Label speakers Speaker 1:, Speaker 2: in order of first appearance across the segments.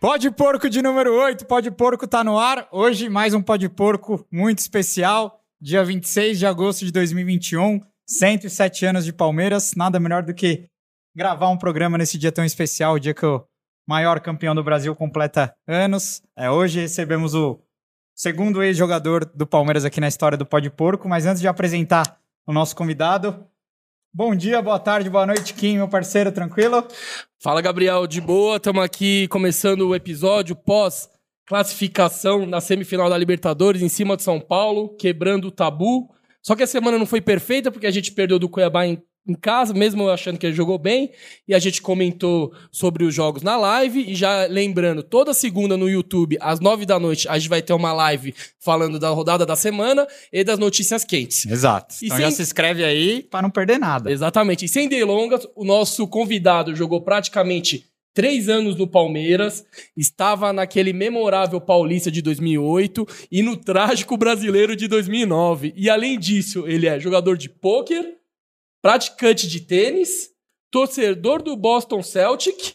Speaker 1: Pode Porco de número 8, Pode Porco tá no ar. Hoje mais um Pode Porco muito especial, dia 26 de agosto de 2021, 107 anos de Palmeiras. Nada melhor do que gravar um programa nesse dia tão especial, o dia que o maior campeão do Brasil completa anos. É hoje recebemos o segundo ex-jogador do Palmeiras aqui na história do Pode Porco, mas antes de apresentar o nosso convidado, Bom dia, boa tarde, boa noite, Kim, meu parceiro, tranquilo?
Speaker 2: Fala, Gabriel, de boa? Estamos aqui começando o episódio pós classificação na semifinal da Libertadores em cima de São Paulo, quebrando o tabu. Só que a semana não foi perfeita porque a gente perdeu do Cuiabá em, em casa, mesmo eu achando que ele jogou bem, e a gente comentou sobre os jogos na live e já lembrando, toda segunda no YouTube, às nove da noite, a gente vai ter uma live falando da rodada da semana e das notícias quentes.
Speaker 1: Exato.
Speaker 2: E
Speaker 1: então
Speaker 2: sem-
Speaker 1: já se inscreve aí para não perder nada.
Speaker 2: Exatamente. E sem delongas, o nosso convidado jogou praticamente três anos no Palmeiras, estava naquele memorável Paulista de 2008 e no trágico brasileiro de 2009. E além disso, ele é jogador de pôquer, praticante de tênis, torcedor do Boston Celtic.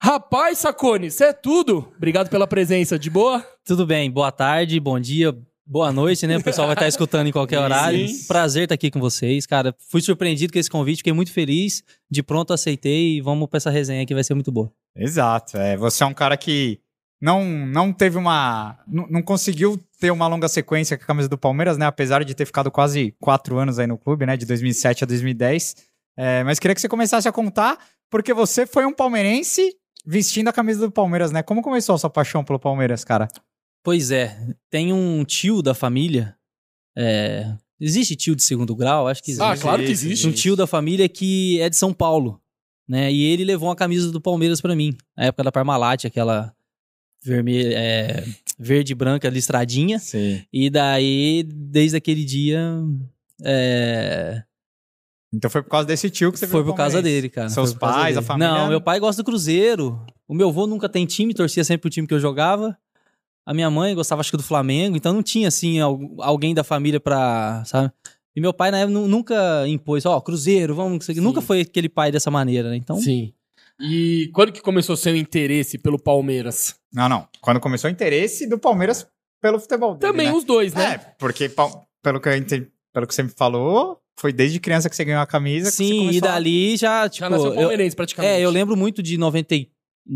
Speaker 2: Rapaz, Sacone, isso é tudo. Obrigado pela presença, de boa?
Speaker 3: Tudo bem, boa tarde, bom dia, boa noite, né? O pessoal vai estar escutando em qualquer horário.
Speaker 2: Sim.
Speaker 3: Prazer estar aqui com vocês, cara. Fui surpreendido com esse convite, fiquei muito feliz. De pronto aceitei e vamos pra essa resenha que vai ser muito boa.
Speaker 1: Exato. É, você é um cara que não, não teve uma. Não, não conseguiu ter uma longa sequência com a camisa do Palmeiras, né? Apesar de ter ficado quase quatro anos aí no clube, né? De 2007 a 2010. É, mas queria que você começasse a contar, porque você foi um palmeirense vestindo a camisa do Palmeiras, né? Como começou a sua paixão pelo Palmeiras, cara?
Speaker 2: Ah,
Speaker 3: Pois é, tem um tio da família. é, Existe tio de segundo grau? Acho que existe.
Speaker 2: Ah, claro que existe.
Speaker 3: um tio da família que é de São Paulo, né? E ele levou uma camisa do Palmeiras pra mim, na época da Parmalat, aquela vermelha, é, verde e branca listradinha.
Speaker 1: Sim.
Speaker 3: E daí, desde aquele dia, é,
Speaker 1: Então foi por causa desse tio que você
Speaker 3: foi
Speaker 1: virou
Speaker 3: por causa
Speaker 1: palmeirense.
Speaker 3: dele, cara.
Speaker 1: Seus
Speaker 3: Foi por causa
Speaker 1: pais, a
Speaker 3: dele.
Speaker 1: família?
Speaker 3: Não, meu pai gosta do Cruzeiro. O meu avô nunca tem time, torcia sempre pro time que eu jogava. A minha mãe gostava, acho que, do Flamengo. Então não tinha, assim, al- alguém da família pra, sabe? E meu pai, na época, nu- nunca impôs, ó, Cruzeiro, vamos...
Speaker 2: Sim.
Speaker 3: Nunca foi aquele pai dessa maneira, né? Então,
Speaker 2: Sim. E quando que começou seu interesse pelo Palmeiras?
Speaker 1: Não, não. Quando começou o interesse do Palmeiras pelo futebol dele,
Speaker 2: Também
Speaker 1: né?
Speaker 2: os dois, né?
Speaker 1: É, porque pa- pelo que, eu entendi, pelo que você me falou, foi desde criança que você ganhou a camisa. que você
Speaker 3: sim, e
Speaker 1: começou a-
Speaker 3: dali já,
Speaker 2: Já
Speaker 3: tipo...
Speaker 2: nasceu
Speaker 3: eu-
Speaker 2: palmeirense, praticamente.
Speaker 3: É, eu lembro muito de 90, e-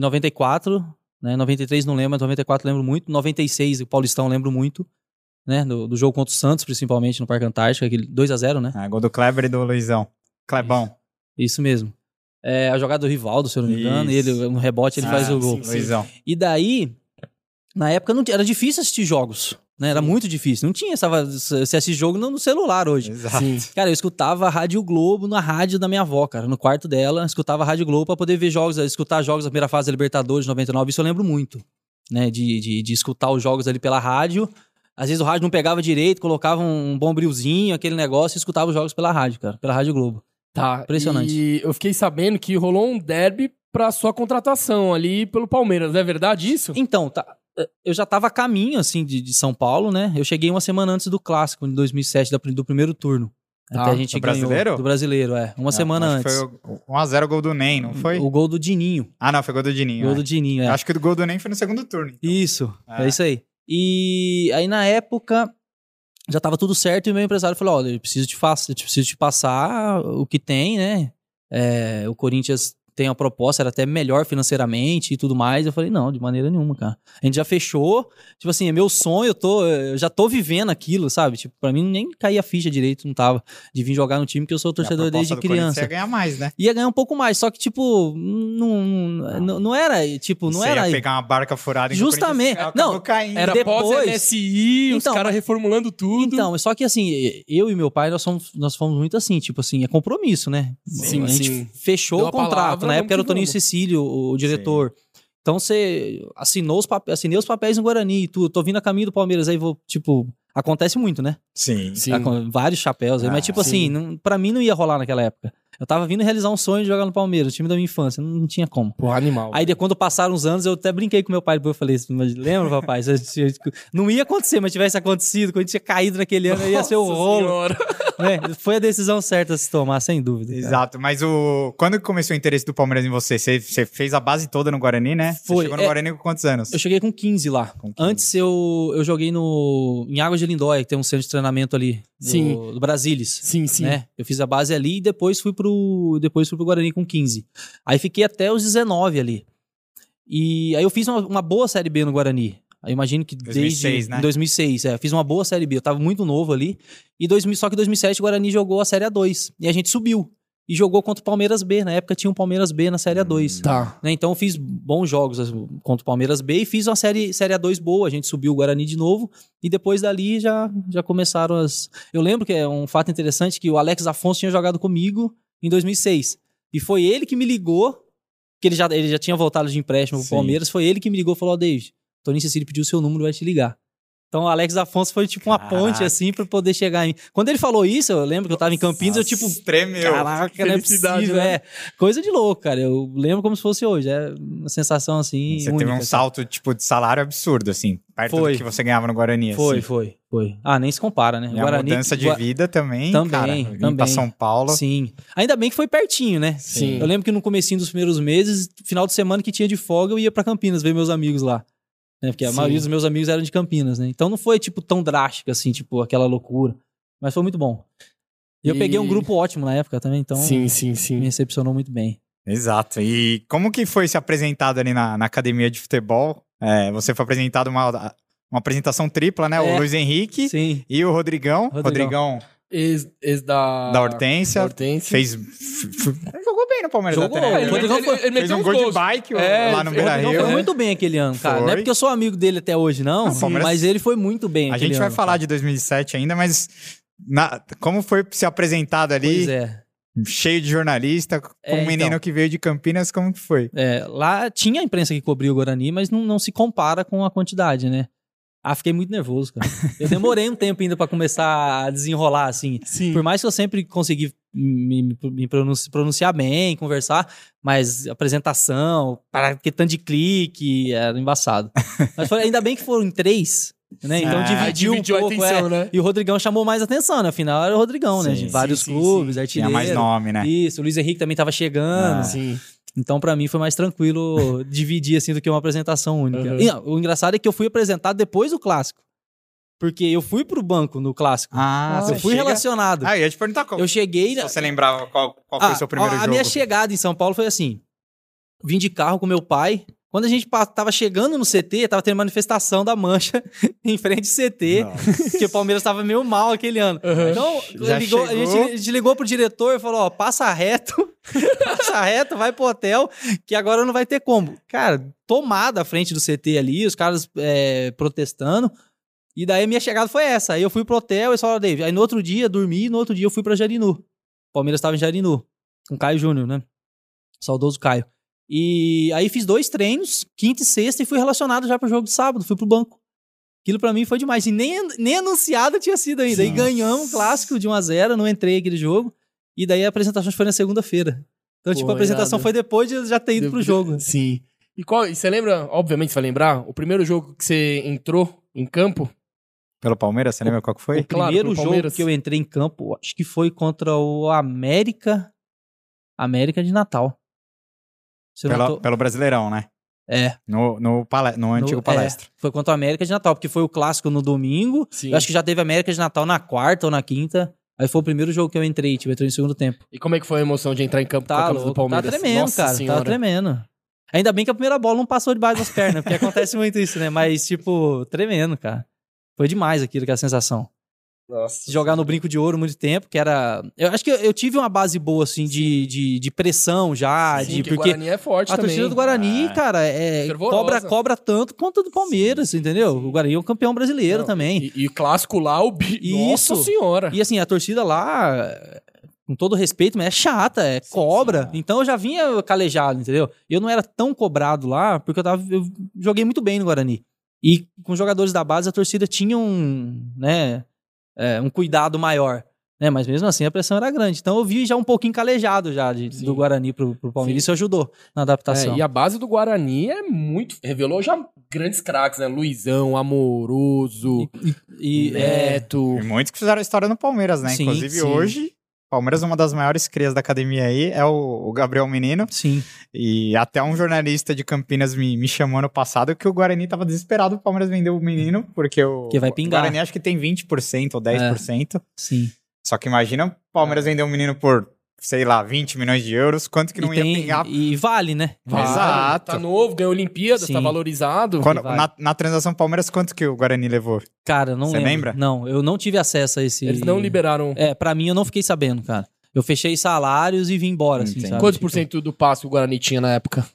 Speaker 3: 94, né? 93 não lembro, mas 94 lembro muito. 96, o Paulistão lembro muito, né? Do, do jogo contra o Santos, principalmente, no Parque Antártico, aquele 2x0, né?
Speaker 1: Ah, gol do Kleber e do Luizão. Clebão.
Speaker 3: Isso mesmo. É, a jogada do Rivaldo, se eu não me engano,
Speaker 1: Isso.
Speaker 3: ele, um rebote, ele
Speaker 1: Ah,
Speaker 3: faz o
Speaker 2: sim,
Speaker 3: gol.
Speaker 2: sim.
Speaker 1: Luizão.
Speaker 3: E daí, na época, não, tinha- era difícil assistir jogos, né? Era muito difícil. Não tinha essa, esse, esse jogo no no celular hoje.
Speaker 1: Exato.
Speaker 2: Sim.
Speaker 3: Cara, eu escutava a Rádio Globo na rádio da minha avó, cara, no quarto dela, escutava a Rádio Globo pra poder ver jogos, escutar jogos da primeira fase da Libertadores de 99, isso eu lembro muito, né, de, de, de escutar os jogos ali pela rádio. Às vezes o rádio não pegava direito, colocava um bombrilzinho, aquele negócio, e escutava os jogos pela rádio, cara, pela Rádio Globo.
Speaker 2: Tá.
Speaker 3: Impressionante.
Speaker 2: E eu fiquei sabendo que rolou um derby pra sua contratação ali pelo Palmeiras. É verdade isso?
Speaker 3: Então, tá, eu já tava a caminho, assim, de, de São Paulo, né, eu cheguei uma semana antes do Clássico, de 2007, da pri- do primeiro turno.
Speaker 2: Tá,
Speaker 3: Até a gente
Speaker 1: Ah, do
Speaker 3: ganhou.
Speaker 1: brasileiro?
Speaker 3: Do brasileiro, é. Uma
Speaker 1: Ah,
Speaker 3: semana
Speaker 1: acho que
Speaker 3: antes.
Speaker 1: Foi o- o 1x0 gol do Ney, não foi?
Speaker 3: O gol do Dininho.
Speaker 1: Ah, não, foi gol do Dininho.
Speaker 3: Gol
Speaker 1: é.
Speaker 3: do Dininho, é.
Speaker 1: Acho que o gol do Ney foi no segundo turno. então.
Speaker 3: Isso,
Speaker 1: É.
Speaker 3: é isso aí. E aí na época já tava tudo certo e meu empresário falou: olha, eu preciso te, fa- eu preciso te passar o que tem, né? É, o Corinthians tem uma proposta, era até melhor financeiramente e tudo mais. Eu falei, não, de maneira nenhuma, cara. A gente já fechou, tipo assim, é meu sonho, eu, tô, eu já tô vivendo aquilo, sabe? Tipo, pra mim nem caía a ficha direito, não tava, de vir jogar no time que eu
Speaker 1: E
Speaker 3: sou
Speaker 1: a
Speaker 3: torcedor
Speaker 1: proposta
Speaker 3: desde
Speaker 1: do Corinthians
Speaker 3: criança
Speaker 1: ia ganhar mais, né?
Speaker 3: ia ganhar um pouco mais, só que, tipo, não, não, não era, tipo, não
Speaker 1: Você
Speaker 3: era...
Speaker 1: Ia pegar uma barca furada em
Speaker 3: Justamente. Não,
Speaker 1: caindo.
Speaker 2: Era
Speaker 3: depois-
Speaker 2: pós-MSI,
Speaker 3: Então,
Speaker 2: os caras reformulando tudo.
Speaker 3: Então, só que assim, eu e meu pai, nós fomos, nós fomos muito assim, tipo assim, é compromisso, né?
Speaker 2: Sim,
Speaker 3: a gente
Speaker 2: sim.
Speaker 3: fechou
Speaker 2: Deu a
Speaker 3: o contrato.
Speaker 2: palavra,
Speaker 3: Na
Speaker 2: vamos
Speaker 3: época era o
Speaker 2: que
Speaker 3: Toninho
Speaker 2: vamos.
Speaker 3: Cecílio, o diretor. Então você assinou os papéis, assinei os papéis no Guarani e tudo. Tô vindo a caminho do Palmeiras, aí vou, tipo, acontece muito, né?
Speaker 1: Sim.
Speaker 2: Sim.
Speaker 3: Acon- Vários chapéus aí,
Speaker 1: Ah,
Speaker 3: mas tipo
Speaker 2: sim.
Speaker 3: assim, não, pra mim não ia rolar naquela época. Eu tava vindo realizar um sonho de jogar no Palmeiras, o time da minha infância, não, não tinha como.
Speaker 2: Pô, animal.
Speaker 3: Aí de quando passaram uns anos, eu até brinquei com meu pai, depois eu falei assim, mas lembra, papai? Se- se- se- Não ia acontecer, mas tivesse acontecido, quando tinha caído naquele ano, ia ser o
Speaker 2: Nossa
Speaker 3: rolo.
Speaker 2: Senhora.
Speaker 3: É, foi a decisão certa a se tomar, sem dúvida. cara.
Speaker 4: Exato, mas o quando que começou o interesse do Palmeiras em você? Você, você fez a base toda no Guarani, né? Você
Speaker 3: Foi,
Speaker 4: chegou no
Speaker 3: é.
Speaker 4: Guarani com quantos anos?
Speaker 3: Eu cheguei com 15 lá.
Speaker 4: Com 15.
Speaker 3: Antes eu, eu joguei no em Águas de Lindóia, que tem um centro de treinamento ali do,
Speaker 2: Sim.
Speaker 3: do Brasilis.
Speaker 2: Sim, sim.
Speaker 3: Né? Eu fiz a base ali e depois fui pro depois fui pro Guarani com 15. Aí fiquei até os 19 ali. E aí eu fiz uma, uma boa série B no Guarani. Eu imagino que
Speaker 4: 2006,
Speaker 3: desde
Speaker 4: né?
Speaker 3: em 2006, é, eu fiz uma boa série B, eu tava muito novo ali. E 2000, só que em 2007 o Guarani jogou a série A2 e a gente subiu e jogou contra o Palmeiras B, na época tinha um Palmeiras B na série A2.
Speaker 2: Tá.
Speaker 3: Né, Então eu fiz bons jogos as- contra o Palmeiras B e fiz uma série, série A2 boa. A gente subiu o Guarani de novo e depois dali já, já começaram as. Eu lembro que é um fato interessante que o Alex Afonso tinha jogado comigo em 2006 e foi ele que me ligou, que ele já, ele já tinha voltado de empréstimo pro
Speaker 4: Sim.
Speaker 3: Palmeiras. Foi ele que me ligou e falou: Ó, David, Toninho Cecílio pediu seu número, vai te ligar. Então, o Alex Afonso foi tipo uma
Speaker 4: Caraca.
Speaker 3: ponte, assim, pra poder chegar em. Quando ele falou isso, eu lembro que eu tava em Campinas, eu, tipo,
Speaker 4: tremeu.
Speaker 3: Caraca, não é
Speaker 2: Felicidade,
Speaker 3: possível.
Speaker 2: né?
Speaker 3: É coisa de louco, cara. Eu lembro como se fosse hoje. É uma sensação assim.
Speaker 4: Você
Speaker 3: única,
Speaker 4: teve um
Speaker 3: cara.
Speaker 4: salto, tipo, de salário absurdo, assim, perto
Speaker 3: Foi.
Speaker 4: do que você ganhava no Guarani,
Speaker 3: Foi,
Speaker 4: assim.
Speaker 3: foi, foi. Ah, nem se compara, né?
Speaker 4: E a mudança de
Speaker 3: Gua-
Speaker 4: vida também,
Speaker 3: Também,
Speaker 4: cara. Vim pra
Speaker 3: também.
Speaker 4: São Paulo.
Speaker 3: Sim. Ainda bem que foi pertinho, né?
Speaker 2: Sim.
Speaker 3: Eu lembro que no comecinho dos primeiros meses, final de semana que tinha de folga, eu ia pra Campinas ver meus amigos lá. Né? Porque a
Speaker 2: Sim.
Speaker 3: maioria dos meus amigos eram de Campinas, né? Então não foi, tipo, tão drástica, assim, tipo, aquela loucura. Mas foi muito bom. E eu
Speaker 2: E-
Speaker 3: peguei um grupo ótimo na época também, então
Speaker 2: sim, sim,
Speaker 3: me
Speaker 2: sim.
Speaker 3: recepcionou muito bem.
Speaker 4: Exato. E como que foi se apresentado ali na, na academia de futebol? É, você foi apresentado uma, uma apresentação tripla, né? O
Speaker 3: É.
Speaker 4: Luiz Henrique
Speaker 3: Sim.
Speaker 4: e o Rodrigão. Rodrigão,
Speaker 3: Rodrigão. Ah,
Speaker 2: Ex, ex da...
Speaker 4: da Hortência.
Speaker 2: da Hortência.
Speaker 4: Fez. f- f- Ele jogou bem no Palmeiras
Speaker 3: Jogou,
Speaker 4: até. né?
Speaker 3: ele
Speaker 4: Ele
Speaker 3: meteu-
Speaker 2: ele- ele
Speaker 4: fez
Speaker 2: meteu
Speaker 4: um
Speaker 2: uns
Speaker 4: gol de
Speaker 2: gols.
Speaker 4: bike
Speaker 2: É,
Speaker 4: lá no
Speaker 2: o
Speaker 4: Beira
Speaker 2: Rodrigão
Speaker 4: Rio.
Speaker 3: Foi
Speaker 2: né?
Speaker 3: muito bem aquele ano, cara. Não
Speaker 4: Foi.
Speaker 3: é porque eu sou amigo dele até hoje, não.
Speaker 4: Não, o Palmeiras-
Speaker 3: Mas ele foi muito bem.
Speaker 4: A
Speaker 3: aquele
Speaker 4: gente vai
Speaker 3: ano,
Speaker 4: falar
Speaker 3: cara.
Speaker 4: de 2007 ainda, mas na- como foi se apresentado ali,
Speaker 3: Pois é.
Speaker 4: cheio de jornalista, com
Speaker 3: É,
Speaker 4: um menino
Speaker 3: então.
Speaker 4: que veio de Campinas, como que foi?
Speaker 3: É, Lá tinha a imprensa que cobriu o Guarani, mas não, não se compara com a quantidade, né? Ah, fiquei muito nervoso, cara. Eu demorei um tempo ainda pra começar a desenrolar, assim.
Speaker 2: Sim.
Speaker 3: Por mais que eu sempre consegui me, me- me pronunci- pronunciar bem, conversar, mas apresentação, para que tanto de clique, era embaçado. Mas foi- ainda bem que foram três, né? Então
Speaker 4: Ah,
Speaker 3: dividiu, um pouco, é.
Speaker 2: né?
Speaker 3: E o Rodrigão chamou mais atenção, né? Afinal, era o Rodrigão, né?
Speaker 4: Sim,
Speaker 3: De vários
Speaker 2: sim, sim,
Speaker 3: clubes,
Speaker 4: Tinha
Speaker 3: artilheiro.
Speaker 4: mais nome, né?
Speaker 3: Isso, o Luiz Henrique também tava chegando.
Speaker 4: Ah.
Speaker 2: Sim.
Speaker 3: Então, pra mim, foi mais tranquilo dividir, assim, do que uma apresentação única.
Speaker 2: Uhum.
Speaker 3: E, ó, o engraçado é que eu fui apresentado depois do Clássico. Porque eu fui pro banco no Clássico.
Speaker 4: Ah,
Speaker 3: eu fui relacionado.
Speaker 4: Ah, eu ia te perguntar qual.
Speaker 3: eu cheguei...
Speaker 4: se você lembrava qual, qual foi
Speaker 3: Ah,
Speaker 4: o seu primeiro
Speaker 3: a,
Speaker 4: jogo.
Speaker 3: A minha chegada em São Paulo foi assim. Vim de carro com meu pai. Quando a gente pa- tava chegando no CT, tava tendo manifestação da mancha em frente ao CT. Porque o Palmeiras tava meio mal aquele ano.
Speaker 2: Uhum.
Speaker 3: Então,
Speaker 4: Já
Speaker 3: ligou- a, gente,
Speaker 4: chegou.
Speaker 3: a gente ligou pro diretor e falou: ó, passa reto, passa reto, vai pro hotel, que agora não vai ter como. Cara, tomada à frente do CT ali, os caras é, protestando. E daí a minha chegada foi essa. Aí eu fui pro hotel e falaram, David. Aí no outro dia, dormi, e no outro dia eu fui pra Jarinu. O Palmeiras tava em Jarinu, com o Caio Júnior, né? Saudoso Caio. E aí fiz dois treinos, quinta e sexta, e fui relacionado já pro jogo de sábado, fui pro banco. Aquilo pra mim foi demais. E nem, nem anunciado tinha sido ainda. E
Speaker 4: Nossa.
Speaker 3: ganhamos um clássico de 1 a 0 não entrei aquele jogo. E daí a apresentação foi na segunda-feira. Então,
Speaker 2: Pô,
Speaker 3: tipo, a apresentação
Speaker 2: irado.
Speaker 3: foi depois de eu já ter ido pro
Speaker 2: De-
Speaker 3: jogo.
Speaker 2: Sim. E qual, e você lembra, obviamente você vai lembrar, o primeiro jogo que você entrou em campo?
Speaker 4: Pelo Palmeiras, você lembra qual que foi?
Speaker 3: O
Speaker 2: Claro,
Speaker 3: primeiro
Speaker 2: pelo
Speaker 3: jogo
Speaker 2: Palmeiras.
Speaker 3: que eu entrei em campo, acho que foi contra o América. América de Natal. Se eu não
Speaker 4: Pelo,
Speaker 3: tô-
Speaker 4: pelo Brasileirão, né?
Speaker 3: É.
Speaker 4: No, no, pale- no antigo
Speaker 3: no-
Speaker 4: palestra.
Speaker 3: é, foi contra o América de Natal, porque foi o clássico no domingo.
Speaker 2: Sim.
Speaker 3: Eu acho que já teve América de Natal na quarta ou na quinta. Aí foi o primeiro jogo que eu entrei, tipo, eu entrei no segundo tempo.
Speaker 2: E como é que foi a emoção de entrar em campo com é a
Speaker 3: Tá
Speaker 2: camisa do
Speaker 3: louco, tá
Speaker 2: Palmeiras?
Speaker 3: tremendo,
Speaker 2: Nossa
Speaker 3: cara,
Speaker 2: Senhora.
Speaker 3: tá tremendo. Ainda bem que a primeira bola não passou debaixo das pernas, porque acontece muito isso, né? Mas, tipo, tremendo, cara. Foi demais aquilo, aquela sensação.
Speaker 2: Nossa.
Speaker 3: jogar no brinco de ouro muito tempo, que era. Eu acho que eu, eu tive uma base boa, assim, de, de, de pressão já,
Speaker 2: Sim,
Speaker 3: de,
Speaker 2: que o
Speaker 3: porque
Speaker 2: Guarani é forte
Speaker 3: a
Speaker 2: também.
Speaker 3: torcida do Guarani,
Speaker 4: Ah.
Speaker 3: cara, é,
Speaker 2: Fervorosa.
Speaker 3: cobra, cobra tanto quanto do Palmeiras, entendeu? O Guarani é um campeão brasileiro
Speaker 2: Não,
Speaker 3: também.
Speaker 2: E, e o clássico lá, o bi...
Speaker 3: Isso.
Speaker 2: Nossa senhora.
Speaker 3: E, assim, a torcida lá, com todo respeito, mas é chata, é cobra.
Speaker 4: sim.
Speaker 3: Então eu já vinha calejado, entendeu? Eu não era tão cobrado lá, porque eu, tava, eu joguei muito bem no Guarani. E com os jogadores da base, a torcida tinha um, né, é, um cuidado maior. né? Né? Mas mesmo assim a pressão era grande. Então eu vi já um pouquinho calejado já de-
Speaker 2: Sim.
Speaker 3: do Guarani pro, pro Palmeiras.
Speaker 2: Sim.
Speaker 3: Isso ajudou na adaptação.
Speaker 2: É, e a base do Guarani é muito. Revelou já grandes craques, né? Luizão, Amoroso,
Speaker 3: E, é,
Speaker 2: Neto.
Speaker 1: E muitos que fizeram história no Palmeiras, né?
Speaker 3: Sim,
Speaker 1: Inclusive
Speaker 3: sim.
Speaker 1: hoje, Palmeiras, uma das maiores crias da academia aí, é o, o Gabriel Menino.
Speaker 3: sim.
Speaker 1: E até um jornalista de Campinas me, me chamou ano passado que o Guarani tava desesperado, o Palmeiras vendeu o menino, porque o,
Speaker 3: Que vai pingar. É.
Speaker 1: o Guarani acho que tem 20% ou 10%.
Speaker 3: Sim.
Speaker 1: Só que imagina o Palmeiras vender um menino por, sei lá, 20 milhões de euros, quanto que não
Speaker 3: É. e,
Speaker 1: ia
Speaker 3: tem-
Speaker 1: pingar?
Speaker 3: e vale, né?
Speaker 1: Vale. Exato.
Speaker 2: Tá novo, ganhou Olimpíadas,
Speaker 3: Sim.
Speaker 2: tá valorizado.
Speaker 1: Quando-
Speaker 3: vai. Tá
Speaker 1: na, na transação Palmeiras, quanto que o Guarani levou?
Speaker 3: Cara, não
Speaker 1: Você
Speaker 3: lembro.
Speaker 1: lembra?
Speaker 3: Não, eu não tive acesso a esse.
Speaker 2: Eles não liberaram.
Speaker 3: É, pra mim eu não fiquei sabendo, cara. Eu fechei salários e vim embora, assim,
Speaker 1: Entendi.
Speaker 3: sabe?
Speaker 2: Quantos
Speaker 3: Tipo,
Speaker 2: por cento do passe o Guarani tinha na época?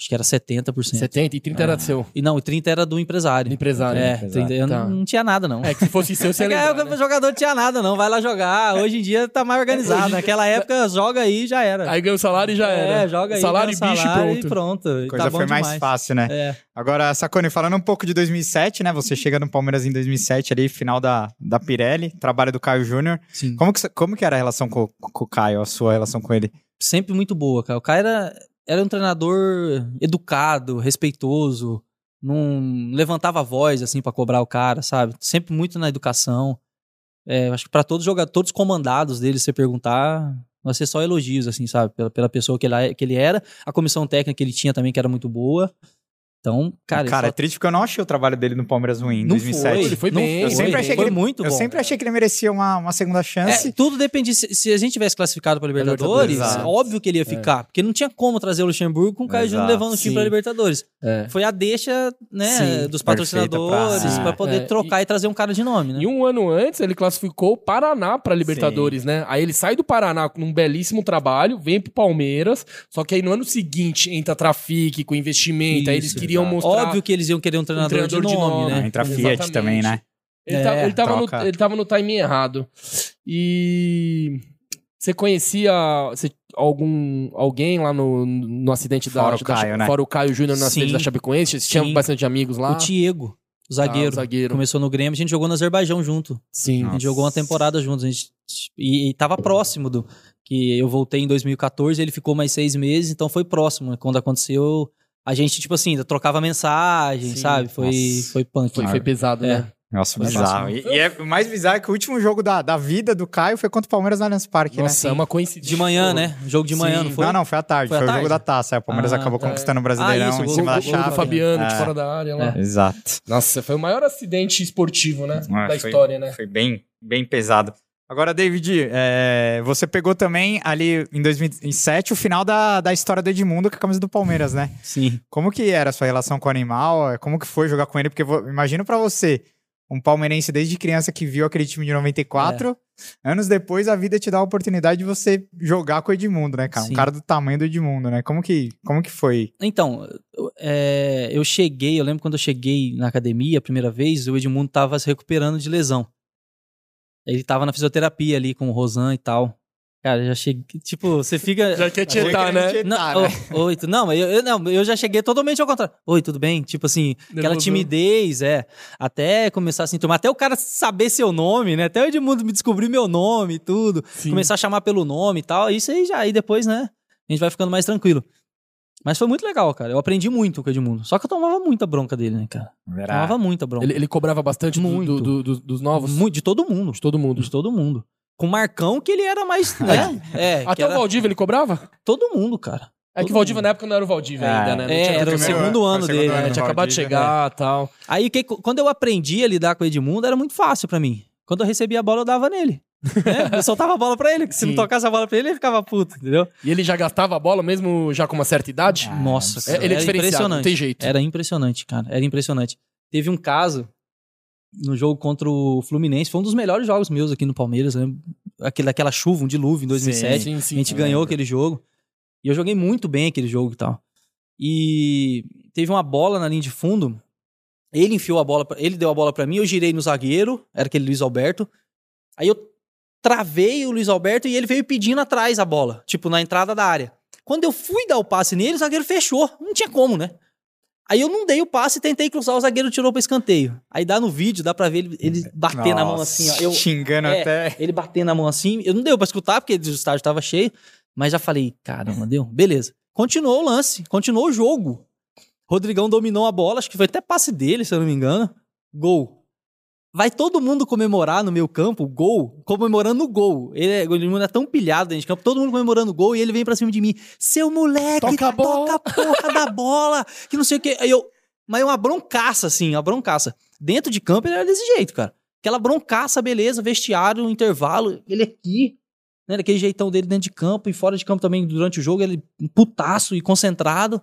Speaker 3: Acho que era 70%.
Speaker 2: 70 e 30 era seu,
Speaker 3: E não, e 30 era do
Speaker 2: do
Speaker 3: empresário.
Speaker 2: empresário.
Speaker 3: É,
Speaker 1: empresário.
Speaker 3: 30, eu
Speaker 2: Tá.
Speaker 3: não, não tinha nada, não.
Speaker 2: É, que se fosse seu, você ia
Speaker 3: Naquela
Speaker 2: lembrar,
Speaker 3: época,
Speaker 2: né?
Speaker 3: o jogador não tinha nada, não. Vai lá jogar. Hoje em dia tá mais organizado. Naquela época, joga aí já era.
Speaker 2: Aí ganha o salário e já era.
Speaker 3: É, joga aí.
Speaker 2: Salário e
Speaker 3: ganha o
Speaker 2: bicho e
Speaker 3: salário
Speaker 2: pronto.
Speaker 3: E pronto.
Speaker 1: A
Speaker 3: E
Speaker 1: coisa
Speaker 3: tá bom
Speaker 1: foi mais
Speaker 3: demais.
Speaker 1: fácil, né?
Speaker 3: É,
Speaker 1: Agora, Sacone, falando um pouco de 2007, né? Você chega no Palmeiras em 2007 ali, final da, da Pirelli, trabalho do Caio Júnior.
Speaker 3: sim.
Speaker 1: Como que, cê- como que era a relação com, com o Caio, a sua relação com ele?
Speaker 3: Sempre muito boa, cara. O cara era, era um treinador educado, respeitoso. Não levantava a voz, assim, pra cobrar o cara, sabe? Sempre muito na educação. É, acho que pra todos, os joga- todos os comandados dele, se você perguntar, vai ser só elogios, assim, sabe? Pela, pela pessoa que ele, é- que ele era. A comissão técnica que ele tinha também, que era muito boa. Então, cara,
Speaker 1: Cara,
Speaker 3: ele
Speaker 1: é triste porque eu não achei o trabalho dele no Palmeiras ruim em
Speaker 3: Não
Speaker 1: 2007.
Speaker 3: foi.
Speaker 2: Ele foi
Speaker 3: não
Speaker 2: bem,
Speaker 3: Foi,
Speaker 1: Eu sempre
Speaker 3: Ele
Speaker 1: achei que
Speaker 3: foi
Speaker 1: ele-
Speaker 3: muito
Speaker 1: Eu
Speaker 3: bom.
Speaker 1: sempre achei que ele merecia uma, uma segunda chance.
Speaker 3: É,
Speaker 2: assim.
Speaker 3: tudo depende. Se, se a gente tivesse classificado para Libertadores, é
Speaker 1: Libertadores, exato.
Speaker 3: óbvio que ele ia ficar. Porque não tinha como trazer o Luxemburgo com o Caio Júnior
Speaker 1: Exato,
Speaker 3: levando o time
Speaker 2: sim.
Speaker 3: para Libertadores.
Speaker 2: É.
Speaker 3: Foi a deixa né,
Speaker 2: Sim,
Speaker 3: dos
Speaker 1: perfeita pra-
Speaker 3: patrocinadores
Speaker 1: Sim.
Speaker 3: para poder
Speaker 2: É,
Speaker 3: trocar e... trazer um cara de nome, né?
Speaker 2: E um ano antes, ele classificou o Paraná pra Libertadores, né? Aí ele sai do Paraná com um belíssimo trabalho, vem pro Palmeiras, só que aí no ano seguinte entra trafique com investimento, aí eles
Speaker 3: Isso,
Speaker 2: queriam
Speaker 1: exato.
Speaker 2: mostrar...
Speaker 3: Óbvio que eles iam querer um treinador,
Speaker 2: treinador
Speaker 3: de,
Speaker 2: de
Speaker 3: nome,
Speaker 2: nome,
Speaker 1: Ah,
Speaker 3: né?
Speaker 1: Entra a Fiat
Speaker 2: Exatamente.
Speaker 1: também, né?
Speaker 2: Ele, tá-
Speaker 3: É,
Speaker 2: ele tava
Speaker 1: troca.
Speaker 2: no, ele tava no timing errado. E você conhecia você- algum alguém lá no, no acidente da,
Speaker 1: Fora o
Speaker 2: da-
Speaker 1: Caio, né?
Speaker 2: Fora o Caio Júnior no
Speaker 3: Sim.
Speaker 2: acidente da Chapecoense? Você tinha
Speaker 3: Sim.
Speaker 2: bastante amigos lá?
Speaker 3: O Diego, o zagueiro.
Speaker 2: Ah, o zagueiro.
Speaker 3: Começou no Grêmio, a gente jogou no Azerbaijão junto.
Speaker 2: Sim.
Speaker 3: A
Speaker 1: Nossa.
Speaker 3: gente jogou uma temporada juntos. A gente, e, e tava próximo do. Que eu voltei em 2014, ele ficou mais seis meses, então foi próximo. Quando aconteceu, a gente, tipo assim, ainda trocava mensagem,
Speaker 2: Sim.
Speaker 3: sabe? Foi,
Speaker 1: Nossa.
Speaker 3: foi punk.
Speaker 2: Foi, foi pesado,
Speaker 3: É.
Speaker 2: né?
Speaker 1: Nossa,
Speaker 3: Foi
Speaker 1: bizarro.
Speaker 3: massa.
Speaker 1: E, e é o mais bizarro é que o último jogo da, da vida do Caio foi contra o Palmeiras no Allianz Parque, né?
Speaker 2: Nossa, é uma coincidência.
Speaker 3: De manhã, né? O jogo de manhã,
Speaker 2: Sim.
Speaker 3: não foi?
Speaker 1: Não, não, foi à tarde.
Speaker 3: Foi
Speaker 1: Foi,
Speaker 3: à
Speaker 1: o jogo
Speaker 3: tarde?
Speaker 1: da taça. Aí O Palmeiras
Speaker 3: Ah,
Speaker 1: acabou
Speaker 2: é.
Speaker 1: conquistando o Brasileirão
Speaker 3: Ah, isso,
Speaker 1: em
Speaker 3: gol-
Speaker 2: O, o,
Speaker 1: cima da
Speaker 2: o
Speaker 1: chave.
Speaker 2: do Fabiano, de
Speaker 1: É.
Speaker 2: fora da área lá.
Speaker 3: É.
Speaker 1: Exato.
Speaker 2: Nossa, foi o maior acidente esportivo, né?
Speaker 1: Ah,
Speaker 2: da
Speaker 1: foi-
Speaker 2: história, né?
Speaker 1: Foi bem, bem pesado. Agora, David, é, você pegou também ali em 2007 o final da, da história do Edmundo com a camisa do Palmeiras, né?
Speaker 3: Sim.
Speaker 1: Como que era a sua relação com o animal? Como que foi jogar com ele? Porque vo- imagino pra você, um palmeirense desde criança que viu aquele time de 94, anos depois a vida te dá a oportunidade de você jogar com o Edmundo, né, cara? Um
Speaker 3: Sim.
Speaker 1: cara do tamanho do Edmundo, né? Como que, como que foi?
Speaker 3: Então, eu- é, eu cheguei, eu lembro quando eu cheguei na academia a primeira vez, o Edmundo tava se recuperando de lesão. Ele tava na fisioterapia ali com o Rosan e tal. Cara, eu já cheguei. Tipo, você fica.
Speaker 2: Já quer tietar, né?
Speaker 1: Tietar,
Speaker 3: É, Não,
Speaker 1: né?
Speaker 3: ô- oi, tu- não, mas eu, eu não, eu já cheguei totalmente ao contrário. Oi, tudo bem? Tipo assim, aquela
Speaker 2: Nervosão.
Speaker 3: timidez, é. Até começar a se enturmar, até o cara saber seu nome, né? Até o Edmundo me descobrir meu nome e tudo.
Speaker 2: Sim.
Speaker 3: Começar a chamar pelo nome e tal. Isso aí já, aí depois, né? A gente vai ficando mais tranquilo. Mas foi muito legal, cara. Eu aprendi muito com o Edmundo. Só que eu tomava muita bronca dele, né, cara? Tomava muita bronca.
Speaker 2: Ele, ele cobrava bastante do-
Speaker 3: Muito.
Speaker 2: do- do- dos novos?
Speaker 3: Muito, de todo mundo.
Speaker 2: De todo mundo.
Speaker 3: De todo mundo. Com o Marcão, que ele era mais, né? é, que
Speaker 2: Até o
Speaker 3: era
Speaker 2: Valdívia ele cobrava?
Speaker 3: todo mundo, cara.
Speaker 2: É
Speaker 3: Todo
Speaker 2: que o Valdívia
Speaker 3: mundo.
Speaker 2: na época não era o Valdívia
Speaker 1: É.
Speaker 2: ainda, né? Não tinha
Speaker 3: É, era o
Speaker 2: acontecido.
Speaker 1: Primeiro-
Speaker 3: segundo ano
Speaker 1: foi o
Speaker 3: dele,
Speaker 2: É,
Speaker 1: ano
Speaker 3: né?
Speaker 1: do
Speaker 2: tinha acabado de
Speaker 1: Valdívia,
Speaker 2: chegar e tal.
Speaker 3: Aí que- quando eu aprendi a lidar com o Edmundo, era muito fácil pra mim. Quando eu recebia a bola, eu dava nele. né? Eu soltava a bola pra ele, que se
Speaker 2: Sim.
Speaker 3: não tocasse a bola pra ele, ele ficava puto, entendeu?
Speaker 2: E ele já gastava a bola mesmo já com uma certa idade?
Speaker 1: Ah,
Speaker 3: Nossa,
Speaker 1: é-
Speaker 3: cara,
Speaker 2: ele é
Speaker 3: era
Speaker 2: diferenciado,
Speaker 3: impressionante. É,
Speaker 2: não tem jeito.
Speaker 3: Era impressionante, cara. Era impressionante. Teve um caso no jogo contra o Fluminense, foi um dos melhores jogos meus aqui no Palmeiras, né? Aquele, daquela chuva, um dilúvio em 2007.
Speaker 2: Sim, sim,
Speaker 3: a gente
Speaker 2: sim.
Speaker 3: ganhou aquele jogo. E eu joguei muito bem aquele jogo e tal. E teve uma bola na linha de fundo. Ele enfiou a bola, pra- ele deu a bola pra mim, eu girei no zagueiro, era aquele Luiz Alberto. Aí eu travei o Luiz Alberto e ele veio pedindo atrás a bola, tipo na entrada da área. Quando eu fui dar o passe nele, o zagueiro fechou, não tinha como, né? Aí eu não dei o passe, tentei cruzar, o zagueiro tirou pra escanteio. Aí dá no vídeo, dá pra ver ele, ele bater na mão assim, ó. Eu,
Speaker 1: Xingando
Speaker 3: é,
Speaker 1: até.
Speaker 3: ele batendo na mão assim. Eu não deu pra escutar, porque o estádio tava cheio. Mas já falei, caramba, deu. Beleza. Continuou o lance, continuou o jogo. Rodrigão dominou a bola, acho que foi até passe dele, se eu não me engano. Gol. Vai todo mundo comemorar no meu campo, gol, comemorando o gol. Ele, é- ele não é tão pilhado dentro de campo, todo mundo comemorando o gol e ele vem pra cima de mim. Seu moleque,
Speaker 5: Toca a bola."
Speaker 3: toca a porra da bola, que não sei o quê. Aí eu, mas é uma broncaça, assim, uma broncaça. Dentro de campo ele era desse jeito, cara. Aquela broncaça, beleza, vestiário, intervalo, ele aqui, né, daquele jeitão dele dentro de campo e fora de campo também durante o jogo, ele putaço e concentrado.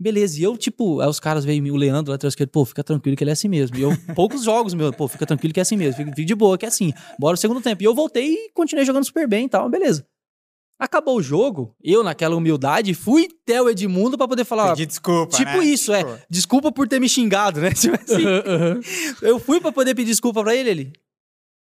Speaker 3: Beleza, e eu, tipo, aí os caras veem o Leandro lá atrás, que ele, pô, fica tranquilo que ele é assim mesmo. E eu, poucos jogos, meu, pô, fica tranquilo que é assim mesmo, fica, fica de boa, que é assim. Bora o segundo tempo. E eu voltei e continuei jogando super bem e tal, beleza. Acabou o jogo, eu, naquela humildade, fui até o Edmundo pra poder falar.
Speaker 1: Pedir desculpa.
Speaker 3: tipo
Speaker 1: né?
Speaker 3: isso, é.
Speaker 1: Tipo,
Speaker 3: Desculpa por ter me xingado, né? Tipo assim.
Speaker 2: Aham.
Speaker 3: Eu fui pra poder pedir desculpa pra ele, ele.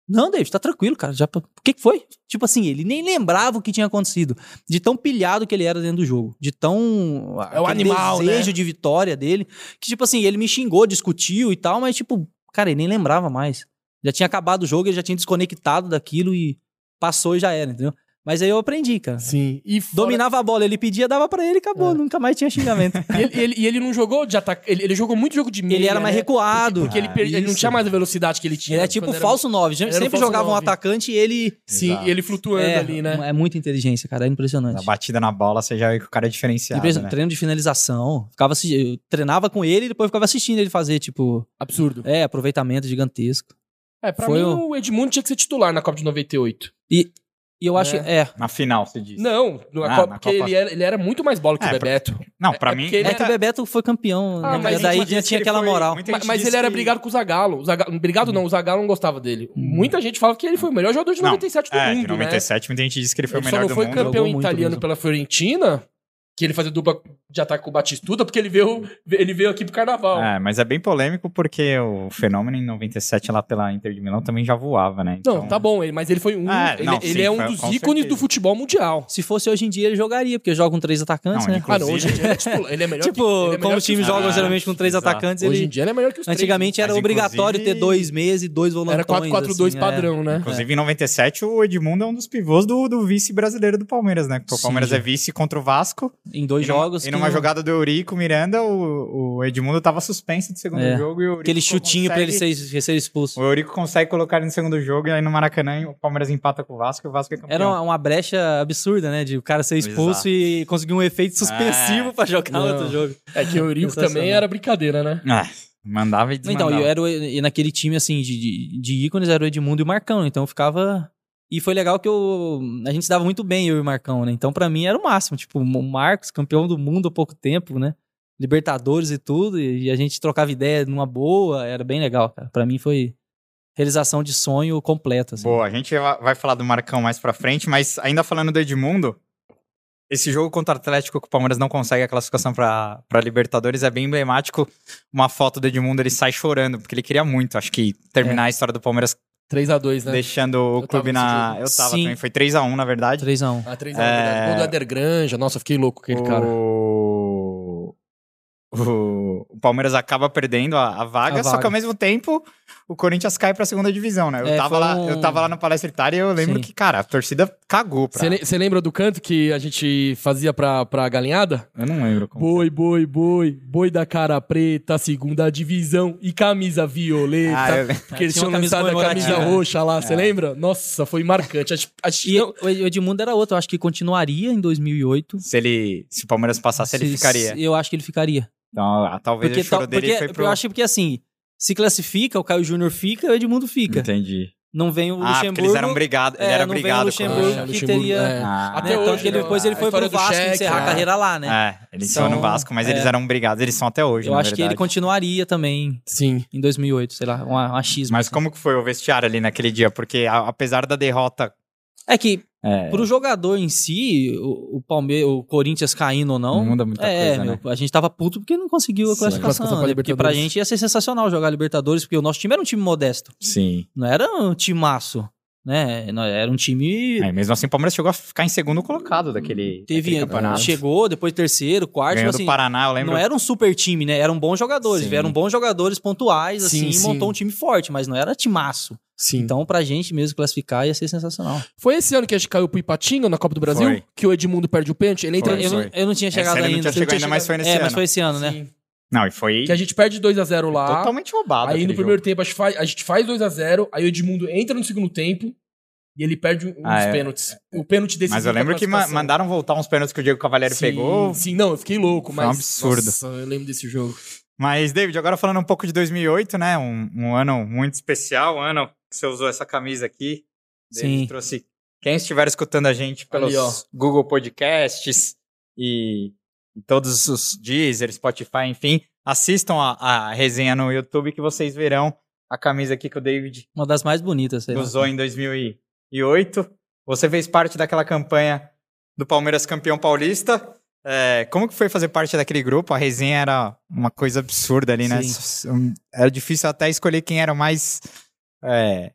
Speaker 3: Não, David, tá tranquilo, cara. Já, o que, que foi? Tipo assim, ele nem lembrava o que tinha acontecido. De tão pilhado que ele era dentro do jogo. De tão. ah,
Speaker 2: É o
Speaker 3: aquele
Speaker 2: animal,
Speaker 3: desejo de vitória dele. Que, tipo assim, ele me xingou, discutiu e tal, mas, tipo, cara, ele nem lembrava mais. Já tinha acabado o jogo, ele já tinha desconectado daquilo e passou e já era, entendeu? Mas aí eu aprendi, cara.
Speaker 2: Sim. E fora-
Speaker 3: Dominava a bola, ele pedia, dava pra ele e
Speaker 2: É.
Speaker 3: acabou. Nunca mais tinha xingamento.
Speaker 2: E ele, ele- e ele não jogou de ataque. Ele, ele jogou muito jogo de meia.
Speaker 3: ele era mais
Speaker 2: né?
Speaker 3: recuado.
Speaker 2: Porque ele, per- ele não
Speaker 1: isso.
Speaker 2: tinha mais a velocidade que ele tinha.
Speaker 3: Ele é tipo
Speaker 2: quando era-
Speaker 3: falso 9.
Speaker 2: era um
Speaker 3: Sempre
Speaker 2: falso
Speaker 3: jogava um
Speaker 2: nove.
Speaker 3: atacante e ele.
Speaker 2: Sim,
Speaker 5: Exato.
Speaker 2: e ele flutuando
Speaker 3: é,
Speaker 2: ali, né?
Speaker 3: É muita inteligência, cara. É impressionante.
Speaker 1: Na batida na bola, você já vê que o cara é diferenciado.
Speaker 3: Impressiona-
Speaker 1: né?
Speaker 3: Treino de finalização. Ficava assi- eu treinava com ele e depois ficava assistindo ele fazer, tipo,
Speaker 2: Absurdo.
Speaker 3: é, aproveitamento gigantesco.
Speaker 2: É, pra
Speaker 3: Foi um
Speaker 2: mim
Speaker 3: o-
Speaker 2: o Edmundo tinha que ser titular na Copa de 98.
Speaker 3: E eu acho. É,
Speaker 1: Na final, você diz.
Speaker 2: Não, na
Speaker 1: Ah,
Speaker 2: Copa,
Speaker 1: na
Speaker 2: porque
Speaker 1: Copa-
Speaker 2: Ele, era, ele era muito mais bola que
Speaker 1: É,
Speaker 2: o
Speaker 1: pra-
Speaker 2: Bebeto.
Speaker 1: Não, pra
Speaker 2: é
Speaker 1: mim.
Speaker 2: porque ele
Speaker 3: é que o
Speaker 2: era-
Speaker 3: Bebeto foi campeão.
Speaker 2: Ah,
Speaker 3: né?
Speaker 2: mas
Speaker 3: daí
Speaker 1: muita
Speaker 3: já
Speaker 1: gente
Speaker 3: tinha
Speaker 1: que ele
Speaker 3: aquela
Speaker 1: foi-
Speaker 3: moral.
Speaker 1: muita
Speaker 2: Ma- Mas,
Speaker 1: gente diz
Speaker 2: ele era
Speaker 1: que-
Speaker 2: brigado com o Zagallo. O Zaga- Brigado não, o Zagallo não gostava dele.
Speaker 3: Hum.
Speaker 2: Muita gente falava que ele foi o melhor jogador de
Speaker 1: Não,
Speaker 2: 97 do
Speaker 1: É,
Speaker 2: mundo,
Speaker 1: de 97, muita gente diz que ele
Speaker 2: né?
Speaker 1: foi
Speaker 2: Ele
Speaker 1: o
Speaker 2: só
Speaker 1: melhor
Speaker 2: não
Speaker 1: do
Speaker 2: foi
Speaker 1: mundo.
Speaker 2: campeão
Speaker 3: Jogou muito
Speaker 2: italiano
Speaker 3: mesmo.
Speaker 2: pela Fiorentina, que ele fazia dupla de ataque com o Batistuta, porque ele veio, ele veio aqui pro Carnaval.
Speaker 1: É, mas é bem polêmico porque o Fenômeno em 97 lá pela Inter de Milão também já voava, né?
Speaker 2: Não,
Speaker 1: Então,
Speaker 2: tá bom, ele- mas ele foi um.
Speaker 1: É,
Speaker 2: ele
Speaker 1: não,
Speaker 2: ele
Speaker 1: sim,
Speaker 2: é um
Speaker 1: foi-
Speaker 2: dos
Speaker 1: com
Speaker 2: ícones
Speaker 1: certeza.
Speaker 2: do futebol mundial.
Speaker 3: Se fosse hoje em dia, ele jogaria, porque joga com três atacantes,
Speaker 1: Não,
Speaker 3: né?
Speaker 1: inclusive-
Speaker 2: Ah, não, hoje em dia ele é titular. Ele é melhor
Speaker 3: tipo,
Speaker 2: que, ele é melhor
Speaker 3: como
Speaker 2: que
Speaker 3: os times
Speaker 2: os-
Speaker 3: jogam
Speaker 1: Ah,
Speaker 3: geralmente com três
Speaker 1: exato.
Speaker 3: atacantes,
Speaker 2: Hoje em
Speaker 3: ele.
Speaker 2: dia ele é melhor que os três.
Speaker 3: Antigamente era
Speaker 1: Mas,
Speaker 3: obrigatório ter
Speaker 1: inclusive,
Speaker 3: dois meses e dois volantões.
Speaker 2: Era 4-4-2
Speaker 3: assim, é.
Speaker 2: padrão, né?
Speaker 1: Inclusive, em 97, o Edmundo é um dos pivôs do, do vice brasileiro do Palmeiras, né? Porque o
Speaker 3: Sim.
Speaker 1: Palmeiras é vice contra o Vasco.
Speaker 3: Em dois
Speaker 1: e numa-
Speaker 3: jogos.
Speaker 1: E
Speaker 3: que
Speaker 1: numa
Speaker 3: não-
Speaker 1: jogada do Eurico Miranda, o, o Edmundo tava suspenso do segundo
Speaker 3: É.
Speaker 1: jogo. E o Eurico
Speaker 3: Aquele chutinho pra ele
Speaker 1: consegue-
Speaker 3: ser, ser expulso.
Speaker 1: O Eurico consegue colocar ele no segundo jogo, e aí no Maracanã o Palmeiras empata com o Vasco e o Vasco é campeão.
Speaker 3: Era uma, uma brecha absurda, né? De o cara ser
Speaker 1: Exato.
Speaker 3: expulso e conseguir um efeito suspensivo
Speaker 1: É.
Speaker 3: pra jogar
Speaker 2: Não.
Speaker 3: outro jogo.
Speaker 2: É que o Eurico também
Speaker 3: Sensacional.
Speaker 2: era brincadeira, né?
Speaker 1: Ah, mandava e
Speaker 3: Então,
Speaker 1: desmandava.
Speaker 3: e, era o- e naquele time, assim, de, de, de ícones, era o Edmundo e o Marcão. Então eu ficava. E foi legal que eu, a gente se dava muito bem, eu e o Marcão, né? Então pra mim era o máximo. Tipo, o Marcos, campeão do mundo há pouco tempo, né? Libertadores e tudo. E, a gente trocava ideia numa boa. Era bem legal, cara. Pra mim foi realização de sonho completa. Assim.
Speaker 1: Boa, a gente va- vai falar do Marcão mais pra frente, mas ainda falando do Edmundo, esse jogo contra o Atlético que o Palmeiras não consegue a classificação pra pra Libertadores é bem emblemático. Uma foto do Edmundo, ele sai chorando, porque ele queria muito, acho que,
Speaker 3: É.
Speaker 1: terminar a história do Palmeiras
Speaker 2: 3x2, né?
Speaker 1: deixando o clube
Speaker 2: Eu tava nesse
Speaker 1: na.
Speaker 2: jogo.
Speaker 1: Eu tava
Speaker 3: Sim.
Speaker 1: também, foi 3x1 na verdade.
Speaker 3: 3x1.
Speaker 2: Ah, 3x1,
Speaker 1: É.
Speaker 2: verdade. Gol do Eder Granja. Nossa, eu fiquei louco com aquele cara.
Speaker 1: O... O... o Palmeiras acaba perdendo a, a vaga,
Speaker 3: A
Speaker 1: só que
Speaker 3: vaga.
Speaker 1: ao mesmo tempo o Corinthians cai pra segunda divisão, né? Eu,
Speaker 3: É,
Speaker 1: tava,
Speaker 3: foi
Speaker 1: lá,
Speaker 3: um-
Speaker 1: eu tava lá no Palestra Itália e eu lembro
Speaker 3: Sim.
Speaker 1: que, cara, a torcida cagou pra...
Speaker 2: Você le- você lembra do canto que a gente fazia pra, pra galinhada?
Speaker 1: Eu não lembro como...
Speaker 3: é?
Speaker 2: Boi, boi, boi, boi da cara preta, segunda divisão e camisa violeta.
Speaker 3: é tá
Speaker 1: Ah, eu-
Speaker 2: Porque eles
Speaker 3: Tinha
Speaker 2: tinham
Speaker 3: uma camisa
Speaker 2: lançado a camisa
Speaker 3: comemorativa.
Speaker 2: roxa lá,
Speaker 1: É.
Speaker 2: você lembra? Nossa, foi marcante. Acho- acho-
Speaker 3: E
Speaker 2: não,
Speaker 3: o Edmundo era outro. Eu acho que continuaria em 2008.
Speaker 1: Se, ele, se o Palmeiras passasse, ele ficaria.
Speaker 3: Eu acho que ele ficaria.
Speaker 1: Então, ah, talvez
Speaker 3: Porque,
Speaker 1: o choro
Speaker 3: tal-
Speaker 1: dele
Speaker 3: porque-
Speaker 1: foi pro...
Speaker 3: eu acho que porque assim, se classifica, o Caio Júnior fica, o Edmundo fica.
Speaker 1: Entendi.
Speaker 3: Não vem o
Speaker 1: Ah,
Speaker 3: Luxemburgo.
Speaker 1: porque eles eram brigados. Ele
Speaker 3: é,
Speaker 1: era
Speaker 3: não vem o
Speaker 1: brigado com
Speaker 3: Luxemburgo.
Speaker 1: o-
Speaker 2: Ah,
Speaker 3: que
Speaker 2: Luxemburgo,
Speaker 3: teria-
Speaker 1: Ah,
Speaker 2: Até
Speaker 3: Até
Speaker 2: hoje,
Speaker 3: hoje, que ele-
Speaker 2: né?
Speaker 3: depois ele
Speaker 2: A
Speaker 3: foi
Speaker 2: história
Speaker 3: pro
Speaker 2: do
Speaker 3: Vasco
Speaker 2: cheque,
Speaker 3: encerrar
Speaker 2: né?
Speaker 3: a carreira lá, né?
Speaker 1: É, eles são
Speaker 3: Então,
Speaker 1: no Vasco, mas eles
Speaker 3: é.
Speaker 1: eram brigados. Eles são até hoje,
Speaker 3: Eu
Speaker 1: na
Speaker 3: acho que ele
Speaker 1: verdade.
Speaker 3: continuaria também
Speaker 2: Sim.
Speaker 3: em 2008, sei lá, um achismo.
Speaker 1: Mas
Speaker 3: assim.
Speaker 1: como que foi o vestiário ali naquele dia? Porque a- apesar da derrota...
Speaker 3: É que
Speaker 1: É,
Speaker 3: pro jogador em si, o, o Palmeiras, o Corinthians caindo ou não,
Speaker 1: Não muda muita
Speaker 3: é,
Speaker 1: coisa, né?
Speaker 3: meu, a gente tava puto porque não conseguiu a
Speaker 1: Sim.
Speaker 3: classificação,
Speaker 2: Classificação pra
Speaker 3: né? porque pra
Speaker 2: Libertadores.
Speaker 3: gente ia ser sensacional jogar Libertadores, porque o nosso time era um time modesto,
Speaker 1: sim.
Speaker 3: não era um timaço. né? Nó- Era um time.
Speaker 1: É, mesmo assim, o Palmeiras chegou a ficar em segundo colocado daquele,
Speaker 3: teve,
Speaker 1: daquele campeonato.
Speaker 3: chegou, depois terceiro, quarto,
Speaker 1: Ganhou
Speaker 3: assim,
Speaker 1: do Paraná, eu lembro.
Speaker 3: não era um super time, né? Eram bons jogadores,
Speaker 1: Sim.
Speaker 3: eram bons jogadores pontuais,
Speaker 2: Sim,
Speaker 3: assim,
Speaker 2: sim.
Speaker 3: e montou um time forte, mas não era timaço.
Speaker 2: Sim.
Speaker 3: Então, pra gente mesmo classificar, ia ser sensacional.
Speaker 2: Foi esse ano que a gente caiu pro Ipatinga na Copa do Brasil?
Speaker 1: Foi.
Speaker 2: Que o Edmundo perde o pênalti? Ele entra.
Speaker 1: Foi,
Speaker 3: Então, eu,
Speaker 1: foi.
Speaker 3: não- eu não tinha
Speaker 1: Essa
Speaker 3: chegado
Speaker 1: ele não
Speaker 3: ainda.
Speaker 1: tinha chegado ainda, mas foi nesse
Speaker 3: é, mas
Speaker 1: ano.
Speaker 3: foi esse ano, né?
Speaker 2: Sim.
Speaker 1: Não, e foi
Speaker 2: Que a gente perde 2x0 lá.
Speaker 1: totalmente roubado.
Speaker 2: Aí
Speaker 1: aquele
Speaker 2: no primeiro
Speaker 1: jogo.
Speaker 2: tempo a gente faz, a gente faz 2x0, aí o Edmundo entra no segundo tempo e ele perde um dos
Speaker 1: Ah, é.
Speaker 2: pênaltis. O pênalti desse
Speaker 1: Mas eu lembro que ma- mandaram voltar uns pênaltis que o Diego Cavalieri pegou.
Speaker 2: Sim, não, eu fiquei louco,
Speaker 1: Foi
Speaker 2: mas.
Speaker 1: um absurdo.
Speaker 2: Nossa, eu lembro desse jogo.
Speaker 1: Mas, David, agora falando um pouco de 2008, né? Um, um ano muito especial, um ano que você usou essa camisa aqui. David
Speaker 3: Sim.
Speaker 1: trouxe. Quem estiver escutando a gente pelos
Speaker 2: Ali, ó.
Speaker 1: Google Podcasts e e todos os Deezer, Spotify, enfim, assistam a, a resenha no YouTube que vocês verão a camisa aqui que o David
Speaker 3: Uma das mais bonitas, sei lá.
Speaker 1: usou em 2008. Você fez parte daquela campanha do Palmeiras campeão paulista. É, como que foi fazer parte daquele grupo? A resenha era uma coisa absurda ali, né?
Speaker 3: Sim.
Speaker 1: S- um, Era difícil até escolher quem era o mais é,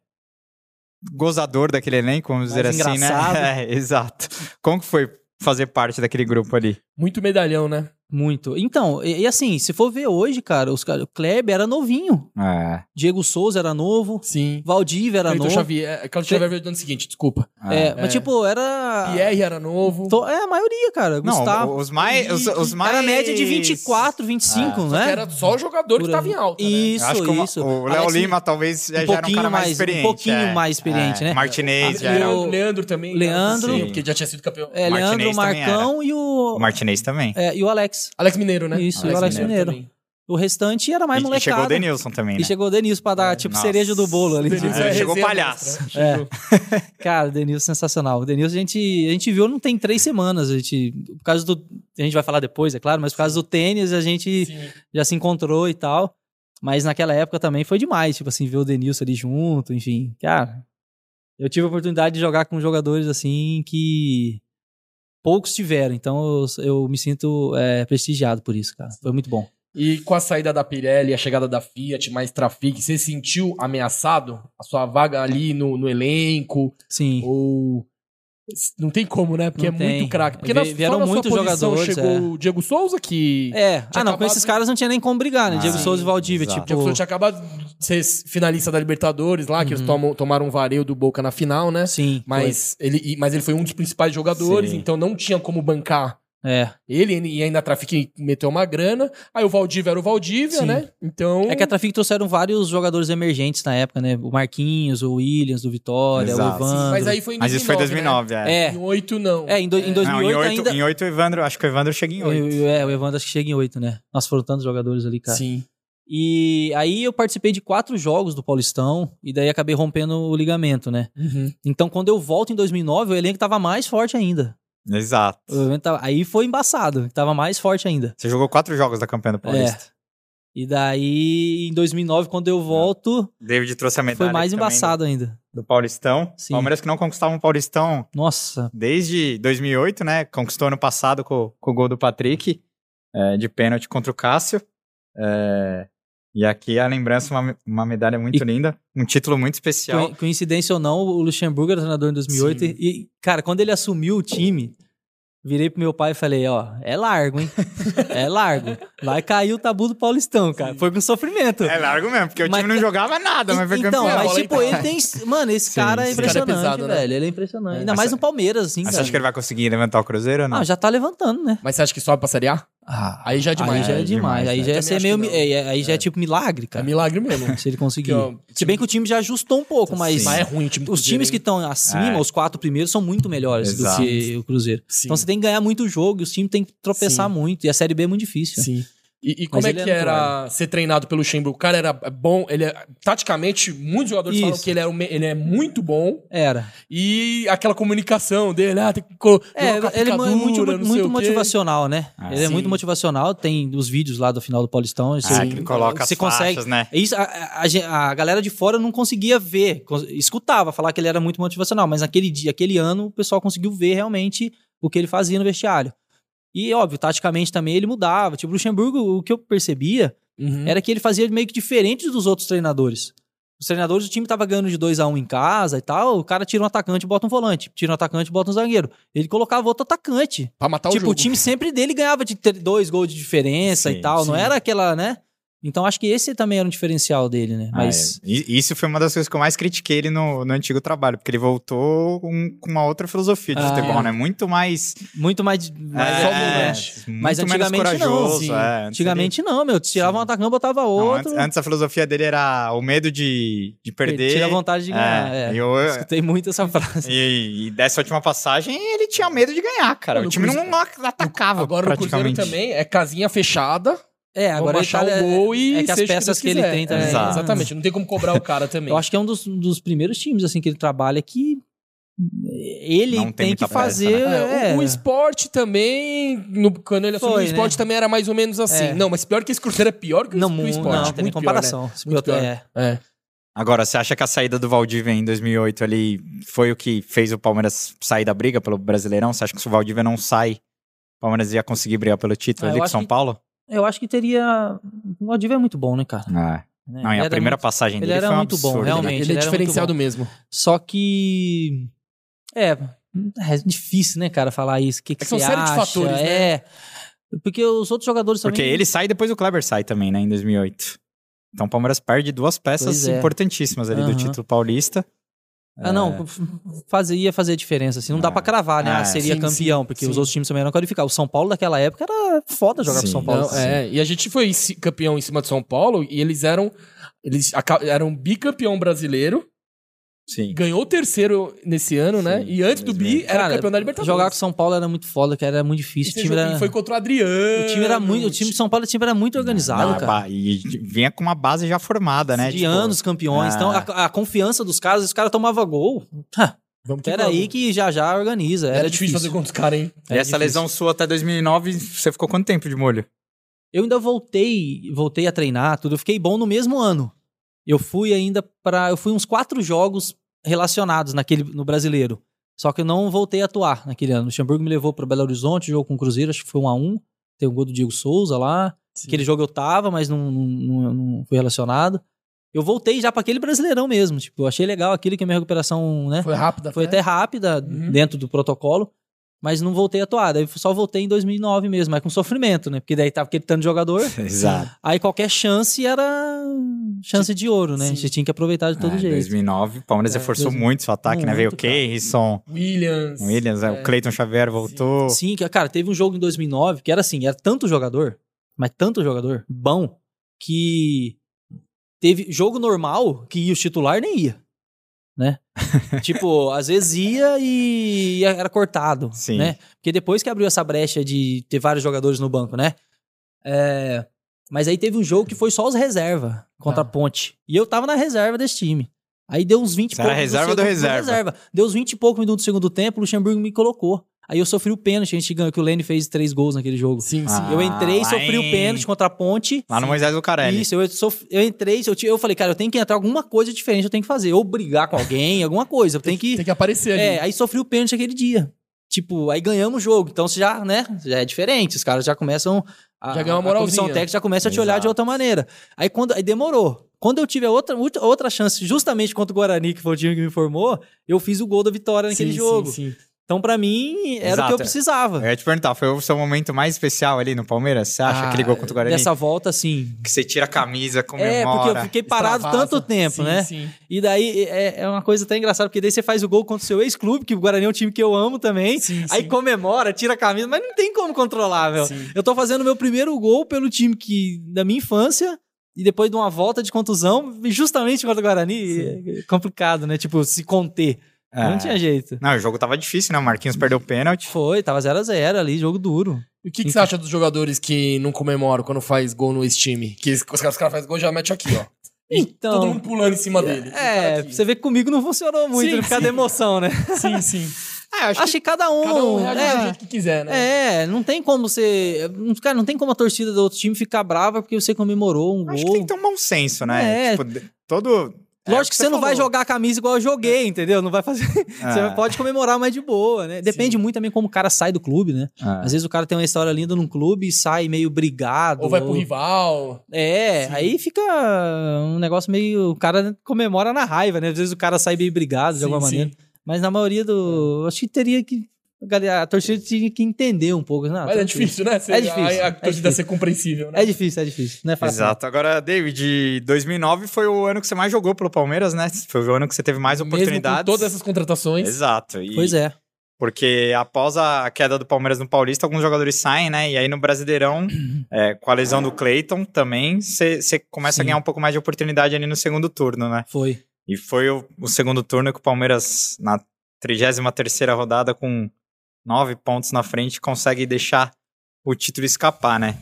Speaker 1: gozador daquele elenco, vamos dizer
Speaker 3: Mais
Speaker 1: assim,
Speaker 3: engraçado.
Speaker 1: né? É, exato. Como que foi fazer parte daquele grupo ali?
Speaker 2: Muito medalhão, né?
Speaker 3: Muito. Então, e, e assim, se for ver hoje, cara, os cara, o Kleber era novinho,
Speaker 1: É,
Speaker 3: Diego Souza era novo,
Speaker 2: Sim.
Speaker 3: Valdívia era
Speaker 2: Cleiton
Speaker 3: novo.
Speaker 2: Xavier, é, Cleiton Xavier veio do ano seguinte, desculpa.
Speaker 3: É,
Speaker 1: Ah,
Speaker 2: É.
Speaker 3: mas tipo, era
Speaker 2: Pierre era novo.
Speaker 3: To- é a maioria, cara,
Speaker 1: Tipo, Não,
Speaker 3: Gustavo.
Speaker 1: os mais, os, os mais...
Speaker 3: Era a média de 24, 25,
Speaker 1: Ah,
Speaker 3: né?
Speaker 2: Era só o jogador que
Speaker 3: Por
Speaker 2: tava
Speaker 3: aí.
Speaker 2: em alta. né?
Speaker 1: Eu
Speaker 3: Isso,
Speaker 1: acho que o-
Speaker 3: isso.
Speaker 1: o Léo
Speaker 3: Alex-
Speaker 1: Lima talvez já
Speaker 3: um
Speaker 1: era um
Speaker 3: pouquinho
Speaker 1: cara mais,
Speaker 3: mais- um
Speaker 1: experiente.
Speaker 3: pouquinho
Speaker 1: é.
Speaker 3: mais experiente, né?
Speaker 1: Martinez já
Speaker 2: E
Speaker 1: era.
Speaker 2: o Leandro também. né?
Speaker 3: Leandro.
Speaker 2: Sim, porque ele já tinha sido campeão.
Speaker 3: É,
Speaker 1: Martinez
Speaker 3: Leandro,
Speaker 1: também
Speaker 3: Marcão e o,
Speaker 1: O Martinez também.
Speaker 3: é, e o Alex.
Speaker 2: Alex Mineiro, né?
Speaker 3: Isso,
Speaker 1: e o Alex
Speaker 3: Mineiro.
Speaker 2: também.
Speaker 3: O restante era mais
Speaker 1: E- e,
Speaker 3: molecada.
Speaker 1: chegou o Denilson também, né?
Speaker 3: E chegou o Denilson pra dar, tipo,
Speaker 1: nossa.
Speaker 3: cereja do bolo ali.
Speaker 1: Denilson.
Speaker 2: é
Speaker 1: É, chegou
Speaker 2: resenha
Speaker 1: palhaço.
Speaker 2: nossa, né?
Speaker 3: É.
Speaker 2: Chegou.
Speaker 3: Cara, o Denilson é sensacional. O Denilson a gente, a gente viu não tem três semanas. A gente, por causa do. A gente vai falar depois, é claro, mas por causa do tênis a gente
Speaker 2: Sim.
Speaker 3: já se encontrou e tal. Mas naquela época também foi demais, tipo assim, ver o Denilson ali junto, enfim. Cara, eu tive a oportunidade de jogar com jogadores assim que poucos tiveram, então eu, eu me sinto é, prestigiado por isso, cara. Foi muito bom.
Speaker 2: E com a saída da Pirelli, a chegada da Fiat, mais Trafic, você sentiu ameaçado a sua vaga ali no, no elenco?
Speaker 3: Sim.
Speaker 2: Ou. Não tem como, né? Porque
Speaker 3: Não
Speaker 2: é
Speaker 3: tem.
Speaker 2: muito craque. Porque
Speaker 3: Vie-
Speaker 2: na,
Speaker 3: vieram
Speaker 2: só na
Speaker 3: muitos
Speaker 2: sua posição
Speaker 3: jogadores,
Speaker 2: chegou
Speaker 3: é.
Speaker 2: o Diego Souza, que.
Speaker 3: É, ah não, com
Speaker 2: acabado-
Speaker 3: esses caras não tinha nem como brigar, né?
Speaker 1: Ah,
Speaker 3: Diego
Speaker 1: sim.
Speaker 3: Souza e Valdívia,
Speaker 1: Exato.
Speaker 3: tipo.
Speaker 2: Diego Souza tinha acabado de ser finalista da Libertadores lá, que eles
Speaker 3: Uhum.
Speaker 2: tomam, tomaram um vareio do Boca na final, né?
Speaker 3: Sim,
Speaker 2: Mas ele, e- mas ele foi um dos principais jogadores,
Speaker 1: Sim.
Speaker 2: então não tinha como bancar
Speaker 3: foi. é.
Speaker 2: ele. E ainda a Trafic meteu uma grana. Aí o Valdívia era o Valdívia,
Speaker 3: Sim.
Speaker 2: né? Então.
Speaker 3: É que a Trafic trouxeram vários jogadores emergentes na época, né? O Marquinhos, o Williams, do Vitória,
Speaker 1: Exato.
Speaker 3: o Evandro.
Speaker 2: Mas aí foi em 2009.
Speaker 1: Mas isso foi em 2009, é.
Speaker 3: É,
Speaker 2: Né? Em 8, não.
Speaker 3: é, em, do- em 2008
Speaker 1: Não, em 8,
Speaker 3: ainda...
Speaker 1: em oito, o Evandro, acho que o Evandro chega em 8.
Speaker 3: Eu- eu- é, o Evandro acho que chega em oito, né? Nós foram tantos jogadores ali,
Speaker 1: Tá.
Speaker 3: cara.
Speaker 2: Sim.
Speaker 3: E aí eu participei de quatro jogos do Paulistão e daí acabei rompendo o ligamento, né?
Speaker 2: Uhum.
Speaker 3: Então quando eu volto em 2009, o elenco tava mais forte ainda.
Speaker 1: Exato.
Speaker 3: O elenco tava- Aí foi embaçado, tava mais forte ainda.
Speaker 1: Você jogou quatro jogos da campanha do
Speaker 3: É.
Speaker 1: Paulista.
Speaker 3: E daí em 2009, quando eu volto,
Speaker 1: David trouxe a medalha
Speaker 3: foi mais
Speaker 1: também
Speaker 3: embaçado ainda.
Speaker 1: do, do Paulistão.
Speaker 3: Sim.
Speaker 1: Palmeiras que não conquistava um Paulistão
Speaker 3: Nossa,
Speaker 1: desde 2008, né? Conquistou ano passado com, com o gol do Patrick, é, de pênalti contra o Cássio. É, e aqui a lembrança, uma, uma medalha muito
Speaker 3: E-
Speaker 1: linda, um título muito especial.
Speaker 3: Coi- coincidência ou não, o Luxemburgo era treinador em 2008
Speaker 2: Sim.
Speaker 3: e, e, cara, quando ele assumiu o time, virei pro meu pai e falei, ó, é largo, hein? é largo. Vai cair o tabu do Paulistão, cara. Foi com sofrimento.
Speaker 1: É largo mesmo, porque
Speaker 3: Mas-
Speaker 1: o time não jogava nada, mas foi
Speaker 3: então,
Speaker 1: campeão.
Speaker 3: mas
Speaker 2: Bola, então.
Speaker 3: tipo, ele tem... Mano, esse
Speaker 1: Sim,
Speaker 3: cara
Speaker 1: esse
Speaker 2: cara
Speaker 3: é
Speaker 2: é
Speaker 3: impressionante,
Speaker 2: pesado, né?
Speaker 3: velho. Ele é impressionante. Ainda
Speaker 1: Mas
Speaker 3: mais
Speaker 1: você-
Speaker 3: no Palmeiras, assim,
Speaker 1: Mas
Speaker 3: cara.
Speaker 1: você acha que ele vai conseguir levantar o Cruzeiro ou não?
Speaker 3: Ah, já tá levantando, né?
Speaker 2: Mas você acha que sobe pra Série A?
Speaker 3: Ah,
Speaker 2: Aí já é demais.
Speaker 3: aí já é
Speaker 2: né?
Speaker 1: é demais,
Speaker 3: demais. Aí
Speaker 1: né?
Speaker 3: já
Speaker 2: Também
Speaker 3: é ser
Speaker 2: acho
Speaker 3: meio...
Speaker 2: que não.
Speaker 3: é, é, Aí já é tipo milagre,
Speaker 2: É
Speaker 3: cara.
Speaker 2: milagre mesmo.
Speaker 3: Se ele conseguir.
Speaker 2: Porque, ó,
Speaker 3: Se bem que o time já ajustou um pouco, mas...
Speaker 1: Sim.
Speaker 2: Mas é ruim o time do
Speaker 3: Os times que
Speaker 2: Cruzeiro,
Speaker 3: estão acima,
Speaker 1: É.
Speaker 3: os quatro primeiros, são muito melhores
Speaker 1: Exato.
Speaker 3: do que o Cruzeiro.
Speaker 2: hein? Sim.
Speaker 3: Então você tem que ganhar muito jogo e os times têm que tropeçar
Speaker 2: Sim.
Speaker 3: muito. E a Série B é muito difícil.
Speaker 2: Sim. E, e como é
Speaker 3: ele é
Speaker 2: que era ser treinado pelo Luxemburgo? O cara era bom, ele é, taticamente, muitos jogadores falam
Speaker 3: Isso.
Speaker 2: que ele, era, o me- ele é muito bom.
Speaker 3: Era.
Speaker 2: E aquela comunicação dele, ah, tem que co-
Speaker 3: É,
Speaker 2: colocar
Speaker 3: ele é
Speaker 2: picadura,
Speaker 3: muito,
Speaker 2: não sei
Speaker 3: muito
Speaker 2: o quê.
Speaker 3: motivacional, né?
Speaker 1: Ah,
Speaker 3: ele é
Speaker 2: sim.
Speaker 3: muito motivacional. Tem os vídeos lá do final do Paulistão.
Speaker 1: Ah,
Speaker 3: Você,
Speaker 1: que ele coloca
Speaker 3: você
Speaker 1: as
Speaker 3: consegue.
Speaker 1: faixas, né?
Speaker 3: Isso, a, a- a- a galera de fora não conseguia ver, cons- escutava falar que ele era muito motivacional, mas naquele dia, aquele ano, o pessoal conseguiu ver realmente o que ele fazia no vestiário. E, óbvio, taticamente também ele mudava. Tipo, o Luxemburgo, o que eu percebia
Speaker 2: Uhum.
Speaker 3: era que ele fazia meio que diferente dos outros treinadores. Os treinadores, o time tava ganhando de 2 a 1 em casa e tal. O cara tira um atacante e bota um volante. Tira um atacante e bota um zagueiro. Ele colocava outro atacante.
Speaker 2: Pra matar
Speaker 3: tipo,
Speaker 2: o jogo.
Speaker 3: o time sempre dele ganhava de ter dois gols de diferença
Speaker 1: Sim,
Speaker 3: e tal. Não
Speaker 1: sim.
Speaker 3: era aquela, né? Então acho que esse também era um diferencial dele, né? Mas.
Speaker 1: Ah, é. I- Isso foi uma das coisas que eu mais critiquei ele no, no antigo trabalho, porque ele voltou um- com uma outra filosofia de
Speaker 3: Ah,
Speaker 1: futebol,
Speaker 3: é.
Speaker 1: né? Muito mais.
Speaker 3: Muito mais. mais
Speaker 2: só um
Speaker 1: é,
Speaker 2: volante.
Speaker 1: muito
Speaker 3: Mas antigamente
Speaker 1: menos corajoso.
Speaker 3: não, sim.
Speaker 1: é. Antes
Speaker 3: Antigamente não, meu. Tirava um atacante, botava
Speaker 1: ele- não,
Speaker 3: outro.
Speaker 1: antes, antes a filosofia dele era o medo de, de perder.
Speaker 3: Tira a vontade de ganhar.
Speaker 1: É,
Speaker 3: é.
Speaker 1: E, eu-
Speaker 3: Escutei muito essa frase.
Speaker 1: e- e dessa última passagem, ele tinha medo de ganhar, cara.
Speaker 2: Não,
Speaker 1: o
Speaker 2: no
Speaker 1: time
Speaker 2: Cruzeiro-
Speaker 1: não atacava.
Speaker 2: Agora no Cruzeiro
Speaker 1: praticamente.
Speaker 2: também é casinha fechada.
Speaker 3: É,
Speaker 2: Agora
Speaker 3: agora ele
Speaker 2: achar
Speaker 3: tá-
Speaker 2: o gol e
Speaker 3: é que as
Speaker 2: seja o
Speaker 3: peças
Speaker 2: Deus
Speaker 3: que ele
Speaker 2: quiser.
Speaker 3: tem também.
Speaker 2: É,
Speaker 1: Exato.
Speaker 2: Exatamente, não tem como cobrar o cara também.
Speaker 3: Eu acho que é um dos, um dos primeiros times assim que ele trabalha que ele
Speaker 1: Não tem
Speaker 3: tem,
Speaker 1: muita
Speaker 3: que
Speaker 1: peça, né?
Speaker 3: fazer.
Speaker 2: É,
Speaker 3: é.
Speaker 2: o, o esporte também, no, quando ele assumiu
Speaker 3: Foi,
Speaker 2: o esporte,
Speaker 3: né?
Speaker 2: também era mais ou menos assim.
Speaker 3: É.
Speaker 2: Não, mas pior que esse Cruzeiro é pior que o
Speaker 3: não,
Speaker 2: es-
Speaker 3: mu-
Speaker 2: o
Speaker 3: não,
Speaker 2: esporte.
Speaker 3: tem nem
Speaker 2: Muito pior, né?
Speaker 3: comparação.
Speaker 2: Muito pior.
Speaker 3: É.
Speaker 2: né? É.
Speaker 1: Agora, você acha que a saída do Valdívia em 2008 ali foi o que fez o Palmeiras sair da briga pelo Brasileirão? Você acha que se o Valdívia não sai, o Palmeiras ia conseguir brigar pelo título
Speaker 3: Ah,
Speaker 1: ali
Speaker 3: eu
Speaker 1: com
Speaker 3: acho
Speaker 1: São
Speaker 3: que-
Speaker 1: Paulo?
Speaker 3: Eu acho que teria. O Odivo é muito bom, né, cara?
Speaker 1: Ah,
Speaker 3: Né?
Speaker 1: não, e
Speaker 3: Ele
Speaker 1: a
Speaker 3: era
Speaker 1: primeira
Speaker 3: muito-
Speaker 1: passagem
Speaker 3: ele
Speaker 1: dele
Speaker 3: era
Speaker 1: foi um
Speaker 3: muito bom,
Speaker 1: absurdo, né?
Speaker 3: realmente.
Speaker 2: Ele, é
Speaker 3: ele era muito
Speaker 2: diferenciado mesmo.
Speaker 3: Só que. É, é difícil, né, cara, falar isso. O que, que
Speaker 2: É que são
Speaker 3: você
Speaker 2: série de
Speaker 3: acha?
Speaker 2: fatores, né?
Speaker 3: É. Porque os outros jogadores também.
Speaker 1: Porque ele sai e depois o Kleber sai também, né, em 2008. Então o Palmeiras perde duas peças
Speaker 3: Pois é.
Speaker 1: importantíssimas ali do
Speaker 3: Aham.
Speaker 1: título paulista.
Speaker 3: Ah, não, f- fazer, ia fazer diferença, assim. Não dá
Speaker 1: É.
Speaker 3: pra cravar, né?
Speaker 1: É,
Speaker 3: Ah, seria
Speaker 2: sim,
Speaker 3: campeão,
Speaker 2: sim,
Speaker 3: porque
Speaker 2: sim.
Speaker 3: os outros times também eram qualificados. O São Paulo daquela época era foda jogar
Speaker 1: Sim.
Speaker 3: pro São Paulo.
Speaker 2: Não, é, e a gente foi em ci- campeão em cima de São Paulo e eles eram eles aca- eram bicampeão brasileiro,
Speaker 1: Sim.
Speaker 2: ganhou o terceiro nesse ano, né?
Speaker 1: Sim,
Speaker 2: E antes do bi era
Speaker 3: Cara,
Speaker 2: campeão da Libertadores.
Speaker 3: Jogar com o São Paulo era muito foda, cara. Era muito
Speaker 2: Tá E
Speaker 3: difícil.
Speaker 2: você
Speaker 3: O time,
Speaker 2: jogou-
Speaker 3: era,
Speaker 2: e foi contra o Adriano.
Speaker 3: o time era muito. O time de São Paulo o time era muito organizado,
Speaker 1: Não,
Speaker 3: cara.
Speaker 1: ba- E vinha com uma base já formada, né?
Speaker 3: De
Speaker 1: tipo,
Speaker 3: anos campeões.
Speaker 1: ah.
Speaker 3: Então, a, a confiança dos caras, os caras tomavam gol. Ha,
Speaker 2: Vamos que
Speaker 3: Pera
Speaker 2: vamos.
Speaker 3: aí que já já organiza.
Speaker 2: Era,
Speaker 3: Era,
Speaker 2: difícil fazer contra os caras, hein?
Speaker 1: E é essa
Speaker 3: É difícil.
Speaker 1: lesão sua até 2009, você ficou quanto tempo de molho?
Speaker 3: Eu ainda voltei, voltei a treinar, tudo. Eu fiquei bom no mesmo ano. Eu fui ainda pra. eu fui uns quatro jogos relacionados naquele no brasileiro. Só que eu não voltei a atuar naquele ano. O Luxemburgo me levou pra Belo Horizonte, jogo com o Cruzeiro, acho que foi um a um. Tem o gol do Diego Souza lá. Aquele jogo eu tava, mas não, não, não- não fui relacionado. Eu voltei já pra aquele brasileirão mesmo. Tipo, eu achei legal aquilo que a minha recuperação, né?
Speaker 2: Foi rápida.
Speaker 3: Foi
Speaker 2: né?
Speaker 3: até rápida
Speaker 2: Uhum.
Speaker 3: dentro do protocolo, mas não voltei a atuar. Daí só voltei em 2009 mesmo, mas com sofrimento, né? Porque daí tava aquele tanto de jogador,
Speaker 1: Exato.
Speaker 3: aí qualquer chance era chance de ouro, né?
Speaker 2: Sim.
Speaker 3: Você tinha que aproveitar de todo
Speaker 1: É,
Speaker 3: jeito.
Speaker 1: 2009, o Palmeiras
Speaker 2: É,
Speaker 1: reforçou
Speaker 3: 2000.
Speaker 1: muito seu ataque, né? Veio o
Speaker 3: Muito, cara.
Speaker 1: Keirson,
Speaker 2: Williams.
Speaker 1: o Williams, é, o Cleiton Xavier voltou.
Speaker 3: Sim, que- cara, teve um jogo em 2009 que era assim, era tanto jogador, mas tanto jogador bom que teve jogo normal que ia o titular nem ia, né? tipo, às vezes ia e ia- era cortado,
Speaker 1: Sim.
Speaker 3: né? Porque depois que abriu essa brecha de ter vários jogadores no banco, né? É, mas aí teve um jogo que foi só os reserva contra a
Speaker 2: Tá.
Speaker 3: Ponte. E eu tava na reserva desse time. Aí deu uns 20 e
Speaker 1: Você era
Speaker 3: poucos
Speaker 1: reserva do
Speaker 3: segundo-
Speaker 1: reserva.
Speaker 3: Deu uns 20 e poucos minutos do segundo tempo, o Luxemburgo me colocou. Aí eu sofri o pênalti, a gente ganhou, que o Lene fez três gols naquele jogo.
Speaker 2: Sim, sim.
Speaker 1: Ah,
Speaker 3: eu entrei,
Speaker 1: lá
Speaker 3: sofri
Speaker 1: em-
Speaker 3: o pênalti contra a Ponte.
Speaker 1: Lá no Moisés Lucarelli.
Speaker 3: Isso, eu, sof- eu entrei, eu, ti- eu falei, cara, eu tenho que entrar alguma coisa diferente, eu tenho que fazer. Ou brigar com alguém, alguma coisa. Eu tenho que.
Speaker 2: Tem que aparecer ali.
Speaker 3: É, aí sofri o pênalti aquele dia. Tipo, aí ganhamos o jogo. Então, você já, né? Já é diferente. Os caras já começam. A,
Speaker 2: Já ganha uma
Speaker 3: a comissão
Speaker 2: moralzinha.
Speaker 3: técnica já começa a te olhar de
Speaker 1: Exato.
Speaker 3: outra maneira. Aí quando aí demorou. Quando eu tive a outra, outra- outra chance, justamente contra o Guarani, que foi o time que me formou, eu fiz o gol da vitória naquele
Speaker 2: Sim,
Speaker 3: jogo.
Speaker 2: sim, sim.
Speaker 3: Então, pra mim, era o
Speaker 1: Exato,
Speaker 3: que
Speaker 1: é.
Speaker 3: eu precisava.
Speaker 1: Eu ia te perguntar, foi o seu momento mais especial ali no Palmeiras? Você acha
Speaker 2: Ah,
Speaker 1: que ligou contra o Guarani?
Speaker 3: Dessa volta, sim.
Speaker 1: Que você tira a camisa,
Speaker 3: É, porque eu
Speaker 1: comemora.
Speaker 3: fiquei parado
Speaker 2: Extravasa.
Speaker 3: tanto tempo,
Speaker 2: Sim,
Speaker 3: né?
Speaker 2: Sim.
Speaker 3: E daí é, é uma coisa até engraçada, porque daí você faz o gol contra o seu ex-clube, que o Guarani é um time que eu amo também.
Speaker 2: Sim,
Speaker 3: Aí
Speaker 2: sim.
Speaker 3: comemora, tira a camisa, mas não tem como controlar, meu.
Speaker 2: Sim.
Speaker 3: Eu tô fazendo meu primeiro gol pelo time que da minha infância e depois de uma volta de contusão, justamente contra o Guarani, é complicado, né? Tipo, se conter.
Speaker 1: É.
Speaker 3: Não tinha jeito.
Speaker 1: Não, o jogo tava difícil, né? O Marquinhos perdeu o pênalti.
Speaker 3: Foi, tava 0 a 0 ali, jogo duro.
Speaker 2: E o que, que você acha dos jogadores que não comemoram quando faz gol no ex-time? Que os, os caras fazem gol e já mete aqui, ó. E
Speaker 3: Então-
Speaker 2: todo mundo pulando em cima dele. O cara
Speaker 3: É,
Speaker 2: aqui.
Speaker 3: pra você vê que comigo não funcionou muito,
Speaker 2: Sim,
Speaker 3: por causa da
Speaker 2: sim.
Speaker 3: emoção, né?
Speaker 2: Sim, sim.
Speaker 1: É, acho,
Speaker 3: Acho, que cada um,
Speaker 2: Cada um reage do
Speaker 3: é,
Speaker 2: jeito que quiser, né?
Speaker 3: é, não tem como você, cara, não tem como a torcida do outro time ficar brava porque você comemorou um
Speaker 2: então, é
Speaker 1: que, acho que
Speaker 3: gol.
Speaker 1: tem que ter um bom senso, né?
Speaker 3: É.
Speaker 1: Tipo, de- todo...
Speaker 3: Lógico que
Speaker 1: que você
Speaker 3: você não vai
Speaker 1: falou.
Speaker 3: jogar a camisa igual eu
Speaker 2: É.
Speaker 3: joguei, entendeu? Não vai fazer.
Speaker 1: É.
Speaker 3: Você pode comemorar mais de boa, né? Depende muito também como o cara sai do clube, né?
Speaker 1: É.
Speaker 3: Às vezes o cara tem uma história linda num clube e sai meio brigado.
Speaker 2: Ou vai pro rival.
Speaker 3: É, aí fica um negócio meio. O cara comemora na raiva, né? Às vezes o cara sai meio brigado de
Speaker 2: Sim,
Speaker 3: alguma
Speaker 2: sim. É.
Speaker 3: maneira. Mas na maioria do. Acho que teria que. a galera- A torcida tinha que entender um pouco. Não,
Speaker 2: Mas é
Speaker 3: tranquilo.
Speaker 2: difícil, né? Você-
Speaker 3: É difícil,
Speaker 2: A, a
Speaker 3: é
Speaker 2: torcida
Speaker 3: difícil.
Speaker 2: ser compreensível, né?
Speaker 3: É difícil, é difícil. Não é fácil. não.
Speaker 1: Exato. Agora, David, 2009 foi o ano que você mais jogou pelo Palmeiras, né? Foi o ano que você teve mais
Speaker 2: Mesmo
Speaker 1: oportunidades.
Speaker 2: com todas essas contratações.
Speaker 1: Exato. E-
Speaker 3: Pois é.
Speaker 1: Porque após a queda do Palmeiras no Paulista, alguns jogadores saem, né? E aí no Brasileirão, é, com a lesão do Cleiton também, você começa a
Speaker 3: Sim.
Speaker 1: ganhar um pouco mais de oportunidade ali no segundo turno, né?
Speaker 3: Foi.
Speaker 1: E foi o, o segundo turno que o Palmeiras, na 33ª rodada, com nove pontos na frente, consegue deixar o título escapar, né?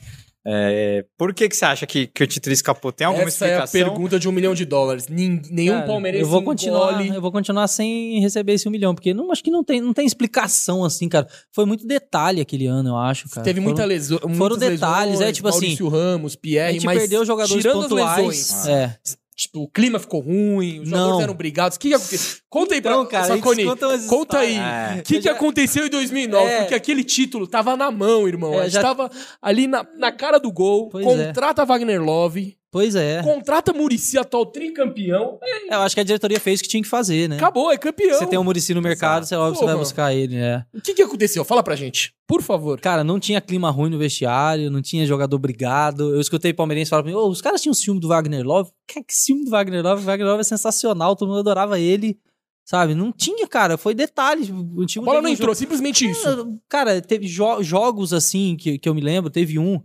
Speaker 1: É, por que que você acha que, que o título escapou? Tem alguma
Speaker 2: Essa é a
Speaker 1: explicação?
Speaker 2: pergunta de um milhão de dólares. Nin- nenhum
Speaker 3: Cara,
Speaker 2: um palmeirense
Speaker 3: eu vou continuar,
Speaker 2: engole-
Speaker 3: eu vou continuar sem receber esse um milhão, porque não, acho que não tem, não tem explicação assim, cara. Foi muito detalhe aquele ano, eu acho, cara.
Speaker 2: Teve muita
Speaker 3: Foram-
Speaker 2: lesão. Foram
Speaker 3: detalhes, é, tipo assim,
Speaker 2: Maurício Ramos, Pierre,
Speaker 3: A gente
Speaker 2: mas
Speaker 3: perdeu jogadores
Speaker 2: tirando as
Speaker 3: pontuais.
Speaker 2: lesões,
Speaker 3: É.
Speaker 2: tipo, o clima ficou ruim, os jogadores
Speaker 3: Não. Então,
Speaker 2: eram brigados. O que que aconteceu? Conta aí pra Sacone,
Speaker 3: conta,
Speaker 2: Conta aí.
Speaker 1: É.
Speaker 2: O que,
Speaker 3: Eu
Speaker 2: que
Speaker 3: já-
Speaker 2: aconteceu em 2009?
Speaker 3: É.
Speaker 2: Porque aquele título tava na mão, irmão.
Speaker 3: É,
Speaker 2: a gente
Speaker 3: já-
Speaker 2: tava ali na, na cara do gol.
Speaker 3: Pois
Speaker 2: contrata Wagner Love.
Speaker 3: Pois é.
Speaker 2: Contrata Murici, atual tricampeão. é,
Speaker 3: Eu acho que a diretoria fez o que tinha que fazer, né?
Speaker 2: Acabou, é campeão.
Speaker 3: Você tem o Murici no mercado, você óbvio que você vai
Speaker 2: Porra.
Speaker 3: buscar ele, né?
Speaker 2: O que, que aconteceu? Fala pra gente, por favor.
Speaker 3: Cara, não tinha clima ruim no vestiário, não tinha jogador brigado. Eu escutei palmeirense falar pra mim, "Ô, os caras tinham ciúme do Wagner Love. Cara, que ciúme do Wagner Love? O Wagner Love é sensacional, todo mundo adorava ele. Sabe? Não tinha, cara. Foi detalhe. O
Speaker 2: A
Speaker 3: time
Speaker 2: bola
Speaker 3: teve
Speaker 2: não
Speaker 3: um
Speaker 2: entrou, simplesmente isso.
Speaker 3: Cara, teve jo- jogos assim que, que eu me lembro, teve um.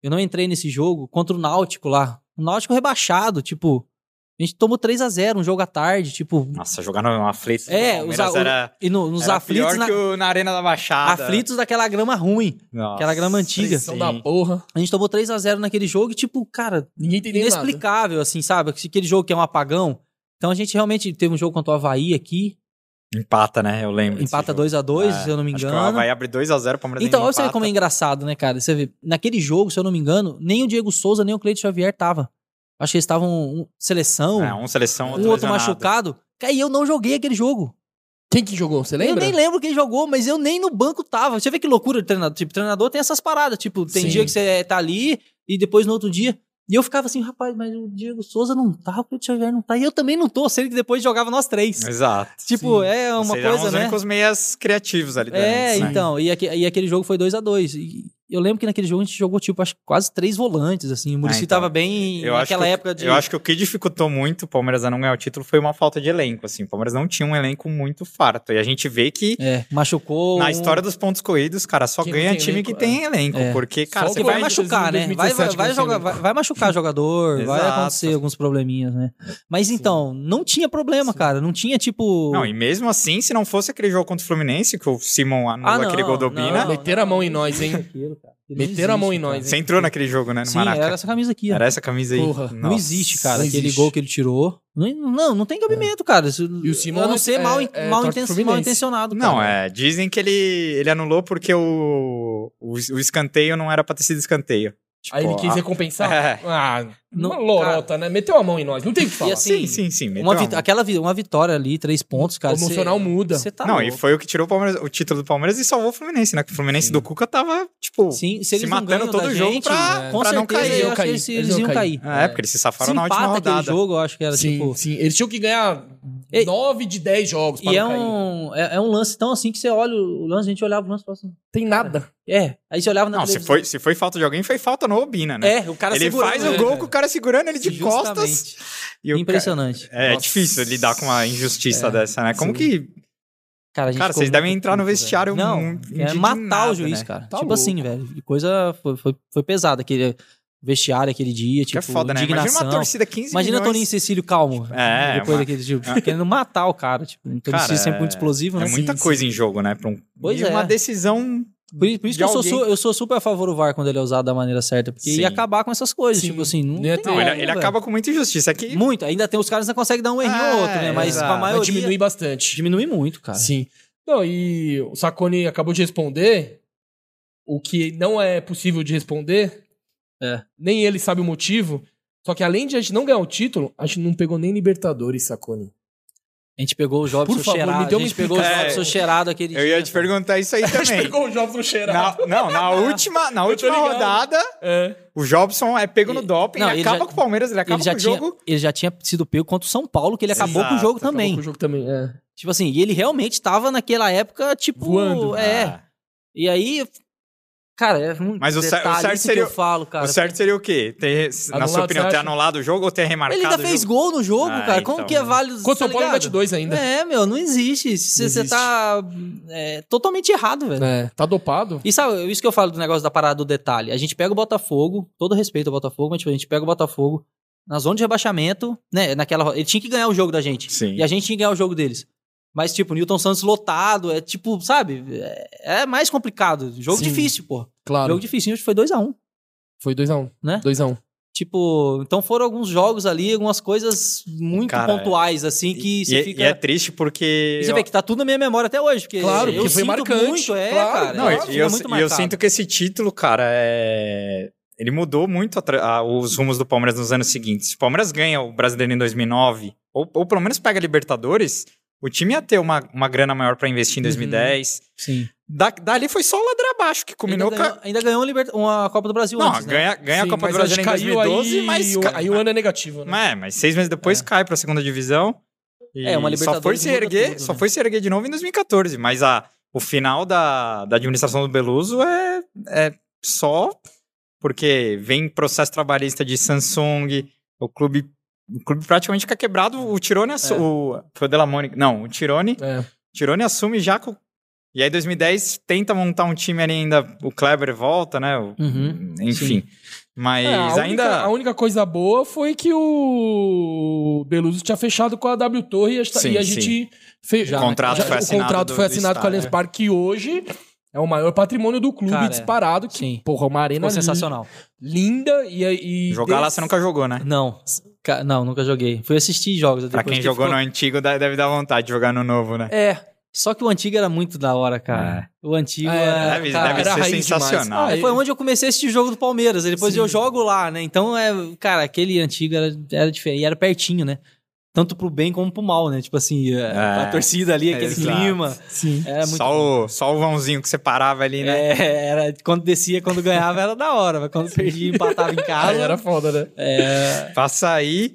Speaker 3: Eu não entrei nesse jogo contra o Náutico lá. O Náutico rebaixado, tipo. A gente tomou 3 a 0 um jogo à tarde, tipo.
Speaker 1: Nossa, jogar no aflito do
Speaker 3: É,
Speaker 1: Palmeiras
Speaker 3: os, a-
Speaker 1: era,
Speaker 3: e no- nos
Speaker 1: era
Speaker 3: aflitos,
Speaker 1: pior
Speaker 3: na,
Speaker 1: que o- na Arena da Baixada.
Speaker 3: aflitos daquela grama ruim.
Speaker 1: Nossa,
Speaker 3: aquela grama antiga.
Speaker 2: São
Speaker 1: sim.
Speaker 2: da porra.
Speaker 3: A gente tomou 3 a 0 naquele jogo e, tipo, cara,
Speaker 2: Ninguém entendeu nada.
Speaker 3: inexplicável, assim, sabe? Aquele jogo que é um apagão. Então a gente realmente teve um jogo contra o Havaí aqui,
Speaker 1: Empata, né? Eu lembro. desse
Speaker 3: empata
Speaker 1: jogo.
Speaker 3: 2 a 2
Speaker 1: É,
Speaker 3: se eu não me
Speaker 1: acho
Speaker 3: engano.
Speaker 1: que o Havaí abre 2x0, o Palmeiras
Speaker 3: Então,
Speaker 1: ainda
Speaker 3: olha você vê como é
Speaker 1: empata.
Speaker 3: engraçado, né, cara? Você vê, naquele jogo, se eu não me engano, nem o Diego Souza, nem o Cleito Xavier tava. Acho que eles estavam um, seleção,
Speaker 1: É, um seleção,
Speaker 3: um
Speaker 1: outro,
Speaker 3: outro
Speaker 1: lesionado.
Speaker 3: machucado. Cara, e eu não joguei aquele jogo.
Speaker 2: Quem que jogou? Você lembra?
Speaker 3: Eu nem lembro quem jogou, mas eu nem no banco tava. Você vê que loucura do treinador. Tipo, treinador tem essas paradas. Tipo, tem
Speaker 2: Sim.
Speaker 3: dia que você tá ali e depois no outro dia. E eu ficava assim, rapaz, mas o Diego Souza não tá, o Cleito Xavier não tá. E eu também não tô, sendo que depois jogava nós três.
Speaker 1: Exato.
Speaker 3: tipo,
Speaker 2: sim.
Speaker 3: é uma
Speaker 1: Vocês eram
Speaker 3: coisa,
Speaker 1: os
Speaker 3: né?
Speaker 1: únicos meias criativos ali dentro.
Speaker 3: É,
Speaker 1: né?
Speaker 3: então, e, aque- e aquele jogo foi 2 a 2 E Eu lembro que naquele jogo a gente jogou, tipo, acho que quase três volantes, assim. O Murici
Speaker 1: então,
Speaker 3: tava bem
Speaker 1: Eu acho, que,
Speaker 3: naquela
Speaker 1: o-
Speaker 3: época de.
Speaker 1: eu acho que o que dificultou muito o Palmeiras a não ganhar o título foi uma falta de elenco, assim. O Palmeiras não tinha um elenco muito farto. E a gente vê que
Speaker 3: É, machucou.
Speaker 1: na
Speaker 3: um-
Speaker 1: história dos pontos corridos, cara, só
Speaker 2: Quem não
Speaker 1: ganha
Speaker 2: tem
Speaker 1: time
Speaker 2: elenco,
Speaker 1: que tem elenco.
Speaker 3: É.
Speaker 1: Porque, cara,
Speaker 2: Só o
Speaker 1: você
Speaker 3: Você
Speaker 1: vai
Speaker 3: vai
Speaker 2: Corinthians
Speaker 3: machucar,
Speaker 2: em
Speaker 3: né? Vai,
Speaker 2: 2017
Speaker 3: vai,
Speaker 2: que
Speaker 3: vai
Speaker 2: não tem
Speaker 3: jogar, vai,
Speaker 2: elenco.
Speaker 3: vai machucar jogador, vai
Speaker 1: Exato.
Speaker 3: acontecer alguns probleminhas, né? Mas então, não tinha problema, cara. Não tinha, tipo.
Speaker 1: Não, e mesmo assim, se não fosse aquele jogo contra o Fluminense, que o Simon anula
Speaker 3: Ah, não,
Speaker 1: aquele gol do Bina,
Speaker 3: não,
Speaker 2: Meteram a mão em
Speaker 3: não
Speaker 2: nós,
Speaker 3: existe
Speaker 1: Tipo,
Speaker 2: hein?
Speaker 3: aquilo, cara. Aquilo não
Speaker 2: Meteram a mão em
Speaker 3: existe,
Speaker 2: nós,
Speaker 1: você entrou naquele jogo, né,
Speaker 3: cara.
Speaker 1: no
Speaker 3: Sim,
Speaker 1: Maraca.
Speaker 3: era essa camisa aqui, ó.
Speaker 1: Era essa camisa aí.
Speaker 2: Porra,
Speaker 3: Não existe, cara,
Speaker 2: Não
Speaker 3: aquele
Speaker 2: existe. É.
Speaker 3: gol que ele tirou. Não, não, não tem cabimento, cara. Isso,
Speaker 2: E o Simon
Speaker 3: a não
Speaker 2: é-
Speaker 3: ser mal,
Speaker 2: é-
Speaker 3: in-
Speaker 2: é
Speaker 3: mal,
Speaker 2: torce
Speaker 3: inten-
Speaker 2: pro Fluminense.
Speaker 3: mal intencionado. cara.
Speaker 1: Não, é. Dizem que ele, ele anulou porque o, o, o escanteio não era pra ter sido escanteio. Tipo,
Speaker 2: Aí ele quis
Speaker 1: a-
Speaker 2: recompensar.
Speaker 1: É.
Speaker 2: Ah, uma
Speaker 3: Não,
Speaker 2: lorota, né? Meteu a mão em nós, não tem o que falar.
Speaker 3: E
Speaker 1: Sim,
Speaker 3: assim,
Speaker 1: sim, sim. é, meteu
Speaker 3: Uma
Speaker 1: a
Speaker 3: vit- ah,
Speaker 1: mão.
Speaker 3: aquela vi- uma vitória ali, três pontos, cara.
Speaker 2: o emocional muda.
Speaker 3: Você tá
Speaker 1: não, e
Speaker 3: louco.
Speaker 1: foi o que tirou o, Palmeiras- o título do Palmeiras e salvou o Fluminense, né? Que o Fluminense do Cuca tava, tipo.
Speaker 3: Sim,
Speaker 1: se
Speaker 3: se eles não
Speaker 1: matando
Speaker 3: ganham
Speaker 1: todo
Speaker 3: da
Speaker 1: jogo
Speaker 3: gente, é,
Speaker 1: pra-
Speaker 3: com
Speaker 1: pra não
Speaker 3: certeza
Speaker 1: cair.
Speaker 3: eu
Speaker 2: Iam
Speaker 3: acho
Speaker 2: cair,
Speaker 3: que eles,
Speaker 2: eles
Speaker 3: eles
Speaker 2: iam
Speaker 3: iam
Speaker 2: cair.
Speaker 3: cair.
Speaker 1: É, porque eles se
Speaker 3: Se
Speaker 1: safaram na última
Speaker 3: empata aquele
Speaker 1: rodada.
Speaker 3: jogo, eu acho que era
Speaker 2: sim,
Speaker 3: tipo.
Speaker 2: sim. Eles tinham que ganhar
Speaker 3: E-
Speaker 2: 9 de 10 jogos pra
Speaker 3: E é
Speaker 2: não cair.
Speaker 3: um, é, é um lance tão assim que você olha o lance, a gente olhava o lance e falava assim.
Speaker 2: Tem nada.
Speaker 3: É, aí você olhava na
Speaker 1: Não, se
Speaker 3: televisão.
Speaker 1: foi, se foi falta de alguém, foi falta no Obina, né?
Speaker 3: É, o cara
Speaker 1: ele
Speaker 3: segurando,
Speaker 1: faz
Speaker 3: né,
Speaker 1: o gol
Speaker 3: cara?
Speaker 1: com o cara segurando ele de
Speaker 3: Justamente.
Speaker 1: costas. E o ca-
Speaker 3: Impressionante.
Speaker 1: É, é
Speaker 2: Nossa.
Speaker 1: difícil lidar com uma injustiça
Speaker 3: É,
Speaker 1: dessa, né? Como
Speaker 3: sim.
Speaker 1: que
Speaker 3: Cara, a gente
Speaker 1: Cara,
Speaker 3: ficou
Speaker 1: vocês devem
Speaker 3: muito
Speaker 1: entrar no
Speaker 3: puto, velho.
Speaker 1: vestiário
Speaker 3: Não,
Speaker 1: muito
Speaker 3: é matar
Speaker 1: indignado,
Speaker 3: o juiz,
Speaker 1: né?
Speaker 3: cara.
Speaker 2: Tá
Speaker 3: tipo
Speaker 2: louco.
Speaker 3: assim, velho. e Coisa foi, foi, foi pesada. Aquele vestiário aquele dia,
Speaker 1: Que
Speaker 3: tipo,
Speaker 1: é foda, né? Imagina
Speaker 3: indignação.
Speaker 1: uma torcida 15
Speaker 3: Imagina
Speaker 1: milhões.
Speaker 3: Toninho e Cecílio calmo.
Speaker 1: É,
Speaker 3: Depois
Speaker 1: uma-
Speaker 3: daquele tipo, querendo matar o cara. Tipo, então
Speaker 1: Cara,
Speaker 3: cara, sempre muito
Speaker 1: é-
Speaker 3: explosivo, né?
Speaker 1: É muita
Speaker 3: Sim,
Speaker 1: coisa em jogo, né? Pra um...
Speaker 3: Pois
Speaker 1: e uma
Speaker 3: é.
Speaker 1: decisão.
Speaker 3: sim. Por, por
Speaker 1: de
Speaker 3: isso que eu sou,
Speaker 1: alguém.
Speaker 3: su- eu sou super a favor do VAR quando ele é usado da maneira certa. Porque
Speaker 1: Sim.
Speaker 3: ia acabar com essas coisas.
Speaker 2: Sim.
Speaker 3: Tipo assim, não,
Speaker 2: Não ia
Speaker 3: tem
Speaker 2: ter-
Speaker 1: Não,
Speaker 2: É,
Speaker 1: ele,
Speaker 3: como,
Speaker 1: ele
Speaker 3: velho.
Speaker 1: acaba com muita injustiça. É que
Speaker 3: Muito. Ainda tem os caras que não conseguem dar um errinho ou outro,
Speaker 1: É,
Speaker 3: né? Mas
Speaker 1: exato.
Speaker 3: com a
Speaker 1: Mas
Speaker 2: Vai
Speaker 3: maioria...
Speaker 2: diminuir bastante.
Speaker 3: diminui muito, cara.
Speaker 2: Sim. Não, e o Sacone acabou de responder o que não é possível de responder.
Speaker 3: É.
Speaker 2: Nem ele sabe o motivo. Só que além de a gente não ganhar o título, a gente não pegou nem Libertadores, Sacone.
Speaker 3: A gente pegou o
Speaker 2: Por
Speaker 3: Jobson
Speaker 2: favor, me
Speaker 3: cheirado.
Speaker 2: deu
Speaker 3: a
Speaker 2: uma
Speaker 3: gente pegou o
Speaker 1: explicação. É.
Speaker 3: Jobson cheirado aquele
Speaker 1: Eu ia
Speaker 3: dia.
Speaker 1: te perguntar isso aí também.
Speaker 2: Pegou o Jobson
Speaker 1: Na-
Speaker 2: cheirado.
Speaker 1: não, na última, na última
Speaker 2: ligado.
Speaker 1: rodada,
Speaker 2: É.
Speaker 1: o Jobson é pego no
Speaker 3: Ele-
Speaker 1: doping,
Speaker 3: não,
Speaker 1: ele
Speaker 3: ele
Speaker 1: acaba
Speaker 3: já-
Speaker 1: com o Palmeiras, ele acaba
Speaker 3: Ele já,
Speaker 1: com o
Speaker 3: tinha,
Speaker 1: jogo.
Speaker 3: ele já tinha sido pego contra o São Paulo, que ele acabou com o
Speaker 1: Exato,
Speaker 3: jogo
Speaker 1: acabou
Speaker 3: também.
Speaker 2: Acabou com o jogo também, é.
Speaker 3: Tipo assim, e ele realmente tava naquela época, tipo.
Speaker 2: Voando.
Speaker 3: É.
Speaker 1: Ah.
Speaker 3: E aí. Cara, é muito
Speaker 1: Mas o cer- o
Speaker 3: detalhe
Speaker 1: certo
Speaker 3: isso
Speaker 1: seria-
Speaker 3: que eu falo, cara.
Speaker 1: o certo seria o quê? Ter, na
Speaker 2: Anulado,
Speaker 1: sua opinião,
Speaker 2: você
Speaker 1: ter
Speaker 2: acha?
Speaker 1: anulado o jogo ou ter remarcado
Speaker 3: Ele ainda
Speaker 1: o é
Speaker 3: fez
Speaker 1: jogo?
Speaker 3: gol no jogo,
Speaker 1: Ah,
Speaker 3: cara.
Speaker 1: então,
Speaker 3: Como que é
Speaker 1: né?
Speaker 3: válido?
Speaker 2: Contra o São
Speaker 3: tá
Speaker 2: Paulo ele
Speaker 3: ligado?
Speaker 2: bate dois ainda.
Speaker 3: É, meu, não existe. Você,
Speaker 2: Não
Speaker 3: você
Speaker 2: existe.
Speaker 3: tá é, totalmente errado, velho.
Speaker 2: É, tá dopado?
Speaker 3: E sabe, isso que eu falo do negócio da parada do detalhe. A gente pega o Botafogo, todo respeito ao Botafogo, mas tipo, a gente pega o Botafogo na zona de rebaixamento, né? Naquela ro- Ele tinha que ganhar o jogo da gente.
Speaker 1: Sim.
Speaker 3: E a gente tinha que ganhar o jogo deles. Mas, tipo, Newton Santos lotado, é tipo, sabe? É, é mais complicado. Jogo
Speaker 2: Sim.
Speaker 3: difícil, pô.
Speaker 2: Claro.
Speaker 3: Jogo difícil. Hoje foi 2x1.
Speaker 2: Foi 2x1.
Speaker 3: Né?
Speaker 2: 2x1.
Speaker 3: Tipo, então foram alguns jogos ali, algumas coisas muito
Speaker 1: Cara,
Speaker 3: pontuais, assim, que
Speaker 1: e,
Speaker 3: você
Speaker 1: e
Speaker 3: fica.
Speaker 1: é triste porque...
Speaker 3: E você vê que tá tudo na minha memória até hoje, porque
Speaker 2: Claro,
Speaker 3: eu
Speaker 2: porque foi
Speaker 3: sinto
Speaker 2: marcante,
Speaker 3: muito, é,
Speaker 2: claro.
Speaker 3: cara.
Speaker 1: Não,
Speaker 2: Nossa,
Speaker 1: e eu,
Speaker 3: muito
Speaker 1: e eu
Speaker 3: marcado.
Speaker 1: sinto que esse título, cara, é... ele mudou muito a tra- a- os rumos do Palmeiras nos anos seguintes. Se o Palmeiras ganha o Brasileiro em 2009, ou, ou pelo menos pega a Libertadores, o time ia ter uma, uma grana maior pra
Speaker 3: Uhum.
Speaker 1: investir em 2010.
Speaker 3: Sim.
Speaker 1: Da- dali foi só ladeira abaixo, que
Speaker 3: Ainda
Speaker 1: culminou com a-
Speaker 3: ganhou, ainda ganhou uma, liberta- uma Copa do Brasil
Speaker 1: Não,
Speaker 3: antes, né?
Speaker 1: ganha, ganha
Speaker 2: Sim,
Speaker 1: a Copa do
Speaker 2: mas acho
Speaker 1: Brasil em
Speaker 2: que caiu
Speaker 1: 2012,
Speaker 2: aí,
Speaker 1: mas...
Speaker 2: o-
Speaker 1: ca-
Speaker 2: Aí o ano é negativo, né?
Speaker 1: É, mas seis meses depois
Speaker 2: É.
Speaker 1: cai pra segunda divisão. E
Speaker 3: É, uma
Speaker 1: só foi
Speaker 3: Libertadores
Speaker 1: se
Speaker 3: muda
Speaker 1: erguer,
Speaker 3: tudo,
Speaker 1: só
Speaker 3: né?
Speaker 1: foi se erguer de novo em 2014, mas a, o final da, da administração do Beluso é, é só porque vem processo trabalhista de Samsung, o clube o clube praticamente fica quebrado, o Tirone assu-
Speaker 3: É.
Speaker 1: o foi o Della Monica, não, o Tirone,
Speaker 2: É.
Speaker 1: Tirone assume já com e aí 2010 tenta montar um time ali ainda, o Kleber volta, né? o-
Speaker 3: Uhum,
Speaker 1: enfim. Mas
Speaker 2: É, a, única,
Speaker 1: ainda
Speaker 2: a única coisa boa foi que o Beluso tinha fechado com a W Torre e a,
Speaker 1: Sim,
Speaker 2: e a
Speaker 1: sim.
Speaker 2: gente fez.
Speaker 1: O contrato foi assinado
Speaker 2: O contrato
Speaker 1: do-
Speaker 2: foi
Speaker 1: do
Speaker 2: assinado com
Speaker 1: estádio,
Speaker 2: a Allianz
Speaker 1: é.
Speaker 2: Parque, que hoje é o maior patrimônio do clube
Speaker 3: Cara, é.
Speaker 2: disparado. Que,
Speaker 3: Sim.
Speaker 2: Porra, é uma arena
Speaker 1: né?
Speaker 3: Ficou é sensacional.
Speaker 2: linda e. e
Speaker 1: jogar lá você nunca jogou, né?
Speaker 3: Não, ca- não, nunca joguei. Fui assistir jogos
Speaker 1: Pra
Speaker 3: depois
Speaker 1: quem
Speaker 3: que
Speaker 1: jogou é.
Speaker 3: ficou-
Speaker 1: no antigo, dá- deve dar vontade de jogar no novo, né?
Speaker 3: É, só que o antigo era muito da hora, cara. O antigo
Speaker 2: É,
Speaker 3: era...
Speaker 1: deve
Speaker 3: cara,
Speaker 1: deve
Speaker 2: era
Speaker 1: ser
Speaker 2: raiz demais.
Speaker 1: sensacional.
Speaker 2: Ah,
Speaker 3: Aí foi onde eu comecei a assistir o jogo do Palmeiras. Aí depois
Speaker 2: Sim.
Speaker 3: eu jogo lá, né? Então, é, cara, aquele antigo era, era diferente. E era pertinho, né? Tanto pro bem como pro mal, né? Tipo assim, é,
Speaker 1: É.
Speaker 3: a torcida ali, aquele
Speaker 1: Exato.
Speaker 3: clima.
Speaker 2: Sim.
Speaker 3: Era é, muito.
Speaker 1: só, o, só o vãozinho que você parava ali, né?
Speaker 3: É, era, quando descia, quando ganhava, era da hora. Mas quando perdia, empatava em casa.
Speaker 2: Aí era foda, né?
Speaker 3: É.
Speaker 1: Passa aí.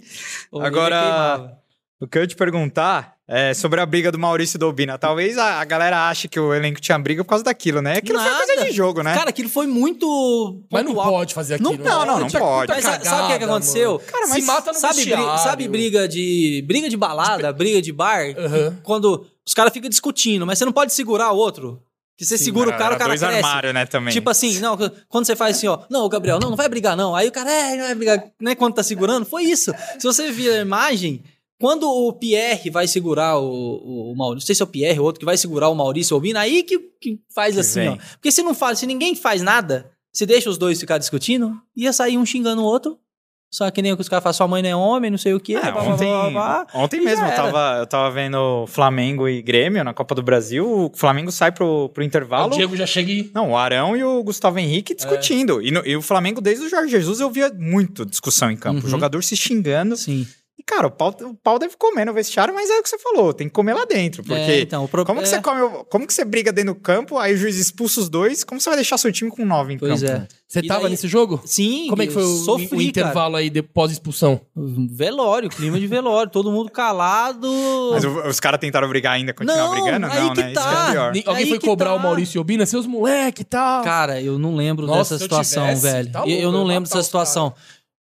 Speaker 3: o nível
Speaker 1: Agora-
Speaker 3: queimava.
Speaker 1: O que eu ia te perguntar é sobre a briga do Maurício e do Albina. Talvez a, a galera ache que o elenco tinha briga por causa daquilo, né? Aquilo foi
Speaker 3: Nada.
Speaker 1: coisa de jogo, né?
Speaker 3: Cara, aquilo foi muito.
Speaker 2: Mas não
Speaker 3: pontual.
Speaker 2: pode fazer aquilo.
Speaker 3: Não,
Speaker 2: né?
Speaker 1: não, não, não
Speaker 2: Puta-
Speaker 1: pode.
Speaker 2: puta
Speaker 3: Mas sa- sabe o que, é que
Speaker 2: cagada,
Speaker 3: aconteceu?
Speaker 2: mano.
Speaker 1: Cara,
Speaker 2: Se
Speaker 1: mas
Speaker 2: mata no
Speaker 3: Sabe, bri-
Speaker 2: vestiário.
Speaker 3: sabe briga de. briga de balada, briga de bar?
Speaker 2: Aham.
Speaker 3: Quando os caras ficam discutindo, mas você não pode segurar o outro. Que você segura o
Speaker 1: Era-
Speaker 3: cara,
Speaker 1: era
Speaker 3: o cara
Speaker 1: dois
Speaker 3: cresce.
Speaker 1: armários, né, também.
Speaker 3: Tipo assim, não, quando você faz assim, ó, não, Gabriel, não, não vai brigar, não. Aí o cara, é, não vai brigar, né? Quando tá segurando, foi isso. Se você vir a imagem, quando o Pierre vai segurar o, o, o Maurício, não sei se é o Pierre ou outro que vai segurar o Maurício ouvindo, aí que, que faz
Speaker 1: Que
Speaker 3: assim,
Speaker 1: vem.
Speaker 3: ó. Porque se não faz, se ninguém faz nada, se deixa os dois ficar discutindo, ia sair um xingando o outro. Só que nem o que os caras falam, sua mãe não é homem, não sei o quê.
Speaker 1: É,
Speaker 3: blá, blá,
Speaker 1: ontem,
Speaker 3: blá, blá, blá.
Speaker 1: ontem
Speaker 3: e já
Speaker 1: mesmo eu
Speaker 3: era.
Speaker 1: tava, eu tava vendo Flamengo e Grêmio na Copa do Brasil. O Flamengo sai pro, pro
Speaker 2: O
Speaker 1: intervalo.
Speaker 3: É
Speaker 2: Diego já chega e.
Speaker 1: Não, o Arão e o Gustavo Henrique discutindo. E, no- e o Flamengo, desde o Jorge Jesus, eu via muito discussão em campo.
Speaker 3: Uhum.
Speaker 1: O jogador se xingando.
Speaker 3: Sim.
Speaker 1: E, cara, o pau, o pau deve comer no vestiário, mas é o que você falou, tem que comer lá dentro. Porque
Speaker 3: É, então, o pro-
Speaker 1: como que
Speaker 3: é.
Speaker 1: você come, o- como que você briga dentro do campo, aí o juiz expulsa os dois, como você vai deixar seu time com nove em
Speaker 3: Pois
Speaker 1: campo?
Speaker 3: é.
Speaker 2: Você
Speaker 3: E
Speaker 2: tava
Speaker 3: daí-
Speaker 2: nesse jogo?
Speaker 3: Sim,
Speaker 2: Como é que foi o,
Speaker 3: sofri,
Speaker 2: o
Speaker 3: cara.
Speaker 2: intervalo aí de, pós-expulsão?
Speaker 3: Velório, clima de velório, todo mundo calado.
Speaker 1: Mas o- os caras tentaram brigar ainda, continuar
Speaker 3: Não,
Speaker 1: brigando?
Speaker 3: aí
Speaker 1: não,
Speaker 3: que
Speaker 1: né?
Speaker 3: tá.
Speaker 1: Isso que é pior.
Speaker 2: Ni- Alguém
Speaker 3: aí
Speaker 2: foi
Speaker 3: que
Speaker 2: cobrar
Speaker 3: tá.
Speaker 2: o Maurício e Obina, seus moleque e tal.
Speaker 3: Cara, eu não lembro
Speaker 2: Nossa, se
Speaker 3: dessa
Speaker 2: eu
Speaker 3: situação,
Speaker 2: tivesse,
Speaker 3: velho.
Speaker 2: tá
Speaker 3: Eu-
Speaker 2: louco,
Speaker 3: eu
Speaker 2: eu
Speaker 3: não
Speaker 2: ia
Speaker 3: lembro
Speaker 2: matar
Speaker 3: dessa
Speaker 2: os
Speaker 3: situação.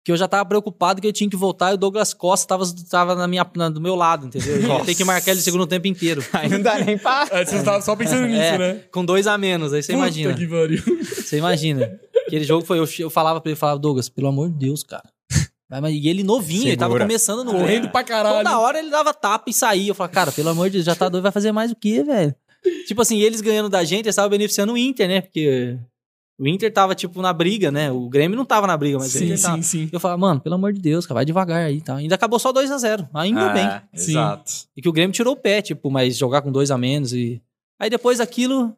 Speaker 3: Que eu já tava preocupado que eu tinha que voltar e o Douglas Costa tava, tava na minha, na- do meu lado, entendeu? Eu ia
Speaker 1: Nossa.
Speaker 3: ter que marcar ele o segundo tempo inteiro.
Speaker 1: Aí não dá nem pra...
Speaker 2: É, você tava só pensando nisso,
Speaker 3: É,
Speaker 2: né?
Speaker 3: Com dois a menos, aí você
Speaker 2: Puta
Speaker 3: imagina.
Speaker 2: que pariu.
Speaker 3: Você imagina. Aquele jogo foi. Eu, che- eu falava pra ele, falava, Douglas, pelo amor de Deus, cara. Vai, mas- E ele novinho, ele tava
Speaker 1: Segura.
Speaker 3: começando no
Speaker 2: Correndo pra caralho.
Speaker 3: Toda hora ele dava tapa e saía. Eu falava, cara, pelo amor de Deus, já tá doido, vai fazer mais o quê, velho? Tipo assim, eles ganhando da gente, eles estavam beneficiando o Inter, né? Porque o Inter tava, tipo, na briga, né? O Grêmio não tava na briga, mas tá. o
Speaker 2: sim,
Speaker 3: Inter tava.
Speaker 2: sim, sim.
Speaker 3: Eu falava, mano, pelo amor de Deus, cara, vai devagar aí, tá? Ainda acabou só 2 a 0 Ainda bem.
Speaker 1: Ah,
Speaker 2: Sim.
Speaker 1: Exato.
Speaker 3: E que o Grêmio tirou o pé, tipo, mas jogar com dois a menos e. Aí depois aquilo,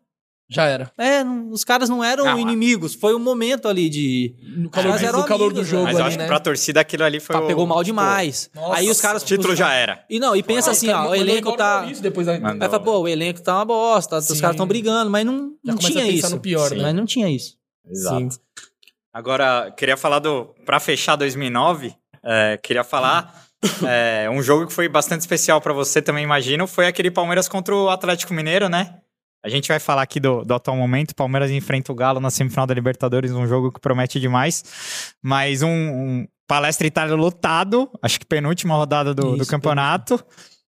Speaker 2: Já era.
Speaker 3: É, não- os caras não eram
Speaker 6: Não,
Speaker 3: inimigos. Foi um momento ali de.
Speaker 2: No calor,
Speaker 3: Mas
Speaker 2: do-
Speaker 3: eram
Speaker 2: no calor do
Speaker 3: amigos,
Speaker 2: jogo
Speaker 3: né?
Speaker 6: Mas eu
Speaker 2: ali,
Speaker 6: acho
Speaker 2: né?
Speaker 6: que pra torcida aquilo ali foi.
Speaker 3: Tá,
Speaker 6: o-
Speaker 3: pegou mal
Speaker 6: tipo,
Speaker 3: demais.
Speaker 2: Nossa,
Speaker 3: Aí os caras.
Speaker 6: O título já era.
Speaker 3: E não, e pensa assim,
Speaker 2: é
Speaker 3: ó, o elenco tá.
Speaker 2: Depois né? da...
Speaker 6: Mano,
Speaker 3: Aí fala, pô, o elenco tá uma bosta, os
Speaker 2: Sim.
Speaker 3: caras estão brigando, mas não,
Speaker 2: Já
Speaker 3: não
Speaker 2: começa a
Speaker 3: tinha
Speaker 2: pensar
Speaker 3: isso.
Speaker 2: no pior,
Speaker 3: Sim.
Speaker 2: né?
Speaker 3: Mas não tinha isso.
Speaker 6: Exato. Agora, queria falar do. Pra fechar 2009, é, queria falar. é, um jogo que foi bastante especial pra você também, imagino, foi aquele Palmeiras contra o Atlético Mineiro, né? A gente vai falar aqui do, do atual momento. Palmeiras enfrenta o Galo na semifinal da Libertadores, um jogo que promete demais. Mas um, um palestra Itália lotado, acho que penúltima rodada do, do
Speaker 3: Isso,
Speaker 1: campeonato.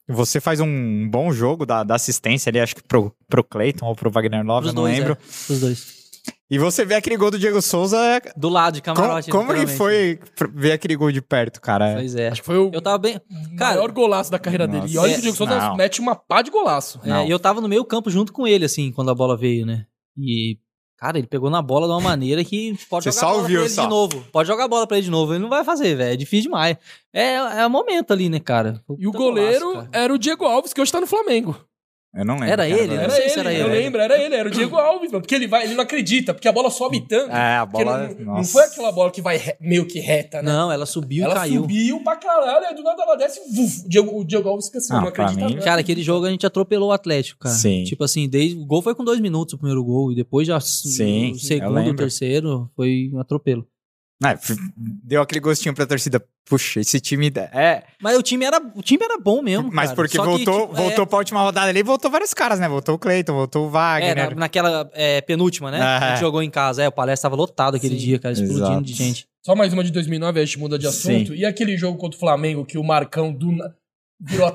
Speaker 1: Você faz um bom jogo da, da assistência ali, acho que pro, pro Cleiton ou pro Wagner Love, eu
Speaker 3: Pros
Speaker 1: não
Speaker 3: dois, é.
Speaker 1: lembro.
Speaker 3: Os dois.
Speaker 1: E você vê aquele gol do Diego
Speaker 6: é,
Speaker 1: Souza,
Speaker 3: Do lado de
Speaker 1: Co-
Speaker 3: camarote.
Speaker 1: como que
Speaker 3: literalmente.
Speaker 1: foi pr- ver aquele gol de perto, cara?
Speaker 3: Pois é.
Speaker 2: Acho que foi o
Speaker 3: Eu tava bem. é, Cara,
Speaker 2: maior golaço da carreira dele. E olha que o Diego
Speaker 1: Nossa,
Speaker 2: Souza
Speaker 1: não.
Speaker 2: mete uma pá de golaço.
Speaker 3: É,
Speaker 1: Não.
Speaker 3: e eu tava no meio campo junto com ele, assim, quando a bola veio, né? E, cara, ele pegou na bola de uma maneira que pode
Speaker 1: Você
Speaker 3: jogar
Speaker 1: só
Speaker 3: a bola
Speaker 1: ouviu,
Speaker 3: pra ele
Speaker 1: só.
Speaker 3: de novo. Pode jogar a bola pra ele de novo. Ele não vai fazer, velho. É difícil demais. É, é o momento ali, né, cara?
Speaker 2: E o
Speaker 3: Puta
Speaker 2: goleiro
Speaker 3: golaço, cara.
Speaker 2: era o Diego Alves, que hoje tá no Flamengo.
Speaker 1: Eu não lembro. cara,
Speaker 3: Era ele,
Speaker 1: agora.
Speaker 3: né?
Speaker 2: Era
Speaker 3: sei
Speaker 2: ele,
Speaker 3: se era
Speaker 2: eu
Speaker 3: ele.
Speaker 2: lembro, era ele, era o Diego Alves, mano. Porque ele vai, ele não acredita, porque a bola sobe tanto.
Speaker 1: É, a
Speaker 2: Porque
Speaker 1: bola.
Speaker 2: não- não,
Speaker 1: nossa.
Speaker 2: foi aquela bola que vai re- meio que reta, né?
Speaker 3: Não, ela subiu e
Speaker 2: ela
Speaker 3: caiu.
Speaker 2: subiu pra caralho, aí do nada ela desce, vuf, o Diego, o Diego Alves fica assim,
Speaker 1: Ah,
Speaker 2: não,
Speaker 1: pra
Speaker 2: acredita.
Speaker 1: mim-
Speaker 2: não.
Speaker 3: Cara, aquele jogo a gente atropelou o Atlético, cara.
Speaker 1: Sim.
Speaker 3: Tipo assim, desde, o gol foi com dois minutos o primeiro gol. E depois já s-
Speaker 1: Sim,
Speaker 3: o
Speaker 1: eu
Speaker 3: segundo,
Speaker 1: lembro.
Speaker 3: o terceiro, foi um atropelo.
Speaker 1: É, f- deu aquele gostinho pra torcida. Puxa, esse time. da- É.
Speaker 3: Mas o time era, o time era bom mesmo.
Speaker 1: Mas
Speaker 3: cara.
Speaker 1: porque
Speaker 3: Só que,
Speaker 1: voltou,
Speaker 3: tipo, é,
Speaker 1: voltou pra última rodada ali, voltou vários caras, né? Voltou o Cleiton, voltou o
Speaker 3: É,
Speaker 1: Wagner.
Speaker 3: na- naquela é, penúltima, né?
Speaker 1: Ah,
Speaker 3: a
Speaker 1: é.
Speaker 3: gente jogou em casa. É, o palestra tava lotado aquele
Speaker 2: Sim.
Speaker 3: dia, cara, explodindo
Speaker 1: Exato.
Speaker 3: de gente.
Speaker 2: Só mais uma de 2009, aí a gente muda de assunto. E aquele jogo contra o Flamengo que o Marcão do, na- virou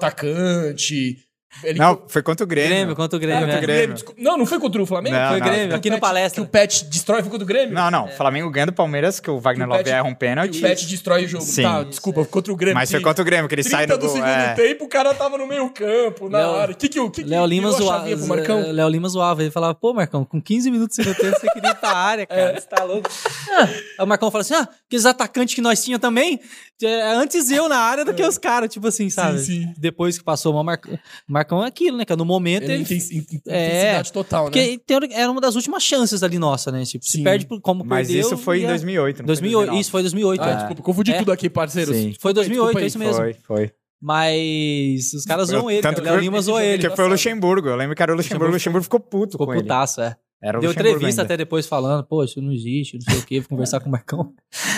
Speaker 2: atacante. Ele
Speaker 1: Não, foi contra o Grêmio.
Speaker 3: Grêmio, quanto o
Speaker 2: Ah,
Speaker 3: Grêmio,
Speaker 2: contra
Speaker 1: né?
Speaker 2: o
Speaker 3: é.
Speaker 2: Grêmio. desculpa. Não, não foi contra o Flamengo?
Speaker 1: Não,
Speaker 3: Foi o
Speaker 1: não.
Speaker 3: Grêmio, aqui
Speaker 2: Que o
Speaker 3: no
Speaker 2: Pet-
Speaker 3: palestra.
Speaker 2: Que o Pet destrói, foi contra o Grêmio?
Speaker 1: Não, não. Flamengo ganhando o Palmeiras, que o Wagner
Speaker 2: Que o
Speaker 1: Love
Speaker 2: Pet-
Speaker 1: erra um
Speaker 2: Que
Speaker 1: pênalti.
Speaker 2: o Pet destrói o jogo.
Speaker 1: Sim.
Speaker 2: Tá, desculpa, contra o Grêmio.
Speaker 1: Mas foi
Speaker 2: que
Speaker 1: contra o Grêmio que ele
Speaker 2: 30
Speaker 1: sai no
Speaker 2: do
Speaker 1: gol.
Speaker 2: segundo
Speaker 1: é.
Speaker 2: tempo, o cara tava no meio campo, na
Speaker 3: Léo-
Speaker 2: área. Que que, o- que que
Speaker 3: Léo Lima
Speaker 2: virou a
Speaker 3: zoava.
Speaker 2: chavinha pro Marcão?
Speaker 3: Léo Lima zoava. Ele falava, pô, Marcão, com 15 minutos do segundo tempo, você queria ir pra área, cara. Você tá louco. Ah, Aí o Marcão fala assim: ah, aqueles atacantes que nós tínhamos também, é, antes eu na área do que os caras, tipo assim, sabe?
Speaker 2: sim.
Speaker 3: Depois que passou o Marcão. Marcão é aquilo, né, cara? No momento
Speaker 2: Ele
Speaker 3: ele.
Speaker 2: tem in- in-
Speaker 3: É.
Speaker 2: intensidade total, né?
Speaker 3: Porque teori- era uma das últimas chances ali nossa, né? Tipo,
Speaker 2: Sim.
Speaker 3: se perde por- como
Speaker 1: Mas
Speaker 3: perdeu. é
Speaker 1: isso foi em
Speaker 3: ia-
Speaker 1: 2008. não foi
Speaker 3: 2008,
Speaker 1: 2009.
Speaker 3: isso foi 2008.
Speaker 2: Ah,
Speaker 3: é.
Speaker 2: desculpa, confundi
Speaker 3: É.
Speaker 2: tudo aqui, parceiros.
Speaker 1: Sim.
Speaker 2: Desculpa
Speaker 3: Foi 2008,
Speaker 2: aí.
Speaker 3: é isso mesmo.
Speaker 1: Foi, foi.
Speaker 3: Mas os caras zoam ele,
Speaker 1: Tanto
Speaker 3: cara. o
Speaker 1: que
Speaker 3: Léo
Speaker 1: foi-
Speaker 3: Lima zoou ele. tá
Speaker 1: Porque foi o Luxemburgo. Eu lembro que era o Luxemburgo. O Luxemburgo ficou puto
Speaker 3: Ficou
Speaker 1: com ele.
Speaker 3: putaço, é.
Speaker 1: Era o
Speaker 3: Deu
Speaker 1: Luxemburgo
Speaker 3: entrevista
Speaker 1: ainda.
Speaker 3: até depois falando, pô, isso não existe, não sei o quê, vou conversar com o Marcão.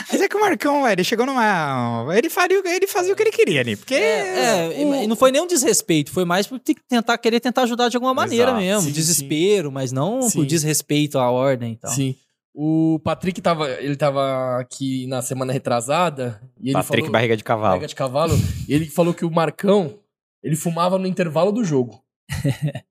Speaker 1: Mas é que o Marcão, velho, ele chegou numa. Ele, faria, o- ele fazia o que ele queria ali. Porque.
Speaker 3: É, e- e não foi nem um desrespeito, foi mais por ter que tentar, querer tentar ajudar de alguma maneira
Speaker 1: Exato.
Speaker 3: mesmo.
Speaker 2: Sim,
Speaker 3: desespero, mas não
Speaker 2: Sim.
Speaker 3: por desrespeito à ordem e tal.
Speaker 2: Sim. O Patrick tava, ele tava aqui na semana retrasada e ele
Speaker 1: Patrick
Speaker 2: falou
Speaker 1: Barriga de Cavalo.
Speaker 2: Barriga de cavalo, e ele falou que o Marcão, ele fumava no intervalo do jogo.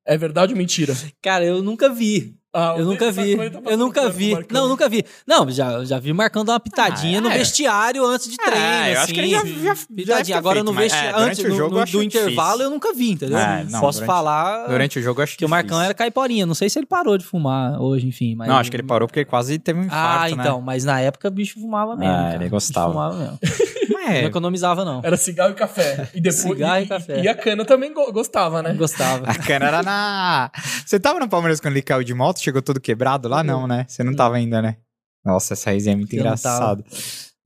Speaker 2: é verdade ou mentira?
Speaker 3: Cara, eu nunca vi.
Speaker 2: Ah,
Speaker 3: Eu
Speaker 2: o
Speaker 3: nunca
Speaker 2: David
Speaker 3: vi.
Speaker 2: Sacone tá passando
Speaker 3: Eu nunca
Speaker 2: pano pro
Speaker 3: vi.
Speaker 2: Marcão.
Speaker 3: Não, nunca vi. Não, já, já vi o Marcão dar uma pitadinha
Speaker 1: Ah,
Speaker 3: no
Speaker 1: é.
Speaker 3: vitadinha. antes de treino.
Speaker 1: É, eu acho
Speaker 3: assim.
Speaker 1: que ele já, já, já deve ter
Speaker 3: Pitadinha. Agora
Speaker 1: feito,
Speaker 3: no
Speaker 1: mas,
Speaker 3: vestiário,
Speaker 1: é,
Speaker 3: antes
Speaker 1: durante o
Speaker 3: no-
Speaker 1: jogo,
Speaker 3: no-
Speaker 1: eu acho
Speaker 3: do intervalo
Speaker 1: difícil.
Speaker 3: eu nunca vi, entendeu?
Speaker 1: É, não,
Speaker 3: Posso
Speaker 1: durante-
Speaker 3: falar
Speaker 1: Durante o jogo, eu acho
Speaker 3: que o Marcão
Speaker 1: difícil.
Speaker 3: era caiporinha. Não sei se ele parou de fumar hoje, enfim. Mas...
Speaker 1: Não, acho que ele parou porque ele quase teve um infarto,
Speaker 2: né?
Speaker 3: Ah, então, mas na época o bicho fumava mesmo.
Speaker 1: Ah,
Speaker 3: cara.
Speaker 1: ele
Speaker 3: O bicho
Speaker 1: gostava.
Speaker 3: Fumava mesmo.
Speaker 1: né?
Speaker 2: É.
Speaker 1: Mas,
Speaker 3: Não economizava, não.
Speaker 2: Era cigarro e café. E depois
Speaker 3: Cigarro
Speaker 2: e,
Speaker 3: e café.
Speaker 2: e a cana também go- gostava, né?
Speaker 3: Gostava.
Speaker 1: a cana era na... Você tava no Palmeiras quando ele caiu de moto? Chegou todo quebrado lá? Não, né? Você não tava ainda, né? Nossa, essa resenha é muito
Speaker 3: Eu não
Speaker 1: engraçada.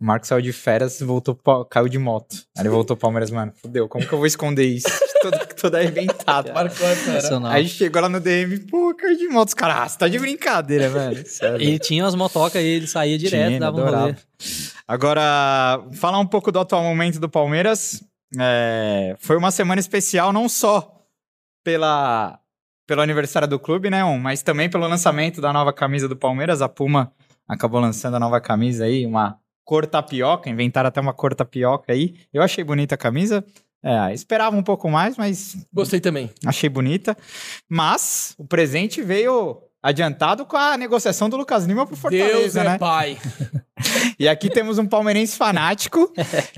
Speaker 1: O Marcos saiu de férias e voltou pro- caiu de moto. Aí ele voltou pro Palmeiras, mano. Fudeu, como que eu vou esconder isso? todo, todo arrebentado.
Speaker 2: Marcão é fera.
Speaker 3: Sensacional.
Speaker 1: Aí chegou lá no DM, pô, caiu de moto. Os caras, ah, você tá de brincadeira, velho. Sério.
Speaker 3: Ele tinha umas motocas e ele saía direto,
Speaker 1: Tinha,
Speaker 3: dava um
Speaker 1: adorava.
Speaker 3: rolê.
Speaker 1: Agora, falar um pouco do atual momento do Palmeiras. É, foi uma semana especial, não só pela, pelo aniversário do clube, né, um, mas também pelo lançamento da nova camisa do Palmeiras. A Puma acabou lançando a nova camisa aí, uma cor tapioca, inventaram até uma cor tapioca aí. Eu achei bonita a camisa. É, esperava um pouco mais, mas
Speaker 2: Gostei também.
Speaker 1: achei bonita. Mas o presente veio adiantado com a negociação do Lucas Lima pro né?
Speaker 2: Deus
Speaker 1: Fortaleza,
Speaker 2: é
Speaker 1: né?
Speaker 2: pai.
Speaker 4: E aqui temos um palmeirense fanático,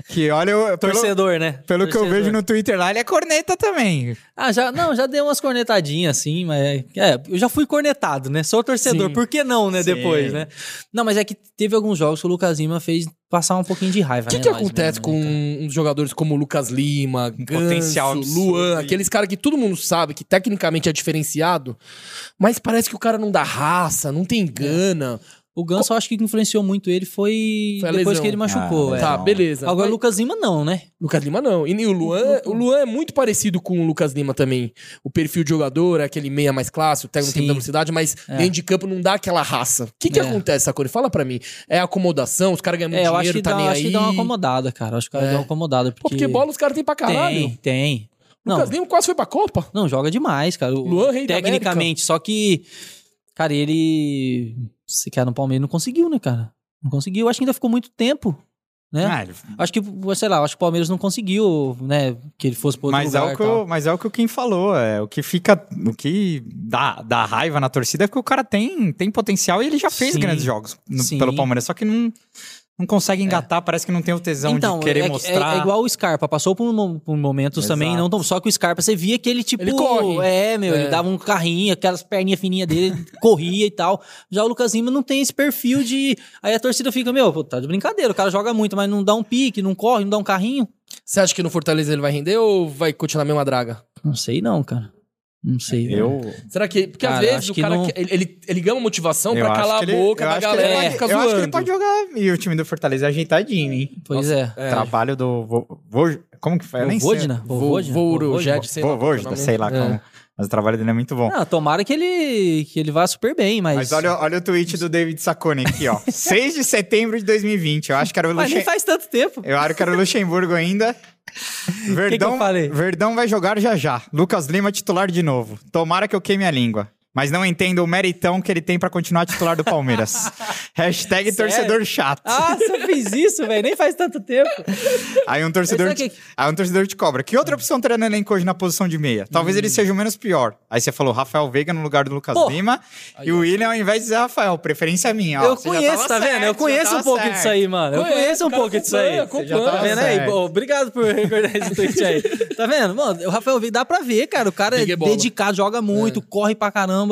Speaker 4: que olha, eu- pelo,
Speaker 3: Torcedor, né?
Speaker 4: pelo que eu
Speaker 3: Torcedor.
Speaker 4: vejo no Twitter lá, ele é corneta também.
Speaker 3: Ah, já, não, já dei umas cornetadinhas, assim, mas. É, eu já fui cornetado, né? Sou torcedor,
Speaker 2: Sim.
Speaker 3: por que não, né?
Speaker 4: Sim.
Speaker 3: Depois, né? Não, mas é que teve alguns jogos que o Lucas Lima fez passar um pouquinho de raiva,
Speaker 2: O que,
Speaker 3: né?
Speaker 2: que
Speaker 3: Nós
Speaker 2: acontece
Speaker 3: mesmo,
Speaker 2: com
Speaker 3: né, cara? Um
Speaker 2: uns jogadores como o Lucas Lima,
Speaker 1: potencial
Speaker 2: Ganso,
Speaker 1: absurdo,
Speaker 2: Luan,
Speaker 1: hein?
Speaker 2: aqueles caras que todo mundo sabe que tecnicamente é diferenciado, mas parece que o cara não dá raça, não tem gana.
Speaker 3: O Ganso, eu acho que o que influenciou muito ele foi,
Speaker 2: Foi a
Speaker 3: depois
Speaker 2: lesão.
Speaker 3: que ele machucou,
Speaker 4: Ah,
Speaker 3: é.
Speaker 2: Tá,
Speaker 4: não.
Speaker 2: beleza.
Speaker 3: Agora o
Speaker 2: Mas-
Speaker 3: Lucas Lima não, né?
Speaker 2: Lucas Lima não. E nem o Luan, o Luan é muito parecido com o Lucas Lima também. O perfil de jogador, é aquele meia mais clássico, pega um tempo
Speaker 3: Sim.
Speaker 2: da velocidade, mas dentro de campo não dá aquela raça. O que que
Speaker 3: É.
Speaker 2: acontece, Sacone? Fala pra mim. É acomodação, os caras ganham muito
Speaker 3: É, eu acho
Speaker 2: dinheiro,
Speaker 3: que,
Speaker 2: tá
Speaker 3: dá,
Speaker 2: nem
Speaker 3: acho
Speaker 2: aí.
Speaker 3: que dá uma acomodada, cara. Acho que o cara
Speaker 2: É.
Speaker 3: deu uma acomodada. Porque,
Speaker 2: Pô, porque bola os caras têm pra caralho.
Speaker 3: Tem, tem. Não,
Speaker 2: Lucas Lima quase foi pra Copa.
Speaker 3: não, joga demais, cara. O-
Speaker 2: Luan, rei da
Speaker 3: Tecnicamente, só que. Cara, ele. Esse cara no Palmeiras não conseguiu, né, cara? Não conseguiu. Acho que ainda ficou muito tempo, né?
Speaker 1: Ah, ele-
Speaker 3: Acho que, sei lá, acho que o Palmeiras não conseguiu, né? Que ele fosse pro outro
Speaker 1: mas,
Speaker 3: lugar
Speaker 1: é o
Speaker 3: e
Speaker 1: que
Speaker 3: tal.
Speaker 1: o, mas é o que o Kim falou. É, o que fica. O que dá, dá raiva na torcida é porque o cara tem, tem potencial e ele já fez
Speaker 3: Sim.
Speaker 1: grandes jogos no-
Speaker 3: Sim. É.
Speaker 1: pelo Palmeiras. Só que não, não consegue engatar, parece que não tem o tesão
Speaker 3: Então,
Speaker 1: de querer
Speaker 3: é,
Speaker 1: mostrar.
Speaker 3: é, é igual o Scarpa, passou por, um- por momentos
Speaker 1: Exato.
Speaker 3: também, não tão, só que o Scarpa você via que ele tipo,
Speaker 2: Ele corre.
Speaker 3: é, meu,
Speaker 2: É.
Speaker 3: ele dava um carrinho, aquelas perninhas fininhas dele, ele corria e tal. Já o Lucas Lima não tem esse perfil de, aí a torcida fica, meu, pô, tá de brincadeira, o cara joga muito, mas não dá um pique, não corre, não dá um carrinho.
Speaker 2: Você acha que no Fortaleza ele vai render ou vai continuar a mesma draga?
Speaker 3: Não sei não, cara. Não sei. velho.
Speaker 1: Eu,
Speaker 2: Será que. Porque
Speaker 3: Cara,
Speaker 2: às vezes
Speaker 3: acho
Speaker 2: o
Speaker 3: que
Speaker 2: cara.
Speaker 3: não-
Speaker 2: que- Ele, ele, ele ganha uma motivação
Speaker 1: eu
Speaker 2: pra
Speaker 1: acho
Speaker 2: calar
Speaker 1: que
Speaker 2: a
Speaker 1: ele-
Speaker 2: boca
Speaker 1: eu
Speaker 2: da
Speaker 1: acho que ele
Speaker 2: galera
Speaker 1: pode-
Speaker 2: que fica
Speaker 1: Eu
Speaker 2: zoando.
Speaker 1: acho que ele pode jogar. E o time do Fortaleza é ajeitadinho, hein?
Speaker 3: Pois é.
Speaker 2: É.
Speaker 1: Trabalho do. Vo, Vo- como que foi? Eu nem sei.
Speaker 3: Vovodina? Vovodina?
Speaker 2: Vouro,
Speaker 3: Vovodina?
Speaker 2: Jet, sei lá.
Speaker 1: Vo-
Speaker 2: qual que é o
Speaker 1: Vojda,
Speaker 2: nome.
Speaker 1: sei lá
Speaker 2: É.
Speaker 1: como. Mas o trabalho dele é muito bom.
Speaker 3: Não, Ah, tomara que ele que ele vá super bem,
Speaker 2: é
Speaker 3: mas
Speaker 1: Mas olha, olha o tweet do David Sacone aqui, ó. 6 de setembro de 2020. Eu acho que era o
Speaker 3: mas
Speaker 1: Luxem-
Speaker 3: nem faz tanto tempo.
Speaker 1: Eu acho que era o Luxemburgo ainda. Verdão,
Speaker 3: eu falei?
Speaker 1: Verdão vai jogar já já. Lucas Lima titular de novo. Tomara que eu queime a língua. Mas não entendo o meritão que ele tem pra continuar titular do Palmeiras. Hashtag
Speaker 3: Sério?
Speaker 1: torcedor chato.
Speaker 3: Ah, você fez isso, velho, nem faz tanto tempo.
Speaker 1: Aí um torcedor,
Speaker 3: Mas sabe
Speaker 1: te- aí um torcedor te cobra. Que outra opção teria no elenco hoje na posição de meia? Talvez ele seja o menos pior. Aí você falou Rafael Veiga no lugar do Lucas
Speaker 3: Hum. Porra.
Speaker 1: Lima. E o William, ao invés de dizer Rafael, preferência minha. ó.
Speaker 3: Eu
Speaker 1: Você já
Speaker 3: conheço,
Speaker 1: tava
Speaker 3: tá vendo?
Speaker 1: certo,
Speaker 3: Eu
Speaker 1: já
Speaker 3: conheço um
Speaker 1: tava
Speaker 3: pouco
Speaker 1: certo.
Speaker 3: disso aí, mano. Eu
Speaker 2: Conheço,
Speaker 3: conheço um
Speaker 2: cara,
Speaker 3: pouco disso aí.
Speaker 1: Você
Speaker 2: acompanha,
Speaker 1: já
Speaker 3: Tá
Speaker 1: tava
Speaker 3: vendo aí?
Speaker 1: certo.
Speaker 3: Bom, obrigado por recordar esse tweet aí. Tá vendo? Mano, o Rafael Veiga, dá pra ver, cara. O cara
Speaker 2: Big
Speaker 3: é
Speaker 2: bola. É.
Speaker 3: dedicado, joga muito, corre pra caramba.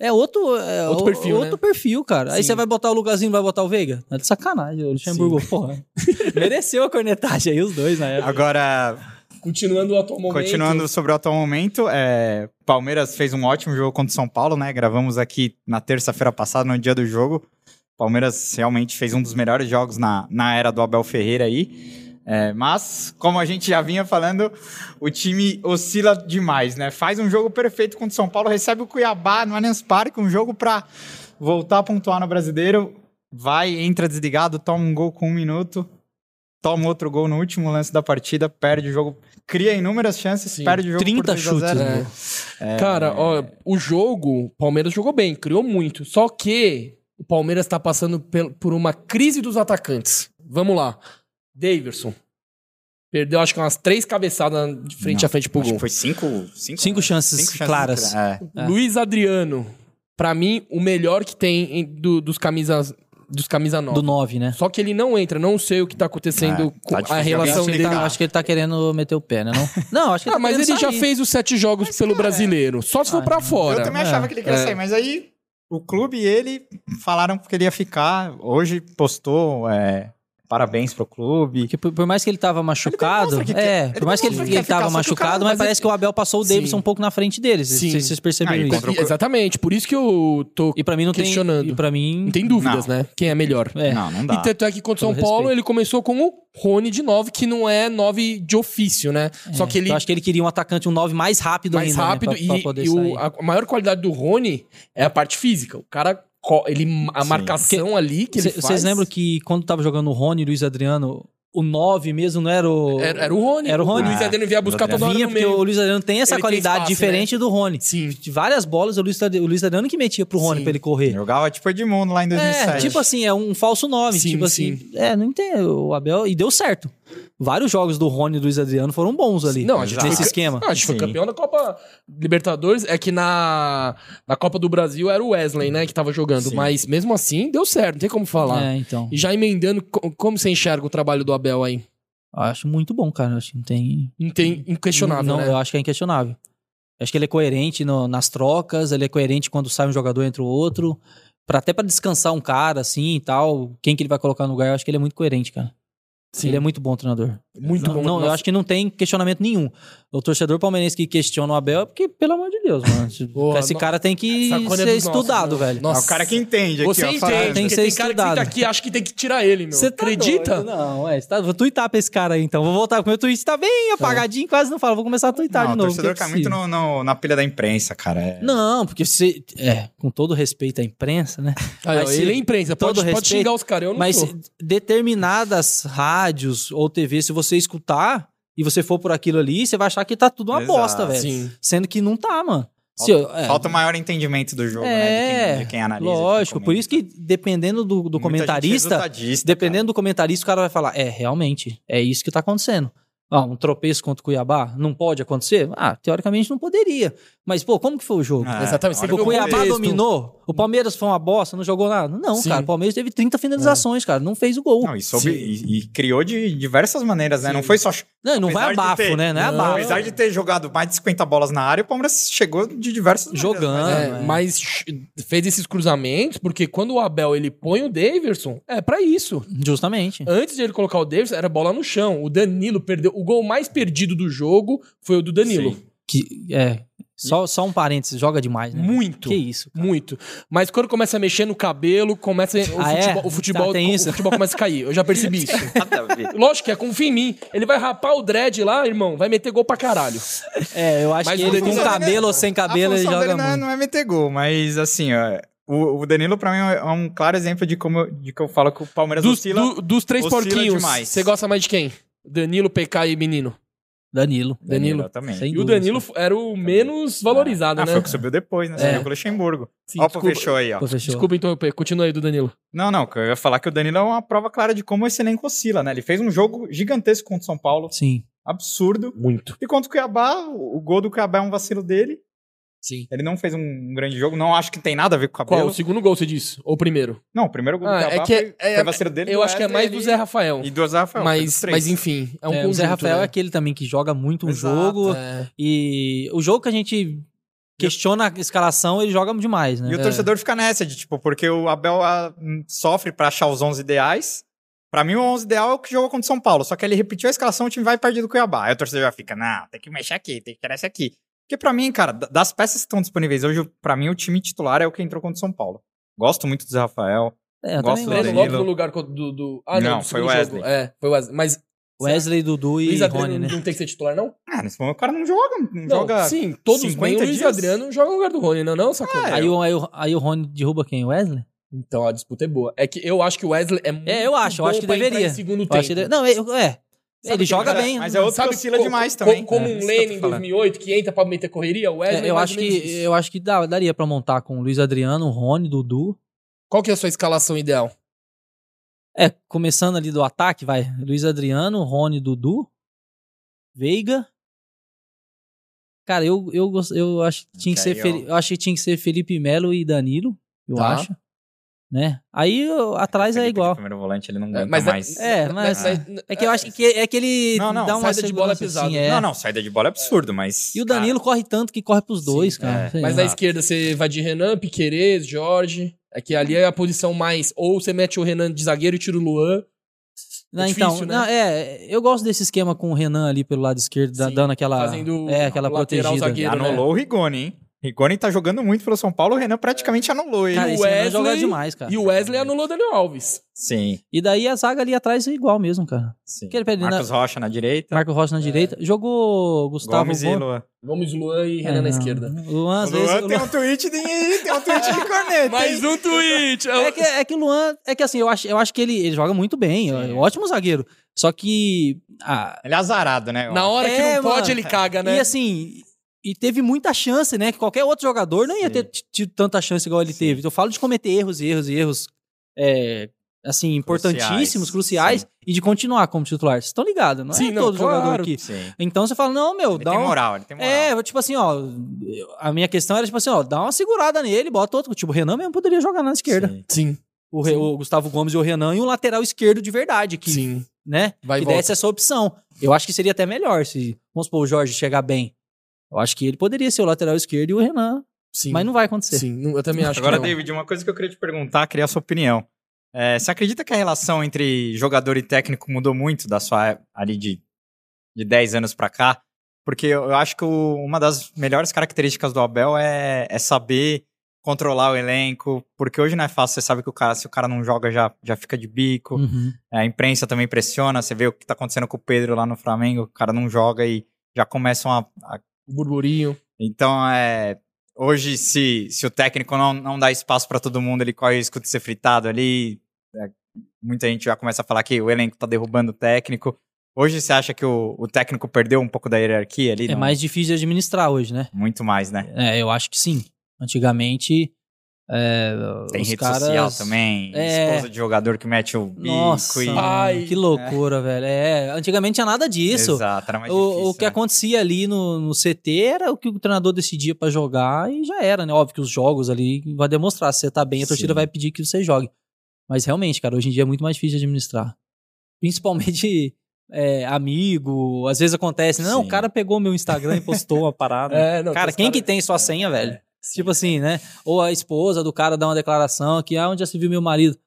Speaker 3: É outro... é
Speaker 2: Outro
Speaker 3: o-
Speaker 2: perfil,
Speaker 3: Outro
Speaker 2: né?
Speaker 3: perfil, cara. Aí
Speaker 2: Sim.
Speaker 3: você vai botar o Lugazinho, vai botar o Veiga? Tá de sacanagem, o Luxemburgo, porra. Mereceu a cornetagem aí, os dois, né? na época.
Speaker 1: Agora,
Speaker 2: Continuando o atual momento.
Speaker 1: Continuando sobre o atual momento, é, Palmeiras fez um ótimo jogo contra o São Paulo, né? Gravamos aqui na terça-feira passada, no dia do jogo. Palmeiras realmente fez um dos melhores jogos na, na era do Abel Ferreira aí. É, mas, como a gente já vinha falando, o time oscila demais, né? Faz um jogo perfeito contra o São Paulo, recebe o Cuiabá no Allianz Parque, um jogo pra voltar a pontuar no Brasileiro. Vai, entra desligado, toma um gol com um minuto, toma outro gol no último lance da partida, perde o jogo, cria inúmeras chances,
Speaker 2: Sim.
Speaker 1: perde o jogo
Speaker 3: 30
Speaker 1: por 2 a 0.
Speaker 3: chutes, né?
Speaker 2: É. Cara, ó, o jogo, o Palmeiras jogou bem, criou muito. Só que o Palmeiras tá passando pel- por uma crise dos atacantes. Vamos lá. Daverson. Perdeu, acho que umas três cabeçadas de frente
Speaker 1: Não,
Speaker 2: a frente pro
Speaker 1: Acho
Speaker 2: gol.
Speaker 1: que foi cinco, É. cinco,
Speaker 3: Cinco chances claras.
Speaker 1: É.
Speaker 3: É.
Speaker 2: Luiz Adriano, pra mim, o melhor que tem em- do- dos camisas dos camisa nova.
Speaker 3: Do 9, né?
Speaker 2: Só que ele não entra, não sei o que tá acontecendo
Speaker 1: É,
Speaker 2: com
Speaker 1: tá difícil
Speaker 2: a
Speaker 1: de
Speaker 2: relação
Speaker 3: Acho que, ele
Speaker 2: dele.
Speaker 3: tá, acho que ele tá querendo meter o pé, né? Não, não acho que ele
Speaker 2: Ah,
Speaker 3: tá
Speaker 2: mas
Speaker 3: querendo
Speaker 2: ele já
Speaker 3: sair.
Speaker 2: fez os sete jogos pelo brasileiro. Só se for pra fora.
Speaker 1: Ah, Eu também
Speaker 3: É.
Speaker 1: achava que ele queria sair, mas aí o clube e ele falaram que ele ia ficar. Hoje postou é, parabéns pro clube.
Speaker 3: Porque por, por mais que ele tava machucado,
Speaker 1: demonstra que quer-
Speaker 3: é,
Speaker 1: ele
Speaker 3: por mais que ele,
Speaker 1: demonstra que
Speaker 3: ele
Speaker 1: quer
Speaker 3: tava
Speaker 1: ficar, só que o cara-
Speaker 3: machucado, mas,
Speaker 2: mas
Speaker 3: parece
Speaker 2: ele-
Speaker 3: que o Abel passou o
Speaker 2: Sim.
Speaker 3: Davidson um pouco na frente deles.
Speaker 2: Sim.
Speaker 3: Vocês, vocês perceberam
Speaker 1: Ah, e
Speaker 3: isso?
Speaker 1: contra-
Speaker 2: E- Exatamente, por isso que eu tô
Speaker 3: E pra mim não tem,
Speaker 2: questionando.
Speaker 3: e para mim
Speaker 2: Não tem dúvidas, né? Quem é melhor.
Speaker 3: É.
Speaker 1: Não, não dá.
Speaker 2: E tanto é que contra o São
Speaker 3: Todo
Speaker 2: Paulo
Speaker 3: respeito.
Speaker 2: ele começou com o Rony de 9, que não é 9 de ofício, né? Só que ele
Speaker 3: É. eu acho que ele queria um atacante um 9 mais rápido
Speaker 2: mais
Speaker 3: ainda, né?
Speaker 2: rápido
Speaker 3: Pra- pra
Speaker 2: e,
Speaker 3: poder
Speaker 2: e o-
Speaker 3: sair.
Speaker 2: a a maior qualidade do Rony é a parte física. O cara co- ele a
Speaker 1: Sim.
Speaker 2: marcação ali que ele
Speaker 3: Cê-
Speaker 2: faz.
Speaker 3: Vocês lembram que quando tava jogando o Rony e o Luiz Adriano, o 9 mesmo não era o
Speaker 2: era, era o Rony.
Speaker 3: Era o Rony.
Speaker 2: Luiz Adriano vinha buscar toda hora
Speaker 3: vinha
Speaker 2: no
Speaker 3: porque o
Speaker 2: meio.
Speaker 3: Luiz Adriano tem essa
Speaker 2: Ele tem
Speaker 3: qualidade
Speaker 2: espaço, né?
Speaker 3: diferente do Rony.
Speaker 2: Sim.
Speaker 3: De várias bolas o Luiz, Adri- o Luiz Adriano que metia pro Rony
Speaker 2: Sim.
Speaker 3: pra ele correr.
Speaker 1: Jogava tipo Edmundo lá em
Speaker 3: É,
Speaker 1: 2007.
Speaker 3: tipo assim, é um falso 9.
Speaker 2: Sim,
Speaker 3: tipo assim, é, não entendo. O Abel. E deu certo. vários jogos do Rony e do Luiz Adriano foram bons ali.
Speaker 2: Não, a gente
Speaker 3: nesse
Speaker 2: foi-
Speaker 3: esquema.
Speaker 2: Ah, a gente foi
Speaker 1: Sim.
Speaker 2: campeão da Copa Libertadores. É que na, na Copa do Brasil era o Wesley, né, que tava jogando.
Speaker 1: Sim.
Speaker 2: Mas mesmo assim, deu certo, não tem como falar.
Speaker 3: É, então.
Speaker 2: E já emendando, co- como você enxerga o trabalho do Abel aí?
Speaker 3: Acho muito bom, cara. Acho que não tem.
Speaker 2: Inte- Inquestionável,
Speaker 3: não,
Speaker 2: né?
Speaker 3: eu acho que é inquestionável. Acho que ele é coerente no- nas trocas, ele é coerente quando sai um jogador entre o outro. Pra, até pra descansar um cara, assim e tal, quem que ele vai colocar no lugar, eu acho que ele é muito coerente, cara.
Speaker 2: Sim.
Speaker 3: Ele é muito bom treinador.
Speaker 2: Muito
Speaker 3: Não,
Speaker 2: bom.
Speaker 3: não, eu
Speaker 2: Nossa.
Speaker 3: acho que não tem questionamento nenhum. O torcedor palmeirense que questiona o Abel é porque, pelo amor de Deus, mano. esse-
Speaker 2: Boa,
Speaker 3: esse
Speaker 2: no-
Speaker 3: cara tem que
Speaker 2: Sacana é
Speaker 3: ser
Speaker 2: dos nossos,
Speaker 3: estudado,
Speaker 2: né?
Speaker 3: velho.
Speaker 1: É o cara que entende aqui,
Speaker 2: Você
Speaker 1: ó, a
Speaker 2: entende,
Speaker 1: parada.
Speaker 3: Tem que
Speaker 2: porque tem
Speaker 3: ser
Speaker 2: cara que senta
Speaker 3: estudado.
Speaker 2: aqui e acha que tem que tirar ele, meu. Você
Speaker 3: tá
Speaker 2: acredita?
Speaker 3: doido? Não, é. Você tá, vou tuitar pra esse cara aí, então. Vou voltar, porque meu tweet tá bem apagadinho, quase não falo. Vou começar a tuitar
Speaker 1: Não,
Speaker 3: de
Speaker 1: o
Speaker 3: novo.
Speaker 1: torcedor
Speaker 3: porque é
Speaker 1: cai muito
Speaker 3: possível.
Speaker 1: no- no- na pilha da imprensa, cara. É-
Speaker 3: Não, porque você. É, com todo respeito à imprensa, né?
Speaker 2: Aí, ó,
Speaker 3: Mas se-
Speaker 2: ele é imprensa, pode,
Speaker 3: todo
Speaker 2: pode
Speaker 3: respeito,
Speaker 2: xingar os caras, eu não
Speaker 3: Mas
Speaker 2: sou.
Speaker 3: determinadas rádios ou TV, se você escutar e você for por aquilo ali, você vai achar que tá tudo uma
Speaker 1: Exato.
Speaker 3: bosta, velho.
Speaker 2: Sim.
Speaker 3: Sendo que não tá, mano. Se
Speaker 1: Falta,
Speaker 3: eu- é,
Speaker 1: falta um maior entendimento do jogo, né? De
Speaker 3: É,
Speaker 1: quem, de quem analisa. de quem
Speaker 3: lógico. Por
Speaker 1: comenta.
Speaker 3: isso que dependendo do, do
Speaker 1: Muita gente é
Speaker 3: comentarista,
Speaker 1: resultadista,
Speaker 3: dependendo do comentarista, o cara vai falar, é, realmente, é isso que tá acontecendo. Ah, um tropeço contra o Cuiabá não pode acontecer? Ah, teoricamente não poderia. Mas, pô, como que foi o jogo?
Speaker 1: cara. É,
Speaker 2: Exatamente,
Speaker 1: olha
Speaker 2: você
Speaker 3: O
Speaker 2: Pelo
Speaker 3: Cuiabá
Speaker 2: Ah, contexto.
Speaker 3: dominou, o Palmeiras foi uma bosta, não jogou nada. Não,
Speaker 2: Sim.
Speaker 3: cara, o Palmeiras teve 30 finalizações, cara, não fez o gol.
Speaker 1: Não, e, soube- e- e criou de diversas maneiras, né? Não foi só. ch-
Speaker 3: Não, não vai
Speaker 1: Apesar de
Speaker 3: abafo,
Speaker 1: ter-
Speaker 3: né? Não é
Speaker 2: Não,
Speaker 3: abafo.
Speaker 1: Apesar de ter jogado mais de 50 bolas na área, o Palmeiras chegou de diversas maneiras,
Speaker 3: Jogando.
Speaker 1: né?
Speaker 2: É,
Speaker 3: né?
Speaker 2: mas sh- fez esses cruzamentos, porque quando o Abel ele põe o Daverson, é pra isso.
Speaker 3: Justamente.
Speaker 2: Antes de ele colocar o Daverson, era bola no chão. O Danilo perdeu. O gol mais perdido do jogo foi o do Danilo.
Speaker 1: Sim.
Speaker 3: Que, é, só, só um parênteses, joga demais, né?
Speaker 2: É. Muito.
Speaker 3: Que isso.
Speaker 2: Muito. Mas quando começa a mexer no cabelo, começa. O
Speaker 3: Ah, é?
Speaker 2: futebol, o, futebol,
Speaker 3: Ah, tem
Speaker 2: o
Speaker 3: isso?
Speaker 2: futebol começa a cair. Eu já percebi isso.
Speaker 1: Nada a ver.
Speaker 2: Lógico que é, confia em mim. Ele vai rapar o dread lá, irmão, vai meter gol pra caralho.
Speaker 3: É, eu acho
Speaker 2: Mas
Speaker 3: que
Speaker 2: o
Speaker 3: ele com
Speaker 2: Danilo-
Speaker 3: cabelo ou sem cabelo,
Speaker 1: a
Speaker 3: ele
Speaker 1: função
Speaker 3: joga
Speaker 1: dele não é,
Speaker 3: muito.
Speaker 1: não é meter gol, mas assim, ó, o, o Danilo pra mim é um claro exemplo de como eu, de que eu falo que o Palmeiras
Speaker 2: Dos,
Speaker 1: oscila.
Speaker 2: do- dos três
Speaker 1: oscila
Speaker 2: porquinhos,
Speaker 1: demais.
Speaker 2: você gosta mais de quem? Danilo, PK e menino.
Speaker 3: Danilo.
Speaker 2: Danilo.
Speaker 1: também.
Speaker 3: Sem
Speaker 2: E o
Speaker 3: dúvidas,
Speaker 2: Danilo era o menos valorizado,
Speaker 1: ah,
Speaker 2: né? É.
Speaker 1: foi o que subiu depois, né? Subiu com o Luxemburgo.
Speaker 2: Sim,
Speaker 1: Ó, o
Speaker 2: desculpa,
Speaker 1: fechou aí, ó.
Speaker 3: Pô, fechou.
Speaker 2: desculpa interromper, continua aí do Danilo.
Speaker 1: Não, não, que eu ia falar que o Danilo é uma prova clara de como esse elenco oscila, né? Ele fez um jogo gigantesco contra o São Paulo,
Speaker 3: Sim.
Speaker 1: absurdo.
Speaker 2: Muito.
Speaker 1: E contra o Cuiabá, o o gol do Cuiabá é um vacilo dele.
Speaker 3: Sim.
Speaker 1: Ele não fez um grande jogo, não acho que tem nada a ver com o
Speaker 2: Qual?
Speaker 1: cabelo.
Speaker 2: O segundo gol, você disse? Ou o primeiro?
Speaker 1: Não, o primeiro gol do
Speaker 2: Ah, é
Speaker 1: Cuiabá
Speaker 2: que é-
Speaker 1: foi,
Speaker 2: é-
Speaker 1: foi vacilo dele.
Speaker 2: Eu
Speaker 1: do
Speaker 2: acho que é
Speaker 1: Wesley
Speaker 2: mais do
Speaker 1: ali
Speaker 2: Zé Rafael.
Speaker 1: E do Zé Rafael. foi dos
Speaker 2: Mas,
Speaker 1: três.
Speaker 2: mas enfim, é um
Speaker 3: É,
Speaker 2: conjunto,
Speaker 3: o Zé Rafael
Speaker 2: né?
Speaker 3: é aquele também que joga muito um
Speaker 1: Exato,
Speaker 3: jogo.
Speaker 2: É.
Speaker 3: E o jogo que a gente questiona a escalação, ele joga demais, né?
Speaker 1: E o torcedor fica nessa de tipo, porque o Abel ah, hum, sofre pra achar os 11 ideais. Pra mim, o 11 ideal é o que jogou contra o São Paulo. Só que ele repetiu a escalação, o time vai perder do Cuiabá. Aí o torcedor já fica, não, tem que mexer aqui, tem que tirar esse aqui. Porque pra mim, cara, da- das peças que estão disponíveis hoje, pra mim o time titular é o que entrou contra o São Paulo. Gosto muito do Zé Rafael.
Speaker 3: É, eu
Speaker 1: Gosto
Speaker 3: também
Speaker 1: do
Speaker 2: Breno
Speaker 1: Danilo.
Speaker 2: Lopes no lugar co- do... do... Ah, não,
Speaker 1: Não,
Speaker 2: do
Speaker 1: foi
Speaker 2: segundo
Speaker 1: o
Speaker 2: jogo.
Speaker 1: Wesley.
Speaker 2: É, foi o Wesley. Mas
Speaker 3: Wesley, Dudu e
Speaker 2: Luiz Adriano
Speaker 3: Rony, né?
Speaker 2: não tem que ser titular, não?
Speaker 1: Ah, nesse momento o cara não joga, não, joga.
Speaker 2: Sim, todos bem.
Speaker 1: 50
Speaker 2: O Luiz
Speaker 1: dias.
Speaker 2: Adriano joga no lugar do Rony, não, não sacou?
Speaker 1: Ah, é.
Speaker 3: Aí, o, aí, o, aí o Rony derruba quem? O Wesley?
Speaker 2: Então a disputa é boa. É que eu acho que o Wesley é muito
Speaker 3: eu acho, eu
Speaker 2: bom
Speaker 3: acho que
Speaker 2: pra entrar
Speaker 3: deveria.
Speaker 2: Em segundo
Speaker 3: Eu
Speaker 2: tempo.
Speaker 3: acho que ele- não, eu- é.
Speaker 2: Sabe
Speaker 3: ele
Speaker 2: quem
Speaker 3: joga
Speaker 2: era?
Speaker 3: bem.
Speaker 1: Mas é outro que oscila demais também.
Speaker 2: Como
Speaker 1: É,
Speaker 2: um
Speaker 1: isso que eu tô
Speaker 2: Lane em
Speaker 1: falando.
Speaker 2: 2008, que entra pra meter correria, o Wesley
Speaker 3: É, eu
Speaker 2: mais
Speaker 3: acho
Speaker 2: ou menos
Speaker 3: que
Speaker 2: isso.
Speaker 3: eu acho que dá- daria pra montar com o Luiz Adriano, o Rony, Dudu.
Speaker 2: Qual que é a sua escalação ideal?
Speaker 3: É, começando ali do ataque, vai. Luiz Adriano, Rony, Dudu, Veiga. Cara, eu eu gost- eu acho que tinha que
Speaker 1: Aí,
Speaker 3: ser Feli-
Speaker 1: ó.
Speaker 3: eu acho que tinha que ser Felipe Melo e Danilo, eu
Speaker 2: Tá.
Speaker 3: acho. Né? Aí eu- atrás é
Speaker 1: Felipe,
Speaker 3: igual.
Speaker 1: que primeiro volante, ele não aguenta
Speaker 2: mas-
Speaker 1: mais.
Speaker 3: É, mas- É que eu acho que é que ele
Speaker 1: Não, não,
Speaker 3: dá uma
Speaker 2: saída de bola é
Speaker 3: segurança,
Speaker 2: pesado.
Speaker 3: assim, é.
Speaker 1: Não, não, saída de bola é absurdo, mas.
Speaker 3: E o Danilo corre tanto que corre pros dois, cara.
Speaker 1: é.
Speaker 3: Sei
Speaker 2: Mas
Speaker 3: lá.
Speaker 2: na esquerda você vai de Renan, Piquerez, Jorge. É que ali é a posição mais. Ou você mete o Renan de zagueiro e tira o Luan.
Speaker 3: Não,
Speaker 2: É
Speaker 3: então,
Speaker 2: difícil, né?
Speaker 3: não, é, eu gosto desse esquema com o Renan ali pelo lado esquerdo, da-
Speaker 2: Sim,
Speaker 3: dando aquela,
Speaker 2: fazendo
Speaker 3: é, aquela
Speaker 2: lateral
Speaker 3: protegida.
Speaker 1: cara,
Speaker 2: zagueiro.
Speaker 3: né?
Speaker 1: anulou o Rigoni, hein? Rigoni tá jogando muito pelo São Paulo, o Renan praticamente anulou ele.
Speaker 3: É. Cara,
Speaker 2: E o
Speaker 3: esse Renan joga
Speaker 2: Wesley-
Speaker 3: demais, cara.
Speaker 2: E
Speaker 3: E,
Speaker 2: o Wesley é anulou o Daniel Alves.
Speaker 1: Sim,
Speaker 3: daí a zaga ali atrás é igual mesmo, cara.
Speaker 1: sim.
Speaker 3: Que ele perde na-
Speaker 1: Marcos Rocha na direita,
Speaker 3: Marco Rocha na direita, jogou Gustavo
Speaker 1: Gomes e
Speaker 3: Gomes.
Speaker 1: Luan.
Speaker 2: Vamos Luan e
Speaker 3: Ah,
Speaker 2: Renan na esquerda.
Speaker 3: Luan, às
Speaker 1: O
Speaker 3: vezes,
Speaker 1: Luan tem
Speaker 3: Luan-
Speaker 1: um tweet de, tem um tweet de corneta. hein?
Speaker 2: um tweet!
Speaker 3: É que, é que o Luan, é que assim, eu acho, eu acho que ele, ele joga muito bem, é um ótimo zagueiro. Só que ah,
Speaker 1: Ele é azarado, né?
Speaker 2: Na hora que
Speaker 3: É,
Speaker 2: não pode,
Speaker 3: mano.
Speaker 2: ele caga,
Speaker 3: E
Speaker 2: né?
Speaker 3: assim, e teve muita chance, né? Que qualquer outro jogador não ia
Speaker 1: Sim.
Speaker 3: ter t- tido tanta chance igual ele teve. Então, eu falo de cometer erros e erros e erros é, assim, importantíssimos, cruciais, e de continuar como titular. Vocês estão ligados, não
Speaker 2: Sim,
Speaker 3: é
Speaker 2: não,
Speaker 3: todo jogador
Speaker 2: claro.
Speaker 3: aqui.
Speaker 1: Sim.
Speaker 3: Então você fala, não, meu,
Speaker 1: Ele
Speaker 3: dá
Speaker 1: tem
Speaker 3: um...
Speaker 1: moral, ele tem moral.
Speaker 3: É, tipo assim, ó, eu- a minha questão era tipo assim, ó, dá uma segurada nele, bota outro, tipo, o Renan mesmo poderia jogar na esquerda.
Speaker 1: Sim.
Speaker 2: Sim,
Speaker 3: O, Re-
Speaker 2: Sim.
Speaker 3: o Gustavo Gomes e o Renan e um lateral esquerdo de verdade que,
Speaker 2: sim.
Speaker 3: né,
Speaker 2: Vai e
Speaker 3: que
Speaker 2: volta.
Speaker 3: desse essa opção. Eu acho que seria até melhor se, vamos supor, o Jorge chegar bem. Eu acho que ele poderia ser o lateral esquerdo e o Renan,
Speaker 2: Sim,
Speaker 3: mas não vai acontecer.
Speaker 2: sim. não- Eu também acho
Speaker 1: Agora,
Speaker 2: que não.
Speaker 1: David, uma coisa que eu queria te perguntar, queria a sua opinião. É, você acredita que a relação entre jogador e técnico mudou muito da sua é- ali de, de 10 anos pra cá? Porque eu eu acho que o- uma das melhores características do Abel é, é saber controlar o elenco, porque hoje não é fácil, você sabe que o cara, se o cara não joga, já, já fica de bico.
Speaker 3: Uhum.
Speaker 1: É, A imprensa também pressiona, você vê o que tá acontecendo com o Pedro lá no Flamengo, o cara não joga e já começam a- a
Speaker 2: O burburinho.
Speaker 1: então, é, hoje, se, se o técnico não, não dá espaço para todo mundo, ele corre o risco de ser fritado ali. É, muita gente já começa a falar que o elenco tá derrubando o técnico. Hoje, você acha que o, o técnico perdeu um pouco da hierarquia ali?
Speaker 3: É
Speaker 1: Não?
Speaker 3: mais difícil de administrar hoje, né?
Speaker 1: Muito mais, né?
Speaker 3: É, eu acho que sim. Antigamente, é,
Speaker 1: Tem
Speaker 3: os
Speaker 1: rede
Speaker 3: caras...
Speaker 1: social também,
Speaker 3: É.
Speaker 1: esposa de jogador que mete o bico
Speaker 3: Nossa,
Speaker 1: e...
Speaker 2: Ai.
Speaker 3: que loucura, velho. É, antigamente tinha nada disso.
Speaker 1: Exato, era mais
Speaker 3: o,
Speaker 1: difícil,
Speaker 3: o que
Speaker 1: né?
Speaker 3: acontecia ali no, no CT era o que o treinador decidia pra jogar e já era, né? Óbvio que os jogos ali vai demonstrar. Se você tá bem, a torcida
Speaker 1: Sim.
Speaker 3: vai pedir que você jogue. Mas realmente, cara, hoje em dia é muito mais difícil de administrar. Principalmente é, amigo, às vezes acontece, né? não,
Speaker 1: Sim.
Speaker 3: o cara pegou meu Instagram e postou uma parada.
Speaker 2: É, não,
Speaker 3: Cara,
Speaker 2: os
Speaker 3: quem que tem sua senha, velho?
Speaker 1: é,
Speaker 3: Tipo assim, né? Ou a esposa do cara dá uma declaração que, ah, onde já se viu meu marido?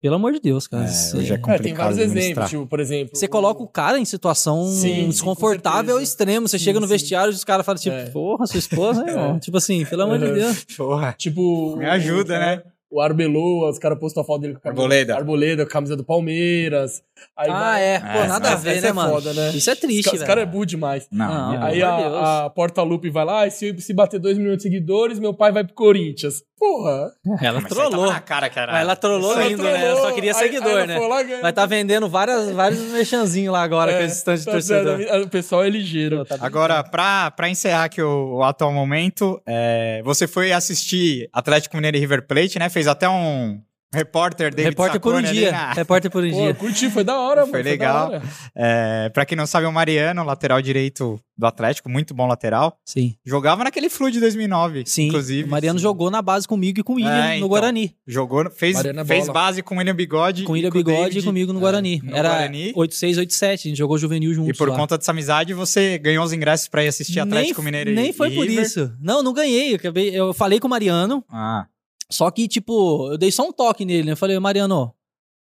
Speaker 3: Pelo amor de Deus, cara.
Speaker 1: É,
Speaker 3: Você-
Speaker 1: hoje é
Speaker 2: É,
Speaker 1: complicado
Speaker 2: tem vários
Speaker 1: administrar.
Speaker 2: exemplos, tipo, por exemplo.
Speaker 3: Você coloca o cara em situação
Speaker 2: Sim, com certeza.
Speaker 3: desconfortável ao extremo. Você
Speaker 2: Sim,
Speaker 3: chega no
Speaker 2: sim.
Speaker 3: vestiário e os caras falam, tipo,
Speaker 2: É.
Speaker 3: porra, sua esposa, hein,
Speaker 2: É.
Speaker 3: irmão? Tipo assim, pelo amor de
Speaker 2: Uhum.
Speaker 3: Deus.
Speaker 1: Porra,
Speaker 2: Tipo.
Speaker 1: me
Speaker 2: o-
Speaker 1: ajuda,
Speaker 3: É,
Speaker 2: o-
Speaker 1: né?
Speaker 2: O Arbeloa, os caras postam a foto dele com a camisa.
Speaker 1: Arboleda.
Speaker 2: Arboleda, com a camisa do Palmeiras. Aí
Speaker 3: ah,
Speaker 2: vai-
Speaker 3: é.
Speaker 1: É,
Speaker 3: Pô, nada a
Speaker 2: mas
Speaker 3: ver,
Speaker 2: essa
Speaker 3: né,
Speaker 2: é
Speaker 3: mano?
Speaker 2: foda, né?
Speaker 3: Isso é
Speaker 2: Os,
Speaker 3: triste,
Speaker 2: ca- os
Speaker 3: velho.
Speaker 2: caras é burro demais.
Speaker 1: Não,
Speaker 3: Não,
Speaker 1: não.
Speaker 2: Aí
Speaker 3: Pelo amor de Deus.
Speaker 2: a, a Porta Lupe vai lá, e se, se bater 2 milhões de seguidores, meu pai vai pro Corinthians. Porra!
Speaker 3: Ela
Speaker 1: Mas aí
Speaker 2: tá
Speaker 3: trollou.
Speaker 1: tava na cara que era-
Speaker 3: Mas ela trollou
Speaker 2: Ela
Speaker 3: ainda, né? Ela
Speaker 2: trollou,
Speaker 3: só queria
Speaker 2: aí- aí
Speaker 3: seguidor,
Speaker 2: ela
Speaker 3: né?
Speaker 2: foi lá, ganhou.
Speaker 3: Mas tá vendendo várias, vários mexanzinhos lá agora
Speaker 2: É,
Speaker 3: com esse tanto de
Speaker 2: tá
Speaker 3: torcedor. tá
Speaker 2: certo, O pessoal é ligeiro.
Speaker 1: Agora, pra, pra encerrar aqui o, o atual momento, é, você foi assistir Atlético Mineiro e River Plate, né? Fez até um repórter David
Speaker 3: Repórter por um
Speaker 1: Sacone ali né?
Speaker 3: dia.
Speaker 1: na-
Speaker 3: Repórter por um
Speaker 2: Pô, eu
Speaker 3: dia.
Speaker 2: curti, foi da hora,
Speaker 1: Foi
Speaker 2: mano. da
Speaker 1: legal.
Speaker 2: hora.
Speaker 1: É, pra quem não sabe, o Mariano, lateral direito do Atlético, muito bom lateral.
Speaker 3: Sim.
Speaker 1: Jogava naquele Flu de 2009,
Speaker 3: Sim.
Speaker 1: inclusive.
Speaker 3: o Mariano jogou na base comigo e com o William
Speaker 1: É,
Speaker 3: no
Speaker 1: então.
Speaker 3: Guarani.
Speaker 1: Jogou, fez,
Speaker 2: Mariano é
Speaker 1: fez
Speaker 2: bola.
Speaker 1: base com o William Bigode.
Speaker 3: Com o William
Speaker 1: e
Speaker 3: Bigode
Speaker 1: David. É.
Speaker 3: e comigo no Guarani.
Speaker 1: no
Speaker 3: Era
Speaker 1: Guarani.
Speaker 3: 86, 87. A gente jogou juvenil
Speaker 1: E
Speaker 3: juntos.
Speaker 1: por
Speaker 3: lá.
Speaker 1: conta dessa amizade, você ganhou os ingressos pra ir assistir Atlético
Speaker 3: nem,
Speaker 1: Mineiro e
Speaker 3: Nem foi
Speaker 1: e
Speaker 3: por
Speaker 1: River.
Speaker 3: isso. Não, não ganhei. Eu, acabei- eu falei com o Mariano,
Speaker 1: Ah,
Speaker 3: só que, tipo, eu dei só um toque nele, né? Eu falei, Mariano,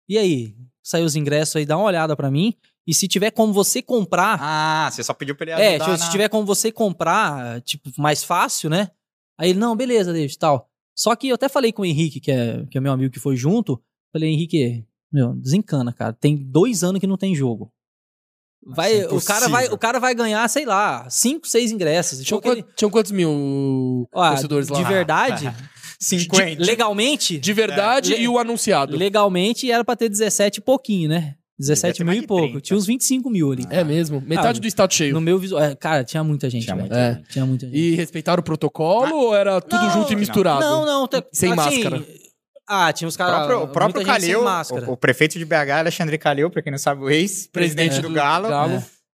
Speaker 3: e aí? Saiu os ingressos aí, dá uma olhada pra mim. E se tiver como você comprar.
Speaker 1: Ah, você só pediu pra ele
Speaker 3: é,
Speaker 1: ajudar
Speaker 3: tipo, se
Speaker 1: na-
Speaker 3: tiver como você comprar, tipo, mais fácil, né? Aí ele, não, beleza, David, tal. Só que eu até falei com o Henrique, que é, que é meu amigo que foi junto. Falei, Henrique, meu, desencana, cara. Tem dois anos que não tem jogo. Vai,
Speaker 1: Nossa,
Speaker 3: o, cara vai,
Speaker 1: impossível.
Speaker 3: o cara vai ganhar, sei lá, cinco, seis ingressos. Então,
Speaker 2: Tinham,
Speaker 3: aquele-
Speaker 2: quant- tinham quantos mil
Speaker 3: Ó,
Speaker 2: torcedores lá?
Speaker 3: de verdade, de-
Speaker 1: 50.
Speaker 3: legalmente,
Speaker 2: De verdade
Speaker 3: É.
Speaker 2: e o anunciado.
Speaker 3: legalmente era pra ter 17 e pouquinho, né?
Speaker 1: Devia
Speaker 3: 17
Speaker 1: ter
Speaker 3: mil
Speaker 1: mais
Speaker 3: e
Speaker 1: de
Speaker 3: pouco.
Speaker 1: 30.
Speaker 3: Tinha uns 25 mil ali.
Speaker 2: É mesmo. Metade
Speaker 3: Ah,
Speaker 2: do estado cheio.
Speaker 3: No meu visual. é, Cara, tinha muita gente.
Speaker 1: Tinha
Speaker 3: velho.
Speaker 1: muita
Speaker 2: É.
Speaker 3: É, tinha muita gente.
Speaker 2: E respeitaram o protocolo ou era tudo
Speaker 3: Não,
Speaker 2: junto e
Speaker 1: não.
Speaker 2: misturado?
Speaker 3: Não, não. tá-
Speaker 2: Sem
Speaker 3: assim,
Speaker 2: máscara.
Speaker 3: Ah, tinha uns
Speaker 1: O
Speaker 3: caras.
Speaker 1: próprio, o próprio
Speaker 3: muita gente
Speaker 1: Calil,
Speaker 3: sem máscara.
Speaker 1: o, o prefeito de BH, Alexandre Calil, pra quem não sabe, o ex-presidente do, Galo.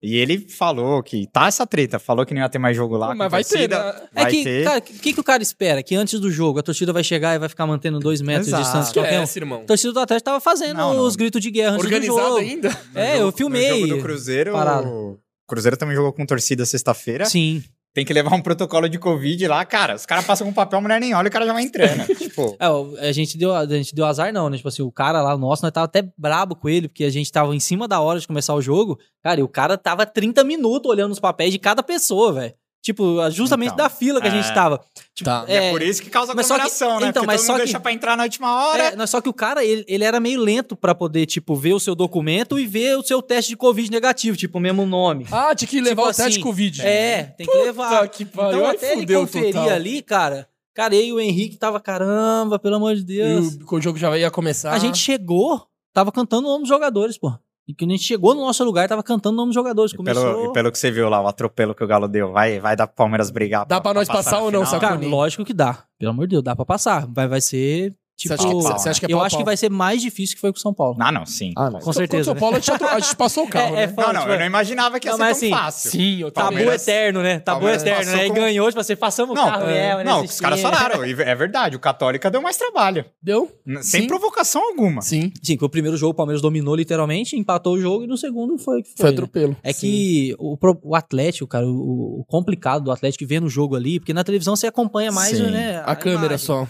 Speaker 1: E ele falou que tá essa treta, falou que não ia ter mais jogo
Speaker 3: Ah,
Speaker 1: lá.
Speaker 2: Não,
Speaker 1: com
Speaker 2: mas vai ter,
Speaker 1: torcida,
Speaker 2: né?
Speaker 3: É
Speaker 1: vai
Speaker 3: que,
Speaker 1: ter.
Speaker 3: cara, o que, que o cara espera? Que antes do jogo a torcida vai chegar e vai ficar mantendo dois metros
Speaker 1: Exato.
Speaker 3: de distância de qualquer um?
Speaker 2: Esquece, irmão.
Speaker 3: A torcida do Atlético tava fazendo
Speaker 1: Não, não.
Speaker 3: os gritos de guerra antes do
Speaker 2: Organizado
Speaker 3: jogo.
Speaker 2: ainda?
Speaker 1: No
Speaker 3: É,
Speaker 1: jogo-
Speaker 3: eu filmei.
Speaker 1: No jogo do Cruzeiro,
Speaker 3: Parada.
Speaker 1: o Cruzeiro também jogou com torcida sexta-feira.
Speaker 3: Sim.
Speaker 1: Tem que levar um protocolo de Covid lá, cara. Os caras passam com papel, a mulher nem olha, o cara já vai entrando. tipo,
Speaker 3: É, o- a gente deu, a gente deu azar não, né? Tipo assim, o cara lá, nosso, nós tava até brabo com ele, porque a gente tava em cima da hora de começar o jogo. Cara, e o cara tava 30 minutos olhando os papéis de cada pessoa, velho. Tipo, justamente
Speaker 1: Então,
Speaker 3: da fila que a gente
Speaker 1: é.
Speaker 3: tava.
Speaker 2: Tá.
Speaker 1: e é,
Speaker 3: é,
Speaker 1: por isso que causa
Speaker 3: mas só que-
Speaker 1: aglomeração, né?
Speaker 3: então,
Speaker 1: Porque
Speaker 3: mas
Speaker 1: todo
Speaker 3: só
Speaker 1: mundo
Speaker 3: que-
Speaker 1: deixa pra entrar na última hora.
Speaker 3: É, mas só que o cara, ele, ele era meio lento pra poder, tipo, ver o seu documento e ver o seu teste de Covid negativo, tipo, o mesmo nome.
Speaker 2: Ah, tinha que levar
Speaker 3: Tipo
Speaker 2: o teste
Speaker 3: assim,
Speaker 2: de Covid.
Speaker 3: É, tem que levar.
Speaker 2: Puta que pariu.
Speaker 3: Então
Speaker 2: aí
Speaker 3: até ele
Speaker 2: fudeu
Speaker 3: conferir
Speaker 2: total.
Speaker 3: ali, cara, cara, eu e o Henrique tava, caramba, pelo amor de Deus.
Speaker 2: E o, o jogo já ia começar.
Speaker 1: Tá.
Speaker 3: A gente chegou, tava cantando o nome dos jogadores, pô. E quando a gente chegou no nosso lugar, tava cantando o nome dos jogadores.
Speaker 1: E
Speaker 3: Começou.
Speaker 1: pelo, e pelo que você viu lá, o atropelo que o Galo deu, vai, vai dar pro Palmeiras brigar.
Speaker 2: Dá pra nós passar
Speaker 1: na
Speaker 2: ou não,
Speaker 1: final?
Speaker 2: Sacone?
Speaker 3: Cara, lógico que dá. Pelo amor de Deus, dá pra passar. Vai, vai ser Tipo,
Speaker 2: acha que-
Speaker 1: pau,
Speaker 2: você acha que é
Speaker 3: eu
Speaker 2: pau,
Speaker 3: acho
Speaker 2: pau?
Speaker 3: que vai ser mais difícil que foi com o São Paulo.
Speaker 1: Ah, não, sim.
Speaker 7: Ah, não.
Speaker 3: Com certeza.
Speaker 2: São
Speaker 3: né?
Speaker 2: Então, Paulo, a gente, atro- a gente passou o carro,
Speaker 3: é, é
Speaker 2: né?
Speaker 3: foda,
Speaker 1: não, não,
Speaker 3: tipo,
Speaker 1: eu não imaginava que ia
Speaker 3: Não,
Speaker 1: ser tão
Speaker 3: mas assim,
Speaker 1: fácil.
Speaker 2: Sim, eu
Speaker 3: Tabu
Speaker 2: tava...
Speaker 1: Palmeiras-
Speaker 3: eterno, né? Tabu
Speaker 1: Palmeiras
Speaker 3: eterno, né?
Speaker 1: passou
Speaker 3: E
Speaker 1: com-
Speaker 3: ganhou, tipo, você passamos o
Speaker 1: Não,
Speaker 3: carro. É,
Speaker 1: não, os caras falaram, e é verdade, o Católica deu mais trabalho.
Speaker 2: Deu?
Speaker 1: N- Sem
Speaker 2: Sim.
Speaker 1: provocação alguma.
Speaker 2: Sim,
Speaker 3: Sim, foi o primeiro jogo, o Palmeiras dominou literalmente, empatou o jogo e no segundo foi o que foi.
Speaker 2: foi
Speaker 3: né?
Speaker 2: atropelo.
Speaker 3: É que o, pro- o Atlético, cara, o, o complicado do Atlético vendo o jogo ali, porque na televisão você acompanha mais,
Speaker 1: Sim.
Speaker 3: né?
Speaker 2: A câmera
Speaker 3: imagem.
Speaker 2: só.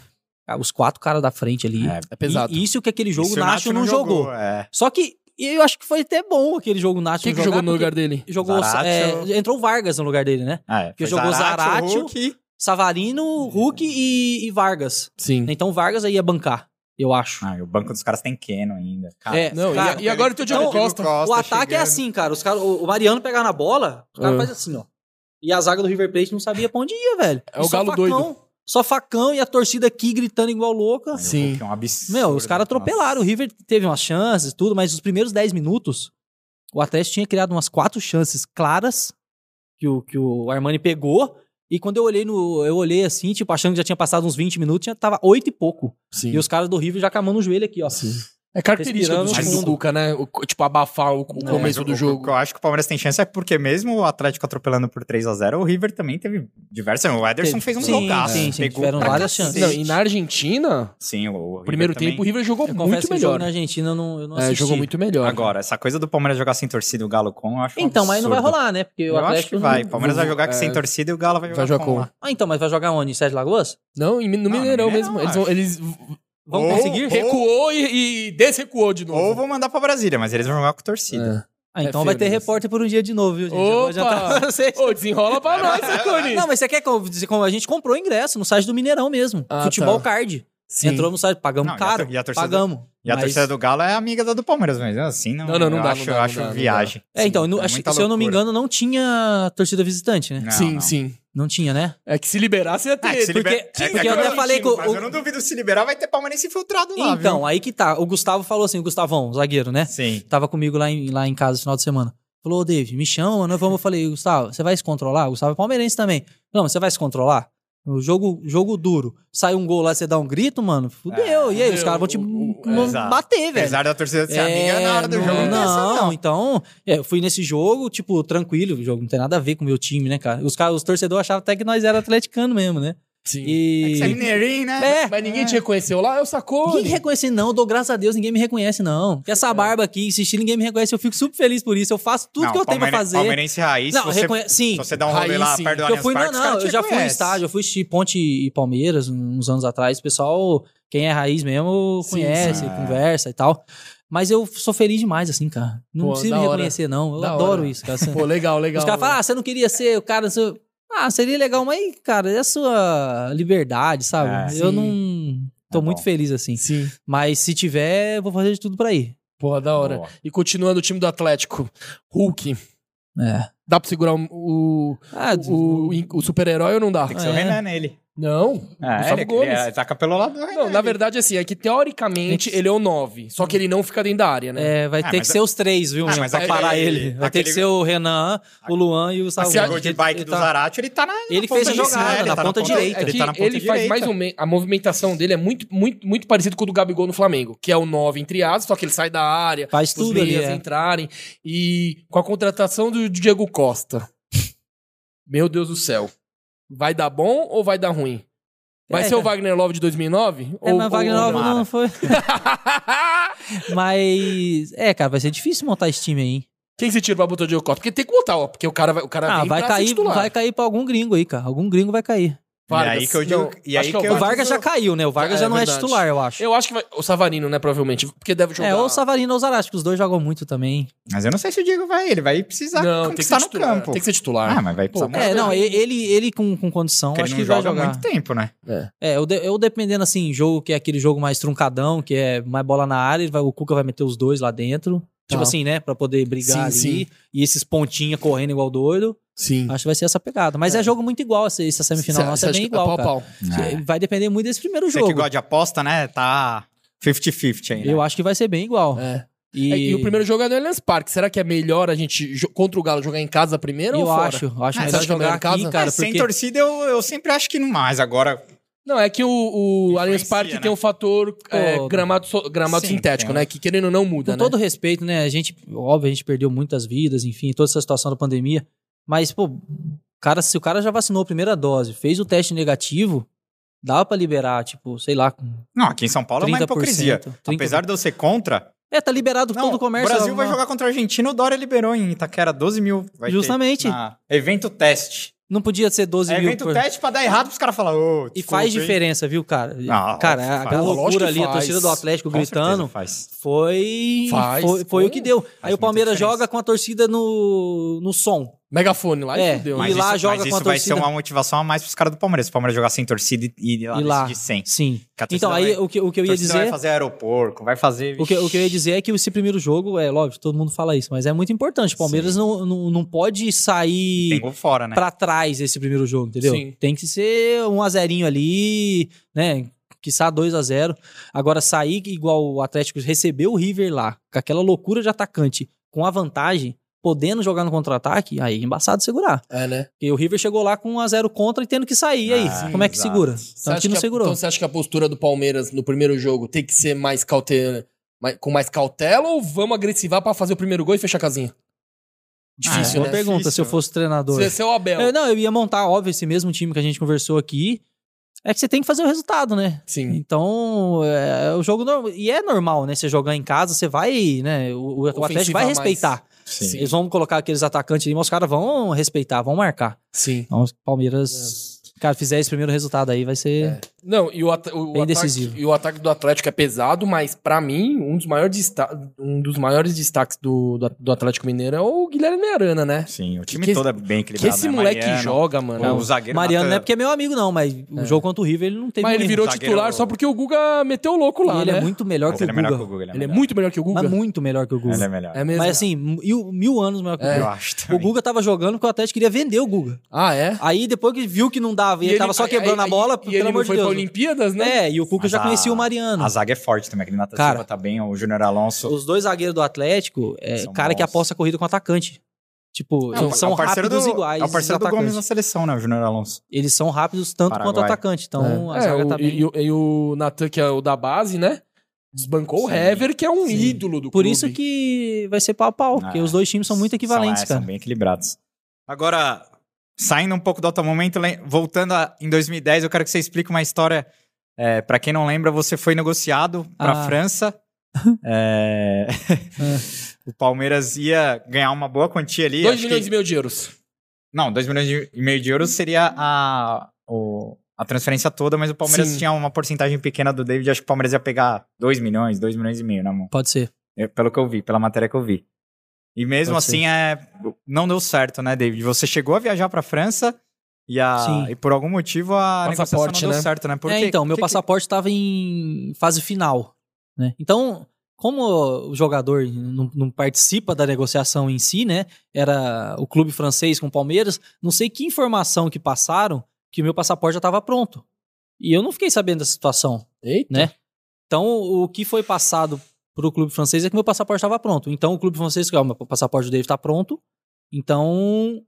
Speaker 3: Ah, Os quatro caras da frente ali.
Speaker 1: É,
Speaker 2: É pesado.
Speaker 3: E, isso que aquele jogo
Speaker 1: Isso
Speaker 3: o Nacho não jogou.
Speaker 1: é.
Speaker 3: Só que eu acho que foi até bom aquele jogo o Nacho
Speaker 2: Quem que
Speaker 3: não jogar,
Speaker 2: jogou no
Speaker 3: porque
Speaker 2: lugar dele?
Speaker 3: Jogou,
Speaker 1: Zaratio.
Speaker 3: é, entrou o Vargas no lugar dele, né?
Speaker 1: Ah, é.
Speaker 3: Que
Speaker 1: Foi
Speaker 3: jogou
Speaker 1: Zarate,
Speaker 3: Zarate,
Speaker 1: Hulk,
Speaker 3: Savarino, Hulk e, e Vargas.
Speaker 2: Sim.
Speaker 3: Então o Vargas aí ia bancar, eu acho.
Speaker 1: Ah, e o banco dos caras tem Keno ainda. Cara,
Speaker 3: É,
Speaker 2: Não, e-
Speaker 3: cara,
Speaker 2: e, agora tem o Diego
Speaker 3: Não,
Speaker 2: Ah, Costa.
Speaker 3: o ataque é assim, cara. Os cara o o Mariano pegar na bola, o cara
Speaker 2: Ah.
Speaker 3: faz assim, ó. E a zaga do River Plate não sabia pra onde ia, velho.
Speaker 2: É
Speaker 3: E
Speaker 2: o
Speaker 3: só
Speaker 2: galo
Speaker 3: facão,
Speaker 2: doido.
Speaker 3: Só facão e a torcida aqui gritando igual louca.
Speaker 2: Sim.
Speaker 1: É um absurdo.
Speaker 3: Meu, os caras atropelaram. O River teve umas chances, tudo, mas os primeiros 10 minutos, o Atlético tinha criado umas quatro chances claras que o, que o Armani pegou. E quando eu olhei no. Eu olhei assim, tipo, achando que já tinha passado uns 20 minutos, já tava 8 e pouco.
Speaker 2: Sim.
Speaker 3: E os caras do River já com a mão no joelho aqui, ó.
Speaker 2: Sim. É característica do
Speaker 3: Respirando
Speaker 2: time
Speaker 1: no
Speaker 2: do
Speaker 3: fundo.
Speaker 2: Cuca, né? O co- tipo, abafar o, o
Speaker 1: Não, mas
Speaker 2: começo
Speaker 1: o-
Speaker 2: do
Speaker 1: o- O que
Speaker 2: jogo.
Speaker 1: eu acho que o Palmeiras tem chance é porque mesmo o Atlético atropelando por 3x0, o River também teve diversas. O Ederson
Speaker 3: Teve.
Speaker 1: fez um
Speaker 3: Sim,
Speaker 1: jogaço.
Speaker 3: sim, sim,
Speaker 1: pegou
Speaker 3: tiveram
Speaker 1: pra
Speaker 3: várias
Speaker 1: cacete.
Speaker 2: Não, e na Argentina,
Speaker 1: Sim, o, o River
Speaker 2: primeiro
Speaker 1: também-
Speaker 2: tempo, o River jogou
Speaker 3: Eu confesso
Speaker 2: muito
Speaker 3: que o jogo
Speaker 2: melhor. né?
Speaker 3: na Argentina eu não, eu não
Speaker 2: É,
Speaker 3: assisti.
Speaker 2: jogou muito melhor.
Speaker 1: Agora, essa coisa do Palmeiras jogar sem torcida e o Galo com, eu acho um
Speaker 3: Então, mas aí não vai
Speaker 1: absurdo.
Speaker 3: rolar, né? Porque
Speaker 1: Eu
Speaker 3: o Atlético.
Speaker 1: acho que vai.
Speaker 3: não-
Speaker 1: O Palmeiras vai jogar com sem
Speaker 2: é,
Speaker 1: torcida e o Galo vai jogar,
Speaker 2: vai jogar
Speaker 1: com.
Speaker 2: com.
Speaker 1: lá.
Speaker 3: Ah, então, mas vai jogar onde? Em Sete Lagoas?
Speaker 2: Não, em- no
Speaker 1: Não, no Mineirão,
Speaker 2: Mineirão mesmo. Eles, vão,
Speaker 1: acho.
Speaker 2: eles
Speaker 3: Vão
Speaker 1: Ou-
Speaker 3: conseguir?
Speaker 1: ou-
Speaker 2: recuou e, e desrecuou de novo.
Speaker 1: Ou vou mandar pra Brasília, mas eles vão jogar com torcida.
Speaker 2: É.
Speaker 3: Ah, então
Speaker 2: é
Speaker 3: vai
Speaker 2: feio
Speaker 3: ter
Speaker 2: o negócio.
Speaker 3: repórter por um dia de novo, viu, gente? Eu vou
Speaker 2: Opa!
Speaker 3: adiantar pra vocês.
Speaker 2: Ô, desenrola pra nós, Sacone.
Speaker 3: Não, É, mas você quer que eu- como a gente comprou o ingresso no site do Mineirão mesmo.
Speaker 2: Ah,
Speaker 3: Futebol
Speaker 2: tá.
Speaker 3: Card.
Speaker 2: Sim.
Speaker 3: Entrou no site, pagamos
Speaker 1: Não, e a
Speaker 3: caro.
Speaker 1: tor- e a torcida-
Speaker 3: Então, pagamos.
Speaker 1: E a
Speaker 3: Mas-
Speaker 1: torcida do Galo é amiga da do Palmeiras, mas assim não.
Speaker 2: Não, não, não
Speaker 1: eu
Speaker 2: dá,
Speaker 1: acho,
Speaker 2: não dá,
Speaker 1: acho
Speaker 2: não dá, não
Speaker 1: viagem.
Speaker 3: É, então, não-
Speaker 1: é
Speaker 3: acho- se
Speaker 1: muita
Speaker 3: eu não me
Speaker 1: loucura.
Speaker 3: engano, não tinha torcida visitante, né?
Speaker 1: Não,
Speaker 2: sim,
Speaker 1: não.
Speaker 2: sim.
Speaker 3: Não tinha, né?
Speaker 2: É que se liberasse ia ter.
Speaker 1: É, que se
Speaker 3: Porque-
Speaker 1: liber-
Speaker 3: sim,
Speaker 1: é que
Speaker 3: porque eu
Speaker 1: agora
Speaker 3: até falei
Speaker 1: mentindo,
Speaker 3: que o-
Speaker 1: Mas eu não duvido, se liberar vai ter palmeirense infiltrado lá,
Speaker 3: então,
Speaker 1: viu?
Speaker 3: aí que tá. O Gustavo falou assim, o Gustavão, zagueiro, né?
Speaker 1: Sim.
Speaker 3: Tava comigo lá em, lá em casa no final de semana. Falou, ô Dave, me chama, nós vamos. Eu falei, Gustavo, você vai se controlar? O Gustavo é palmeirense também. Não, mas você vai se controlar? O jogo, jogo duro. Sai um gol lá, você dá um grito, mano. Fudeu.
Speaker 1: É,
Speaker 3: e aí, os
Speaker 2: fudeu.
Speaker 3: caras vão te
Speaker 2: O- o-
Speaker 3: vão
Speaker 1: exato.
Speaker 3: bater, velho.
Speaker 1: Apesar da torcida ser é amiga, na hora do jogo não, tem essa,
Speaker 3: É, não,
Speaker 1: não.
Speaker 3: então, é, eu fui nesse jogo, tipo, tranquilo, o jogo não tem nada a ver com o meu time, né, cara? Os, caras- os torcedores achavam até que nós era atleticano mesmo, né?
Speaker 2: Sim.
Speaker 1: É que você é
Speaker 3: E...
Speaker 1: mineirinho, né?
Speaker 3: É,
Speaker 2: Mas ninguém te reconheceu lá, eu sacou.
Speaker 3: ninguém me reconhece não, eu dou graças a Deus, ninguém me reconhece não. Que essa barba aqui, insistir, ninguém me reconhece, eu fico super feliz por isso, eu faço tudo
Speaker 1: É. Não,
Speaker 3: que eu tenho pra
Speaker 1: palmeire-
Speaker 3: fazer.
Speaker 1: Palmeirense raiz,
Speaker 3: Não,
Speaker 1: se, você,
Speaker 3: reconhe- sim.
Speaker 1: se você dá um rolê
Speaker 2: Raiz,
Speaker 1: lá
Speaker 2: sim.
Speaker 1: perto do
Speaker 3: Eu
Speaker 1: Allianz
Speaker 3: fui, não,
Speaker 1: Parque, os
Speaker 3: não,
Speaker 1: caras
Speaker 3: eu
Speaker 1: te
Speaker 3: já fui no
Speaker 1: reconhecem.
Speaker 3: estádio, eu fui assistir Ponte e Palmeiras uns anos atrás, o pessoal, quem é raiz mesmo,
Speaker 2: Sim,
Speaker 3: conhece,
Speaker 1: sim.
Speaker 3: conversa e tal. Mas eu sou feliz demais, assim, cara. Não
Speaker 2: Pô,
Speaker 3: precisa
Speaker 2: da
Speaker 3: me
Speaker 2: hora.
Speaker 3: reconhecer, não. Eu
Speaker 2: Da
Speaker 3: adoro
Speaker 2: hora.
Speaker 3: isso, cara. Você-
Speaker 2: Pô, legal, legal.
Speaker 3: Os caras falam, ah, você não queria ser o cara. você- Ah, seria legal, mas, cara, é a sua liberdade, sabe?
Speaker 2: É. Sim.
Speaker 3: eu
Speaker 2: É
Speaker 3: não. Tô
Speaker 1: Tá
Speaker 3: muito
Speaker 1: bom.
Speaker 3: feliz assim.
Speaker 2: Sim.
Speaker 3: Mas se tiver, eu vou fazer de tudo pra ir.
Speaker 2: Porra, da hora.
Speaker 1: Boa.
Speaker 2: E continuando o time do Atlético. Hulk.
Speaker 3: É.
Speaker 2: Dá pra segurar o, o,
Speaker 3: Ah,
Speaker 2: o, o super-herói ou não dá?
Speaker 1: Tem que ser o
Speaker 3: É.
Speaker 1: Renan nele.
Speaker 2: Não.
Speaker 1: É,
Speaker 2: Gustavo
Speaker 1: ele, ele
Speaker 2: Gomes.
Speaker 1: ataca pelo lado do Renan.
Speaker 2: Não, na
Speaker 1: ele-
Speaker 2: verdade, assim, é que teoricamente ele é o 9. Só que ele não fica dentro da área, né?
Speaker 3: é, vai
Speaker 1: Ah,
Speaker 3: ter
Speaker 1: mas
Speaker 3: que ser os três, viu?
Speaker 1: Ah,
Speaker 3: meu,
Speaker 1: mas
Speaker 3: pra
Speaker 1: aquele-
Speaker 3: parar ele. Vai ter que
Speaker 1: aquele-
Speaker 3: ser o Renan, o Luan e o Gustavo.
Speaker 1: Esse
Speaker 2: Assim,
Speaker 1: gol de
Speaker 3: Ele-
Speaker 1: bike
Speaker 3: ele
Speaker 1: do
Speaker 3: tá-
Speaker 1: Zarate, ele tá na.
Speaker 3: Ele
Speaker 1: na
Speaker 3: fez a
Speaker 1: ponta
Speaker 3: jogada,
Speaker 1: direita,
Speaker 3: na
Speaker 1: tá
Speaker 3: ponta direita.
Speaker 2: É
Speaker 1: Ele
Speaker 2: que
Speaker 1: tá na
Speaker 2: ele,
Speaker 1: ponta
Speaker 2: faz
Speaker 1: direita.
Speaker 2: mais ou menos. A movimentação dele é muito, muito, muito parecida com o do Gabigol no Flamengo, que é o 9 entre aspas, só que ele sai da área,
Speaker 3: Faz
Speaker 2: os
Speaker 3: tudo ali,
Speaker 2: meias
Speaker 3: é.
Speaker 1: assim.
Speaker 2: entrarem. E com a contratação do Diego Costa. Meu Deus do céu. Vai dar bom ou vai dar ruim? Vai
Speaker 3: É,
Speaker 2: ser o
Speaker 3: cara.
Speaker 2: Wagner Love de 2009?
Speaker 3: É,
Speaker 2: ou,
Speaker 3: mas Wagner
Speaker 2: ou-
Speaker 3: Love não
Speaker 1: Mara.
Speaker 3: foi. Mas. É, cara, vai ser difícil montar esse time aí. hein?
Speaker 2: Quem se tira pra botar o Diego Costa? Porque tem que botar, ó. Porque o cara vai, o cara
Speaker 3: Ah,
Speaker 2: vem
Speaker 3: vai
Speaker 2: pra ser
Speaker 3: cair,
Speaker 2: titular.
Speaker 3: vai cair pra algum gringo aí, cara. Algum gringo vai cair.
Speaker 2: Vargas.
Speaker 1: E aí que eu digo-
Speaker 2: Não,
Speaker 1: e aí
Speaker 2: acho
Speaker 1: que
Speaker 2: é
Speaker 1: eu-
Speaker 3: O
Speaker 2: Vargas.
Speaker 3: Vargas já caiu, né? O Vargas
Speaker 2: É,
Speaker 3: já não é
Speaker 2: verdade.
Speaker 3: titular, eu acho.
Speaker 2: Eu acho que vai... O Savarino, né, provavelmente. Porque deve jogar...
Speaker 3: É, ou o Savarino ou o Zarate, que os dois jogam muito também.
Speaker 1: Mas eu não sei se o Diego vai. Ele vai precisar
Speaker 2: Não, tem que,
Speaker 1: conquistar
Speaker 2: ser
Speaker 1: no
Speaker 2: titular.
Speaker 1: campo.
Speaker 2: Tem que ser titular.
Speaker 1: Ah, mas vai precisar
Speaker 2: Pô,
Speaker 1: muito.
Speaker 3: É, não, e- ele, ele com, com condição,
Speaker 1: Porque
Speaker 3: acho
Speaker 1: ele
Speaker 3: que
Speaker 1: não joga
Speaker 3: vai
Speaker 1: há
Speaker 3: jogar.
Speaker 1: muito tempo, né?
Speaker 3: É, eu, de- eu dependendo assim, jogo que é aquele jogo mais truncadão, que é mais bola na área, ele vai- o Cuca vai meter os dois lá dentro. Tipo
Speaker 2: Tá.
Speaker 3: assim, né? Pra poder brigar
Speaker 2: Sim,
Speaker 3: ali. E esses pontinha correndo igual doido.
Speaker 2: Sim.
Speaker 3: Acho que vai ser essa pegada. Mas é, jogo muito igual, essa, essa semifinal
Speaker 2: Cê-
Speaker 3: nossa
Speaker 2: cê
Speaker 3: é
Speaker 2: acha
Speaker 3: bem
Speaker 2: que-
Speaker 3: igual,
Speaker 2: pau,
Speaker 3: cara.
Speaker 2: pau.
Speaker 1: É.
Speaker 3: Vai depender muito desse primeiro
Speaker 1: Você que
Speaker 3: um jogo.
Speaker 1: gosta de aposta, né? Tá 50-50 aí, né?
Speaker 3: Eu acho que vai ser bem igual.
Speaker 2: É.
Speaker 3: E,
Speaker 2: É, E... o primeiro jogo é no Allianz Parque. Será que é melhor a gente, jo- contra o Galo, jogar em casa primeiro
Speaker 3: eu
Speaker 2: ou fora?
Speaker 3: acho, eu acho
Speaker 2: Ah, você
Speaker 3: melhor
Speaker 2: acha que é
Speaker 3: jogar
Speaker 2: melhor em
Speaker 3: aqui,
Speaker 2: casa?
Speaker 3: cara,
Speaker 1: Mas sem
Speaker 3: porque
Speaker 1: torcida eu, eu sempre acho que não mais. Agora,
Speaker 2: Não, é que o, o Allianz
Speaker 1: Influencia,
Speaker 2: Parque
Speaker 1: né?
Speaker 2: tem o fator é,
Speaker 3: Pô,
Speaker 2: gramado, so- gramado
Speaker 4: sim,
Speaker 2: sintético,
Speaker 4: tem
Speaker 2: né? Que querendo ou não muda,
Speaker 3: um- Com
Speaker 2: né?
Speaker 3: todo respeito, né? A gente, óbvio, a gente perdeu muitas vidas, enfim, toda essa situação da pandemia. Mas, pô, o cara, se o cara já vacinou a primeira dose, fez o teste negativo, dava pra liberar, tipo, sei lá, com 30%.
Speaker 1: Não, aqui em São Paulo é uma hipocrisia.
Speaker 3: 30%.
Speaker 1: Apesar de eu ser contra,
Speaker 3: É, tá liberado
Speaker 1: não,
Speaker 3: todo o comércio. é
Speaker 1: o Brasil vai
Speaker 3: uma-
Speaker 1: jogar contra a Argentina, o Dória liberou em Itaquera 12 mil. Vai ter
Speaker 3: Justamente.
Speaker 1: na- evento teste.
Speaker 3: Não podia ser 12
Speaker 1: É
Speaker 3: mil.
Speaker 1: evento
Speaker 3: por-
Speaker 1: teste pra dar errado pros caras falarem, ô,
Speaker 3: E
Speaker 1: desculpa,
Speaker 3: faz
Speaker 1: hein?"
Speaker 3: diferença, viu, cara?
Speaker 1: Ah,
Speaker 3: cara,
Speaker 1: faz.
Speaker 3: aquela
Speaker 2: Lógico
Speaker 3: loucura
Speaker 2: que
Speaker 3: ali, a
Speaker 2: faz.
Speaker 3: torcida do Atlético
Speaker 1: Com
Speaker 3: gritando.
Speaker 1: certeza Faz.
Speaker 3: Foi.
Speaker 2: Faz.
Speaker 3: Foi, foi o que deu. Aí
Speaker 1: muita
Speaker 3: o Palmeiras
Speaker 1: diferença.
Speaker 3: joga com a torcida no, no som.
Speaker 2: Megafone lá,
Speaker 3: É,
Speaker 2: e fudeu.
Speaker 3: mas-
Speaker 2: né?
Speaker 3: lá joga
Speaker 1: mas
Speaker 3: com a
Speaker 1: isso vai
Speaker 3: torcida.
Speaker 1: ser uma motivação a mais pros caras do Palmeiras. Se o Palmeiras jogar sem torcida e, e ir lá
Speaker 3: E lá.
Speaker 1: decidir sem.
Speaker 3: Sim.
Speaker 1: Que a torcida
Speaker 3: Então, aí
Speaker 1: vai-
Speaker 3: o que, o que eu ia
Speaker 1: torcida vai
Speaker 3: dizer.
Speaker 1: fazer aeroporto, vai fazer...
Speaker 3: O que, o que eu ia dizer é que esse primeiro jogo, é lógico, todo mundo fala isso, mas é muito importante. O Palmeiras não, não, não pode
Speaker 1: Tem
Speaker 3: sair
Speaker 1: gol fora, né?
Speaker 3: pra trás esse primeiro jogo, entendeu?
Speaker 2: Sim.
Speaker 3: Tem que ser um a zerinho ali, né? Quiçá 2 a 0 Agora, sair igual o Atlético recebeu o River lá, com aquela loucura de atacante, com a vantagem, podendo jogar no contra-ataque, aí é embaçado segurar.
Speaker 2: É, né?
Speaker 3: Porque o River chegou lá com um a 0 contra e tendo que sair. E aí,
Speaker 1: Ah,
Speaker 3: como é que
Speaker 1: exato.
Speaker 3: segura?
Speaker 2: Você
Speaker 3: Tanto
Speaker 2: acha
Speaker 3: que não
Speaker 2: a-
Speaker 3: segurou. Ah,
Speaker 2: Então você acha que a postura do Palmeiras no primeiro jogo tem que ser mais cautela, mais- com mais cautela ou vamos agressivar pra fazer o primeiro gol e fechar a casinha? Difícil,
Speaker 3: Ah, é. Boa
Speaker 2: né?
Speaker 3: pergunta,
Speaker 1: Difícil,
Speaker 3: se eu
Speaker 1: né?
Speaker 3: fosse treinador.
Speaker 2: Você você é o Abel.
Speaker 3: Eu- não, eu ia montar, óbvio, esse mesmo time que a gente conversou aqui. É que você tem que fazer o resultado, né?
Speaker 2: Sim.
Speaker 3: Então, é, o jogo normal. E é normal, né? Você jogar em casa, você vai, né? O, o Atlético vai
Speaker 2: mais.
Speaker 3: respeitar.
Speaker 2: Sim.
Speaker 3: Eles vão colocar aqueles atacantes ali, mas os caras vão respeitar, vão marcar.
Speaker 2: Sim.
Speaker 3: Então, o Palmeiras,
Speaker 2: É.
Speaker 3: cara, fizer esse primeiro resultado aí, vai ser.
Speaker 2: Não, e o, at- o
Speaker 3: Bem
Speaker 2: ataque,
Speaker 3: decisivo.
Speaker 2: E o ataque do Atlético é pesado, mas pra mim, um dos maiores, desta- um dos maiores destaques do, do, do Atlético Mineiro é o Guilherme Arana, né?
Speaker 1: Sim, o time
Speaker 2: Que-
Speaker 1: todo é bem
Speaker 2: Que
Speaker 1: equilibrado.
Speaker 2: esse
Speaker 1: né?
Speaker 2: moleque
Speaker 1: Mariano,
Speaker 2: joga, mano.
Speaker 1: O zagueiro
Speaker 3: Mariano não é
Speaker 1: Natan-
Speaker 3: porque é meu amigo, não, mas o jogo contra o River ele não teve
Speaker 2: mas ele
Speaker 3: erro.
Speaker 2: virou
Speaker 1: zagueiro-
Speaker 2: titular só porque o Guga meteu o louco lá,
Speaker 3: E ele
Speaker 2: né?
Speaker 3: é muito melhor
Speaker 1: Mas
Speaker 3: que o
Speaker 1: ele é melhor
Speaker 3: Guga.
Speaker 1: que o Guga. Ele é,
Speaker 2: Ele é
Speaker 1: melhor.
Speaker 2: muito melhor que o Guga.
Speaker 3: Mas muito melhor que o Guga.
Speaker 1: Ele é melhor.
Speaker 2: É mesmo.
Speaker 3: Mas assim, mil, mil anos melhor que o
Speaker 2: É.
Speaker 3: Guga.
Speaker 1: Eu acho
Speaker 3: O
Speaker 1: também.
Speaker 3: Guga tava jogando porque o Atlético queria vender o Guga.
Speaker 2: ah, é?
Speaker 3: Aí depois que viu que não dava, e, ele, tava só
Speaker 2: aí-
Speaker 3: quebrando
Speaker 2: aí-
Speaker 3: a bola,
Speaker 2: e
Speaker 3: pelo
Speaker 2: ele não
Speaker 3: amor de
Speaker 2: foi pra
Speaker 3: Deus.
Speaker 2: Olimpíadas, né?
Speaker 3: É, e o Cuca
Speaker 1: Mas
Speaker 3: já
Speaker 1: a-
Speaker 3: conhecia o Mariano.
Speaker 1: A zaga é forte também. Aquele Natan
Speaker 3: Cara.
Speaker 1: Silva tá bem, o Júnior Alonso.
Speaker 3: Os dois zagueiros do Atlético é
Speaker 1: São
Speaker 3: cara que
Speaker 1: bons. é
Speaker 3: aposta corrida com atacante. Tipo,
Speaker 2: Não,
Speaker 3: eles são
Speaker 1: o parceiro
Speaker 3: rápidos
Speaker 1: do,
Speaker 3: iguais.
Speaker 1: um É o parceiro
Speaker 3: os
Speaker 1: do Gomes na
Speaker 3: atacantes.
Speaker 1: seleção, né? O Júnior Alonso.
Speaker 3: Eles são rápidos tanto quanto o
Speaker 1: Paraguai.
Speaker 3: atacante. Então
Speaker 2: É,
Speaker 3: a zaga
Speaker 2: o-
Speaker 3: tá
Speaker 2: e,
Speaker 3: bem.
Speaker 2: e o- e o Natan, que é o da base, né? Desbancou o
Speaker 1: Sim.
Speaker 2: Hever, que é um
Speaker 3: Sim.
Speaker 2: ídolo do
Speaker 3: Por
Speaker 2: clube.
Speaker 3: isso que vai ser pau a pau, porque
Speaker 1: Ah,
Speaker 3: os dois times são muito equivalentes,
Speaker 1: são, é,
Speaker 3: cara.
Speaker 1: São bem equilibrados. Agora, saindo um pouco do outro momento, lem- voltando a, em 2010, eu quero que você explique uma história. É, para quem não lembra, você foi negociado para
Speaker 3: Ah.
Speaker 1: França. É,
Speaker 3: Ah.
Speaker 1: o Palmeiras ia ganhar uma boa quantia ali.
Speaker 2: 2
Speaker 1: acho
Speaker 2: milhões
Speaker 1: que-
Speaker 2: e meio de euros.
Speaker 1: Não, 2 milhões de- e meio de euros seria a, o- a transferência toda, mas o Palmeiras
Speaker 2: Sim.
Speaker 1: tinha uma porcentagem pequena do David. Acho que o Palmeiras ia pegar 2 milhões, 2 milhões e meio na mão.
Speaker 3: Pode ser.
Speaker 1: É, Pelo que eu vi, pela matéria que eu vi. E mesmo
Speaker 3: Pode
Speaker 1: assim, é, não deu certo, né, David? Você chegou a viajar pra França e, a,
Speaker 3: Sim.
Speaker 1: e por algum motivo a negociação não
Speaker 2: Passaporte,
Speaker 1: deu
Speaker 2: né?
Speaker 1: certo, né? Por
Speaker 3: É,
Speaker 1: quê?
Speaker 3: então,
Speaker 1: Por
Speaker 3: meu
Speaker 1: que que-
Speaker 3: passaporte estava em fase final. Né? Então, como o jogador não, não participa da negociação em si, né? Era o clube francês com o Palmeiras, não sei que informação que passaram que o meu passaporte já estava pronto. E eu não fiquei sabendo dessa situação.
Speaker 2: Eita.
Speaker 3: Né? Então, o que foi passado para o clube francês é que meu passaporte estava pronto. Então, o clube francês, ó, meu passaporte do David está pronto. Então,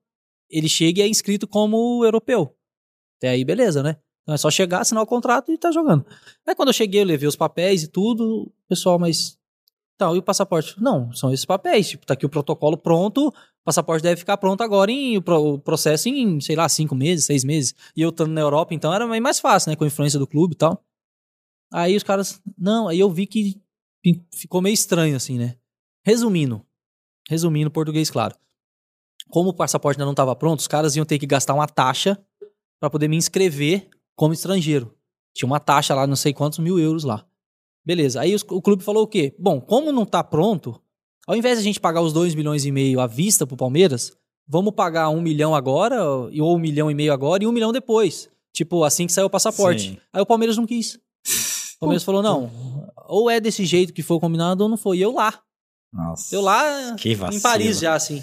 Speaker 3: ele chega e é inscrito como europeu. Até aí, beleza, né? Então é só chegar, assinar o contrato e tá jogando. Aí quando eu cheguei, eu levei os papéis e tudo, o pessoal, mas. Então, e o passaporte? Não, são esses papéis. Tipo, tá aqui o protocolo pronto, o passaporte deve ficar pronto agora em o pro- o processo em, sei lá, cinco meses, seis meses. E eu estando na Europa, então era meio mais fácil, né? Com a influência do clube e tal. Aí os caras. Não, aí eu vi que fi- ficou meio estranho, assim, né? Resumindo. Resumindo, português, claro. Como o passaporte ainda não estava pronto, os caras iam ter que gastar uma taxa para poder me inscrever como estrangeiro. Tinha uma taxa lá, não sei quantos mil euros lá. Beleza. Aí os- o clube falou o quê? Bom, como não tá pronto, ao invés de a gente pagar os 2 milhões e meio à vista pro Palmeiras, vamos pagar um milhão agora, ou ou um milhão e meio agora e um milhão depois. Tipo, assim que sair o passaporte.
Speaker 1: Sim.
Speaker 3: Aí o Palmeiras não quis. O Palmeiras falou, não, ou é desse jeito que foi combinado ou não foi. E eu lá.
Speaker 1: Nossa.
Speaker 3: Eu lá
Speaker 1: Que vacilo.
Speaker 3: em Paris já, assim.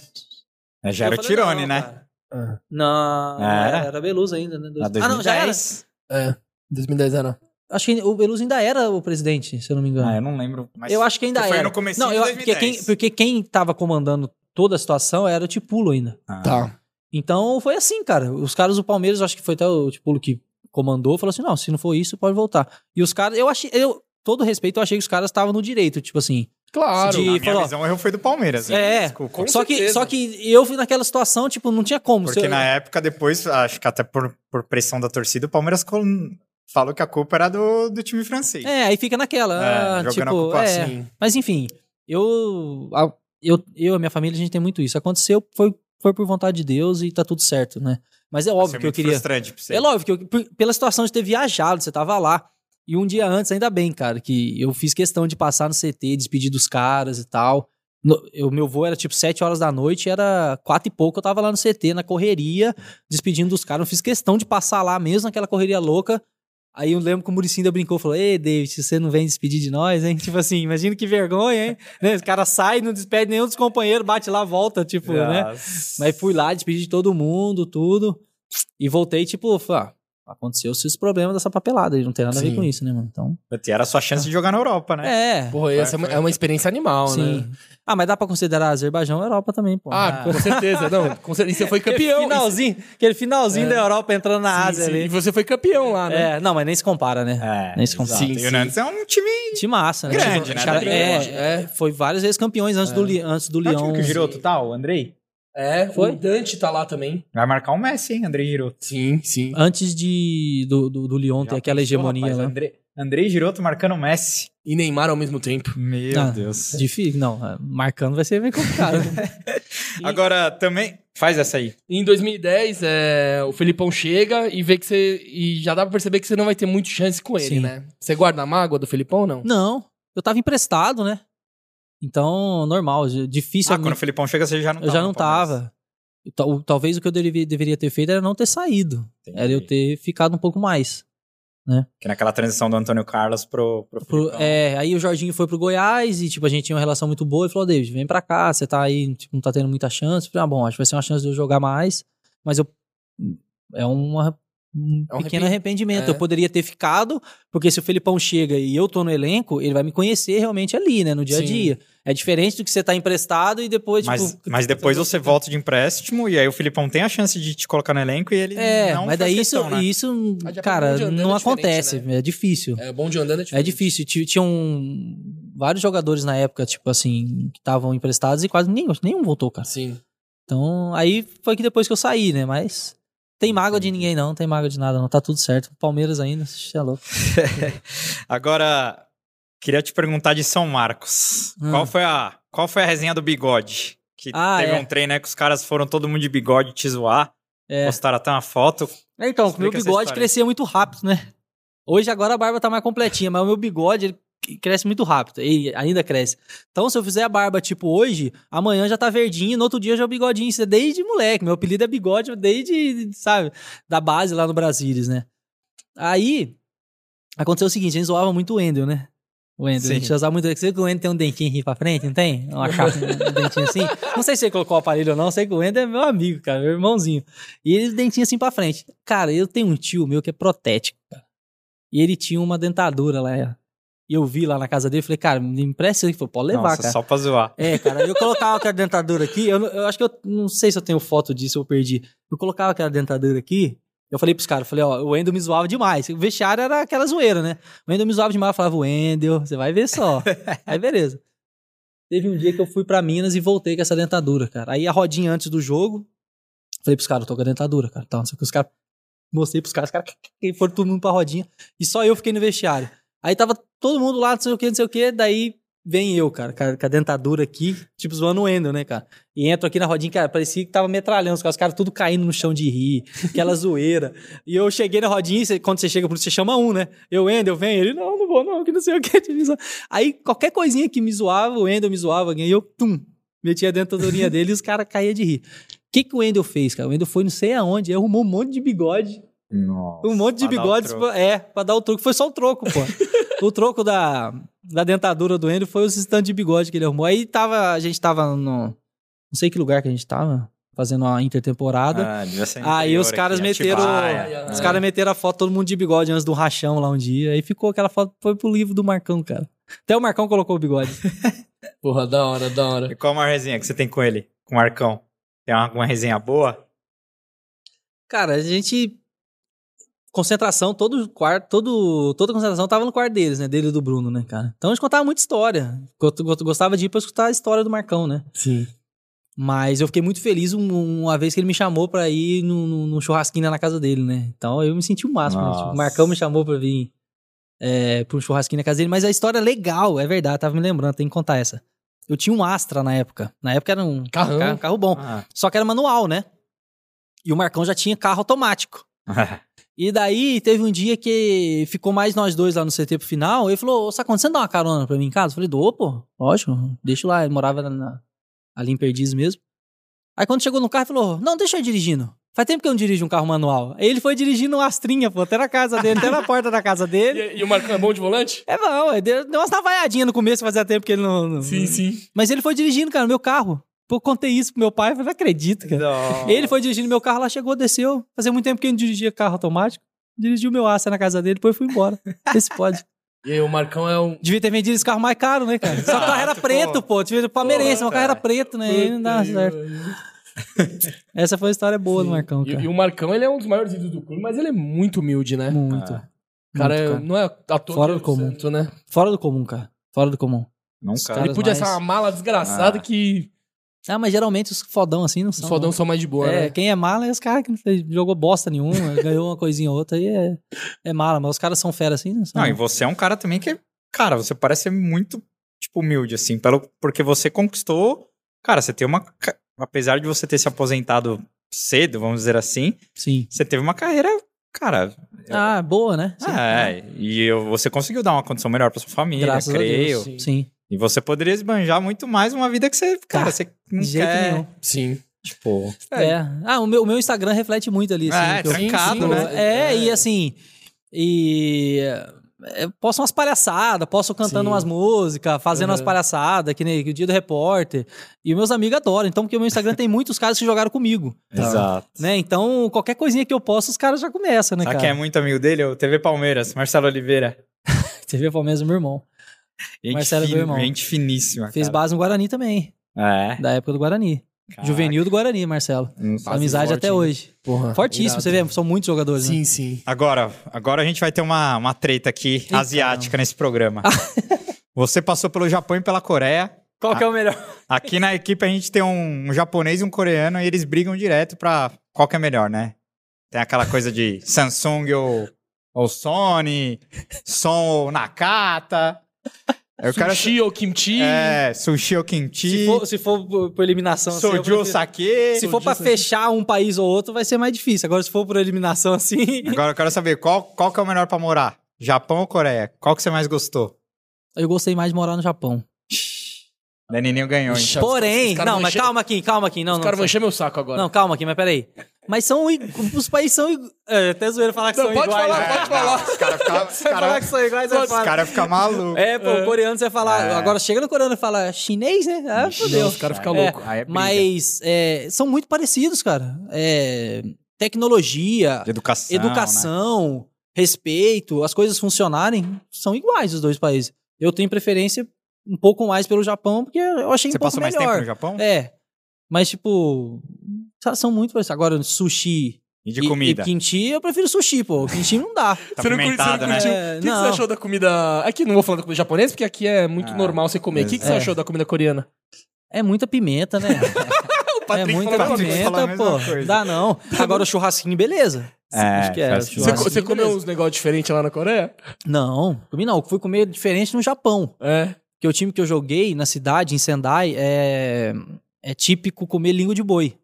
Speaker 1: É, já
Speaker 3: Eu
Speaker 1: era o
Speaker 3: falei,
Speaker 1: Tirone,
Speaker 3: não,
Speaker 1: né?
Speaker 3: cara. Não, não
Speaker 1: Era?
Speaker 3: era, era Beluso ainda, né?
Speaker 1: Na
Speaker 3: Ah, não, já era.
Speaker 1: 2010.
Speaker 2: É, 2010 era.
Speaker 3: Acho que o Beluso ainda era o presidente, se eu não me engano.
Speaker 1: Ah, eu não lembro. Mas
Speaker 3: eu acho que ainda
Speaker 1: foi
Speaker 3: era.
Speaker 1: no comecinho
Speaker 3: não, eu,
Speaker 1: de
Speaker 3: porque,
Speaker 1: 2010.
Speaker 3: quem, porque quem tava comandando toda a situação era o Tipulo ainda.
Speaker 1: Ah,
Speaker 2: Tá.
Speaker 3: Então foi assim, cara. Os caras do Palmeiras, acho que foi até o Tipulo que comandou, falou assim: não, se não for isso, pode voltar. E os caras, eu achei, eu, todo respeito, eu achei que os caras estavam no direito, tipo assim.
Speaker 2: Claro.
Speaker 1: Na
Speaker 3: De- E
Speaker 1: minha
Speaker 3: falou, ó,
Speaker 1: visão, o erro foi do Palmeiras. né?
Speaker 3: É,
Speaker 1: Desculpa.
Speaker 2: Com
Speaker 3: só que,
Speaker 2: certeza.
Speaker 3: só que eu fui naquela situação, tipo, não tinha como. Se
Speaker 1: Porque
Speaker 3: eu-
Speaker 1: na época, depois, acho que até por, por pressão da torcida, o Palmeiras col- falou que a culpa era do, do time francês.
Speaker 3: É, aí fica naquela.
Speaker 1: É,
Speaker 3: ah,
Speaker 1: jogando a
Speaker 3: tipo,
Speaker 1: culpa
Speaker 3: é.
Speaker 2: Sim.
Speaker 3: Mas enfim, eu, a- eu, eu e a minha família, a gente tem muito isso. Aconteceu, foi, foi por vontade de Deus e tá tudo certo, né? Mas é
Speaker 1: Isso é
Speaker 3: óbvio que eu
Speaker 1: muito
Speaker 3: queria.
Speaker 1: frustrante pra você.
Speaker 3: É óbvio que eu, p- pela situação de ter viajado, você tava lá. E um dia antes, ainda bem, cara, que eu fiz questão de passar no CT, despedir dos caras e tal. No, eu, meu voo era tipo 7 horas da noite, era quatro e pouco, eu tava lá no CT, na correria, despedindo dos caras. Eu fiz questão de passar lá mesmo, naquela correria louca. Aí eu lembro que o Muricy ainda brincou, falou, Ei, David, você não vem despedir de nós, hein? Tipo assim, imagina que vergonha, hein? né? Os caras saem, não despede nenhum dos companheiros, bate lá, volta, tipo, né?
Speaker 1: Nossa.
Speaker 3: Mas fui lá, despedi de todo mundo, tudo. E voltei, tipo, falei, ah, aconteceu esses problemas dessa papelada. aí, Não tem nada a
Speaker 2: Sim.
Speaker 3: ver com isso, né, mano? Então.
Speaker 1: E Era a sua chance de jogar na Europa, né?
Speaker 3: É.
Speaker 2: Porra, essa é uma, é uma experiência animal,
Speaker 3: sim.
Speaker 2: né?
Speaker 3: Ah, mas dá pra considerar Azerbaijão Europa também, pô.
Speaker 2: Ah, com certeza. Não, com certeza. E você foi
Speaker 3: Aquele
Speaker 2: campeão.
Speaker 3: finalzinho, aquele finalzinho
Speaker 1: É.
Speaker 3: da Europa entrando na
Speaker 2: Sim,
Speaker 3: Ásia
Speaker 2: sim. E
Speaker 3: ali.
Speaker 2: você foi campeão lá, né?
Speaker 3: É, não, mas nem se compara, né?
Speaker 1: É,
Speaker 3: Nem se
Speaker 1: exato.
Speaker 3: compara.
Speaker 2: Sim,
Speaker 1: E
Speaker 2: sim.
Speaker 1: o Nantes é um time.
Speaker 3: De massa, né?
Speaker 1: Grande,
Speaker 3: Tipo,
Speaker 1: né?
Speaker 3: os
Speaker 2: Tá
Speaker 3: cara-
Speaker 1: Grande,
Speaker 3: é, é, foi várias vezes campeões antes do, Li- antes do
Speaker 1: Não é o
Speaker 3: Lyon.
Speaker 1: time que o Giroto tá, o Andrei?
Speaker 2: É,
Speaker 3: Foi?
Speaker 2: o Dante tá lá também.
Speaker 1: Vai marcar um Messi, hein, Andrei Giroto.
Speaker 2: Sim, sim.
Speaker 3: Antes de, do, do, do Lyon
Speaker 1: Já
Speaker 3: ter aquela
Speaker 1: pensou,
Speaker 3: hegemonia né?
Speaker 1: rapaz,
Speaker 3: lá.
Speaker 1: Andrei, Andrei Giroto marcando o Messi.
Speaker 2: E Neymar ao mesmo tempo.
Speaker 1: Meu
Speaker 3: Ah,
Speaker 1: Deus.
Speaker 3: Difícil, não. é, Marcando vai ser meio complicado.
Speaker 1: Agora, também. Faz essa aí.
Speaker 2: Em 2010, é, o Felipão chega e vê que você. E já dá pra perceber que você não vai ter muita chance com ele,
Speaker 3: Sim.
Speaker 2: né? Você guarda a mágoa do Felipão ou não?
Speaker 3: Não, eu tava emprestado, né? Então, normal, j- difícil.
Speaker 1: Ah, quando o Felipão chega, você já não
Speaker 3: é eu já
Speaker 1: no
Speaker 3: não
Speaker 1: Palmeiras.
Speaker 3: tava. Tal- Talvez o que eu deveria, deveria ter feito era não ter saído.
Speaker 1: Entendi.
Speaker 3: Era eu ter ficado um pouco mais.
Speaker 1: Que naquela transição do Antônio Carlos pro, pro,
Speaker 3: Pro-
Speaker 1: Felipão.
Speaker 3: é, aí o Jorginho foi pro Goiás e, tipo, a gente tinha uma relação muito boa. Ele falou, David, vem pra cá, você tá aí, tipo, não tá tendo muita chance. Eu falei, ah, bom, acho que vai ser uma chance de eu jogar mais. Mas eu... É uma... Um
Speaker 2: É um
Speaker 3: pequeno
Speaker 2: arrepen-
Speaker 3: arrependimento.
Speaker 2: É.
Speaker 3: Eu poderia ter ficado, porque se o Felipão chega e eu tô no elenco, ele vai me conhecer realmente ali, né? No dia a
Speaker 2: Sim.
Speaker 3: dia. É diferente do que você tá emprestado e depois,
Speaker 1: Mas,
Speaker 3: tipo.
Speaker 1: mas depois você volta de empréstimo e aí o Filipão tem a chance de te colocar no elenco e ele
Speaker 3: É,
Speaker 1: não
Speaker 3: mas
Speaker 1: faz
Speaker 3: daí
Speaker 1: questão,
Speaker 3: isso,
Speaker 1: né?
Speaker 3: isso
Speaker 2: Mas já pra mim,
Speaker 3: cara,
Speaker 2: de andando
Speaker 3: não
Speaker 2: é diferente,
Speaker 3: acontece. É difícil.
Speaker 2: É bom de andando
Speaker 3: É difícil. Ti- Tinham vários jogadores na época, tipo assim, que estavam emprestados e quase nenhum, nenhum voltou, cara.
Speaker 2: Sim.
Speaker 3: Então, aí foi que depois que eu saí, né? Mas tem mágoa de ninguém, não. Tem mágoa de nada, não. Tá tudo certo. Palmeiras ainda, você é louco.
Speaker 1: Agora, queria te perguntar de São Marcos.
Speaker 3: Hum.
Speaker 1: Qual, foi a, qual foi a resenha do bigode? Que
Speaker 3: Ah,
Speaker 1: teve
Speaker 3: é.
Speaker 1: um treino aí que os caras foram todo mundo de bigode te zoar.
Speaker 3: É.
Speaker 1: Postaram até uma foto.
Speaker 3: É, Então, o meu
Speaker 1: Explica essa
Speaker 3: bigode
Speaker 1: história.
Speaker 3: crescia muito rápido, né? Hoje agora a barba tá mais completinha, mas o meu bigode ele c- cresce muito rápido e ainda cresce. Então, se eu fizer a barba tipo hoje, amanhã já tá verdinho, no outro dia já é o bigodinho. Isso é desde moleque. Meu apelido é bigode desde, sabe, da base lá no Brasílias, né? Aí aconteceu o seguinte: a gente zoava muito o Wendel, né? O Wendel,
Speaker 1: Sim.
Speaker 3: a gente usava muito. Você viu que o Wendel tem um dentinho aqui pra frente, não tem? Uma chapa, um dentinho assim. Não sei se ele colocou o aparelho ou não, sei que o Wendel é meu amigo, cara, meu irmãozinho. E ele dentinho assim pra frente. Cara, eu tenho um tio meu que é protético, cara. E ele tinha uma dentadura lá. é. E eu vi lá na casa dele, falei, cara, me empresta isso aqui. Ele falou, pode levar,
Speaker 1: Nossa,
Speaker 3: cara.
Speaker 1: só pra zoar.
Speaker 3: É, cara, eu colocava aquela dentadura aqui, eu, não- eu acho que eu não sei se eu tenho foto disso, eu perdi. Eu colocava aquela dentadura aqui, eu falei pros caras, falei, ó, o Wendel me zoava demais. O vestiário era aquela zoeira, né? O Wendel me zoava demais, eu falava, Wendel, você vai ver só. Aí, beleza. Teve um dia que eu fui pra Minas e voltei com essa dentadura, cara. Aí a rodinha antes do jogo, falei pros caras, eu tô com a dentadura, cara. Então, não sei o que os caras. Mostrei pros caras, os caras e foram todo mundo pra rodinha. E só eu fiquei no vestiário. Aí tava todo mundo lá, não sei o que, não sei o que. Daí vem eu, cara, ca- com a dentadura aqui, tipo zoando o Endo, né, cara? E entro aqui na rodinha, cara, parecia que tava metralhando os caras, os caras tudo caindo no chão de rir, aquela zoeira. E eu cheguei na rodinha, e cê- quando você chega pro você chama um, né? Eu, Endo, eu venho, ele, não, não vou não, que não sei o que. te me zoa. Aí qualquer coisinha que me zoava, o Endo me zoava, e eu, tum, metia a dentadurinha dele e os caras caíam de rir. O que, que o Wendel fez, cara? O Wendel foi não sei aonde, arrumou um monte de bigode,
Speaker 1: Nossa,
Speaker 3: um monte de
Speaker 1: pra dar o
Speaker 3: bigodes,
Speaker 1: troco.
Speaker 3: pra- é, pra dar o troco. Foi só o troco, pô. o troco da, da dentadura do Andrew foi os stand de bigode que ele arrumou. Aí tava, a gente tava no. Não sei que lugar que a gente tava, fazendo uma intertemporada.
Speaker 1: Ah, devia ser
Speaker 3: Aí
Speaker 1: interior
Speaker 3: os caras
Speaker 1: aqui, né?
Speaker 3: meteram.
Speaker 1: Atibaia.
Speaker 3: Os caras meteram a foto, todo mundo de bigode antes do rachão lá um dia. Aí ficou aquela foto, foi pro livro do Marcão, cara. Até o Marcão colocou o bigode.
Speaker 2: Porra, da hora, da hora.
Speaker 1: E qual a maior resenha que você tem com ele? Com o Marcão? Tem alguma resenha boa?
Speaker 3: Cara, a gente. concentração, todo quarto, todo, toda a concentração tava no quarto deles, né? Dele e do Bruno, né, cara? Então a gente contava muita história. Gost- gost- Gostava de ir pra escutar a história do Marcão, né?
Speaker 2: Sim.
Speaker 3: Mas eu fiquei muito feliz um- uma vez que ele me chamou pra ir num, num- num churrasquinho lá na casa dele, né? Então eu me senti o máximo. né? Tipo,
Speaker 1: Nossa.
Speaker 3: o Marcão me chamou pra vir é, pra um churrasquinho na casa dele. Mas a história é legal, é verdade, tava me lembrando, tem que contar essa. Eu tinha um Astra na época. Na época era um
Speaker 2: Carrão.
Speaker 3: ca- carro bom.
Speaker 1: Ah.
Speaker 3: Só que era manual, né? E o Marcão já tinha carro automático.
Speaker 1: Ah.
Speaker 3: E daí teve um dia que ficou mais nós dois lá no CT pro final. Ele falou: Ô, Sacão, você não dá uma carona pra mim em casa? Eu falei: Dou, pô, lógico, deixa lá. Ele morava na- na- ali em Perdiz mesmo. Aí quando chegou no carro, ele falou: Não, deixa eu ir dirigindo. Faz tempo que eu não dirijo um carro manual. Aí ele foi dirigindo um Astrinha, pô, até na casa dele, até na porta da casa dele.
Speaker 2: E, e o Marcão é bom de volante?
Speaker 3: É bom, ele deu deu umas navaiadinhas no começo, fazia tempo que ele não. não-
Speaker 2: Sim, sim.
Speaker 3: Mas ele foi dirigindo, cara, no meu carro. Pô, eu contei isso pro meu pai, eu falei: Não acredito, cara. Ele foi dirigindo meu carro, lá chegou, desceu. Fazia muito tempo que ele não dirigia carro automático. Dirigiu meu Acer na casa dele, depois fui embora. Vê se pode.
Speaker 2: E aí, o Marcão é um.
Speaker 3: Devia ter vendido esse carro mais caro, né, cara? Só que o carro era
Speaker 1: Exato,
Speaker 3: preto, pô. Devia ter palmeirense,
Speaker 1: Porra,
Speaker 3: mas o carro era
Speaker 1: cara.
Speaker 3: preto, né? Aí não dá certo. Essa foi uma história boa do Marcão,
Speaker 2: E,
Speaker 3: cara.
Speaker 2: e o Marcão, ele é um dos maiores ídolos do clube, mas ele é muito humilde, né?
Speaker 3: Muito.
Speaker 1: Ah,
Speaker 2: cara,
Speaker 3: muito,
Speaker 2: é-
Speaker 3: cara.
Speaker 2: não é à toa que
Speaker 3: Fora do
Speaker 2: é o
Speaker 3: comum.
Speaker 2: santo, né?
Speaker 3: Fora do comum, cara. Fora do comum.
Speaker 1: Nunca.
Speaker 3: Cara,
Speaker 2: Ele podia
Speaker 3: mais-
Speaker 2: ser uma mala desgraçada
Speaker 1: Ah.
Speaker 2: que
Speaker 3: Ah, mas geralmente os fodão assim não
Speaker 2: os
Speaker 3: são.
Speaker 2: fodão
Speaker 3: não.
Speaker 2: são mais de boa,
Speaker 3: é,
Speaker 2: né?
Speaker 3: quem é mala é os caras que não fez- jogou bosta nenhuma, ganhou uma coisinha ou outra, aí é, é mala, mas os caras são fera assim, não são.
Speaker 1: Não, e você é um cara também que, cara, você parece ser muito, tipo, humilde, assim, pelo, porque você conquistou, cara, você tem uma, ca- apesar de você ter se aposentado cedo, vamos dizer assim,
Speaker 3: Sim.
Speaker 1: você teve uma carreira, cara,
Speaker 3: Ah, boa, né? Sim.
Speaker 1: é, e eu- você conseguiu dar uma condição melhor pra sua família,
Speaker 3: Graças a
Speaker 1: creio,
Speaker 3: Deus. Sim.
Speaker 1: e você poderia esbanjar muito mais uma vida que você, cara,
Speaker 3: Tá.
Speaker 1: você não
Speaker 3: De jeito
Speaker 1: quer,
Speaker 3: nenhum.
Speaker 2: Sim.
Speaker 1: tipo,
Speaker 2: É.
Speaker 3: É. Ah, o meu, o meu Instagram reflete muito ali. Assim,
Speaker 1: É,
Speaker 3: o que eu-
Speaker 1: trancado,
Speaker 3: Sim,
Speaker 1: né?
Speaker 3: É, e assim. E. é, Posso umas palhaçadas, posso cantando
Speaker 2: Sim.
Speaker 3: umas músicas, fazendo
Speaker 2: Uhum.
Speaker 3: umas palhaçadas, que nem o dia do repórter. E meus amigos adoram, então, porque o meu Instagram tem muitos caras que jogaram comigo,
Speaker 1: exato.
Speaker 3: né? Então, qualquer coisinha que eu posso, os caras já começam, né,
Speaker 1: Sabe quem é
Speaker 3: cara?
Speaker 1: muito amigo dele? O TV Palmeiras, Marcelo Oliveira.
Speaker 3: Você vê o Palmeiras, meu irmão.
Speaker 1: Gente
Speaker 3: Marcelo é meu
Speaker 1: fin-
Speaker 3: irmão.
Speaker 1: Gente finíssima,
Speaker 3: Fez
Speaker 1: Ah, cara.
Speaker 3: base no Guarani também,
Speaker 1: É.
Speaker 3: da época do Guarani. Juvenil do Guarani, Marcelo.
Speaker 1: Não
Speaker 3: Amizade
Speaker 2: forte,
Speaker 3: até
Speaker 2: hein?
Speaker 3: hoje.
Speaker 2: Porra.
Speaker 3: Fortíssimo,
Speaker 2: irado.
Speaker 3: você vê, são muitos jogadores, né?
Speaker 2: Sim, sim.
Speaker 1: Agora, agora a gente vai ter uma, uma treta aqui
Speaker 3: Eita,
Speaker 1: asiática nesse programa. Você passou pelo Japão e pela Coreia.
Speaker 3: Qual que é o melhor?
Speaker 1: Aqui na equipe a gente tem um, um japonês e um coreano e eles brigam direto pra qual que é melhor, né? Tem aquela coisa de Samsung ou, ou Sony, som ou Nakata.
Speaker 3: É,
Speaker 1: Eu quero.
Speaker 2: Sushi ou kimchi.
Speaker 1: É, sushi ou kimchi,
Speaker 3: Se for, se for por- por eliminação, assim, eu
Speaker 1: soju ou
Speaker 3: prefiro-
Speaker 1: sake.
Speaker 3: se for pra fechar um país ou outro, vai ser mais difícil. Agora, se for por eliminação, assim.
Speaker 1: Agora eu quero saber qual, qual que é o melhor pra morar? Japão ou Coreia? Qual que você mais gostou?
Speaker 3: Eu gostei mais de morar no Japão.
Speaker 1: Danininho ganhou, hein?
Speaker 2: Ixi,
Speaker 3: Porém,
Speaker 2: os caras
Speaker 3: não,
Speaker 2: vão
Speaker 3: mas
Speaker 2: encher-
Speaker 3: calma aqui, calma aqui. Não,
Speaker 2: Os
Speaker 3: não,
Speaker 2: caras vão
Speaker 3: não,
Speaker 2: encher meu saco agora.
Speaker 3: não, calma aqui, mas peraí. Mas são. i- Os países são. i- É, até zoeiro falar que
Speaker 2: Não,
Speaker 3: são
Speaker 2: pode
Speaker 3: iguais.
Speaker 2: falar,
Speaker 3: né?
Speaker 2: pode falar.
Speaker 1: Os caras ficaram. os
Speaker 3: Você vai falar
Speaker 1: caras-
Speaker 3: que são iguais, é
Speaker 1: Os
Speaker 3: fala.
Speaker 1: caras ficam malucos.
Speaker 3: É, pô, o coreano você vai falar. Agora chega no coreano e fala chinês, né? Ah, fodeu.
Speaker 2: É. Os caras ficam
Speaker 3: É.
Speaker 2: loucos.
Speaker 1: Aí é briga.
Speaker 3: Mas é, são muito parecidos, cara. É, tecnologia,
Speaker 1: Educação. né?
Speaker 3: educação, respeito, as coisas funcionarem, são iguais os dois países. Eu tenho preferência um pouco mais pelo Japão, porque eu achei
Speaker 1: Você
Speaker 3: um pouco
Speaker 1: passou mais
Speaker 3: melhor.
Speaker 1: tempo no Japão?
Speaker 3: É. Mas, tipo, sa- são muito parecidos. Agora, sushi
Speaker 1: E de
Speaker 3: e-
Speaker 1: comida.
Speaker 3: e kimchi, eu prefiro sushi, pô. O kimchi não dá.
Speaker 1: Tá
Speaker 2: Você não curte-
Speaker 1: pimentado,
Speaker 2: você não
Speaker 1: né?
Speaker 2: curtiu?
Speaker 3: É,
Speaker 2: o que, que
Speaker 3: não.
Speaker 2: você achou da comida. Aqui não vou falar da comida japonesa, porque aqui é muito
Speaker 1: Ah,
Speaker 2: normal você comer. O que, que você
Speaker 3: é.
Speaker 2: achou da comida coreana?
Speaker 3: É muita pimenta, né?
Speaker 2: O
Speaker 3: é muita
Speaker 1: falou a mesma
Speaker 3: pimenta,
Speaker 1: coisa. Tá
Speaker 3: pô. Dá não. Agora, o churrasquinho, beleza.
Speaker 1: É,
Speaker 3: Acho que é,
Speaker 1: faz-
Speaker 2: Você,
Speaker 3: churrasquinho,
Speaker 2: você comeu
Speaker 3: beleza.
Speaker 2: uns negócios diferentes lá na Coreia?
Speaker 3: Não, comi não. Eu Fui comer diferente no Japão.
Speaker 2: É.
Speaker 3: Porque o time que eu joguei na cidade, em Sendai, é, é típico comer língua de boi.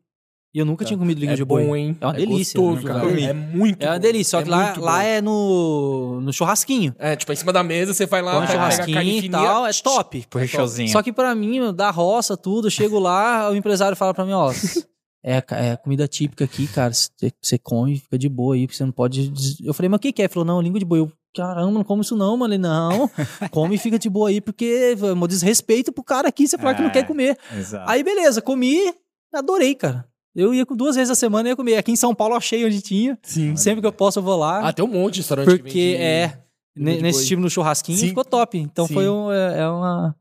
Speaker 3: E eu nunca tinha comido língua
Speaker 2: é
Speaker 3: de
Speaker 2: bom,
Speaker 3: boi.
Speaker 2: hein?
Speaker 3: É uma delícia,
Speaker 2: gostoso,
Speaker 1: nunca
Speaker 2: velho.
Speaker 1: comi.
Speaker 2: É muito.
Speaker 3: É uma
Speaker 2: bom.
Speaker 3: delícia, só que lá,
Speaker 2: muito
Speaker 3: lá
Speaker 2: bom.
Speaker 3: é no, no churrasquinho.
Speaker 2: É, tipo, em cima da mesa, você vai lá,
Speaker 3: Come um
Speaker 2: pega a carne
Speaker 3: churrasquinho e
Speaker 2: fininha.
Speaker 3: tal, é top.
Speaker 1: Tipo, rechozinho.
Speaker 3: Só que pra mim, meu, da roça, tudo, eu chego lá, o empresário fala pra mim, ó... É, ca- é comida típica aqui, cara. Você você come, fica de boa aí, porque você não pode. des- Eu falei, mas o que, que é? Ele falou, não, língua de boi. Eu, caramba, não como isso não, mano. Ele, não, come e fica de boa aí, porque é um desrespeito pro cara aqui, você falar que não
Speaker 1: É.
Speaker 3: quer comer.
Speaker 1: Exato.
Speaker 3: Aí, beleza, comi, adorei, cara. Eu ia com duas vezes a semana ia comer. Aqui em São Paulo eu achei onde tinha.
Speaker 2: Sim.
Speaker 3: Sempre que eu posso, eu vou lá.
Speaker 2: Ah, tem um monte de restaurante que
Speaker 3: porque
Speaker 2: vende-
Speaker 3: é.
Speaker 2: língua
Speaker 3: ne-
Speaker 2: de
Speaker 3: Nesse
Speaker 2: boi.
Speaker 3: time no churrasquinho
Speaker 2: né? Sim.
Speaker 3: ficou top. Então
Speaker 2: Sim.
Speaker 3: foi um, é, é uma,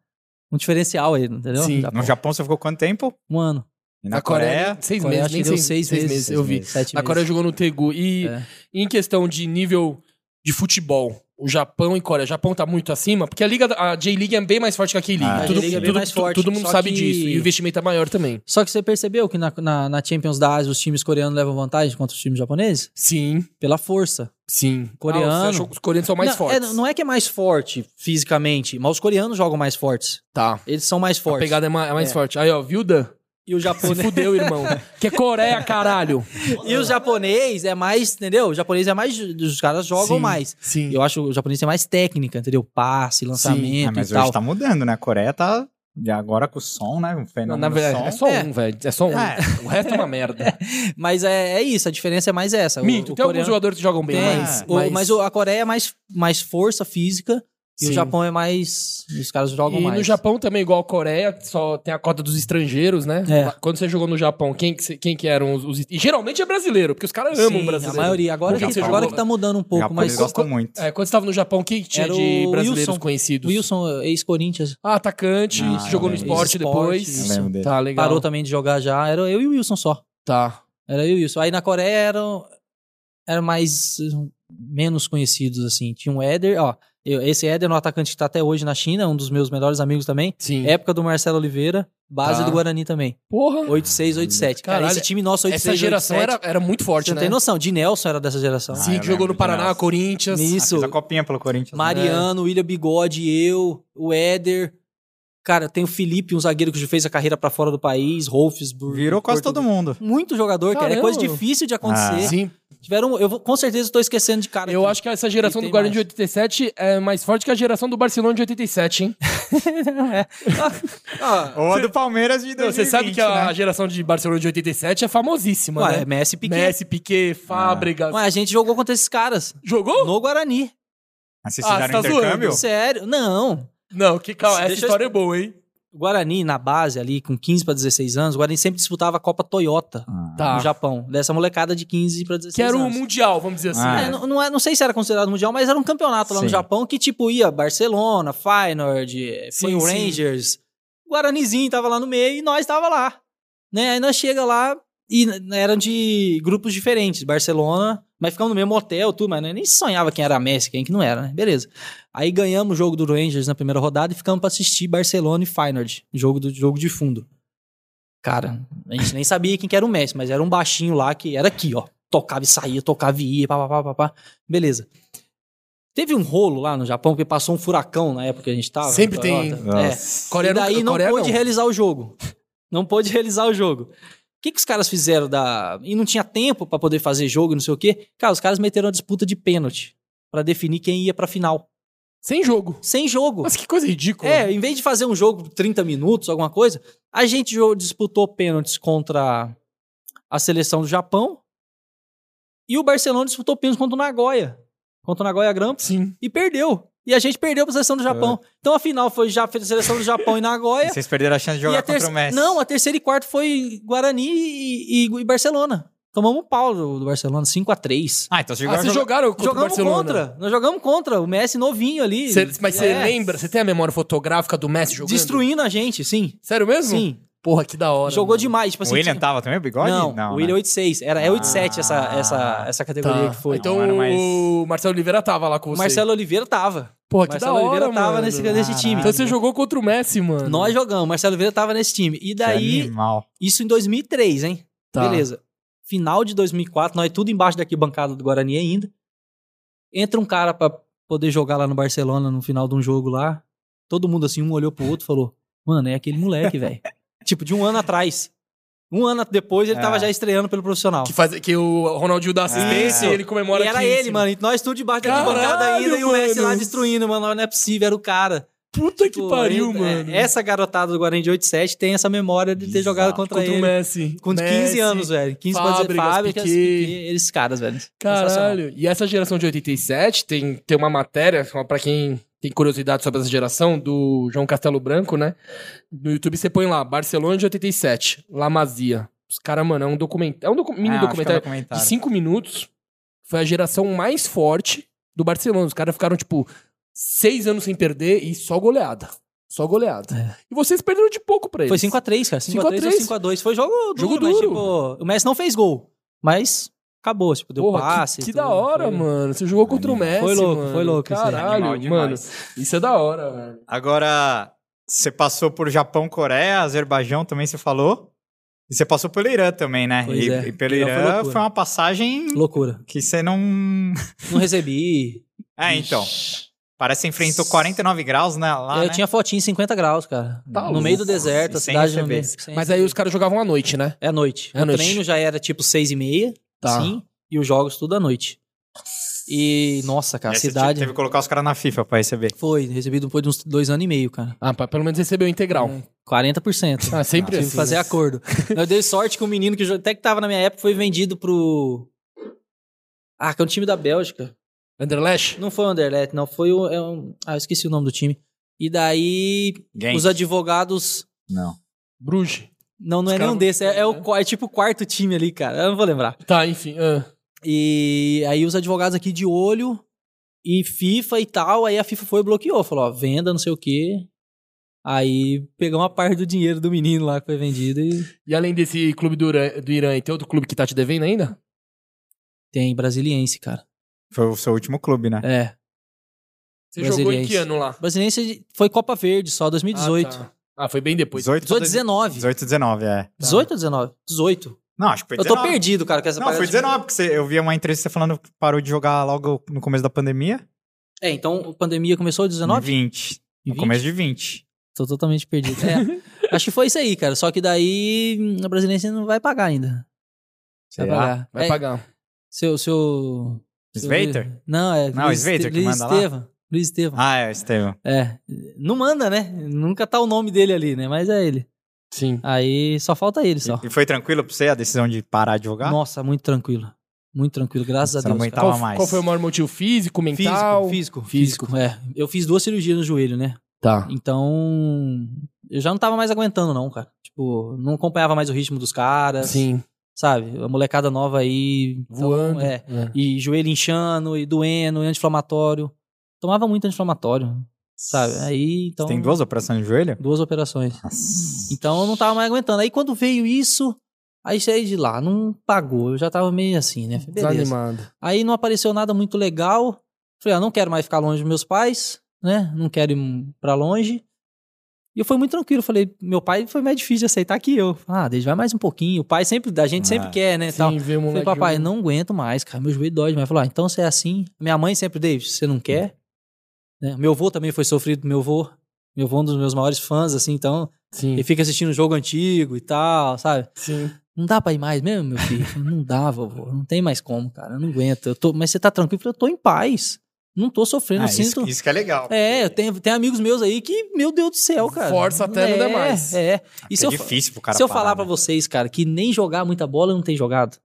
Speaker 3: um diferencial aí, entendeu?
Speaker 2: Sim.
Speaker 3: Japão.
Speaker 1: No Japão você ficou quanto tempo?
Speaker 3: Um ano.
Speaker 1: E na, Coreia,
Speaker 2: seis
Speaker 3: Coreia,
Speaker 2: meses,
Speaker 3: acho
Speaker 2: nem
Speaker 3: que deu
Speaker 2: seis,
Speaker 3: seis
Speaker 2: seis
Speaker 3: meses.
Speaker 2: meses, eu vi.
Speaker 3: Sete
Speaker 2: Na Coreia
Speaker 3: meses.
Speaker 2: jogou no Tegu. E
Speaker 3: É.
Speaker 2: em questão de nível de futebol, o Japão e Coreia. O Japão tá muito acima, porque a Liga, a J-League é bem mais forte que a K-League.
Speaker 1: Ah, a
Speaker 2: Tudo-
Speaker 3: J-League é bem
Speaker 2: tudo-
Speaker 3: mais
Speaker 2: tu-
Speaker 3: forte,
Speaker 2: Todo mundo
Speaker 3: só
Speaker 2: sabe
Speaker 3: que-
Speaker 2: disso. E o investimento é maior também.
Speaker 3: Só que você percebeu que na, na, na Champions da Ásia os times coreanos levam vantagem contra os times japoneses?
Speaker 2: Sim,
Speaker 3: Pela força.
Speaker 2: sim.
Speaker 3: Coreano.
Speaker 2: Ah, você achou que os coreanos são mais
Speaker 3: não,
Speaker 2: fortes.
Speaker 3: É, não é que é mais forte fisicamente, mas os coreanos jogam mais fortes.
Speaker 2: Tá.
Speaker 3: Eles são mais
Speaker 2: A
Speaker 3: fortes.
Speaker 2: pegada é ma- é mais
Speaker 3: É.
Speaker 2: forte. Aí, ó, viu, Dan?
Speaker 3: E o
Speaker 2: Se
Speaker 3: japonês.
Speaker 2: fudeu, irmão. Que é Coreia, caralho.
Speaker 3: e o japonês é mais, entendeu? O japonês é mais. Os caras jogam
Speaker 2: Sim,
Speaker 3: mais.
Speaker 2: Sim.
Speaker 3: Eu acho que o japonês é mais técnica, entendeu? Passe, lançamento
Speaker 1: Ah, mas
Speaker 3: e
Speaker 1: hoje
Speaker 3: tal.
Speaker 1: tá mudando, né? A Coreia tá. E agora com o som, né? Um fenômeno
Speaker 2: Na verdade,
Speaker 1: som.
Speaker 2: é só
Speaker 3: É.
Speaker 2: um, velho. É só um.
Speaker 1: É.
Speaker 2: O resto é uma merda.
Speaker 3: Mas é, é isso, a diferença é mais essa. O-
Speaker 2: Mito,
Speaker 3: o
Speaker 2: tem alguns
Speaker 3: coreano-
Speaker 2: jogadores que jogam bem,
Speaker 3: Tem,
Speaker 2: mas.
Speaker 3: o- mas o- a Coreia é mais, mais força física e
Speaker 2: Sim.
Speaker 3: o Japão é mais. Os caras jogam
Speaker 2: E
Speaker 3: mais.
Speaker 2: no Japão também, igual a Coreia, só tem a cota dos estrangeiros, né?
Speaker 3: É.
Speaker 2: Quando você jogou no Japão, quem que, cê- quem que eram os, os- E geralmente é brasileiro, porque os caras amam
Speaker 3: Sim,
Speaker 2: o é
Speaker 3: a
Speaker 2: brasileiro.
Speaker 3: maioria. Agora,
Speaker 2: Com quem
Speaker 3: que,
Speaker 2: você
Speaker 3: agora
Speaker 2: jogou?
Speaker 3: que tá mudando um
Speaker 1: Os
Speaker 3: pouco, mas
Speaker 1: japoneses gostam muito. Ah,
Speaker 2: É, quando você tava no Japão, quem que tinha
Speaker 3: Era
Speaker 2: de
Speaker 3: o
Speaker 2: brasileiros
Speaker 3: Wilson.
Speaker 2: conhecidos?
Speaker 3: Wilson, ex-Corinthians,
Speaker 2: Ah, atacante,
Speaker 1: Ah,
Speaker 2: jogou no
Speaker 1: eu lembro.
Speaker 2: esporte
Speaker 1: Eu
Speaker 2: depois.
Speaker 3: Esporte,
Speaker 1: lembro dele.
Speaker 2: Tá, legal.
Speaker 3: parou também de jogar já. Era eu e o Wilson só.
Speaker 2: Tá.
Speaker 3: Era eu e o Wilson. Aí na Coreia eram, eram mais. eh, menos conhecidos, assim. Tinha um Éder, ó. eu- esse Éder é um atacante que tá até hoje na China, um dos meus melhores amigos também.
Speaker 2: Sim.
Speaker 3: Época do Marcelo Oliveira, base
Speaker 2: Tá.
Speaker 3: do Guarani também.
Speaker 2: Porra.
Speaker 3: 8-6, 8-7. Cara,
Speaker 2: Caralho,
Speaker 3: esse time nosso, 8-6,
Speaker 2: Essa geração
Speaker 3: 8-7,
Speaker 2: era, era muito forte,
Speaker 3: Você
Speaker 2: né?
Speaker 3: tem noção, de Nelson era dessa geração.
Speaker 1: Ah,
Speaker 2: Sim,
Speaker 1: eu
Speaker 2: que jogou
Speaker 1: lembro
Speaker 2: no
Speaker 1: do
Speaker 2: Paraná,
Speaker 1: Nelson.
Speaker 2: Corinthians.
Speaker 3: Ni-
Speaker 1: Ah,
Speaker 3: é, isso.
Speaker 1: Fiz a copinha pelo
Speaker 2: né?
Speaker 1: Corinthians.
Speaker 3: Mariano, William Bigode, eu, o Éder. Cara, tem o Felipe, um zagueiro que já fez a carreira pra fora do país, Rolfsburg.
Speaker 1: né? Virou quase todo mundo.
Speaker 3: Muito jogador, cara. É
Speaker 2: Caramba.
Speaker 3: coisa difícil de
Speaker 1: Ah.
Speaker 3: acontecer.
Speaker 2: Sim.
Speaker 3: Tiveram, um, eu vou- com certeza eu tô esquecendo de cara.
Speaker 2: É. Eu
Speaker 3: aqui.
Speaker 2: acho que essa geração
Speaker 3: E
Speaker 2: do
Speaker 3: tem
Speaker 2: Guarani de
Speaker 3: mais.
Speaker 2: 87 é mais forte que a geração do Barcelona de 87, hein?
Speaker 3: Ah,
Speaker 1: Ou a do Palmeiras de 2020,
Speaker 2: Você sabe que a
Speaker 1: né?
Speaker 2: geração de Barcelona de 87 é famosíssima,
Speaker 3: ué,
Speaker 2: né?
Speaker 3: Messi e Piquet.
Speaker 2: Messi, tá? Piquet, Fábregas.
Speaker 3: Ué, a gente jogou contra esses caras.
Speaker 2: Jogou?
Speaker 3: No Guarani.
Speaker 1: Mas vocês
Speaker 2: Ah,
Speaker 1: fizeram
Speaker 2: você tá
Speaker 1: intercâmbio?
Speaker 3: Sério. Não.
Speaker 2: Não, que calma, essa
Speaker 3: Deixa eu
Speaker 2: história é boa, hein?
Speaker 3: O Guarani, na base ali, com 15 pra 16 anos, o Guarani sempre disputava a Copa Toyota
Speaker 1: Ah.
Speaker 2: Tá.
Speaker 3: no Japão. Dessa molecada de 15 pra 16
Speaker 2: Que era o
Speaker 3: anos.
Speaker 2: Mundial, vamos dizer assim.
Speaker 1: Ah,
Speaker 2: né?
Speaker 3: É, não, não é- não sei se era considerado mundial, mas era um campeonato lá no
Speaker 1: Sim.
Speaker 3: Japão que, tipo, ia Barcelona, Feyenoord, eh,
Speaker 2: Sim,
Speaker 3: foi o
Speaker 2: sim.
Speaker 3: Rangers, Guaranizinho tava lá no meio e nós tava lá. Né? Aí nós chega lá e n- eram de grupos diferentes, Barcelona, mas ficamos no mesmo hotel, tudo, mas nós nem sonhava quem era Messi, quem que não era, né? Beleza. Aí ganhamos o jogo do Rangers na primeira rodada e ficamos pra assistir Barcelona e Feyenoord, jogo do jogo de fundo. Cara, a gente nem sabia quem que era o Messi, mas era um baixinho lá que era aqui, ó. Tocava e saía, tocava e ia, papapá, papá. Beleza. Teve um rolo lá no Japão, porque passou um furacão na época que a gente tava.
Speaker 2: Sempre
Speaker 3: na
Speaker 2: tem.
Speaker 3: Toyota. É.
Speaker 1: Nossa.
Speaker 2: Coreia
Speaker 3: e daí
Speaker 2: nunca-
Speaker 3: não
Speaker 2: Coreia
Speaker 3: pôde realizar o jogo. Não pôde realizar o jogo. O que, que os caras fizeram da. E não tinha tempo pra poder fazer jogo, não sei o quê. Cara, os caras meteram a disputa de pênalti pra definir quem ia pra final.
Speaker 2: Sem jogo.
Speaker 3: Sem jogo.
Speaker 2: Nossa, que coisa ridícula.
Speaker 3: É, em vez de fazer um jogo 30 minutos, alguma coisa, a gente jo- disputou pênaltis contra a seleção do Japão e o Barcelona disputou pênaltis contra o Nagoya. Contra o Nagoya Grampus
Speaker 2: Sim.
Speaker 3: e perdeu. E a gente perdeu pra seleção do Japão.
Speaker 1: É.
Speaker 3: Então a final foi já seleção do Japão e Nagoya.
Speaker 1: Vocês perderam a chance de
Speaker 3: e
Speaker 1: jogar
Speaker 3: a terce-
Speaker 1: contra o Messi.
Speaker 3: Não, a terceira e quarta foi Guarani e, e- e Barcelona. Tomamos um pau do, do Barcelona, 5x3.
Speaker 1: Ah, então você
Speaker 2: Ah,
Speaker 1: jogou
Speaker 2: vocês jogaram contra o
Speaker 3: Jogamos
Speaker 2: Barcelona.
Speaker 3: contra. Nós jogamos contra. O Messi novinho ali.
Speaker 2: Cê- mas você
Speaker 3: É.
Speaker 2: lembra? Você tem a memória fotográfica do Messi jogando?
Speaker 3: Destruindo a gente, sim.
Speaker 2: Sério mesmo?
Speaker 3: Sim.
Speaker 2: Porra, que da hora.
Speaker 3: Jogou
Speaker 2: mano.
Speaker 3: demais. Tipo
Speaker 1: O
Speaker 3: assim,
Speaker 1: William
Speaker 3: tinha-
Speaker 1: tava também, o bigode?
Speaker 3: Não, o William
Speaker 1: né?
Speaker 3: 8-6. Era, é 8-7
Speaker 1: Ah.
Speaker 3: essa, essa, essa categoria
Speaker 2: Tá.
Speaker 3: que foi.
Speaker 2: Então
Speaker 1: Não era mais-
Speaker 2: o Marcelo Oliveira tava lá com
Speaker 3: o
Speaker 2: você.
Speaker 3: Marcelo Oliveira tava.
Speaker 2: Porra, que da
Speaker 3: Marcelo
Speaker 2: hora,
Speaker 3: Oliveira tava
Speaker 2: mano.
Speaker 3: nesse, nesse time.
Speaker 2: Então você jogou contra o Messi, mano.
Speaker 3: Nós jogamos, Marcelo Oliveira tava nesse time. E
Speaker 1: Que
Speaker 3: daí,
Speaker 1: é Animal.
Speaker 3: isso em 2003, hein?
Speaker 2: Tá.
Speaker 3: Beleza. Final de 2004, nós tudo embaixo da arquibancada do Guarani ainda. Entra um cara pra poder jogar lá no Barcelona no final de um jogo lá. Todo mundo assim, um olhou pro outro e falou: Mano, é aquele moleque, velho. tipo, de um ano atrás. Um ano depois ele tava
Speaker 1: É.
Speaker 3: já estreando pelo profissional.
Speaker 2: Que, faz, que o Ronaldinho dá
Speaker 1: Isso.
Speaker 2: assistência e ele comemora
Speaker 3: É. e era
Speaker 2: aqui em
Speaker 3: ele,
Speaker 2: cima.
Speaker 3: mano. E nós tudo debaixo da
Speaker 2: Caralho,
Speaker 3: bancada ainda e o Messi
Speaker 2: mano.
Speaker 3: lá destruindo, mano. Não é possível, era o cara.
Speaker 2: Puta que
Speaker 3: Pô,
Speaker 2: pariu,
Speaker 3: é-
Speaker 2: mano.
Speaker 3: Essa garotada do Guarani de 8-7 tem essa memória de ter
Speaker 1: Exato.
Speaker 3: jogado contra,
Speaker 2: Contra o
Speaker 3: ele.
Speaker 2: Messi.
Speaker 3: Com 15
Speaker 2: Messi,
Speaker 3: anos, é velho. 15 fazer
Speaker 2: Fábricas,
Speaker 3: fábricas,
Speaker 2: Piquet.
Speaker 3: Piquet, esses caras, velho. Sensacional.
Speaker 2: Caralho. E essa geração de 87 tem, tem uma matéria, só pra quem tem curiosidade sobre essa geração, do João Castelo Branco, né? No YouTube você põe lá, Barcelona de 87, La Masia. Os caras, mano, é um documentário. É um docu- mini
Speaker 1: Ah, acho que é um
Speaker 2: documentário de
Speaker 1: documentário.
Speaker 2: cinco minutos. Foi a geração mais forte do Barcelona. Os caras ficaram, tipo, seis anos sem perder e só goleada.
Speaker 7: Só goleada. E vocês perderam de pouco pra eles.
Speaker 3: É. Foi 5x3, cara.
Speaker 7: 5 a 3.
Speaker 3: 5x3 ou 5x2. Foi jogo duro,
Speaker 2: Jogo
Speaker 3: mas,
Speaker 2: duro.
Speaker 3: tipo, o Messi não fez gol. Mas acabou, tipo, deu
Speaker 2: Porra, que-
Speaker 3: passe.
Speaker 2: Que,
Speaker 3: e
Speaker 2: da
Speaker 3: tudo.
Speaker 2: hora,
Speaker 3: Foi-
Speaker 2: mano. Você jogou contra o Messi.
Speaker 3: Foi louco,
Speaker 2: mano.
Speaker 3: foi louco isso aí.
Speaker 2: Caralho, mano. Isso é da hora, velho.
Speaker 1: Agora, você passou por Japão, Coreia, Azerbaijão também você falou. E você passou pelo Irã também, né?
Speaker 3: Pois
Speaker 1: e,
Speaker 3: é.
Speaker 1: e pelo
Speaker 3: Irã foi
Speaker 1: Irã
Speaker 3: loucura.
Speaker 1: foi uma passagem
Speaker 3: Loucura.
Speaker 1: que você não.
Speaker 3: Não recebi.
Speaker 1: É, então. Parece que enfrentou 49 graus, né? Lá,
Speaker 3: eu
Speaker 1: né?
Speaker 3: tinha fotinho em 50 graus, cara.
Speaker 7: Tá
Speaker 3: no meio do
Speaker 7: louco.
Speaker 3: deserto, a
Speaker 1: Sem
Speaker 3: cidade no
Speaker 1: receber.
Speaker 3: meio. sem
Speaker 2: Mas aí os caras jogavam à noite, né?
Speaker 3: É à noite.
Speaker 2: É à
Speaker 3: o
Speaker 2: noite.
Speaker 3: treino já era tipo seis e meia,
Speaker 2: Tá.
Speaker 3: sim, e os jogos tudo à noite. E, nossa,
Speaker 1: E
Speaker 3: cara,
Speaker 1: aí
Speaker 3: a
Speaker 1: você
Speaker 3: cidade...
Speaker 1: Teve que colocar os caras na FIFA pra receber.
Speaker 3: Foi, recebi depois de uns dois anos e meio, cara.
Speaker 2: Ah, pá, pelo menos recebeu integral.
Speaker 3: 40%.
Speaker 2: Ah, sempre
Speaker 3: Tive
Speaker 2: assim.
Speaker 3: que fazer
Speaker 2: né?
Speaker 3: acordo. Eu dei sorte que um menino que jo- até que tava na minha época foi vendido pro... Ah, que é um time da Bélgica.
Speaker 2: Anderlecht?
Speaker 3: Não foi o Anderlecht, não. Foi o... é um- Ah, eu esqueci o nome do time. E daí,
Speaker 1: Genk.
Speaker 3: os advogados...
Speaker 1: Não.
Speaker 2: Bruges.
Speaker 3: Não, não
Speaker 2: Os
Speaker 3: é
Speaker 2: cara-
Speaker 3: nenhum desse. É, é o, qu- é tipo o quarto time ali, cara. Eu não vou lembrar.
Speaker 2: Tá, enfim. ah.
Speaker 3: E aí os advogados aqui de olho e FIFA e tal, aí a FIFA foi e bloqueou, falou, ó, venda, não sei o quê. Aí pegou uma parte do dinheiro do menino lá que foi vendido e
Speaker 2: E além desse clube do Irã, do Irã, tem outro clube que tá te devendo ainda?
Speaker 3: tem brasiliense, cara.
Speaker 1: Foi o seu último clube, né?
Speaker 3: É.
Speaker 2: Você jogou em
Speaker 3: Brasiliense.
Speaker 2: que ano lá?
Speaker 3: Brasiliense foi Copa Verde só 2018.
Speaker 2: Ah, tá. Ah, foi bem depois.
Speaker 1: 18
Speaker 3: 18 19.
Speaker 1: 18, 19, é.
Speaker 3: 18 ou 19? 18.
Speaker 1: Não, acho que foi
Speaker 3: Eu tô
Speaker 1: 19.
Speaker 3: perdido, cara, com essa
Speaker 1: Não,
Speaker 3: parada
Speaker 1: foi
Speaker 3: de-
Speaker 1: 19, porque você- eu vi uma entrevista falando que parou de jogar logo no começo da pandemia.
Speaker 3: É, então a pandemia começou 19?
Speaker 1: Em 20. No
Speaker 3: 20?
Speaker 1: começo de 20.
Speaker 3: Tô totalmente perdido. É. Acho que foi isso aí, cara. Só que daí hum, a brasilense não vai pagar ainda. Vai
Speaker 1: Será?
Speaker 3: pagar.
Speaker 2: Vai
Speaker 3: É,
Speaker 2: pagar.
Speaker 3: Seu, seu
Speaker 1: Sveiter?
Speaker 3: Não, é.
Speaker 1: Não, o Sveiter que
Speaker 3: Luiz
Speaker 1: manda lá?
Speaker 3: Estevam. Luiz Estevam.
Speaker 1: Ah, é, Estevam.
Speaker 3: É. Não manda, né? Nunca tá o nome dele ali, né? Mas é ele.
Speaker 2: Sim.
Speaker 3: Aí só falta ele só.
Speaker 1: E, e foi tranquilo pra você a decisão de parar de jogar?
Speaker 3: Nossa, muito tranquilo. Muito tranquilo, graças
Speaker 1: Você
Speaker 3: a
Speaker 1: não
Speaker 3: Deus. cara.
Speaker 1: aguentava
Speaker 2: qual,
Speaker 1: mais.
Speaker 2: qual foi o maior motivo? Físico,
Speaker 3: Físico,
Speaker 2: mental?
Speaker 3: físico, físico, É. Eu fiz duas cirurgias no joelho, né?
Speaker 2: Tá.
Speaker 3: Então. Eu já não tava mais aguentando, não, cara. Tipo, não acompanhava mais o ritmo dos caras.
Speaker 2: Sim.
Speaker 3: Sabe? A molecada nova aí. então,
Speaker 2: Voando.
Speaker 3: é. E joelho inchando, e doendo, e anti-inflamatório. Tomava muito anti-inflamatório, sabe? Aí, então...
Speaker 1: Você tem duas operações de joelho?
Speaker 3: duas operações.
Speaker 1: Nossa.
Speaker 3: Então eu não tava mais aguentando. Aí quando veio isso, aí saí de lá, não pagou. Eu já tava meio assim, né? Falei, Beleza.
Speaker 2: Desanimado.
Speaker 3: Aí não apareceu nada muito legal. Falei, ah, não quero mais ficar longe dos meus pais, né? Não quero ir pra longe. E eu fui muito tranquilo. Falei, meu pai foi mais difícil de aceitar que eu. Ah, desde vai mais um pouquinho. O pai sempre, a gente sempre
Speaker 1: Ah,
Speaker 3: quer, né? tal.
Speaker 2: Sim, ver o
Speaker 3: Falei,
Speaker 2: moleque
Speaker 3: papai,
Speaker 2: jogando.
Speaker 3: não aguento mais, cara. Meu joelho dói demais. Falou, ah, então você é assim. Minha mãe sempre, David, você não quer? Né? Meu avô também foi sofrido, meu avô. Meu avô é um dos meus maiores fãs, assim, então.
Speaker 2: Sim.
Speaker 3: Ele fica assistindo um jogo antigo e tal, sabe?
Speaker 2: Sim.
Speaker 3: Não dá pra ir mais mesmo, meu filho? Eu falei, não dá, vovô. Não tem mais como, cara. Eu não aguento. Eu tô... Mas você tá tranquilo? Eu falei, eu tô em paz. Não tô sofrendo,
Speaker 1: Ah,
Speaker 3: eu sinto.
Speaker 1: isso, isso que é legal.
Speaker 3: É, eu tenho, tem amigos meus aí que, meu Deus do céu, cara.
Speaker 2: Força até não
Speaker 3: é,
Speaker 2: demais.
Speaker 3: É. E
Speaker 1: Porque
Speaker 3: se eu,
Speaker 1: é
Speaker 3: fa-
Speaker 1: difícil pro cara
Speaker 3: se eu
Speaker 1: parar,
Speaker 3: falar
Speaker 1: né?
Speaker 3: pra vocês, cara, que nem jogar muita bola eu não tenho jogado.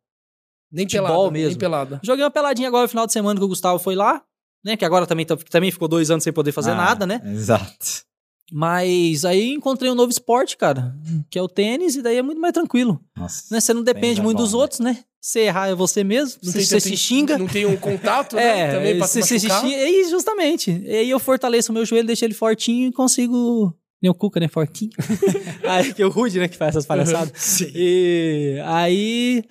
Speaker 2: Nem
Speaker 3: Futebol
Speaker 2: pelada. Nem
Speaker 3: mesmo.
Speaker 2: pelada.
Speaker 3: Joguei uma peladinha agora no final de semana que o Gustavo foi lá, né? Que agora também, tá- também ficou dois anos sem poder fazer
Speaker 1: Ah,
Speaker 3: nada, né?
Speaker 1: Exato.
Speaker 3: Mas aí encontrei um novo esporte, cara, que é o tênis, e daí é muito mais tranquilo.
Speaker 1: Nossa.
Speaker 3: Né? Você não depende
Speaker 1: é
Speaker 3: muito
Speaker 1: bom,
Speaker 3: dos
Speaker 1: né?
Speaker 3: outros, né? Se errar é você mesmo, você, você
Speaker 2: tanto-
Speaker 3: se xinga.
Speaker 2: Não tem um contato, né? Também
Speaker 3: É,
Speaker 2: pra se
Speaker 3: você se
Speaker 2: machucar.
Speaker 3: xinga. É isso, justamente. E aí eu fortaleço o meu joelho, deixo ele fortinho e consigo. Nem o Cuca, né? Fortinho. aí, que é o Rude, né? Que faz essas palhaçadas.
Speaker 2: Uhum.
Speaker 3: E aí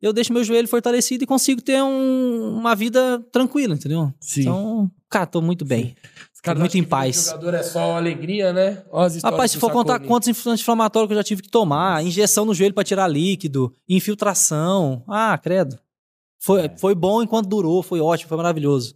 Speaker 3: eu deixo meu joelho fortalecido e consigo ter um- uma vida tranquila, entendeu?
Speaker 2: Sim.
Speaker 3: Então, cara, tô muito bem.
Speaker 2: Os caras
Speaker 3: muito
Speaker 2: acham
Speaker 3: em
Speaker 2: que vida de
Speaker 3: paz.
Speaker 2: jogador é só alegria, né? Ó as histórias
Speaker 3: Rapaz, se
Speaker 2: do
Speaker 3: for contar
Speaker 2: Sacone.
Speaker 3: quantos anti-inflamatórios que eu já tive que tomar, injeção no joelho pra tirar líquido, infiltração. Ah, credo. Foi,
Speaker 2: É.
Speaker 3: foi bom enquanto durou, foi ótimo, foi maravilhoso.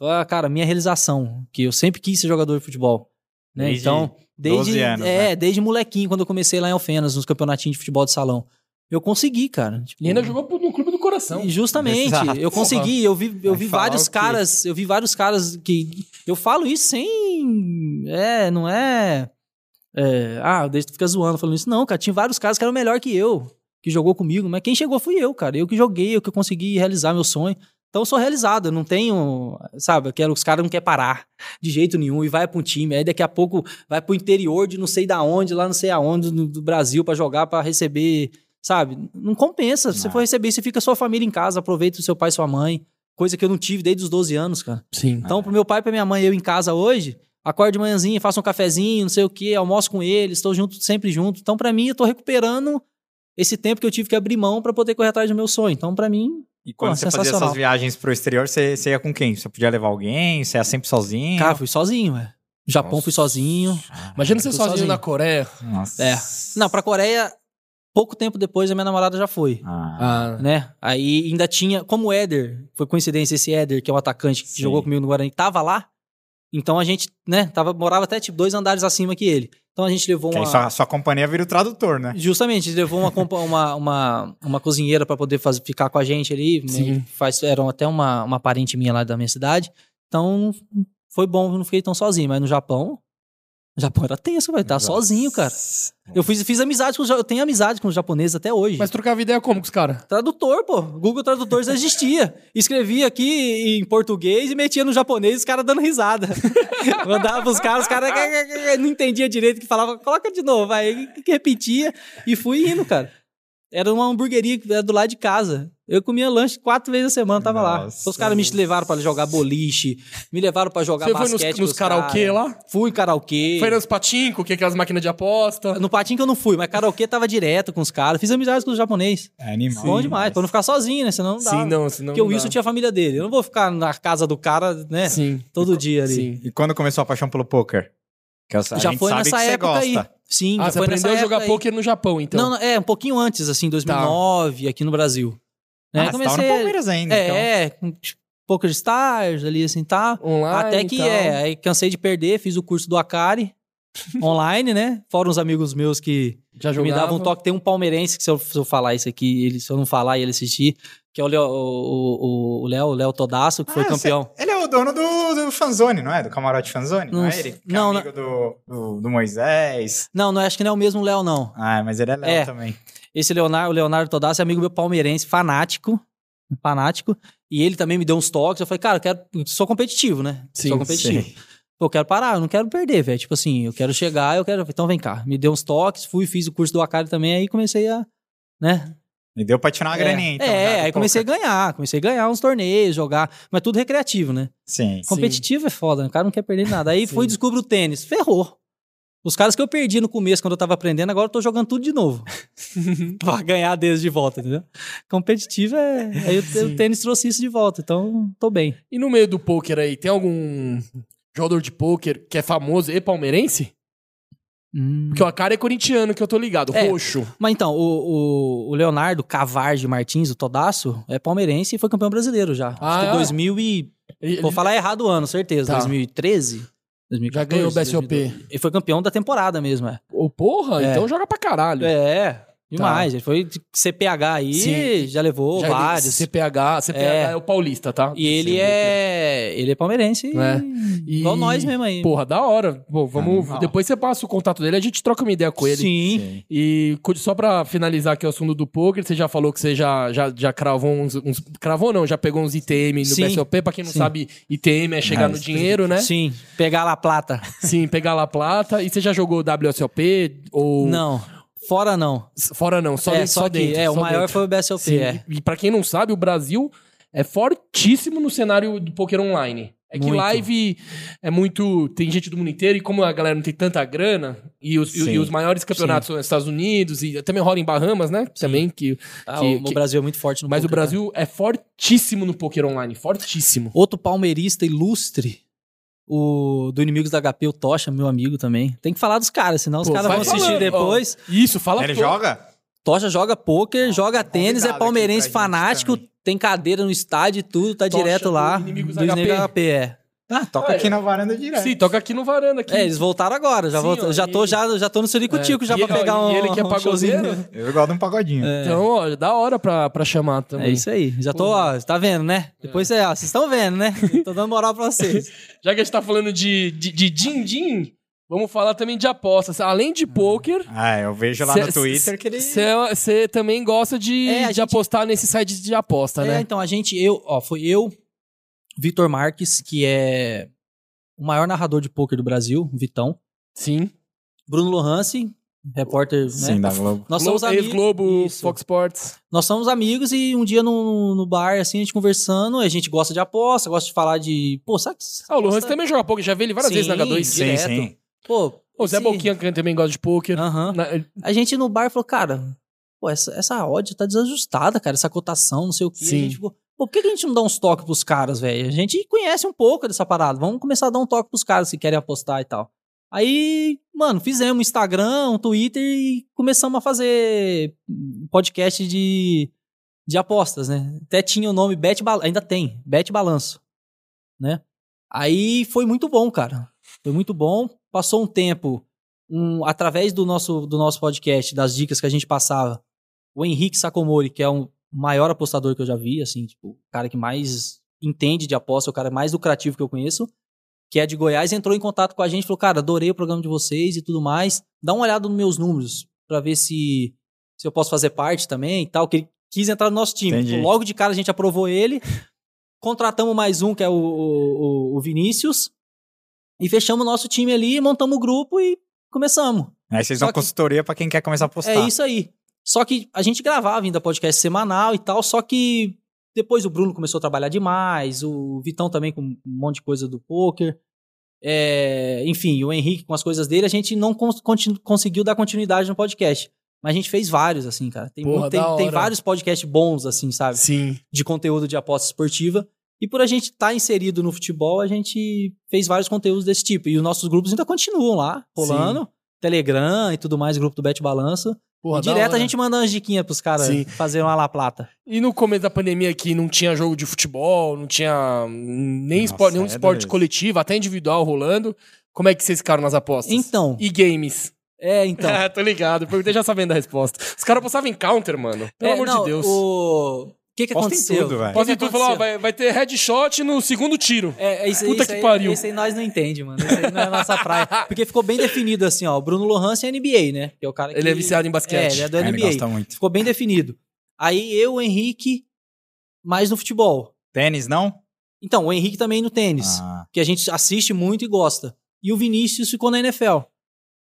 Speaker 3: Ah, cara, minha realização, que eu sempre quis ser jogador de futebol. Né?
Speaker 1: Desde
Speaker 3: então, desde
Speaker 1: 12 anos,
Speaker 3: é,
Speaker 2: né?
Speaker 3: desde molequinho, quando eu comecei lá em Alfenas, nos campeonatinhos de futebol de salão. Eu consegui, cara. Tipo,
Speaker 2: E ainda jogou pro- no clube do coração.
Speaker 3: e Justamente,
Speaker 1: Exato.
Speaker 3: eu consegui, eu vi, eu
Speaker 1: Vai
Speaker 3: vi
Speaker 1: falar
Speaker 3: vários
Speaker 1: o quê?
Speaker 3: caras, eu vi vários caras que eu falo isso sem é, não é, é ah, deixa tu fica zoando falando isso não, cara, tinha vários caras que eram melhor que eu, que jogou comigo, mas quem chegou fui eu, cara, eu que joguei, eu que consegui realizar meu sonho. Então eu sou realizado, eu não tenho, sabe, eu quero, os caras não querem parar de jeito nenhum e vai pra um time, aí daqui a pouco vai pro interior de não sei da onde, lá não sei aonde do, do Brasil pra jogar, pra receber, sabe? Não compensa. Se você
Speaker 1: Ah.
Speaker 3: for receber, você fica sua família em casa, aproveita o seu pai e sua mãe, coisa que eu não tive desde os 12 anos, cara.
Speaker 2: Sim.
Speaker 3: Então, pro meu pai e pra minha mãe, eu em casa hoje, Acordo de manhãzinha, faço um cafezinho, não sei o quê, almoço com eles, estou junto, sempre junto. Então, pra mim, eu tô recuperando esse tempo que eu tive que abrir mão pra poder correr atrás do meu sonho. Então, pra mim,
Speaker 1: E quando
Speaker 3: Pô,
Speaker 1: você fazia
Speaker 3: sensacional.
Speaker 1: essas viagens pro exterior, você, você ia com quem? Você podia levar alguém? Você ia sempre sozinho?
Speaker 3: cara, fui sozinho, velho. Japão fui sozinho.
Speaker 2: Imagina você
Speaker 3: Tô
Speaker 2: sozinho,
Speaker 3: sozinho.
Speaker 2: na Coreia.
Speaker 1: Nossa.
Speaker 3: É. Não, pra Coreia, pouco tempo depois a minha namorada já foi.
Speaker 1: Ah,
Speaker 2: Ah,
Speaker 3: Né? Aí ainda tinha, como o Éder, foi coincidência esse Éder, que é um atacante que
Speaker 1: Sim.
Speaker 3: jogou comigo no Guarani, tava lá. Então a gente, né, tava, morava até tipo dois andares acima que ele. Então a gente levou
Speaker 1: que aí
Speaker 3: uma.
Speaker 1: sua, sua companhia vira o tradutor, né?
Speaker 3: Justamente, ele levou uma, compa- uma, uma, uma cozinheira pra poder fazer, ficar com a gente ali.
Speaker 2: Sim.
Speaker 3: né? Faz, era até uma, uma parente minha lá da minha cidade. Então, foi bom, eu não fiquei tão sozinho. Mas no Japão, o Japão era tenso, vai estar Tá sozinho, cara. Eu fiz, fiz amizade com os ja- Eu tenho amizade com os japoneses até hoje.
Speaker 2: Mas trocava ideia como com os caras?
Speaker 3: Tradutor, pô. Google Tradutor já existia. Escrevia aqui em português e metia no japonês, os caras dando risada. Mandava os caras, os caras não entendia direito o que falava. Coloca de novo, aí que repetia. E fui indo, cara. Era uma hamburgueria que era do lado de casa. Eu comia lanche quatro vezes a semana, tava lá.
Speaker 1: Nossa.
Speaker 3: Os caras me levaram pra jogar boliche, me levaram pra jogar
Speaker 2: Você foi
Speaker 3: basquete.
Speaker 2: nos,
Speaker 3: com
Speaker 2: nos
Speaker 3: os caras.
Speaker 2: karaokê lá?
Speaker 3: Fui em karaokê.
Speaker 2: Foi nos patinco, que é aquelas máquinas de aposta.
Speaker 3: No patinho que eu não fui, mas karaokê tava direto com os caras. Fiz amizade com os japoneses.
Speaker 1: É animal.
Speaker 3: Bom demais, pra não ficar sozinho, né? Senão não dá.
Speaker 2: Sim, não, senão
Speaker 3: Porque
Speaker 1: Então
Speaker 2: não
Speaker 3: o Wilson
Speaker 2: dá.
Speaker 3: tinha a família dele. Eu não vou ficar na casa do cara, né?
Speaker 2: Sim.
Speaker 3: Todo dia ali.
Speaker 2: Sim.
Speaker 1: E quando começou a paixão pelo poker? Que eu- a
Speaker 3: Já
Speaker 1: gente
Speaker 3: foi
Speaker 1: sabe
Speaker 3: nessa
Speaker 1: que você
Speaker 3: época aí.
Speaker 1: gosta.
Speaker 3: Sim,
Speaker 2: Ah,
Speaker 3: já
Speaker 2: você
Speaker 3: foi nessa
Speaker 2: aprendeu a
Speaker 3: época
Speaker 2: jogar
Speaker 3: aí.
Speaker 2: pôquer no Japão, então.
Speaker 3: Não, não, é, um pouquinho antes, assim, 2009, aqui no Brasil. Né?
Speaker 1: Tá. Ah, você tava no Palmeiras ainda, então.
Speaker 3: É, é, com Poker Stars ali, assim, tá.
Speaker 1: Ah,
Speaker 2: Online.
Speaker 3: Até que
Speaker 2: então.
Speaker 3: é, aí cansei de perder, fiz o curso do Akari online, né? Fora uns amigos meus que
Speaker 2: Já
Speaker 3: me
Speaker 2: jogava.
Speaker 3: davam um toque. Tem um palmeirense que se eu, se eu falar isso aqui, ele, se eu não falar e ele assistir, que é o Léo, o, o- o Léo, o Léo Todasso, que foi
Speaker 1: Ah,
Speaker 3: campeão.
Speaker 1: Ele é o dono do, do Fanzone, não é? Do camarote Fanzone? Não,
Speaker 3: Não
Speaker 1: é
Speaker 3: sei.
Speaker 1: ele? Que é
Speaker 3: Não,
Speaker 1: amigo do, do, do Moisés.
Speaker 3: Não, não acho que não é o mesmo Léo, não.
Speaker 1: Ah, mas ele é Léo
Speaker 3: É.
Speaker 1: também.
Speaker 3: Esse Leonardo, o Leonardo Todassi é amigo meu palmeirense, fanático. um Fanático. E ele também me deu uns toques. Eu falei, cara, eu quero. Sou competitivo, né?
Speaker 2: Sim,
Speaker 3: sou competitivo.
Speaker 1: sim.
Speaker 3: Pô, eu quero parar, eu não quero perder, velho. Tipo assim, eu quero chegar, eu quero. Então vem cá. Me deu uns toques, fui, fiz o curso do Acari também, aí comecei a. Né?
Speaker 1: E deu pra tirar uma
Speaker 3: é,
Speaker 1: graninha, então.
Speaker 3: é,
Speaker 1: já, do
Speaker 3: aí
Speaker 1: poker.
Speaker 3: comecei a ganhar. Comecei a ganhar uns torneios, jogar. Mas tudo recreativo, né?
Speaker 1: Sim.
Speaker 3: Competitivo é foda, né? o cara não quer perder nada. Aí
Speaker 2: Sim.
Speaker 3: fui e descubro o tênis. Ferrou. Os caras que eu perdi no começo, quando eu tava aprendendo, agora eu tô jogando tudo de novo. pra ganhar deles de volta, entendeu? Competitivo é. Aí o, o tênis trouxe isso de volta, então tô bem.
Speaker 2: E no meio do pôquer aí, tem algum jogador de pôquer que é famoso e palmeirense? Porque o Akari é corintiano, que eu tô ligado.
Speaker 3: É.
Speaker 2: Roxo.
Speaker 3: Mas então, o, o- o Leonardo Cavarge Martins, o Todaço, é palmeirense e foi campeão brasileiro já.
Speaker 2: Ah,
Speaker 3: Acho
Speaker 2: é?
Speaker 3: que 2000 e.
Speaker 2: Ele-
Speaker 3: Vou falar errado o ano, certeza.
Speaker 2: Tá.
Speaker 3: 2013? 2014,
Speaker 2: Já ganhou o BSOP.
Speaker 3: 2012. Ele foi campeão da temporada mesmo, é.
Speaker 2: Ô, porra,
Speaker 3: É.
Speaker 2: então joga pra caralho.
Speaker 3: É, demais. Ele foi de CPH aí,
Speaker 2: Tá. Sim.
Speaker 3: já levou
Speaker 2: Já- é
Speaker 3: vários.
Speaker 2: CPH, CPH é. o paulista, tá?
Speaker 3: E ele é. Ele é palmeirense.
Speaker 2: né? É. E-
Speaker 3: Igual nós mesmo aí.
Speaker 2: Porra, da hora. Bom, vamos.
Speaker 3: Ah,
Speaker 1: Animal.
Speaker 2: Depois você passa o contato dele, a gente troca uma ideia com ele.
Speaker 3: Sim.
Speaker 1: Sim.
Speaker 2: E co- só pra finalizar aqui o assunto do poker, você já falou que você já, já, já cravou uns, uns- Cravou não, já pegou uns ITM no
Speaker 3: Sim.
Speaker 2: BSOP. Pra quem não
Speaker 3: Sim.
Speaker 2: sabe, ITM é chegar no dinheiro, né? Sim.
Speaker 3: Sim. Pegar lá a plata.
Speaker 2: pegar lá a plata. E você já jogou WSOP? Ou.
Speaker 3: Não. Fora não.
Speaker 2: S- Fora não, só,
Speaker 3: é,
Speaker 2: dentro, só
Speaker 3: que-
Speaker 2: dentro.
Speaker 3: É, o
Speaker 2: só
Speaker 3: maior
Speaker 2: dentro.
Speaker 3: foi o BSLP.
Speaker 2: Sim,
Speaker 3: é.
Speaker 2: E pra quem não sabe, o Brasil é fortíssimo no cenário do poker online. É que
Speaker 3: Muito.
Speaker 2: live é muito. Tem gente do mundo inteiro, e como a galera não tem tanta grana, e os, e-
Speaker 1: Sim.
Speaker 2: e os maiores campeonatos são nos Estados Unidos, e também rola em Bahamas, né? Também que.
Speaker 3: Ah,
Speaker 2: que-
Speaker 3: o,
Speaker 2: que-
Speaker 3: o Brasil é muito forte no
Speaker 2: mas o
Speaker 3: poker, né?
Speaker 2: Brasil é fortíssimo no poker online, fortíssimo.
Speaker 3: Outro palmeirista ilustre. O do Inimigos da HP, o Tocha, meu amigo também. Tem que falar dos caras, senão os
Speaker 2: Pô,
Speaker 3: caras
Speaker 2: vai
Speaker 3: vão assistir
Speaker 2: falando, ó.
Speaker 3: depois.
Speaker 2: Isso, fala
Speaker 3: um
Speaker 1: Ele
Speaker 2: todo.
Speaker 1: joga?
Speaker 3: Tocha joga pôquer, joga tênis, é
Speaker 1: convidado
Speaker 3: palmeirense
Speaker 1: aqui pra gente
Speaker 3: fanático,
Speaker 1: também.
Speaker 3: tem cadeira no estádio e tudo, tá
Speaker 2: Tocha
Speaker 3: direto
Speaker 2: do
Speaker 3: lá.
Speaker 2: Inimigos
Speaker 3: do Inimigos
Speaker 2: HP.
Speaker 3: HP, é.
Speaker 1: Ah, toca
Speaker 2: Ah,
Speaker 1: aqui na varanda direto.
Speaker 2: Sim, toca aqui no varanda. Aqui.
Speaker 3: É, eles voltaram agora, já,
Speaker 2: Sim,
Speaker 3: volta-
Speaker 2: ó,
Speaker 3: já,
Speaker 2: e- é,
Speaker 3: tô, já, já tô no Ciricutico já
Speaker 2: E-
Speaker 3: pra pegar
Speaker 2: ó,
Speaker 3: um.
Speaker 2: E ele que é
Speaker 3: um showzinho.
Speaker 2: pagodeiro.
Speaker 1: Eu gosto de um pagodinho.
Speaker 2: Então, ó, da hora pra, pra chamar também. É.
Speaker 3: É isso aí, já tô, ó, tá vendo, né? Depois cê- ó, vocês estão vendo, né? Tô dando moral pra vocês.
Speaker 2: Já que a gente tá falando de de- de din-din, vamos falar também de apostas. Além de pôquer,
Speaker 1: Ah, eu vejo lá
Speaker 2: Cê-
Speaker 1: no Twitter que ele...
Speaker 2: você também gosta de,
Speaker 3: É, a
Speaker 2: de
Speaker 3: gente-
Speaker 2: apostar nesse site de aposta,
Speaker 3: É,
Speaker 2: né?
Speaker 3: então a gente, eu, ó, foi eu, Vitor Marques, que é o maior narrador de pôquer do Brasil, Vitão,
Speaker 2: Sim.
Speaker 3: Bruno Lohance, repórter. né?
Speaker 1: Sim, da Globo.
Speaker 3: Nós somos
Speaker 2: Globo,
Speaker 3: amigos.
Speaker 2: Globo,
Speaker 3: Isso.
Speaker 2: Fox Sports.
Speaker 3: Nós somos amigos e um dia no, no bar, assim, a gente conversando, a gente gosta de aposta, gosta de falar de. Pô, sabe que.
Speaker 2: Ah, o Luan
Speaker 3: aposta-
Speaker 2: também joga poker, já vi ele várias
Speaker 3: Sim,
Speaker 2: vezes na H2.
Speaker 3: sim. direto.
Speaker 1: Sim, sim.
Speaker 3: Pô,
Speaker 2: O Zé
Speaker 3: esse-
Speaker 2: Boquinha que também gosta de poker.
Speaker 3: Aham.
Speaker 2: Na-
Speaker 3: A gente no bar falou, cara, pô, essa, essa odd tá desajustada, cara, essa cotação, não sei o quê.
Speaker 2: Sim.
Speaker 3: A gente ficou, pô, por que que a gente não dá uns toques pros caras, velho? A gente conhece um pouco dessa parada, vamos começar a dar um toque pros caras que querem apostar e tal. Aí, mano, fizemos um Instagram, um Twitter e começamos a fazer podcast de, de apostas, né? Até tinha o nome Bet Balanço, ainda tem, Bet Balanço, né? Aí foi muito bom, cara. Foi muito bom. Passou um tempo, um- através do nosso, do nosso podcast, das dicas que a gente passava, o Henrique Sacomori, que é um maior apostador que eu já vi, assim, tipo, o cara que mais entende de aposta, o cara mais lucrativo que eu conheço, que é de Goiás, entrou em contato com a gente, e falou, cara, adorei o programa de vocês e tudo mais, dá uma olhada nos meus números, pra ver se, se eu posso fazer parte também e tal, que ele quis entrar no nosso time.
Speaker 1: Entendi.
Speaker 3: Logo de cara a gente aprovou ele, contratamos mais um, que é o, o, o- o Vinícius, e fechamos o nosso time ali, montamos o grupo e começamos.
Speaker 1: Aí vocês
Speaker 3: Só
Speaker 1: dão
Speaker 3: que-
Speaker 1: consultoria pra quem quer começar a apostar.
Speaker 3: É isso aí. Só que a gente gravava ainda podcast semanal e tal, só que depois o Bruno começou a trabalhar demais, o Vitão também com um monte de coisa do poker. É, enfim, o Henrique com as coisas dele, a gente não cons- continu- conseguiu dar continuidade no podcast. Mas a gente fez vários, assim, cara. Tem,
Speaker 2: Porra,
Speaker 3: muito- tem-
Speaker 2: da
Speaker 3: tem
Speaker 2: hora.
Speaker 3: vários podcasts bons, assim, sabe?
Speaker 2: Sim.
Speaker 3: de conteúdo de aposta esportiva. E por a gente estar inserido no futebol, a gente fez vários conteúdos desse tipo. E os nossos grupos ainda continuam lá, rolando. Telegram e tudo mais, grupo do Bet Balanço.
Speaker 2: Porra,
Speaker 3: e
Speaker 2: da
Speaker 3: direto a
Speaker 2: hora.
Speaker 3: gente manda umas diquinhas pros caras
Speaker 2: Sim.
Speaker 3: fazerem uma La Plata.
Speaker 2: E no começo da pandemia que não tinha jogo de futebol, não tinha nem
Speaker 1: Nossa,
Speaker 2: esporte, nenhum
Speaker 1: é
Speaker 2: esporte
Speaker 1: dureza.
Speaker 2: coletivo, até individual rolando, como é que vocês ficaram nas apostas?
Speaker 3: Então,
Speaker 2: E games?
Speaker 3: é, então.
Speaker 2: Ah, tô ligado, perguntei já sabendo a resposta. Os caras apostavam em counter, mano. Pelo
Speaker 3: É,
Speaker 2: amor
Speaker 3: não,
Speaker 2: de Deus.
Speaker 3: O que que
Speaker 1: Aposta em
Speaker 3: aconteceu?
Speaker 1: tudo, velho.
Speaker 3: O que
Speaker 2: Posso
Speaker 3: que
Speaker 2: tu falar, ó,
Speaker 3: aconteceu?
Speaker 2: "Ah, vai, vai ter headshot no segundo tiro.
Speaker 3: É, é isso,
Speaker 2: Puta
Speaker 3: isso
Speaker 2: que
Speaker 3: aí,
Speaker 2: pariu.
Speaker 3: Isso aí nós não entende, mano. Isso aí não é a nossa praia. Porque ficou bem definido assim, ó. O Bruno Lohansen é NBA, né? Que é o cara que...
Speaker 2: Ele é viciado em
Speaker 3: É,
Speaker 2: basquete.
Speaker 3: ele é do
Speaker 1: Cara, ele
Speaker 3: NBA.
Speaker 1: gosta muito.
Speaker 3: Ficou bem definido. Aí eu, o Henrique, mais no futebol.
Speaker 1: Tênis, não?
Speaker 3: Então, o Henrique também no tênis,
Speaker 1: Ah,
Speaker 3: que a gente assiste muito e gosta. E o Vinícius ficou na NFL,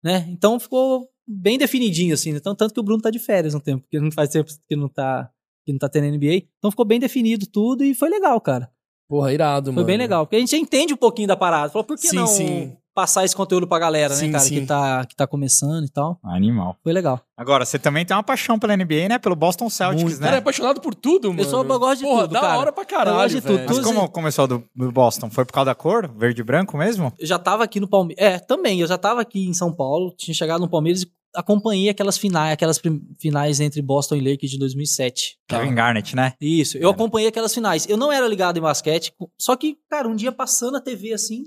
Speaker 3: né? Então ficou bem definidinho, assim. né? Então, tanto que o Bruno tá de férias um tempo, porque não faz tempo que não tá, que não tá tendo NBA. Então ficou bem definido tudo e foi legal, cara.
Speaker 2: Porra, irado,
Speaker 3: Foi bem legal, porque a gente entende um pouquinho da parada. Falou, por que
Speaker 2: Sim,
Speaker 3: não
Speaker 2: sim.
Speaker 3: passar esse conteúdo pra galera,
Speaker 2: Sim,
Speaker 3: né, cara,
Speaker 2: sim.
Speaker 3: Que, tá, que tá começando e tal.
Speaker 1: animal.
Speaker 3: Foi legal.
Speaker 1: Agora, você também tem uma paixão pela NBA, né? Pelo Boston Celtics,
Speaker 2: O
Speaker 1: né?
Speaker 2: cara é apaixonado por tudo, mano.
Speaker 3: sou- eu gosto de
Speaker 2: Porra,
Speaker 3: tudo,
Speaker 2: da
Speaker 3: cara.
Speaker 2: hora pra caralho,
Speaker 3: Eu gosto de tudo.
Speaker 2: velho.
Speaker 1: Mas como começou do, do Boston? Foi por causa da cor? Verde e branco mesmo?
Speaker 3: eu já tava aqui no Palmeiras. É, também, eu já tava aqui em São Paulo, tinha chegado no Palmeiras e acompanhei aquelas finais, aquelas prim- finais entre Boston e Lakers de 2007.
Speaker 1: Kevin Garnett, né?
Speaker 3: Isso,
Speaker 2: É.
Speaker 3: eu acompanhei aquelas finais. Eu não era ligado em basquete, co- só que, cara, um dia passando a TV assim,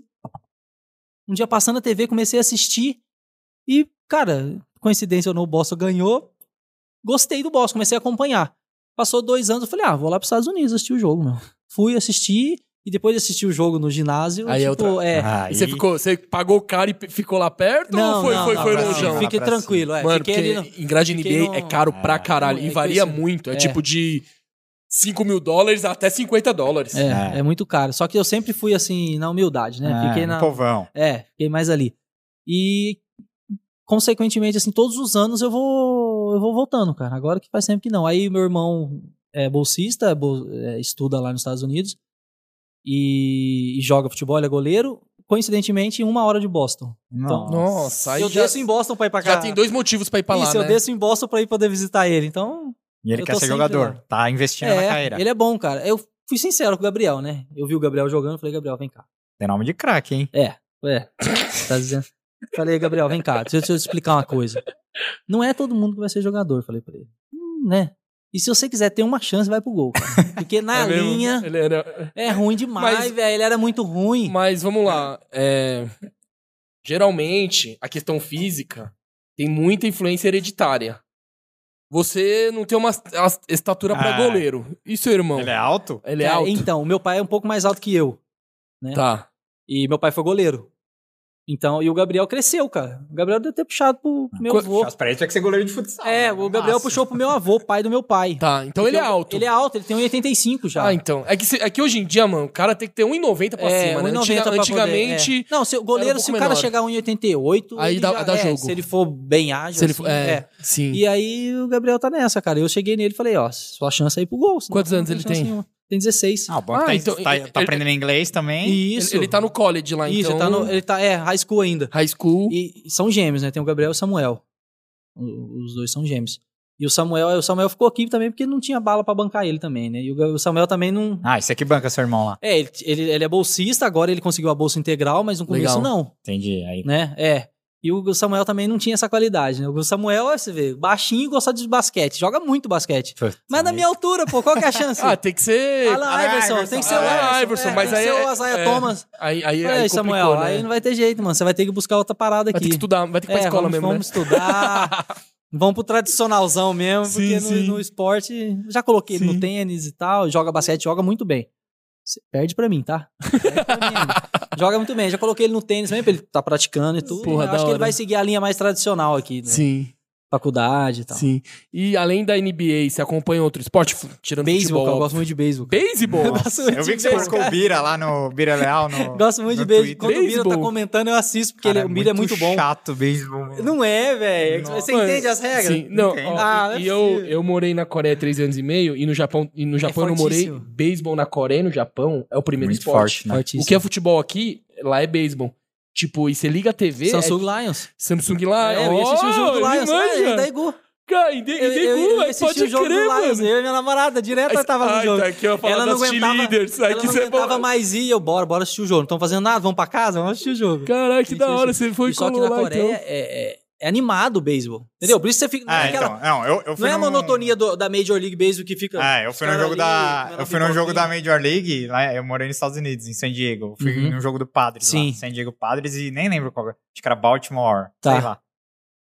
Speaker 3: um dia passando a TV, comecei a assistir e, cara, coincidência ou não, o Boston ganhou. Gostei do Boston, comecei a acompanhar. Passou dois anos, eu falei, ah, vou lá para os Estados Unidos assistir o jogo, meu. Fui assistir e depois de assistir o jogo no ginásio,
Speaker 2: Aí é
Speaker 3: tipo,
Speaker 2: outra-
Speaker 3: é,
Speaker 1: Aí-
Speaker 2: E Você ficou, você pagou o cara e p- ficou lá perto ou Então foi, foi, foi
Speaker 1: não,
Speaker 2: longe?
Speaker 1: não.
Speaker 3: Fique
Speaker 1: Lá pra
Speaker 3: tranquilo, é.
Speaker 2: Mano,
Speaker 3: fiquei
Speaker 2: porque
Speaker 3: ali no...
Speaker 2: em grade NBA
Speaker 3: fiquei
Speaker 2: é
Speaker 3: no-
Speaker 2: caro pra
Speaker 1: É.
Speaker 2: caralho.
Speaker 3: É,
Speaker 2: E
Speaker 3: é
Speaker 2: varia
Speaker 3: isso.
Speaker 2: muito. É,
Speaker 3: É.
Speaker 2: tipo de 5 mil dólares até 50 dólares.
Speaker 3: É, é muito caro. Só que eu sempre fui assim, na humildade, né?
Speaker 1: Ah,
Speaker 3: fiquei
Speaker 1: no
Speaker 3: na.
Speaker 1: povão.
Speaker 3: É, fiquei mais ali. E consequentemente, assim, todos os anos eu vou. Eu vou voltando, cara. Agora que faz tempo que não. Aí meu irmão é bolsista, é bol- é, estuda lá nos Estados Unidos e, e joga futebol, ele é goleiro. Coincidentemente, em uma hora de Boston. Então,
Speaker 1: Não.
Speaker 2: Nossa, aí
Speaker 3: eu
Speaker 2: já,
Speaker 3: desço em Boston pra ir pra cá.
Speaker 2: já tem dois motivos pra ir pra lá,
Speaker 3: Isso,
Speaker 2: né?
Speaker 3: eu desço em Boston pra ir poder visitar ele. Então,
Speaker 1: E ele
Speaker 3: Eu
Speaker 1: quer
Speaker 3: tô
Speaker 1: ser
Speaker 3: sempre
Speaker 1: jogador.
Speaker 3: lá.
Speaker 1: Tá investindo na carreira.
Speaker 3: Ele é bom, cara. Eu fui sincero com o Gabriel, né? Eu vi o Gabriel jogando, falei, Gabriel, vem cá.
Speaker 1: Tem nome de craque, hein?
Speaker 3: Ué, tá dizendo. Falei, Gabriel, vem cá, deixa eu- deixa eu te explicar uma coisa. Não é todo mundo que vai ser jogador, falei pra ele. Hum, né? E se você quiser ter uma chance, vai pro gol. cara. Porque na
Speaker 2: É mesmo?
Speaker 3: linha
Speaker 2: Ele era-
Speaker 3: é ruim demais,
Speaker 2: Mas-
Speaker 3: velho. Ele era muito ruim.
Speaker 2: Mas vamos lá. é, Geralmente, a questão física tem muita influência hereditária. Você não tem uma as- as- estatura pra
Speaker 1: Ah.
Speaker 2: goleiro. E seu irmão?
Speaker 1: Ele é alto?
Speaker 2: Ele é
Speaker 3: Cara,
Speaker 2: alto?
Speaker 3: Então, meu pai é um pouco mais alto que eu.
Speaker 2: Tá.
Speaker 3: E meu pai foi goleiro. Então, e o Gabriel cresceu, cara. O Gabriel deve ter puxado pro meu avô.
Speaker 1: Charles Pereira tinha que ser goleiro de futsal.
Speaker 3: É,
Speaker 1: né?
Speaker 3: o Gabriel
Speaker 1: Massa.
Speaker 3: puxou pro meu avô, pai do meu pai.
Speaker 2: Tá, então ele é alto.
Speaker 3: Ele é alto, ele tem 1,85 já.
Speaker 2: Ah, então. É que, se- é que hoje em dia, mano, o cara tem que ter 1,90 pra cima, né?
Speaker 3: 1,90
Speaker 2: Antiga-
Speaker 3: pra poder-
Speaker 2: antigamente.
Speaker 3: é. Não, se o
Speaker 2: era um
Speaker 3: goleiro,
Speaker 2: pouco
Speaker 3: se o cara
Speaker 2: menor.
Speaker 3: chegar a 1,88,
Speaker 2: Aí
Speaker 3: ele
Speaker 2: dá-
Speaker 3: já-
Speaker 2: dá
Speaker 3: é,
Speaker 2: jogo.
Speaker 3: Se ele for bem ágil,
Speaker 2: Se ele
Speaker 3: assim,
Speaker 2: for, é,
Speaker 3: é.
Speaker 2: sim.
Speaker 3: E aí o Gabriel tá nessa, cara. Eu cheguei nele e falei, ó, sua chance é ir pro gol. senão
Speaker 2: Quantos
Speaker 3: não
Speaker 2: anos ele
Speaker 3: chance
Speaker 2: tem?
Speaker 3: nenhuma. Tem 16.
Speaker 1: Ah, o Bob
Speaker 2: Ah,
Speaker 1: tá,
Speaker 2: então,
Speaker 1: tá-
Speaker 2: ele-
Speaker 1: tá aprendendo inglês também.
Speaker 3: Isso.
Speaker 2: Ele, ele tá no college lá,
Speaker 3: Isso,
Speaker 2: então.
Speaker 3: ele tá no- ele tá, é, high school ainda.
Speaker 2: High school.
Speaker 3: E são gêmeos, né? Tem o Gabriel e o Samuel. O- Os dois são gêmeos. E o Samuel, o Samuel ficou aqui também porque não tinha bala pra bancar ele também, né? E o Ga- o Samuel também não,
Speaker 1: Ah, esse aqui banca seu irmão lá.
Speaker 3: É, ele, ele, ele é bolsista, agora ele conseguiu a bolsa integral, mas no começo
Speaker 2: Legal.
Speaker 3: não,
Speaker 1: Entendi. Aí.
Speaker 3: né? É. E o Samuel também não tinha essa qualidade, né? O Samuel, ó, você vê, baixinho e gosta de basquete, joga muito basquete.
Speaker 1: Putz,
Speaker 3: Mas na minha altura, pô, qual que é a chance?
Speaker 2: Ah, tem que ser.
Speaker 3: Alan Iverson,
Speaker 1: Iverson,
Speaker 3: tem que ser o
Speaker 2: Alan
Speaker 3: Iverson,
Speaker 2: Iverson,
Speaker 3: é,
Speaker 2: mas
Speaker 3: tem
Speaker 2: aí
Speaker 3: que ser
Speaker 2: é-
Speaker 3: o Isaiah
Speaker 2: é.
Speaker 3: Thomas.
Speaker 2: Aí, aí,
Speaker 3: Olha
Speaker 2: aí
Speaker 3: aí,
Speaker 2: complicou,
Speaker 3: Samuel,
Speaker 2: né?
Speaker 3: aí não vai ter jeito, mano, você vai ter que buscar outra
Speaker 2: Vai
Speaker 3: parada aqui.
Speaker 2: ter que estudar, vai ter que ir pra
Speaker 3: É,
Speaker 2: escola
Speaker 3: vamos,
Speaker 2: mesmo, né?
Speaker 3: vamos estudar, vamos pro tradicionalzão mesmo, porque
Speaker 2: Sim,
Speaker 3: no-
Speaker 2: sim.
Speaker 3: No, esporte, já coloquei ele
Speaker 2: Sim.
Speaker 3: no tênis e tal, joga basquete, joga muito bem. Cê perde pra mim, tá? Perde pra mim ainda. joga muito bem, já coloquei ele no tênis mesmo, pra ele tá praticando e tudo.
Speaker 2: Porra,
Speaker 3: Eu
Speaker 2: da
Speaker 3: acho que
Speaker 2: hora.
Speaker 3: ele vai seguir a linha mais tradicional aqui,
Speaker 2: né?
Speaker 3: né?
Speaker 2: Sim,
Speaker 3: faculdade e tal.
Speaker 2: sim. E além da NBA, você acompanha outro esporte? Fu- Tirando
Speaker 3: Beisebol, cara, eu
Speaker 2: futebol.
Speaker 3: gosto muito de beisebol. cara.
Speaker 2: Beisebol?
Speaker 3: Gosto muito
Speaker 1: Eu vi
Speaker 3: de
Speaker 1: que você
Speaker 3: beisebol,
Speaker 1: marcou o
Speaker 3: cara.
Speaker 1: Bira lá no Bira Leal. No,
Speaker 3: Gosto muito
Speaker 1: no
Speaker 3: de beisebol.
Speaker 1: Twitter.
Speaker 3: Quando o Bira tá
Speaker 2: Beisebol.
Speaker 3: comentando, eu assisto, porque
Speaker 1: Cara,
Speaker 3: ele- o Bira é muito bom.
Speaker 1: chato o beisebol. mano.
Speaker 3: Não é, velho. Você
Speaker 2: Mano,
Speaker 3: entende as regras?
Speaker 2: Sim, não.
Speaker 1: Entendo.
Speaker 2: ó,
Speaker 3: Ah, não é
Speaker 2: e eu,
Speaker 3: possível. É
Speaker 2: eu morei na Coreia três anos e meio, e no Japão, e no Japão eu não morei.
Speaker 3: fortíssimo.
Speaker 2: Beisebol na Coreia e no Japão é o primeiro
Speaker 1: Muito
Speaker 2: esporte.
Speaker 1: forte, né?
Speaker 2: O que é futebol aqui, lá é beisebol. Tipo, e você liga a TV.
Speaker 3: Samsung Lions.
Speaker 2: É Samsung lá.
Speaker 3: é, eu ia assistir o jogo do Lions. É, ele dá Igu.
Speaker 2: Cara, e de,
Speaker 3: Eu, eu,
Speaker 2: é
Speaker 3: eu ia assistir o jogo do Lions. Eu e minha namorada, direto nós tava no jogo.
Speaker 2: aqui, ó,
Speaker 3: Ela não
Speaker 2: das
Speaker 3: aguentava,
Speaker 2: cheerleaders,
Speaker 3: ela
Speaker 2: aqui
Speaker 3: não
Speaker 2: você
Speaker 3: aguentava
Speaker 2: fala-
Speaker 3: mais ir. Eu, bora, bora assistir o jogo. Não estão fazendo nada, vamos pra casa, vamos assistir o jogo.
Speaker 2: Caralho, que
Speaker 3: Isso,
Speaker 2: da hora,
Speaker 3: isso.
Speaker 2: você foi
Speaker 3: E só que
Speaker 2: colou
Speaker 3: na
Speaker 2: lá,
Speaker 3: Coreia
Speaker 2: então.
Speaker 3: é, é- é animado o beisebol. Entendeu? Por isso você fica. Não é,
Speaker 1: Ah,
Speaker 3: aquela-
Speaker 1: então. Não, eu, eu fui
Speaker 3: não é a
Speaker 1: num-
Speaker 3: monotonia do- da Major League Baseball que fica.
Speaker 1: Ah, eu fui
Speaker 3: os
Speaker 1: num
Speaker 3: caras
Speaker 1: jogo
Speaker 3: ali,
Speaker 1: da.
Speaker 3: comendo
Speaker 1: Eu fui num jogo da
Speaker 3: pipoquinha.
Speaker 1: Major League, lá, é, eu morei nos Estados Unidos, em San Diego. Eu Fui
Speaker 3: Uhum.
Speaker 1: num jogo do Padres
Speaker 3: Sim.
Speaker 1: lá. San Diego Padres e nem lembro qual. era. Acho que era Baltimore.
Speaker 3: Tá.
Speaker 1: Sei lá.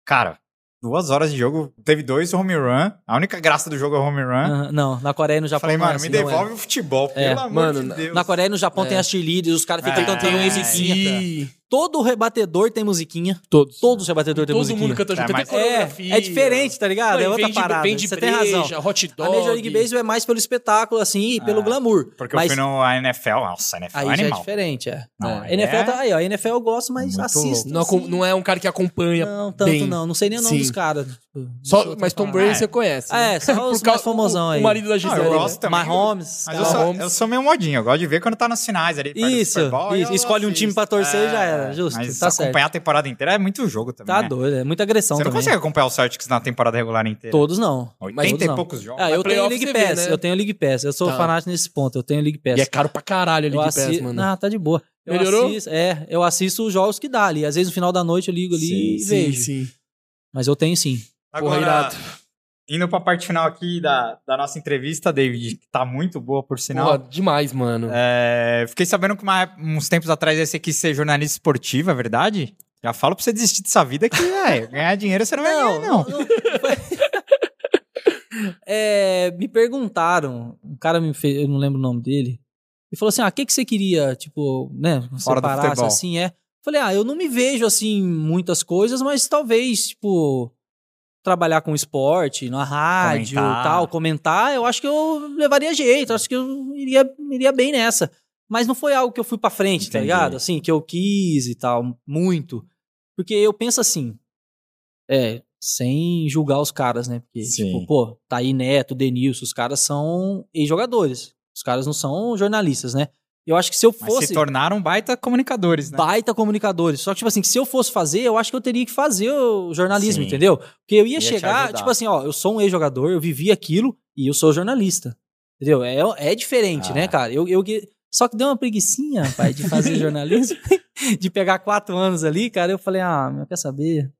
Speaker 1: Cara, duas horas de jogo, teve dois home run. A única graça do jogo é o home run.
Speaker 3: Aham, Não, na Coreia e no
Speaker 1: Eu
Speaker 3: Japão.
Speaker 1: Falei,
Speaker 3: não é
Speaker 1: mano,
Speaker 3: Ah, assim,
Speaker 1: me
Speaker 3: não é.
Speaker 1: devolve o futebol,
Speaker 3: É,
Speaker 1: pelo amor
Speaker 2: mano,
Speaker 1: de
Speaker 2: na-
Speaker 1: Deus.
Speaker 3: Na Coreia e no
Speaker 2: É.
Speaker 3: Japão tem as cheerleaders, os caras ficam
Speaker 1: É,
Speaker 3: cantando
Speaker 1: é,
Speaker 3: musiquinha.
Speaker 2: Ih,
Speaker 3: Todo rebatedor tem musiquinha.
Speaker 2: Todos.
Speaker 3: Todo rebatedor tem
Speaker 2: Todo
Speaker 3: musiquinha.
Speaker 2: mundo canta junto,
Speaker 1: É,
Speaker 2: tem
Speaker 1: mas-
Speaker 2: coreografia.
Speaker 3: É, é diferente, tá ligado?
Speaker 2: Não, e
Speaker 3: é outra
Speaker 2: vende-
Speaker 3: parada.
Speaker 2: Vende
Speaker 3: Você
Speaker 2: breja,
Speaker 3: tem razão.
Speaker 2: hot
Speaker 3: A
Speaker 2: dog. É,
Speaker 3: Major League Baseball é mais pelo espetáculo, assim, e pelo
Speaker 1: Ah,
Speaker 3: glamour.
Speaker 1: Porque
Speaker 3: mas
Speaker 1: eu fui no NFL, nossa, NFL é
Speaker 3: Aí já é
Speaker 1: animal.
Speaker 3: diferente, é.
Speaker 1: Não,
Speaker 3: É.
Speaker 1: aí
Speaker 3: NFL
Speaker 1: é-
Speaker 3: tá aí, ó. NFL eu gosto, mas
Speaker 1: Muito
Speaker 3: assisto.
Speaker 2: Não, acom-
Speaker 3: assim.
Speaker 2: não é um cara que acompanha.
Speaker 3: Não, tanto
Speaker 2: bem.
Speaker 3: não. Não sei nem o nome
Speaker 2: Sim.
Speaker 3: dos caras. tipo, deixa
Speaker 2: Só,
Speaker 3: eu
Speaker 2: mas Tom
Speaker 3: falar.
Speaker 2: Brady
Speaker 1: É.
Speaker 2: você conhece.
Speaker 3: Ah,
Speaker 2: né?
Speaker 3: é, só os
Speaker 2: Por causa-
Speaker 3: mais famosão
Speaker 2: o-
Speaker 3: aí.
Speaker 2: O marido da
Speaker 1: Ah,
Speaker 2: Gisele.
Speaker 1: eu
Speaker 2: né?
Speaker 1: gosto também.
Speaker 3: Mahomes.
Speaker 1: Mas
Speaker 3: tá.
Speaker 1: eu sou,
Speaker 2: Mahomes.
Speaker 1: eu sou meio modinho, eu gosto de ver quando tá nas finais ali. perto do
Speaker 3: Isso,
Speaker 1: Super Bowl,
Speaker 3: isso.
Speaker 1: eu
Speaker 3: Escolhe um
Speaker 1: assisto.
Speaker 3: time pra torcer e já era,
Speaker 1: É,
Speaker 3: justo,
Speaker 1: Mas
Speaker 3: tá
Speaker 1: acompanhar a temporada inteira é muito jogo também.
Speaker 3: Tá
Speaker 1: né?
Speaker 3: doido, é muita agressão
Speaker 1: Você não
Speaker 3: também.
Speaker 1: consegue acompanhar o Celtics na temporada regular inteira.
Speaker 3: Todos não.
Speaker 1: Mas
Speaker 3: todos
Speaker 1: tem
Speaker 3: não.
Speaker 1: poucos jogos.
Speaker 3: Ah, eu tenho
Speaker 2: playoff
Speaker 3: League
Speaker 2: você vê,
Speaker 3: Pass,
Speaker 2: né?
Speaker 3: eu tenho League Pass. Eu sou
Speaker 2: Tá.
Speaker 3: fanático nesse ponto, eu tenho League Pass.
Speaker 2: E é caro pra caralho ali
Speaker 3: eu
Speaker 2: de pés,
Speaker 3: assi-
Speaker 2: mano.
Speaker 3: Ah, tá de boa. Eu
Speaker 2: Melhorou?
Speaker 3: Assisto, é, eu assisto os jogos que dá ali. Às vezes no final da noite eu ligo ali e
Speaker 2: Sim,
Speaker 3: vejo.
Speaker 2: sim.
Speaker 3: Mas eu tenho sim.
Speaker 2: Porra, irado.
Speaker 1: indo pra parte final aqui da, da nossa entrevista, David, que tá muito boa, por sinal.
Speaker 2: Porra, demais, mano.
Speaker 1: É, fiquei sabendo que uma- uns tempos atrás você quis ser jornalista esportivo, é verdade? Já falo pra você desistir dessa vida que, é, ganhar dinheiro você não, vai ganhar, não.
Speaker 3: É, me perguntaram, um cara me fez, eu não lembro o nome dele, e falou assim: ah, o que, que você queria, tipo, né?
Speaker 1: Fora do
Speaker 3: Separasse
Speaker 1: futebol.
Speaker 3: assim, é. Falei, ah, eu não me vejo assim em muitas coisas, mas talvez, tipo, trabalhar com esporte, na rádio
Speaker 1: Comentar.
Speaker 3: e tal, comentar, eu acho que eu levaria jeito, acho que eu iria, iria bem nessa. Mas não foi algo que eu fui pra frente, tá
Speaker 1: Entendi.
Speaker 3: ligado? Assim, que eu quis e tal, muito. Porque eu penso assim, é, sem julgar os caras, né? Porque,
Speaker 1: Sim.
Speaker 3: tipo, pô, Thaí Neto, Denilson, os caras são ex-jogadores. Os caras não são jornalistas, né? Eu acho que se eu
Speaker 1: Mas se
Speaker 3: fosse
Speaker 1: tornaram baita comunicadores, né?
Speaker 3: baita comunicadores, só que, tipo assim, que se eu fosse fazer, eu acho que eu teria que fazer o jornalismo,
Speaker 1: Sim.
Speaker 3: entendeu? Porque eu ia,
Speaker 1: Ia te
Speaker 3: chegar,
Speaker 1: ajudar.
Speaker 3: tipo assim, ó, eu sou um ex-jogador, eu vivi aquilo e eu sou jornalista. Entendeu? É, é diferente,
Speaker 1: Ah.
Speaker 3: né, cara? Eu, eu que- Só que deu uma preguicinha, pai, de fazer jornalismo, de pegar quatro anos ali, cara. Eu falei, ah, meu, quer saber?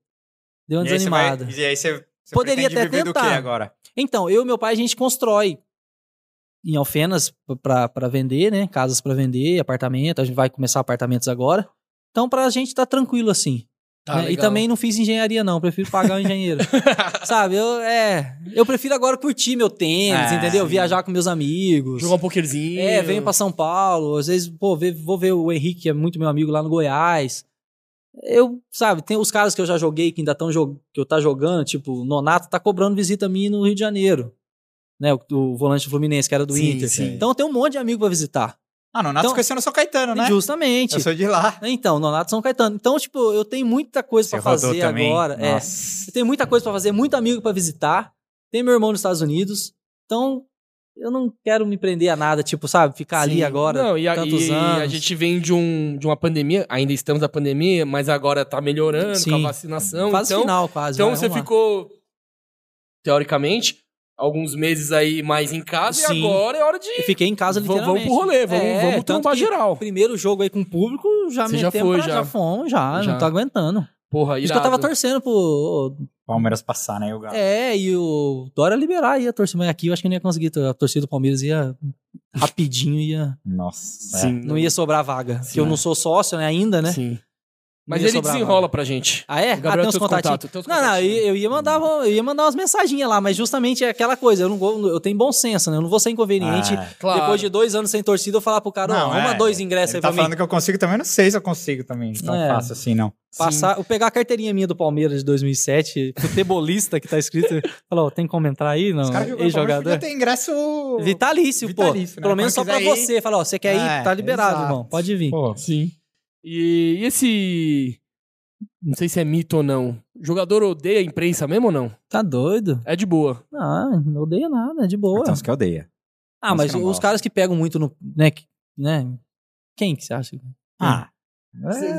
Speaker 3: Deu uma
Speaker 1: E aí você vai-
Speaker 3: desanimada.
Speaker 1: E aí você, você
Speaker 3: Poderia
Speaker 1: pretende
Speaker 3: até
Speaker 1: viver do que
Speaker 3: tentar.
Speaker 1: agora?
Speaker 3: Então, eu e meu pai, a gente constrói em Alfenas para vender, né? Casas para vender, apartamento. A gente vai começar apartamentos agora. Então, pra gente tá tranquilo assim.
Speaker 2: Tá,
Speaker 3: né? E
Speaker 2: legal.
Speaker 3: também não fiz engenharia, não. Prefiro pagar um engenheiro. Sabe? Eu, é, eu prefiro agora curtir meu tênis,
Speaker 1: Ah,
Speaker 2: É,
Speaker 3: entendeu?
Speaker 1: sim.
Speaker 3: Viajar com meus amigos.
Speaker 2: Jogar um pokerzinho.
Speaker 3: É, venho pra São Paulo. Às vezes, pô, vê- vou ver o Henrique, que é muito meu amigo lá no Goiás. eu, sabe, tem os caras que eu já joguei que ainda estão que eu tá jogando, tipo, o Nonato tá cobrando visita minha no Rio de Janeiro. Né, o, o volante do Fluminense, que era do
Speaker 4: Sim,
Speaker 3: Inter.
Speaker 4: sim.
Speaker 3: Então tem um monte de amigo pra visitar.
Speaker 1: Ah, não, Nato
Speaker 3: Então-
Speaker 1: conheceu no São Caetano, né?
Speaker 3: Justamente.
Speaker 1: Eu sou de lá.
Speaker 3: Então, Nonato São Caetano. Então, tipo, eu tenho muita coisa pra fazer agora. É,
Speaker 1: Nossa.
Speaker 3: eu tenho muita coisa pra fazer, muito amigo pra visitar. Tem meu irmão nos Estados Unidos. Então, eu não quero me prender a nada, tipo, sabe, ficar ali
Speaker 2: Sim.
Speaker 3: agora
Speaker 2: Não, e a,
Speaker 3: tantos
Speaker 2: e
Speaker 3: anos.
Speaker 2: a gente vem de, um, de uma pandemia, ainda estamos na pandemia, mas agora tá melhorando
Speaker 3: Sim.
Speaker 2: com a vacinação.
Speaker 3: Fase
Speaker 2: então,
Speaker 3: final, quase.
Speaker 2: então
Speaker 3: vai,
Speaker 2: você
Speaker 3: vamos lá.
Speaker 2: ficou, teoricamente, alguns meses aí mais em casa e
Speaker 3: Sim.
Speaker 2: agora é hora de.
Speaker 3: Eu fiquei em casa
Speaker 2: Vamos-
Speaker 3: literalmente.
Speaker 2: vamos pro rolê, vamos,
Speaker 3: É,
Speaker 2: vamos
Speaker 3: tanto
Speaker 2: trombar
Speaker 3: que
Speaker 2: geral.
Speaker 3: Primeiro jogo aí com o público, já
Speaker 2: Você
Speaker 3: me
Speaker 2: já foi, já.
Speaker 3: já fomos, já,
Speaker 2: Já.
Speaker 3: não tô aguentando. Por
Speaker 2: Porra, irado.
Speaker 3: Isso que eu tava torcendo pro.
Speaker 1: Palmeiras passar, né? E o Galo.
Speaker 3: É, e o Dória liberar ia a torcida, mas aqui eu acho que não ia conseguir. A torcida do Palmeiras ia rapidinho, ia.
Speaker 1: Nossa.
Speaker 2: Sim,
Speaker 3: Não ia sobrar vaga.
Speaker 2: Sim.
Speaker 3: Porque eu não sou sócio, né, ainda, né?
Speaker 2: Sim.
Speaker 3: Não
Speaker 2: Mas
Speaker 3: ia
Speaker 2: ele
Speaker 3: sobrar
Speaker 2: desenrola
Speaker 3: vaga.
Speaker 2: pra gente.
Speaker 3: Ah, é?
Speaker 2: O Gabriel
Speaker 3: ah, tem uns
Speaker 2: tem os
Speaker 3: contatinhos.
Speaker 2: contatos, tem os
Speaker 3: não, não,
Speaker 2: contatos.
Speaker 3: eu, eu ia mandar, eu ia mandar umas mensagens lá, mas justamente é aquela coisa, eu não vou, eu tenho bom senso, né? Eu não vou ser inconveniente.
Speaker 1: Ah,
Speaker 2: Claro.
Speaker 3: Depois de dois anos sem torcida, eu falar pro cara, ó,
Speaker 1: Não,
Speaker 3: arruma
Speaker 1: é.
Speaker 3: dois ingressos
Speaker 1: ele
Speaker 3: aí
Speaker 1: tá
Speaker 3: pra mim.
Speaker 1: falando que eu consigo também, eu não sei se eu consigo também. Não
Speaker 3: É.
Speaker 1: fácil assim, não.
Speaker 3: Passar, eu pegar a carteirinha minha do Palmeiras de 2007, futebolista que tá escrito, falar, ó, tem como entrar aí, não?
Speaker 1: Os caras jogando Palmeiras
Speaker 3: um Ex-jogador.
Speaker 1: podia ter ingresso...
Speaker 3: Vitalício, pô.
Speaker 1: Vitalício, né?
Speaker 3: Pelo menos só
Speaker 1: Quando
Speaker 3: pra
Speaker 1: quiser ir-
Speaker 3: você. Fala, ó, você quer ir?
Speaker 1: É,
Speaker 3: Tá liberado,
Speaker 1: exato.
Speaker 3: irmão. Pode vir.
Speaker 2: Sim. E, e esse. Não sei se é mito ou não. Jogador odeia a imprensa mesmo ou não?
Speaker 3: Tá doido?
Speaker 2: É de boa.
Speaker 3: Não, não odeia nada, é de boa.
Speaker 1: Então, os que odeia.
Speaker 3: ah,
Speaker 1: uns
Speaker 3: mas
Speaker 1: que não
Speaker 3: os
Speaker 1: gostam.
Speaker 3: caras que pegam muito no. Né? que- né? Quem que você acha?
Speaker 1: Ah.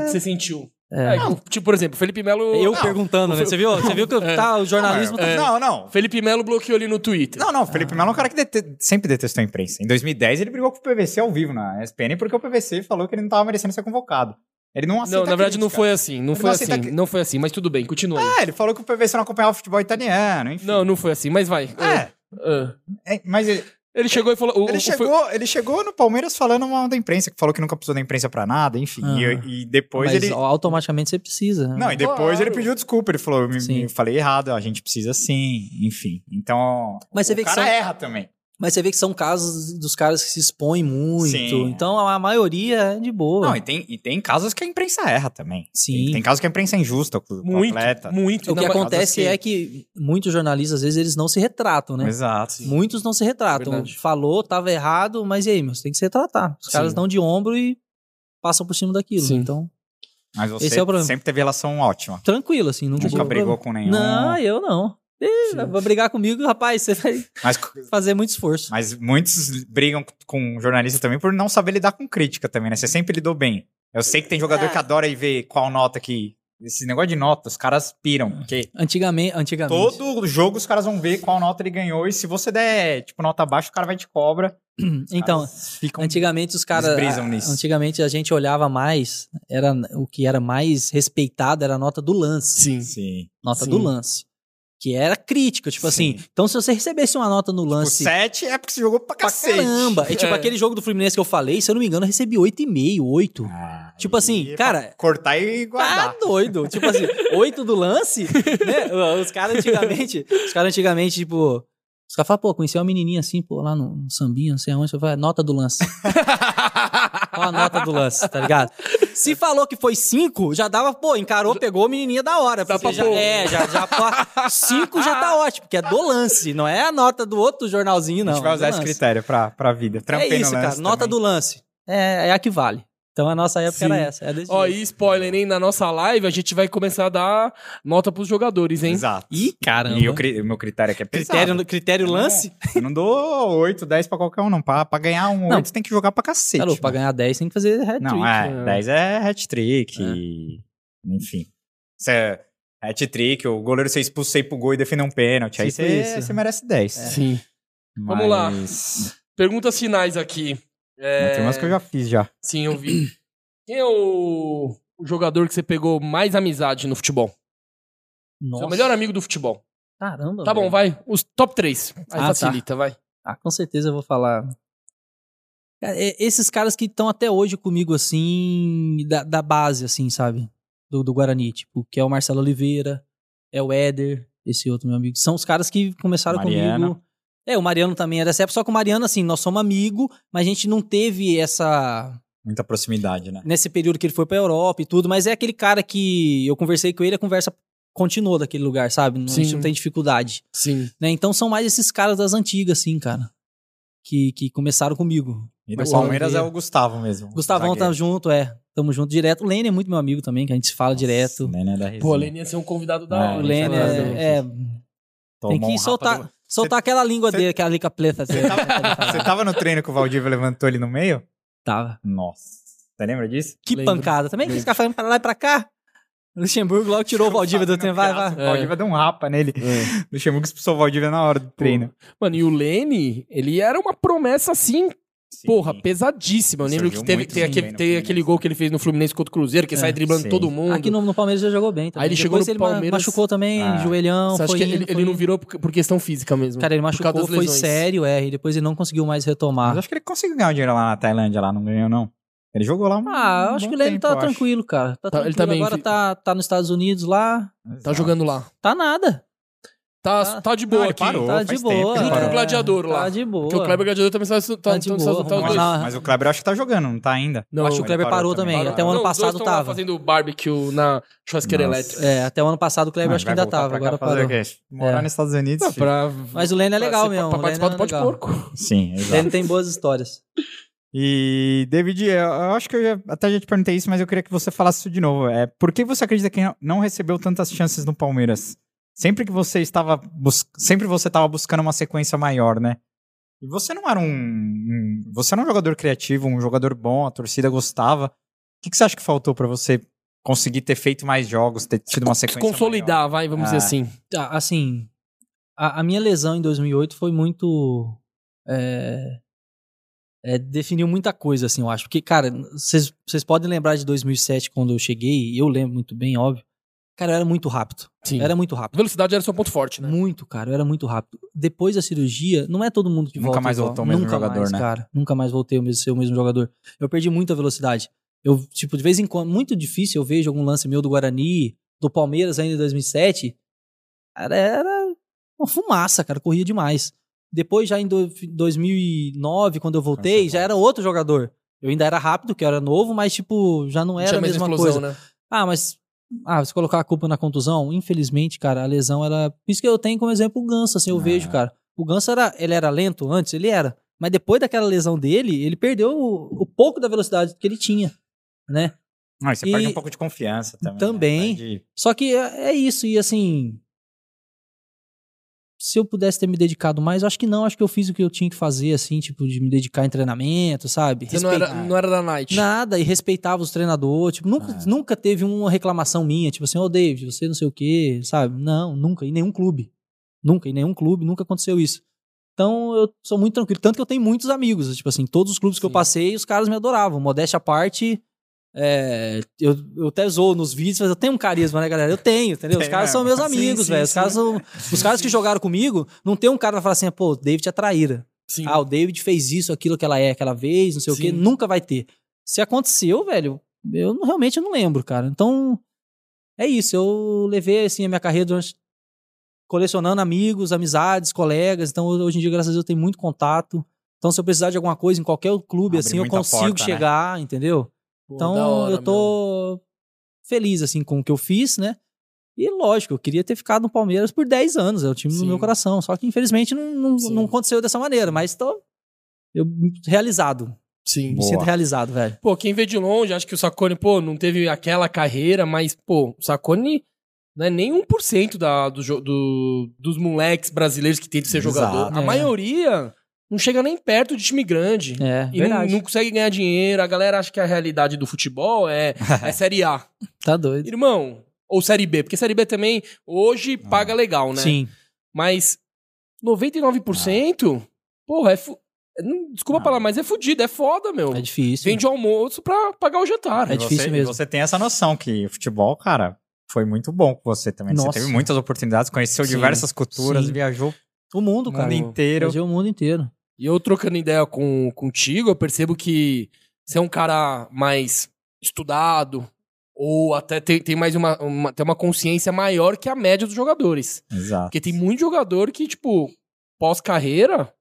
Speaker 2: Você sentiu.
Speaker 3: É.
Speaker 2: É, tipo, por exemplo, Felipe Melo.
Speaker 3: Eu
Speaker 2: Ah,
Speaker 3: perguntando, né? Você viu? Você viu que eu- tá, o jornalismo tá.
Speaker 1: É. Ah, Não, não.
Speaker 2: Felipe Melo bloqueou ele no Twitter.
Speaker 1: Não, não, o Felipe Melo é um cara que dete- sempre detestou a imprensa. Em 2010 ele brigou com o PVC ao vivo na ESPN porque o PVC falou que ele não tava merecendo ser convocado. Ele não aceita
Speaker 2: Não, na verdade não
Speaker 1: crítica.
Speaker 2: foi assim. Não
Speaker 1: Ele tá
Speaker 2: foi
Speaker 1: não
Speaker 2: assim.
Speaker 1: aceita que-
Speaker 2: Não foi assim, mas tudo bem, continua aí.
Speaker 1: É, ele falou que o PVC não acompanhava o futebol italiano, enfim.
Speaker 2: Não, não foi assim, mas vai.
Speaker 1: É,
Speaker 2: Ah, ah.
Speaker 1: é, mas ele,
Speaker 2: Ele chegou e falou. o-
Speaker 1: ele
Speaker 2: o- foi-
Speaker 1: chegou, ele chegou no Palmeiras falando mal da imprensa, que falou que nunca precisou da imprensa pra nada, enfim.
Speaker 3: Ah.
Speaker 1: E, e depois
Speaker 3: Mas
Speaker 1: é, ele...
Speaker 3: automaticamente você precisa. né?
Speaker 1: Não, e depois
Speaker 2: Claro.
Speaker 1: ele pediu desculpa. Ele falou, eu me,
Speaker 3: Sim.
Speaker 1: me falei errado, a gente precisa sim, enfim. Então,
Speaker 3: Mas você
Speaker 1: o
Speaker 3: vê que
Speaker 1: cara
Speaker 3: são-
Speaker 1: erra também.
Speaker 3: Mas você vê que são casos dos caras que se expõem muito.
Speaker 1: Sim. é.
Speaker 3: Então a maioria é de boa.
Speaker 1: Não, e tem, e tem casos que a imprensa erra também.
Speaker 3: Sim.
Speaker 1: Tem, tem casos que a imprensa é injusta com com o
Speaker 2: Muito,
Speaker 1: atleta.
Speaker 2: muito.
Speaker 3: o que
Speaker 2: Não, mas-
Speaker 3: acontece
Speaker 1: assim-
Speaker 3: é que muitos jornalistas, às vezes, eles não se retratam, né?
Speaker 1: Exato. Sim.
Speaker 3: Muitos não se retratam.
Speaker 2: Verdade.
Speaker 3: Falou, tava errado, mas e aí, meu? Você tem que se retratar. Os
Speaker 2: Sim.
Speaker 3: caras dão de ombro e passam por cima daquilo.
Speaker 2: Sim.
Speaker 3: Então,
Speaker 1: Mas você
Speaker 3: Esse é o problema.
Speaker 1: sempre teve relação ótima.
Speaker 3: tranquilo, assim. Não
Speaker 1: Nunca brigou Tipo, com nenhum.
Speaker 3: Não, eu não. Ih, Vai brigar comigo, rapaz, você vai
Speaker 1: Mas,
Speaker 3: fazer muito esforço.
Speaker 1: mas muitos brigam com jornalista também por não saber lidar com crítica também, né? Você sempre lidou bem. Eu sei que tem jogador que adora ir ver qual nota que... Esse negócio de nota, os caras piram, porque...
Speaker 3: Antigamente, antigamente.
Speaker 1: Todo jogo os caras vão ver qual nota ele ganhou e se você der, tipo, nota baixa, o cara vai de cobra.
Speaker 3: Então,
Speaker 1: Caras ficam...
Speaker 3: Antigamente os caras.
Speaker 1: Eles brisam nisso.
Speaker 3: Antigamente a gente olhava mais, era o que era mais respeitado era a nota do lance.
Speaker 2: Sim.
Speaker 1: Sim.
Speaker 3: Nota
Speaker 2: Sim.
Speaker 3: do lance. Que era crítica, tipo
Speaker 1: Sim.
Speaker 3: assim. Então se você recebesse uma nota no
Speaker 1: O
Speaker 3: lance.
Speaker 1: 7 é porque você jogou pra
Speaker 3: pra
Speaker 1: cacete.
Speaker 3: caramba! E tipo
Speaker 2: É.
Speaker 3: aquele jogo do Fluminense que eu falei, se eu não me engano, eu recebi 8,5, 8.
Speaker 1: Ah,
Speaker 3: Tipo assim,
Speaker 1: e é
Speaker 3: cara-
Speaker 1: pra Cortar e guardar.
Speaker 3: Tá doido. Tipo assim, oito do lance, né? Os caras antigamente, os caras antigamente, tipo. Os caras falam, pô, conheci uma menininha assim, pô, lá no, no sambinha, não sei aonde. Eu falei, "É, nota do lance. Qual a nota do lance, tá ligado? Se falou que foi cinco, já dava, pô, encarou, pegou a menininha da hora.
Speaker 2: Dá
Speaker 3: porque
Speaker 2: pra
Speaker 3: já,
Speaker 2: pôr.
Speaker 3: é, já, já, pô, cinco já tá ótimo, porque é do lance, não é a nota do outro jornalzinho, não.
Speaker 1: a gente vai
Speaker 3: é do
Speaker 1: usar esse
Speaker 3: lance.
Speaker 1: critério pra, pra vida. Trampei
Speaker 3: É isso,
Speaker 1: no lance
Speaker 3: cara, nota
Speaker 1: também.
Speaker 3: do lance. É, é a que vale. Então a nossa época
Speaker 2: Sim.
Speaker 3: era essa. É desse
Speaker 2: Ó,
Speaker 3: jeito.
Speaker 2: e spoiler, hein? Na nossa live a gente vai começar a dar nota pros jogadores, hein?
Speaker 1: Exato.
Speaker 3: Ih, caramba.
Speaker 1: E o cri- o meu critério aqui é pesado.
Speaker 2: um
Speaker 3: Critério, critério
Speaker 1: Eu não-
Speaker 3: lance?
Speaker 1: Eu não dou 8, 10 pra qualquer um, não. Pra, pra ganhar um
Speaker 3: Não.
Speaker 1: 8, tem que jogar pra cacete.
Speaker 3: Tá louco, pra
Speaker 1: mano.
Speaker 3: ganhar 10 tem que fazer hat-trick.
Speaker 1: Não,
Speaker 2: né?
Speaker 1: é. 10 é hat-trick. e- Enfim. Você é hat-trick, o goleiro ser expulso, você ir pro gol e defender um pênalti. Aí
Speaker 3: Tipo
Speaker 1: você,
Speaker 3: isso.
Speaker 1: você merece
Speaker 3: É.
Speaker 1: 10.
Speaker 2: Sim.
Speaker 1: Mas-
Speaker 2: Vamos lá.
Speaker 1: Mas
Speaker 2: Perguntas finais aqui. É,
Speaker 1: Tem umas que eu já fiz já.
Speaker 2: Sim, eu vi. Quem é o... o jogador que você pegou mais amizade no futebol?
Speaker 3: Nossa,
Speaker 2: Seu melhor amigo do futebol.
Speaker 3: Caramba.
Speaker 2: Tá bom,
Speaker 3: velho.
Speaker 2: vai. Os top 3. Aí
Speaker 1: tá.
Speaker 3: Ah,
Speaker 2: facilita, vai.
Speaker 3: Ah, com certeza eu vou falar. Cara, é- esses caras que estão até hoje comigo, assim, da, da base, assim, sabe? Do, do Guarani, tipo, que é o Marcelo Oliveira, é o Éder, esse outro meu amigo. São os caras que começaram
Speaker 1: Mariano.
Speaker 3: comigo. É, o Mariano também era dessa época, só que o Mariano, assim, nós somos amigo, mas a gente não teve essa
Speaker 1: Muita proximidade, né?
Speaker 3: nesse período que ele foi pra Europa e tudo, mas é aquele cara que eu conversei com ele, a conversa continuou daquele lugar, sabe? Não, a
Speaker 2: Sim.
Speaker 3: gente não tem dificuldade.
Speaker 2: Sim.
Speaker 3: Né? Então são mais esses caras das antigas, assim, cara. Que, que começaram comigo.
Speaker 1: E do
Speaker 3: Marcelo
Speaker 1: Palmeiras é
Speaker 3: Vieira.
Speaker 1: o Gustavo mesmo.
Speaker 3: Gustavão tá junto, é. Tamo junto direto. O Lênin é muito meu amigo também, que a gente se fala direto.
Speaker 1: Lênia Né, da resenha.
Speaker 2: Pô, a Lene ia ser um convidado da
Speaker 1: É,
Speaker 2: hora.
Speaker 3: O
Speaker 1: Lênin
Speaker 3: Lênin
Speaker 1: tá
Speaker 2: Caralho.
Speaker 1: junto.
Speaker 3: é, é,
Speaker 1: Tomou
Speaker 3: tem
Speaker 1: um
Speaker 3: que
Speaker 1: rapa
Speaker 3: soltar,
Speaker 1: do-
Speaker 3: soltar aquela língua dele, aquela língua preta. assim.
Speaker 1: Você tava no treino que o Valdívia levantou ele no meio?
Speaker 3: Tava.
Speaker 1: Nossa. Você lembra disso?
Speaker 3: Que
Speaker 2: Lembro.
Speaker 3: pancada. Também que ficar falando pra lá e pra cá. Luxemburgo logo tirou o Valdívia do tempo. Vai, é. vai.
Speaker 1: O Valdívia deu um rapa nele. O Luxemburgo expulsou o Valdívia na hora do treino.
Speaker 2: Mano, e o Lene, ele era uma promessa assim, porra, pesadíssima. Eu lembro
Speaker 1: Surgiu
Speaker 2: que teve,
Speaker 1: muito
Speaker 2: tem
Speaker 1: bem
Speaker 2: aquele,
Speaker 1: no
Speaker 2: tem aquele
Speaker 1: Fluminense.
Speaker 2: gol que ele fez no Fluminense contra o Cruzeiro, que
Speaker 3: É,
Speaker 2: sai driblando
Speaker 1: sim.
Speaker 2: todo mundo.
Speaker 3: Aqui no, no Palmeiras já jogou bem. Também.
Speaker 2: Aí ele chegou
Speaker 3: Depois
Speaker 2: no
Speaker 3: ele ma-
Speaker 2: Palmeiras-
Speaker 3: machucou também,
Speaker 1: Ah.
Speaker 3: joelhão.
Speaker 2: Você acha
Speaker 3: foi
Speaker 2: que ele,
Speaker 3: indo,
Speaker 2: ele
Speaker 3: foi
Speaker 2: não
Speaker 3: indo.
Speaker 2: virou por, por questão física mesmo?
Speaker 3: Cara, ele
Speaker 2: Por causa
Speaker 3: machucou,
Speaker 2: das
Speaker 3: foi
Speaker 2: lesões.
Speaker 3: sério, é. E depois ele não conseguiu mais retomar.
Speaker 1: Mas acho que ele conseguiu ganhar um dinheiro lá na Tailândia, lá, não ganhou, não. Ele jogou lá um.
Speaker 3: Ah, eu acho
Speaker 1: bom
Speaker 3: que o Lênin
Speaker 1: tempo,
Speaker 3: tá
Speaker 1: eu acho.
Speaker 3: tranquilo, cara. Tá,
Speaker 2: Tá- ele
Speaker 3: tranquilo.
Speaker 2: tá bem,
Speaker 3: Agora
Speaker 2: fi-
Speaker 3: tá, tá nos Estados Unidos lá.
Speaker 2: Tá jogando lá.
Speaker 3: Tá nada.
Speaker 2: Tá,
Speaker 3: Tá.
Speaker 2: tá de
Speaker 1: Não,
Speaker 2: boa
Speaker 1: ele
Speaker 2: aqui.
Speaker 1: parou.
Speaker 3: tá
Speaker 1: faz
Speaker 3: de
Speaker 1: tempo que ele
Speaker 3: boa.
Speaker 2: Junto
Speaker 1: parou.
Speaker 2: com o Gladiador lá.
Speaker 3: Tá de boa.
Speaker 2: Porque o Kleber Gladiador também tá, tá,
Speaker 3: Tá
Speaker 2: tá,
Speaker 3: de
Speaker 2: tá,
Speaker 3: boa,
Speaker 2: tá os
Speaker 1: Mas,
Speaker 2: dois.
Speaker 3: lá.
Speaker 1: mas o Kleber eu acho que tá jogando, não tá ainda.
Speaker 2: Não,
Speaker 3: acho que o
Speaker 1: ele
Speaker 3: Kleber
Speaker 1: parou
Speaker 3: parou
Speaker 1: também.
Speaker 3: também.
Speaker 1: Parou.
Speaker 3: Até o ano
Speaker 2: Não, os dois
Speaker 3: passado
Speaker 2: tão lá
Speaker 3: tava.
Speaker 2: fazendo barbecue na churrasqueira
Speaker 1: Nossa.
Speaker 2: elétrica.
Speaker 3: É, até o ano passado o Kleber
Speaker 1: Ah,
Speaker 3: acho que
Speaker 1: ele vai
Speaker 3: ainda
Speaker 1: voltar
Speaker 3: tava.
Speaker 1: pra cá
Speaker 3: Agora
Speaker 1: fazer
Speaker 3: parou.
Speaker 1: o quê? Morar
Speaker 3: É.
Speaker 1: nos Estados Unidos.
Speaker 2: Não,
Speaker 1: filho.
Speaker 2: pra,
Speaker 3: Mas o Lênin é
Speaker 2: pra
Speaker 3: legal
Speaker 2: ser-
Speaker 3: mesmo.
Speaker 2: Pra
Speaker 3: o Lênin
Speaker 2: participar
Speaker 3: é
Speaker 2: do Pode
Speaker 3: legal.
Speaker 2: Porco.
Speaker 1: Sim,
Speaker 3: O
Speaker 1: exato.
Speaker 3: Lênin tem boas histórias.
Speaker 1: E, David, eu- eu acho que eu já, até já te perguntei isso, mas eu queria que você falasse isso de novo. É, por que você acredita que não- não recebeu tantas chances no Palmeiras? Sempre que você estava bus- sempre você estava buscando uma sequência maior, né? E você não era um, um- você era um jogador criativo, um jogador bom, a torcida gostava. O que, que você acha que faltou pra você conseguir ter feito mais jogos, ter tido uma
Speaker 2: Se
Speaker 1: sequência maior?
Speaker 2: consolidar, vai, vamos dizer
Speaker 1: Ah.
Speaker 2: assim.
Speaker 3: Tá, assim, a, a minha lesão em 2008 foi muito. é, é, definiu muita coisa, assim, eu acho. Porque, cara, vocês vocês podem lembrar de 2007 quando eu cheguei, e eu lembro muito bem, óbvio. Cara, eu era muito rápido.
Speaker 2: Sim.
Speaker 3: Eu era muito rápido.
Speaker 2: Velocidade era seu ponto forte, né?
Speaker 3: Muito, cara, eu era muito rápido. Depois da cirurgia, não é todo mundo que
Speaker 1: Nunca
Speaker 3: volta.
Speaker 1: mais
Speaker 3: igual.
Speaker 1: voltou o mesmo
Speaker 3: Nunca
Speaker 1: jogador,
Speaker 3: mais,
Speaker 1: né?
Speaker 3: cara. Nunca mais voltei o mesmo, ser o mesmo jogador. Eu perdi muita velocidade. Eu, tipo, de vez em quando, muito difícil eu vejo algum lance meu do Guarani, do Palmeiras ainda em 2007. Cara, era uma fumaça, cara, corria demais. Depois, já em do- 2009, quando eu voltei,
Speaker 1: Cansei
Speaker 3: já era outro jogador. Eu ainda era rápido, que eu era novo, mas, tipo, já não
Speaker 2: Não
Speaker 3: era
Speaker 2: tinha
Speaker 3: a mesma
Speaker 2: explosão,
Speaker 3: coisa.
Speaker 2: né?
Speaker 3: Ah, mas. Ah, se colocar a culpa na contusão, infelizmente, cara, a lesão era. Por isso que eu tenho como exemplo o Ganso, assim, eu
Speaker 1: Ah.
Speaker 3: vejo, cara. O Ganso era, ele era lento antes, ele era. Mas depois daquela lesão dele, ele perdeu o, o pouco da velocidade que ele tinha, né?
Speaker 1: Ah, e você perde
Speaker 3: E-
Speaker 1: um pouco de confiança também. né?
Speaker 3: Também.
Speaker 1: Perde-
Speaker 3: Só que é é isso, e assim. Se eu pudesse ter me dedicado mais, eu acho que não, acho que eu fiz o que eu tinha que fazer, assim, tipo, de me dedicar em treinamento, sabe?
Speaker 2: Você não era, não era da Night.
Speaker 3: Nada, e respeitava os treinadores. Tipo, nunca,
Speaker 1: Ah.
Speaker 3: nunca teve uma reclamação minha, tipo assim, ô David, você não sei o quê, sabe? Não, nunca, em nenhum clube. Nunca, em nenhum clube, nunca aconteceu isso. Então eu sou muito tranquilo. Tanto que eu tenho muitos amigos, tipo assim, todos os clubes que eu
Speaker 2: Sim.
Speaker 3: passei, os caras me adoravam. Modéstia à parte, é, eu, eu até zoo nos vídeos, mas eu tenho um carisma, né, galera? Eu tenho, entendeu? Os
Speaker 1: Tem,
Speaker 3: caras
Speaker 1: né?
Speaker 3: são meus
Speaker 1: Sim,
Speaker 3: amigos,
Speaker 1: sim,
Speaker 3: velho. Os
Speaker 1: sim.
Speaker 3: caras são. Os caras que jogaram comigo, não tem um cara que vai falar assim, pô, o David é traíra.
Speaker 2: Sim.
Speaker 3: Ah, o David fez isso, aquilo que ela é aquela vez, não sei o
Speaker 2: Sim.
Speaker 3: quê. Nunca vai ter. Se aconteceu, velho, eu não- realmente não lembro, cara. Então, é isso. Eu levei, assim, a minha carreira durante... Colecionando amigos, amizades, colegas. Então, hoje em dia, graças a Deus, eu tenho muito contato. Então, se eu precisar de alguma coisa em qualquer clube,
Speaker 1: Abre
Speaker 3: assim, eu
Speaker 1: muita
Speaker 3: consigo
Speaker 1: porta, né?
Speaker 3: chegar, entendeu?
Speaker 2: Pô,
Speaker 3: Então,
Speaker 2: da hora,
Speaker 3: eu tô feliz, assim, com o que eu fiz, né? E lógico, eu queria ter ficado no Palmeiras por 10 anos, é o time do
Speaker 2: Sim.
Speaker 3: meu coração. Só que infelizmente não, não,
Speaker 2: Sim.
Speaker 3: não aconteceu dessa maneira, mas tô eu, realizado.
Speaker 2: Sim.
Speaker 3: Me
Speaker 1: Boa.
Speaker 3: sinto realizado, velho.
Speaker 2: Pô, quem vê de longe, acho que o Sacone, pô, não teve aquela carreira, mas, pô, o Sacone não é nem 1% da, do, jo- do, dos moleques brasileiros que tentam ser
Speaker 1: Exato.
Speaker 2: jogador. A
Speaker 3: É.
Speaker 2: maioria não chega nem perto de time grande.
Speaker 3: É,
Speaker 2: E não,
Speaker 3: verdade.
Speaker 2: não consegue ganhar dinheiro. A galera acha que a realidade do futebol é, é Série A.
Speaker 3: Tá doido.
Speaker 2: Irmão, ou Série B. Porque Série B também, hoje, paga legal, né?
Speaker 3: Ah, Sim.
Speaker 2: Mas 99%,
Speaker 3: Ah.
Speaker 2: porra, é. Fu... é, não- Desculpa
Speaker 1: Ah.
Speaker 2: falar, mas é fudido, é foda, meu.
Speaker 3: É difícil.
Speaker 2: Vende o almoço pra pagar o jantar.
Speaker 3: É
Speaker 1: E
Speaker 3: difícil
Speaker 1: você,
Speaker 3: mesmo.
Speaker 1: Você tem essa noção que o futebol, cara, foi muito bom com você também.
Speaker 3: Nossa.
Speaker 1: Você teve muitas oportunidades, conheceu
Speaker 2: Sim,
Speaker 1: diversas culturas,
Speaker 3: sim.
Speaker 1: viajou
Speaker 3: O mundo,
Speaker 1: o
Speaker 3: cara.
Speaker 1: mundo inteiro.
Speaker 3: Fazer o mundo inteiro.
Speaker 2: E eu trocando ideia com, contigo, eu percebo que você é um cara mais estudado, ou até tem, tem mais uma, uma, tem uma consciência maior que a média dos jogadores.
Speaker 1: Exato.
Speaker 2: Porque tem muito jogador que, tipo, pós-carreira,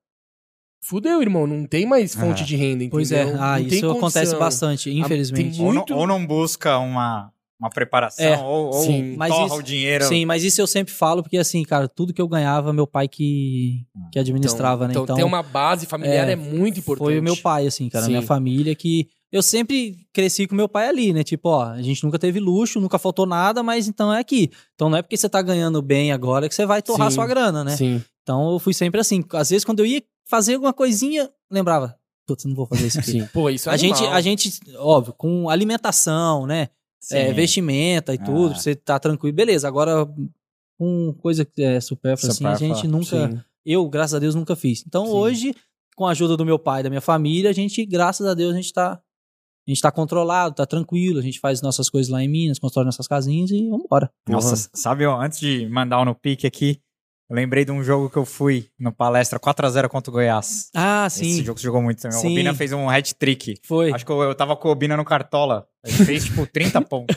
Speaker 2: fudeu, irmão. Não tem mais fonte
Speaker 1: É.
Speaker 2: de renda, entendeu?
Speaker 3: Pois é, ah,
Speaker 2: Não tem
Speaker 3: isso acontece
Speaker 2: condição. Ah,
Speaker 3: bastante, infelizmente.
Speaker 2: tem
Speaker 1: Ou,
Speaker 2: Muito-
Speaker 1: não, ou não busca uma, uma preparação,
Speaker 3: É,
Speaker 1: ou, ou
Speaker 2: sim.
Speaker 3: Mas
Speaker 1: torra
Speaker 3: isso-
Speaker 1: o dinheiro.
Speaker 3: Sim, mas isso eu sempre falo, porque assim, cara, tudo que eu ganhava, meu pai que, que administrava, né?
Speaker 2: Então, ter uma base familiar é,
Speaker 3: É,
Speaker 2: muito importante.
Speaker 3: Foi o meu pai, assim, cara,
Speaker 2: Sim.
Speaker 3: minha família que. Eu sempre cresci com meu pai ali, né? Tipo, ó, a gente nunca teve luxo, nunca faltou nada, mas então é aqui. Então não é porque você tá ganhando bem agora que você vai torrar
Speaker 2: Sim.
Speaker 3: sua grana, né?
Speaker 2: Sim.
Speaker 3: Então eu fui sempre assim. Às vezes quando eu ia fazer alguma coisinha, lembrava, putz, eu não vou fazer isso aqui.
Speaker 2: Sim. Pô, isso é
Speaker 3: a, gente,
Speaker 2: animal.
Speaker 3: a gente, óbvio, com alimentação, né?
Speaker 1: Sim.
Speaker 3: É, vestimenta e tudo,
Speaker 1: Ah.
Speaker 3: pra você tá tranquilo. Beleza, agora com coisa que é supérflua, assim, a
Speaker 1: Supérflua,
Speaker 3: gente nunca.
Speaker 2: Sim.
Speaker 3: Eu, graças a Deus, nunca fiz. Então
Speaker 2: Sim.
Speaker 3: hoje, com a ajuda do meu pai e da minha família, a gente, graças a Deus, a gente tá. A gente tá controlado, tá tranquilo, a gente faz nossas coisas lá em Minas, constrói nossas casinhas e vambora.
Speaker 1: Nossa, sabe, ó, antes de mandar um no pique aqui, eu lembrei de um jogo que eu fui no palestra 4x0 contra o Goiás.
Speaker 3: Ah,
Speaker 1: Esse
Speaker 3: sim.
Speaker 1: jogo se jogou muito também.
Speaker 3: Sim.
Speaker 1: O Obina fez um hat-trick.
Speaker 3: Foi.
Speaker 1: Acho que eu, eu tava com o Obina no Cartola. Ele fez, tipo, 30 pontos.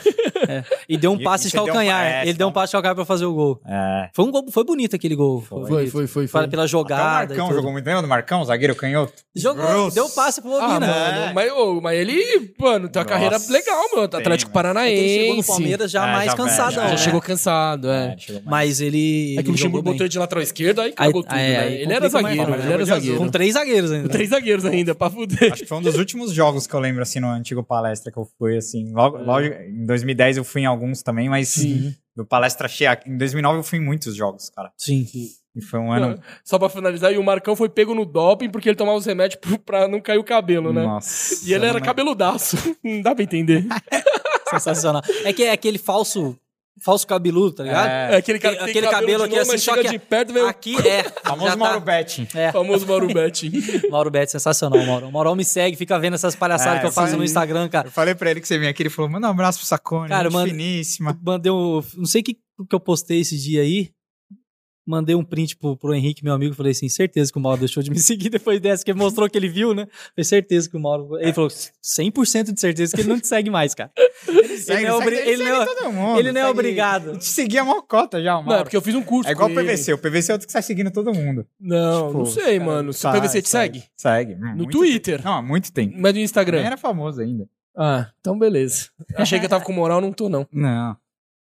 Speaker 3: E deu um
Speaker 1: E-
Speaker 3: passe
Speaker 1: e
Speaker 3: de
Speaker 1: você deu um-
Speaker 3: calcanhar.
Speaker 1: é,
Speaker 3: Ele deu um
Speaker 1: então-
Speaker 3: passe de calcanhar pra fazer o gol.
Speaker 1: É.
Speaker 3: Foi um gol, foi bonito aquele gol.
Speaker 1: Foi.
Speaker 2: Foi, foi,
Speaker 3: bonito.
Speaker 2: foi.
Speaker 3: Foi
Speaker 2: foi.
Speaker 3: Pela
Speaker 1: Até o
Speaker 3: jogada. e
Speaker 1: Marcão
Speaker 3: tudo.
Speaker 1: jogou muito. Lembra do Marcão, zagueiro canhoto?
Speaker 3: Jogou,
Speaker 1: Grosso.
Speaker 3: deu um passe pro né?
Speaker 2: Ah,
Speaker 3: Bovina.
Speaker 2: mano, mas, ô, mas ele, mano, tem uma
Speaker 1: Nossa,
Speaker 2: carreira legal, mano. Tá
Speaker 1: tem,
Speaker 2: Atlético
Speaker 1: mano.
Speaker 3: É que
Speaker 2: Paranaense.
Speaker 3: ele chegou no Palmeiras já
Speaker 1: É,
Speaker 3: mais
Speaker 1: já velho,
Speaker 3: cansadão,
Speaker 2: já
Speaker 3: né?
Speaker 2: chegou cansado, é.
Speaker 1: chegou mais.
Speaker 3: Mas ele.
Speaker 2: É que o
Speaker 3: ele jogou
Speaker 2: Luxemburgo
Speaker 3: bem.
Speaker 2: botou ele de lateral esquerdo, aí
Speaker 3: Aí- é,
Speaker 2: cagou tudo,
Speaker 3: aí-
Speaker 2: né?
Speaker 3: aí
Speaker 2: Ele era
Speaker 3: complica mais,
Speaker 2: zagueiro,
Speaker 1: mas
Speaker 2: ele era
Speaker 1: jogou de azul.
Speaker 2: zagueiro.
Speaker 3: Com três zagueiros
Speaker 2: Com
Speaker 3: ainda.
Speaker 2: Três zagueiros ainda, pra fuder.
Speaker 1: Acho que foi um dos últimos jogos que eu lembro, assim, no antigo palestra que eu fui, assim. Logo, lógico, em 2010 eu fui em alguns também, mas do palestra cheia. Em 2009 eu fui em muitos jogos, cara.
Speaker 3: Sim.
Speaker 1: E foi um ano.
Speaker 2: Só pra finalizar, e o Marcão foi pego no doping porque ele tomava os remédios pro- pra não cair o
Speaker 1: um
Speaker 2: cabelo, né?
Speaker 1: Nossa.
Speaker 2: E ele era
Speaker 1: né?
Speaker 2: cabeludaço. Não dá pra entender.
Speaker 3: Sensacional. É que é aquele falso. Falso cabeludo, tá ligado?
Speaker 2: É, aquele cara que tem
Speaker 3: Aquele
Speaker 2: cabelo,
Speaker 3: cabelo
Speaker 2: de
Speaker 3: aqui,
Speaker 2: novo,
Speaker 3: assim,
Speaker 2: mas
Speaker 3: só
Speaker 2: chega de
Speaker 3: que-
Speaker 2: perto, veio
Speaker 3: Aqui é.
Speaker 1: Famoso
Speaker 3: já
Speaker 1: Mauro
Speaker 3: tá-
Speaker 1: Betting.
Speaker 2: o famoso Mauro Betti.
Speaker 3: Mauro Betti, sensacional, Mauro. O Mauro me segue, fica vendo essas palhaçadas
Speaker 1: É,
Speaker 3: que eu faço
Speaker 1: sim.
Speaker 3: no Instagram, cara.
Speaker 1: Eu falei pra ele que você vinha aqui, ele falou, manda um abraço pro Sacone,
Speaker 3: Cara,
Speaker 1: gente
Speaker 3: mano,
Speaker 1: finíssima.
Speaker 3: Mandei um. Não sei o que, que eu postei esse dia aí. Mandei um print pro, pro Henrique, meu amigo. Falei assim: certeza que o Mauro deixou de me seguir depois dessa, que ele mostrou que ele viu, né? Falei, certeza que o Mauro. Ele falou: 100% de certeza que ele não te segue mais, cara.
Speaker 1: Segue,
Speaker 3: ele não é
Speaker 1: segue,
Speaker 3: obri- ele
Speaker 1: segue
Speaker 3: não é-
Speaker 1: todo mundo,
Speaker 3: ele não é
Speaker 1: segue-
Speaker 3: obrigado.
Speaker 1: Eu Te segui a mocota já, o
Speaker 2: Não, é
Speaker 1: Mauro.
Speaker 2: porque eu fiz um curso.
Speaker 1: É igual o
Speaker 2: com ele.
Speaker 1: PVC, o PVC é outro que sai seguindo todo mundo.
Speaker 2: Não,
Speaker 1: Tipo,
Speaker 2: não sei,
Speaker 1: cara,
Speaker 2: mano. Se o
Speaker 1: tá,
Speaker 2: PVC te segue?
Speaker 1: Segue.
Speaker 2: No Twitter.
Speaker 1: Não, há muito tempo.
Speaker 2: Mas no
Speaker 1: Nem
Speaker 2: Instagram.
Speaker 1: era famoso ainda.
Speaker 2: Ah, então beleza. Achei que eu tava com moral, não tô, não.
Speaker 1: Não.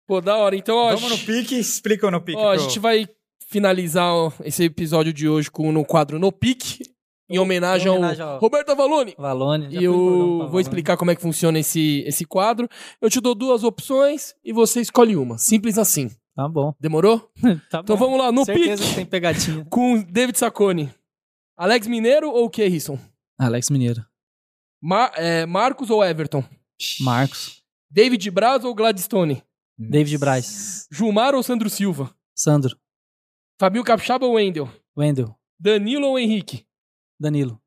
Speaker 2: Pô, da hora. Então, ó.
Speaker 1: Vamos no
Speaker 2: gente-
Speaker 1: pique, explica o no pique.
Speaker 2: ó, a
Speaker 1: pro-
Speaker 2: gente vai finalizar ó, esse episódio de hoje com no quadro No Pique, em homenagem,
Speaker 3: em homenagem
Speaker 2: ao
Speaker 3: ao-
Speaker 2: Roberto Avalone.
Speaker 3: Valone. já
Speaker 2: E
Speaker 3: fui bordão pra
Speaker 2: eu vou
Speaker 3: Valone.
Speaker 2: explicar como é que funciona esse, esse quadro. Eu te dou duas opções e você escolhe uma. Simples assim.
Speaker 3: Tá bom.
Speaker 2: Demorou?
Speaker 3: Tá bom.
Speaker 2: Então vamos lá, no
Speaker 3: certeza
Speaker 2: pique
Speaker 3: que tem pegadinha.
Speaker 2: com David Sacone. Alex Mineiro ou Kerrisson?
Speaker 3: Alex Mineiro.
Speaker 2: Mar é, Marcos ou Everton?
Speaker 3: Marcos.
Speaker 2: David Braz ou Gladstone?
Speaker 3: David Braz.
Speaker 2: Gilmar ou Sandro Silva?
Speaker 3: Sandro.
Speaker 2: Fabio Capixaba ou Wendel?
Speaker 3: Wendel.
Speaker 2: Danilo ou Henrique?
Speaker 3: Danilo.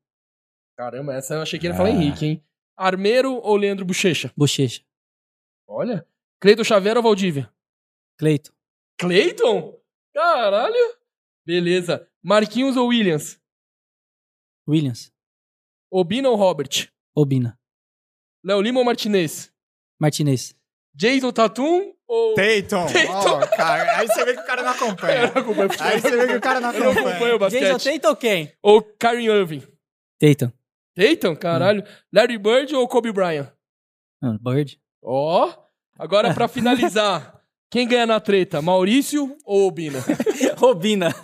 Speaker 2: Caramba, essa eu achei que ele ia
Speaker 3: Ah.
Speaker 2: falar Henrique, hein? Armeiro ou Leandro Bochecha?
Speaker 3: Bochecha.
Speaker 2: Olha. Cleiton Xavier ou Valdívia?
Speaker 3: Cleito.
Speaker 2: Cleiton? Caralho. Beleza. Marquinhos ou Williams?
Speaker 3: Williams.
Speaker 2: Obina ou Robert?
Speaker 3: Obina.
Speaker 2: Léo Lima ou Martinez?
Speaker 3: Martinez.
Speaker 2: Jason Tatum ou...
Speaker 1: Tayton.
Speaker 2: Tatum.
Speaker 1: Ó, cara, aí você vê que o cara não acompanha. Aí você vê que o cara não
Speaker 2: Eu não
Speaker 1: acompanha.
Speaker 2: acompanho o basquete.
Speaker 3: Tatum quem?
Speaker 2: Ou Kyrie Irving?
Speaker 3: Tatum.
Speaker 2: Tatum? Caralho.
Speaker 1: Hum.
Speaker 2: Larry Bird ou Kobe Bryant?
Speaker 3: Ah, Bird.
Speaker 2: Ó. Agora, pra finalizar, quem ganha na treta? Maurício ou Obina?
Speaker 3: Robina.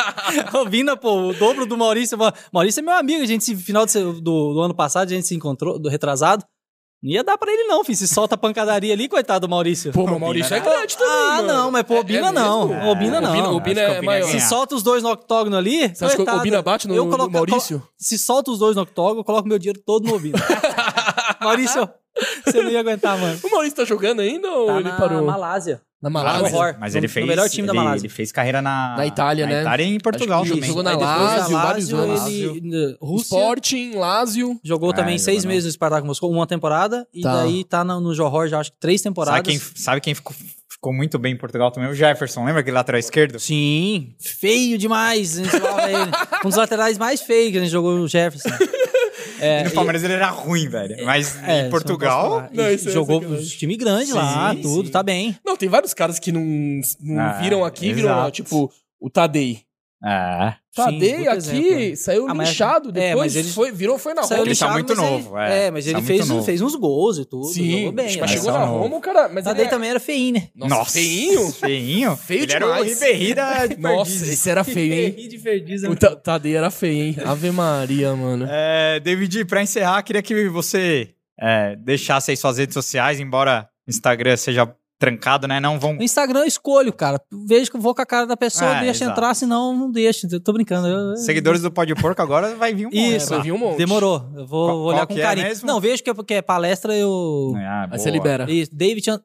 Speaker 3: Robina, pô, o dobro do Maurício. Ma- Maurício é meu amigo, a gente, se- final de se- do, do ano passado, a gente se encontrou, do retrasado. Não ia dar pra ele, não, filho. Se solta a pancadaria ali, coitado do Maurício.
Speaker 2: Pô, mas o Maurício é grande também,
Speaker 3: ah,
Speaker 2: mano. É,
Speaker 3: não, mas pô, Obina não.
Speaker 2: mesmo?
Speaker 3: Obina
Speaker 2: Obina,
Speaker 3: não.
Speaker 1: Acho que
Speaker 2: Obina
Speaker 1: o
Speaker 2: é
Speaker 1: Obina
Speaker 2: maior.
Speaker 1: ganha.
Speaker 3: Se solta os dois no octógono ali.
Speaker 2: Você acha que o
Speaker 3: coitado.
Speaker 2: Obina bate no,
Speaker 3: Eu
Speaker 2: no
Speaker 3: coloco-
Speaker 2: Maurício?
Speaker 3: Se solta os dois no octógono, eu coloco meu dinheiro todo no Obina. Maurício, você não ia aguentar, mano.
Speaker 2: O Maurício tá jogando ainda ou
Speaker 3: Tá
Speaker 2: ele
Speaker 3: na Tá
Speaker 2: parou?
Speaker 3: Malásia.
Speaker 2: Na
Speaker 1: Ah,
Speaker 3: Malásia.
Speaker 1: mas,
Speaker 3: Horror.
Speaker 1: mas ele
Speaker 3: No- no
Speaker 1: fez.
Speaker 3: melhor time da
Speaker 1: ele-
Speaker 3: Malásia.
Speaker 1: Ele fez carreira na.
Speaker 2: Na Itália, né?
Speaker 1: Na Itália e em Portugal
Speaker 2: Acho que
Speaker 1: também.
Speaker 2: jogou na
Speaker 3: Aí depois
Speaker 2: Lazio,
Speaker 3: da
Speaker 2: vários
Speaker 3: Lazio,
Speaker 2: anos.
Speaker 3: ele- Rússia.
Speaker 2: Sporting, Lazio.
Speaker 3: Jogou
Speaker 1: Ah,
Speaker 3: também
Speaker 1: jogou
Speaker 3: seis
Speaker 1: não.
Speaker 3: meses no Spartak Moscou, uma temporada. E
Speaker 2: Tá.
Speaker 3: daí tá no, no Johor já, acho que três temporadas.
Speaker 1: Sabe quem, sabe quem ficou, ficou muito bem em Portugal também? O Jefferson. Lembra aquele lateral esquerdo?
Speaker 3: Sim, feio demais. A gente zoava ele. Um dos laterais mais feios que a gente jogou, o Jefferson. É,
Speaker 1: e no Palmeiras ele era ruim, velho. Mas
Speaker 2: um
Speaker 3: é, isso
Speaker 1: em
Speaker 3: eu não
Speaker 1: Portugal.
Speaker 3: posso falar.
Speaker 2: Não,
Speaker 3: E
Speaker 2: isso é
Speaker 3: jogou
Speaker 2: sacanagem.
Speaker 3: um time grande lá,
Speaker 2: Sim,
Speaker 3: tudo,
Speaker 2: sim.
Speaker 3: tá bem.
Speaker 2: Não, tem vários caras que não, não
Speaker 1: Ah,
Speaker 2: viram aqui, viram lá,
Speaker 1: exato.
Speaker 2: tipo o Tadei.
Speaker 1: É.
Speaker 3: Sim,
Speaker 2: Tadei
Speaker 3: muito
Speaker 2: aqui
Speaker 3: exemplo, né?
Speaker 2: saiu
Speaker 3: Ah, mas-
Speaker 2: linchado,
Speaker 3: é,
Speaker 2: depois
Speaker 3: mas ele-
Speaker 2: foi, virou, foi na
Speaker 3: Saiu
Speaker 2: Roma.
Speaker 1: ele tá
Speaker 3: lixado,
Speaker 1: muito
Speaker 3: mas ele-
Speaker 1: novo, é.
Speaker 3: É, mas ele
Speaker 1: Tá muito
Speaker 3: fez,
Speaker 1: novo.
Speaker 3: fez uns gols e tudo.
Speaker 2: Sim,
Speaker 3: jogou bem.
Speaker 2: mas
Speaker 3: né?
Speaker 2: chegou
Speaker 1: Mas
Speaker 2: na
Speaker 1: é um
Speaker 2: Roma,
Speaker 1: novo.
Speaker 2: o cara... Mas
Speaker 3: Tadei
Speaker 2: ele é-
Speaker 3: também era feinho, né?
Speaker 2: Nossa, feinho?
Speaker 1: Feinho?
Speaker 2: Feio
Speaker 1: ele era o
Speaker 2: demais.
Speaker 1: Ribéry da de Perdiz.
Speaker 2: Nossa, esse era feio, hein?
Speaker 3: de né? verdiz,
Speaker 2: O Ta- Tadei era feio, hein? Ave Maria, mano.
Speaker 1: É, David, pra encerrar, queria que você é, deixasse aí suas redes sociais, embora o Instagram seja trancado, né? Não vão.
Speaker 3: No Instagram eu escolho, cara. Vejo que eu vou com a cara da pessoa,
Speaker 1: É,
Speaker 3: deixa
Speaker 1: exato.
Speaker 3: entrar, senão não deixa. Eu tô brincando. eu-
Speaker 1: Seguidores do Pode Porco agora vai vir um monte.
Speaker 3: Isso.
Speaker 2: É, vai vir um monte.
Speaker 3: Demorou. Eu vou,
Speaker 1: Qual-
Speaker 3: vou olhar
Speaker 1: qual
Speaker 3: com
Speaker 1: que é
Speaker 3: carinho.
Speaker 1: mesmo?
Speaker 3: Não, vejo que é, que é palestra, eu.
Speaker 1: Ah,
Speaker 2: Aí
Speaker 1: boa.
Speaker 2: você libera.
Speaker 3: Isso, David. An-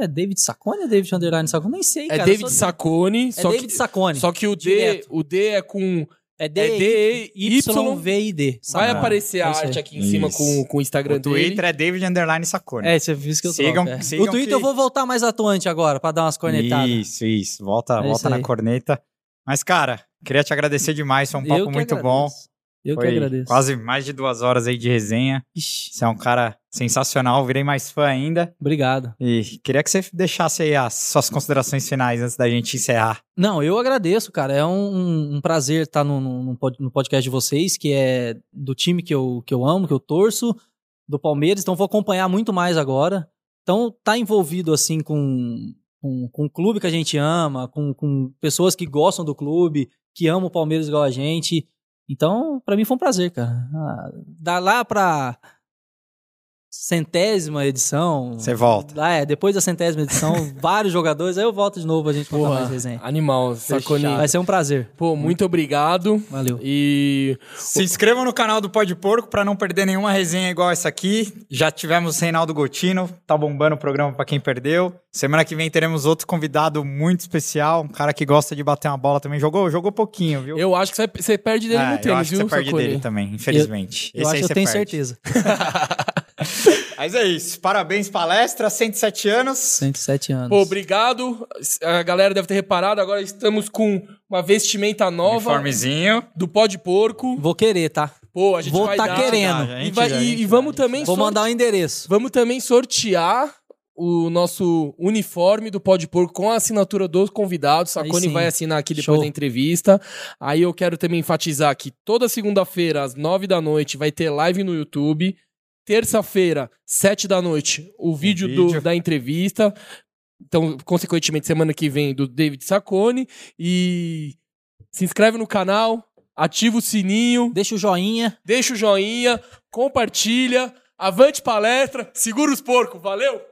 Speaker 3: É David Sacone ou David Underline Sacone? Nem sei,
Speaker 2: É
Speaker 3: cara. eu
Speaker 2: David
Speaker 3: sou-
Speaker 2: Sacone,
Speaker 3: É
Speaker 2: só,
Speaker 3: David
Speaker 2: que,
Speaker 3: Sacone.
Speaker 2: só que o D,
Speaker 3: Direto.
Speaker 2: o D é com...
Speaker 3: É D,
Speaker 2: É D,
Speaker 3: Y,
Speaker 2: Y...
Speaker 3: V I D.
Speaker 2: Vai
Speaker 3: Sacone.
Speaker 2: aparecer a
Speaker 3: É isso aí.
Speaker 2: arte aqui em cima
Speaker 1: Isso.
Speaker 2: com, com o Instagram
Speaker 1: O Twitter
Speaker 2: dele.
Speaker 1: é David Underline Sacone.
Speaker 3: É, isso é isso que eu
Speaker 1: Sigam-
Speaker 3: troco, é.
Speaker 1: sigam
Speaker 3: O Twitter
Speaker 1: que-
Speaker 3: eu vou voltar mais atuante agora, pra dar umas cornetadas.
Speaker 1: Isso, isso. Volta,
Speaker 3: É isso
Speaker 1: volta na
Speaker 3: aí.
Speaker 1: corneta. Mas, cara, queria te agradecer demais. Foi um papo
Speaker 3: que
Speaker 1: muito
Speaker 3: agradeço.
Speaker 1: bom.
Speaker 3: Eu
Speaker 1: Foi
Speaker 3: que agradeço.
Speaker 1: Quase mais de duas horas aí de resenha.
Speaker 3: Ixi,
Speaker 1: Você é um cara sensacional, virei mais fã ainda.
Speaker 3: obrigado.
Speaker 1: E queria que você deixasse aí as suas considerações finais antes da gente encerrar.
Speaker 3: Não, eu agradeço, cara. É um- um, um prazer estar no, no- no pod- no podcast de vocês, que é do time que eu, que eu amo, que eu torço, do Palmeiras. Então, vou acompanhar muito mais agora. Então, tá envolvido, assim, com, com, com o clube que a gente ama, com, com pessoas que gostam do clube, que amam o Palmeiras igual a gente. Então, pra mim foi um prazer, cara. Ah, dá lá pra centésima edição.
Speaker 1: Você volta.
Speaker 3: Ah, é, depois da centésima edição, vários jogadores. Aí eu volto de novo, a gente contar
Speaker 2: Porra,
Speaker 3: mais resenha.
Speaker 2: animal, Sacone.
Speaker 3: Vai ser um prazer.
Speaker 2: Pô, muito obrigado.
Speaker 3: Valeu.
Speaker 2: E
Speaker 1: Se inscrevam no canal do Pode Porco para não perder nenhuma resenha igual essa aqui. Já tivemos Reinaldo Gotino, tá bombando o programa para quem perdeu. Semana que vem teremos outro convidado muito especial, um cara que gosta de bater uma bola também. Jogou, jogou pouquinho, viu?
Speaker 2: eu acho que você vai- você perde dele
Speaker 1: Ah,
Speaker 2: no
Speaker 1: eu
Speaker 2: tênis,
Speaker 1: acho que
Speaker 2: viu,
Speaker 1: você perde
Speaker 2: Sacone?
Speaker 1: dele tá? também, infelizmente.
Speaker 3: eu acho que eu
Speaker 1: você
Speaker 3: tenho
Speaker 1: perde.
Speaker 3: certeza.
Speaker 1: Mas é isso. Parabéns, palestra, 107 anos.
Speaker 3: 107 anos.
Speaker 2: Pô, obrigado. A galera deve ter reparado, agora estamos com uma vestimenta nova
Speaker 1: Uniformezinho.
Speaker 2: do pó de porco.
Speaker 3: Vou querer, tá?
Speaker 2: Pô, a gente
Speaker 3: Vou
Speaker 2: vai
Speaker 3: tá
Speaker 2: dar.
Speaker 3: querendo.
Speaker 1: Já,
Speaker 2: E,
Speaker 1: gente,
Speaker 2: vai-
Speaker 1: já,
Speaker 2: e-
Speaker 1: gente,
Speaker 2: e vamos também
Speaker 3: Vou
Speaker 2: sorte-
Speaker 3: mandar um o endereço.
Speaker 2: vamos também sortear o nosso uniforme do Pó de Porco com a assinatura dos convidados.
Speaker 3: Aí
Speaker 2: Sacone
Speaker 3: sim.
Speaker 2: vai assinar aqui depois
Speaker 3: Show.
Speaker 2: da entrevista. Aí eu quero também enfatizar que toda segunda-feira, às nove da noite, vai ter live no YouTube. Terça-feira, sete da noite,
Speaker 3: Um
Speaker 2: o vídeo, do-
Speaker 1: vídeo.
Speaker 2: da entrevista. Então, consequentemente, semana que vem, do David Sacone. E se inscreve no canal, ativa o sininho
Speaker 3: Deixa o joinha.
Speaker 2: deixa o joinha, compartilha, avante palestra, segura os porcos, valeu!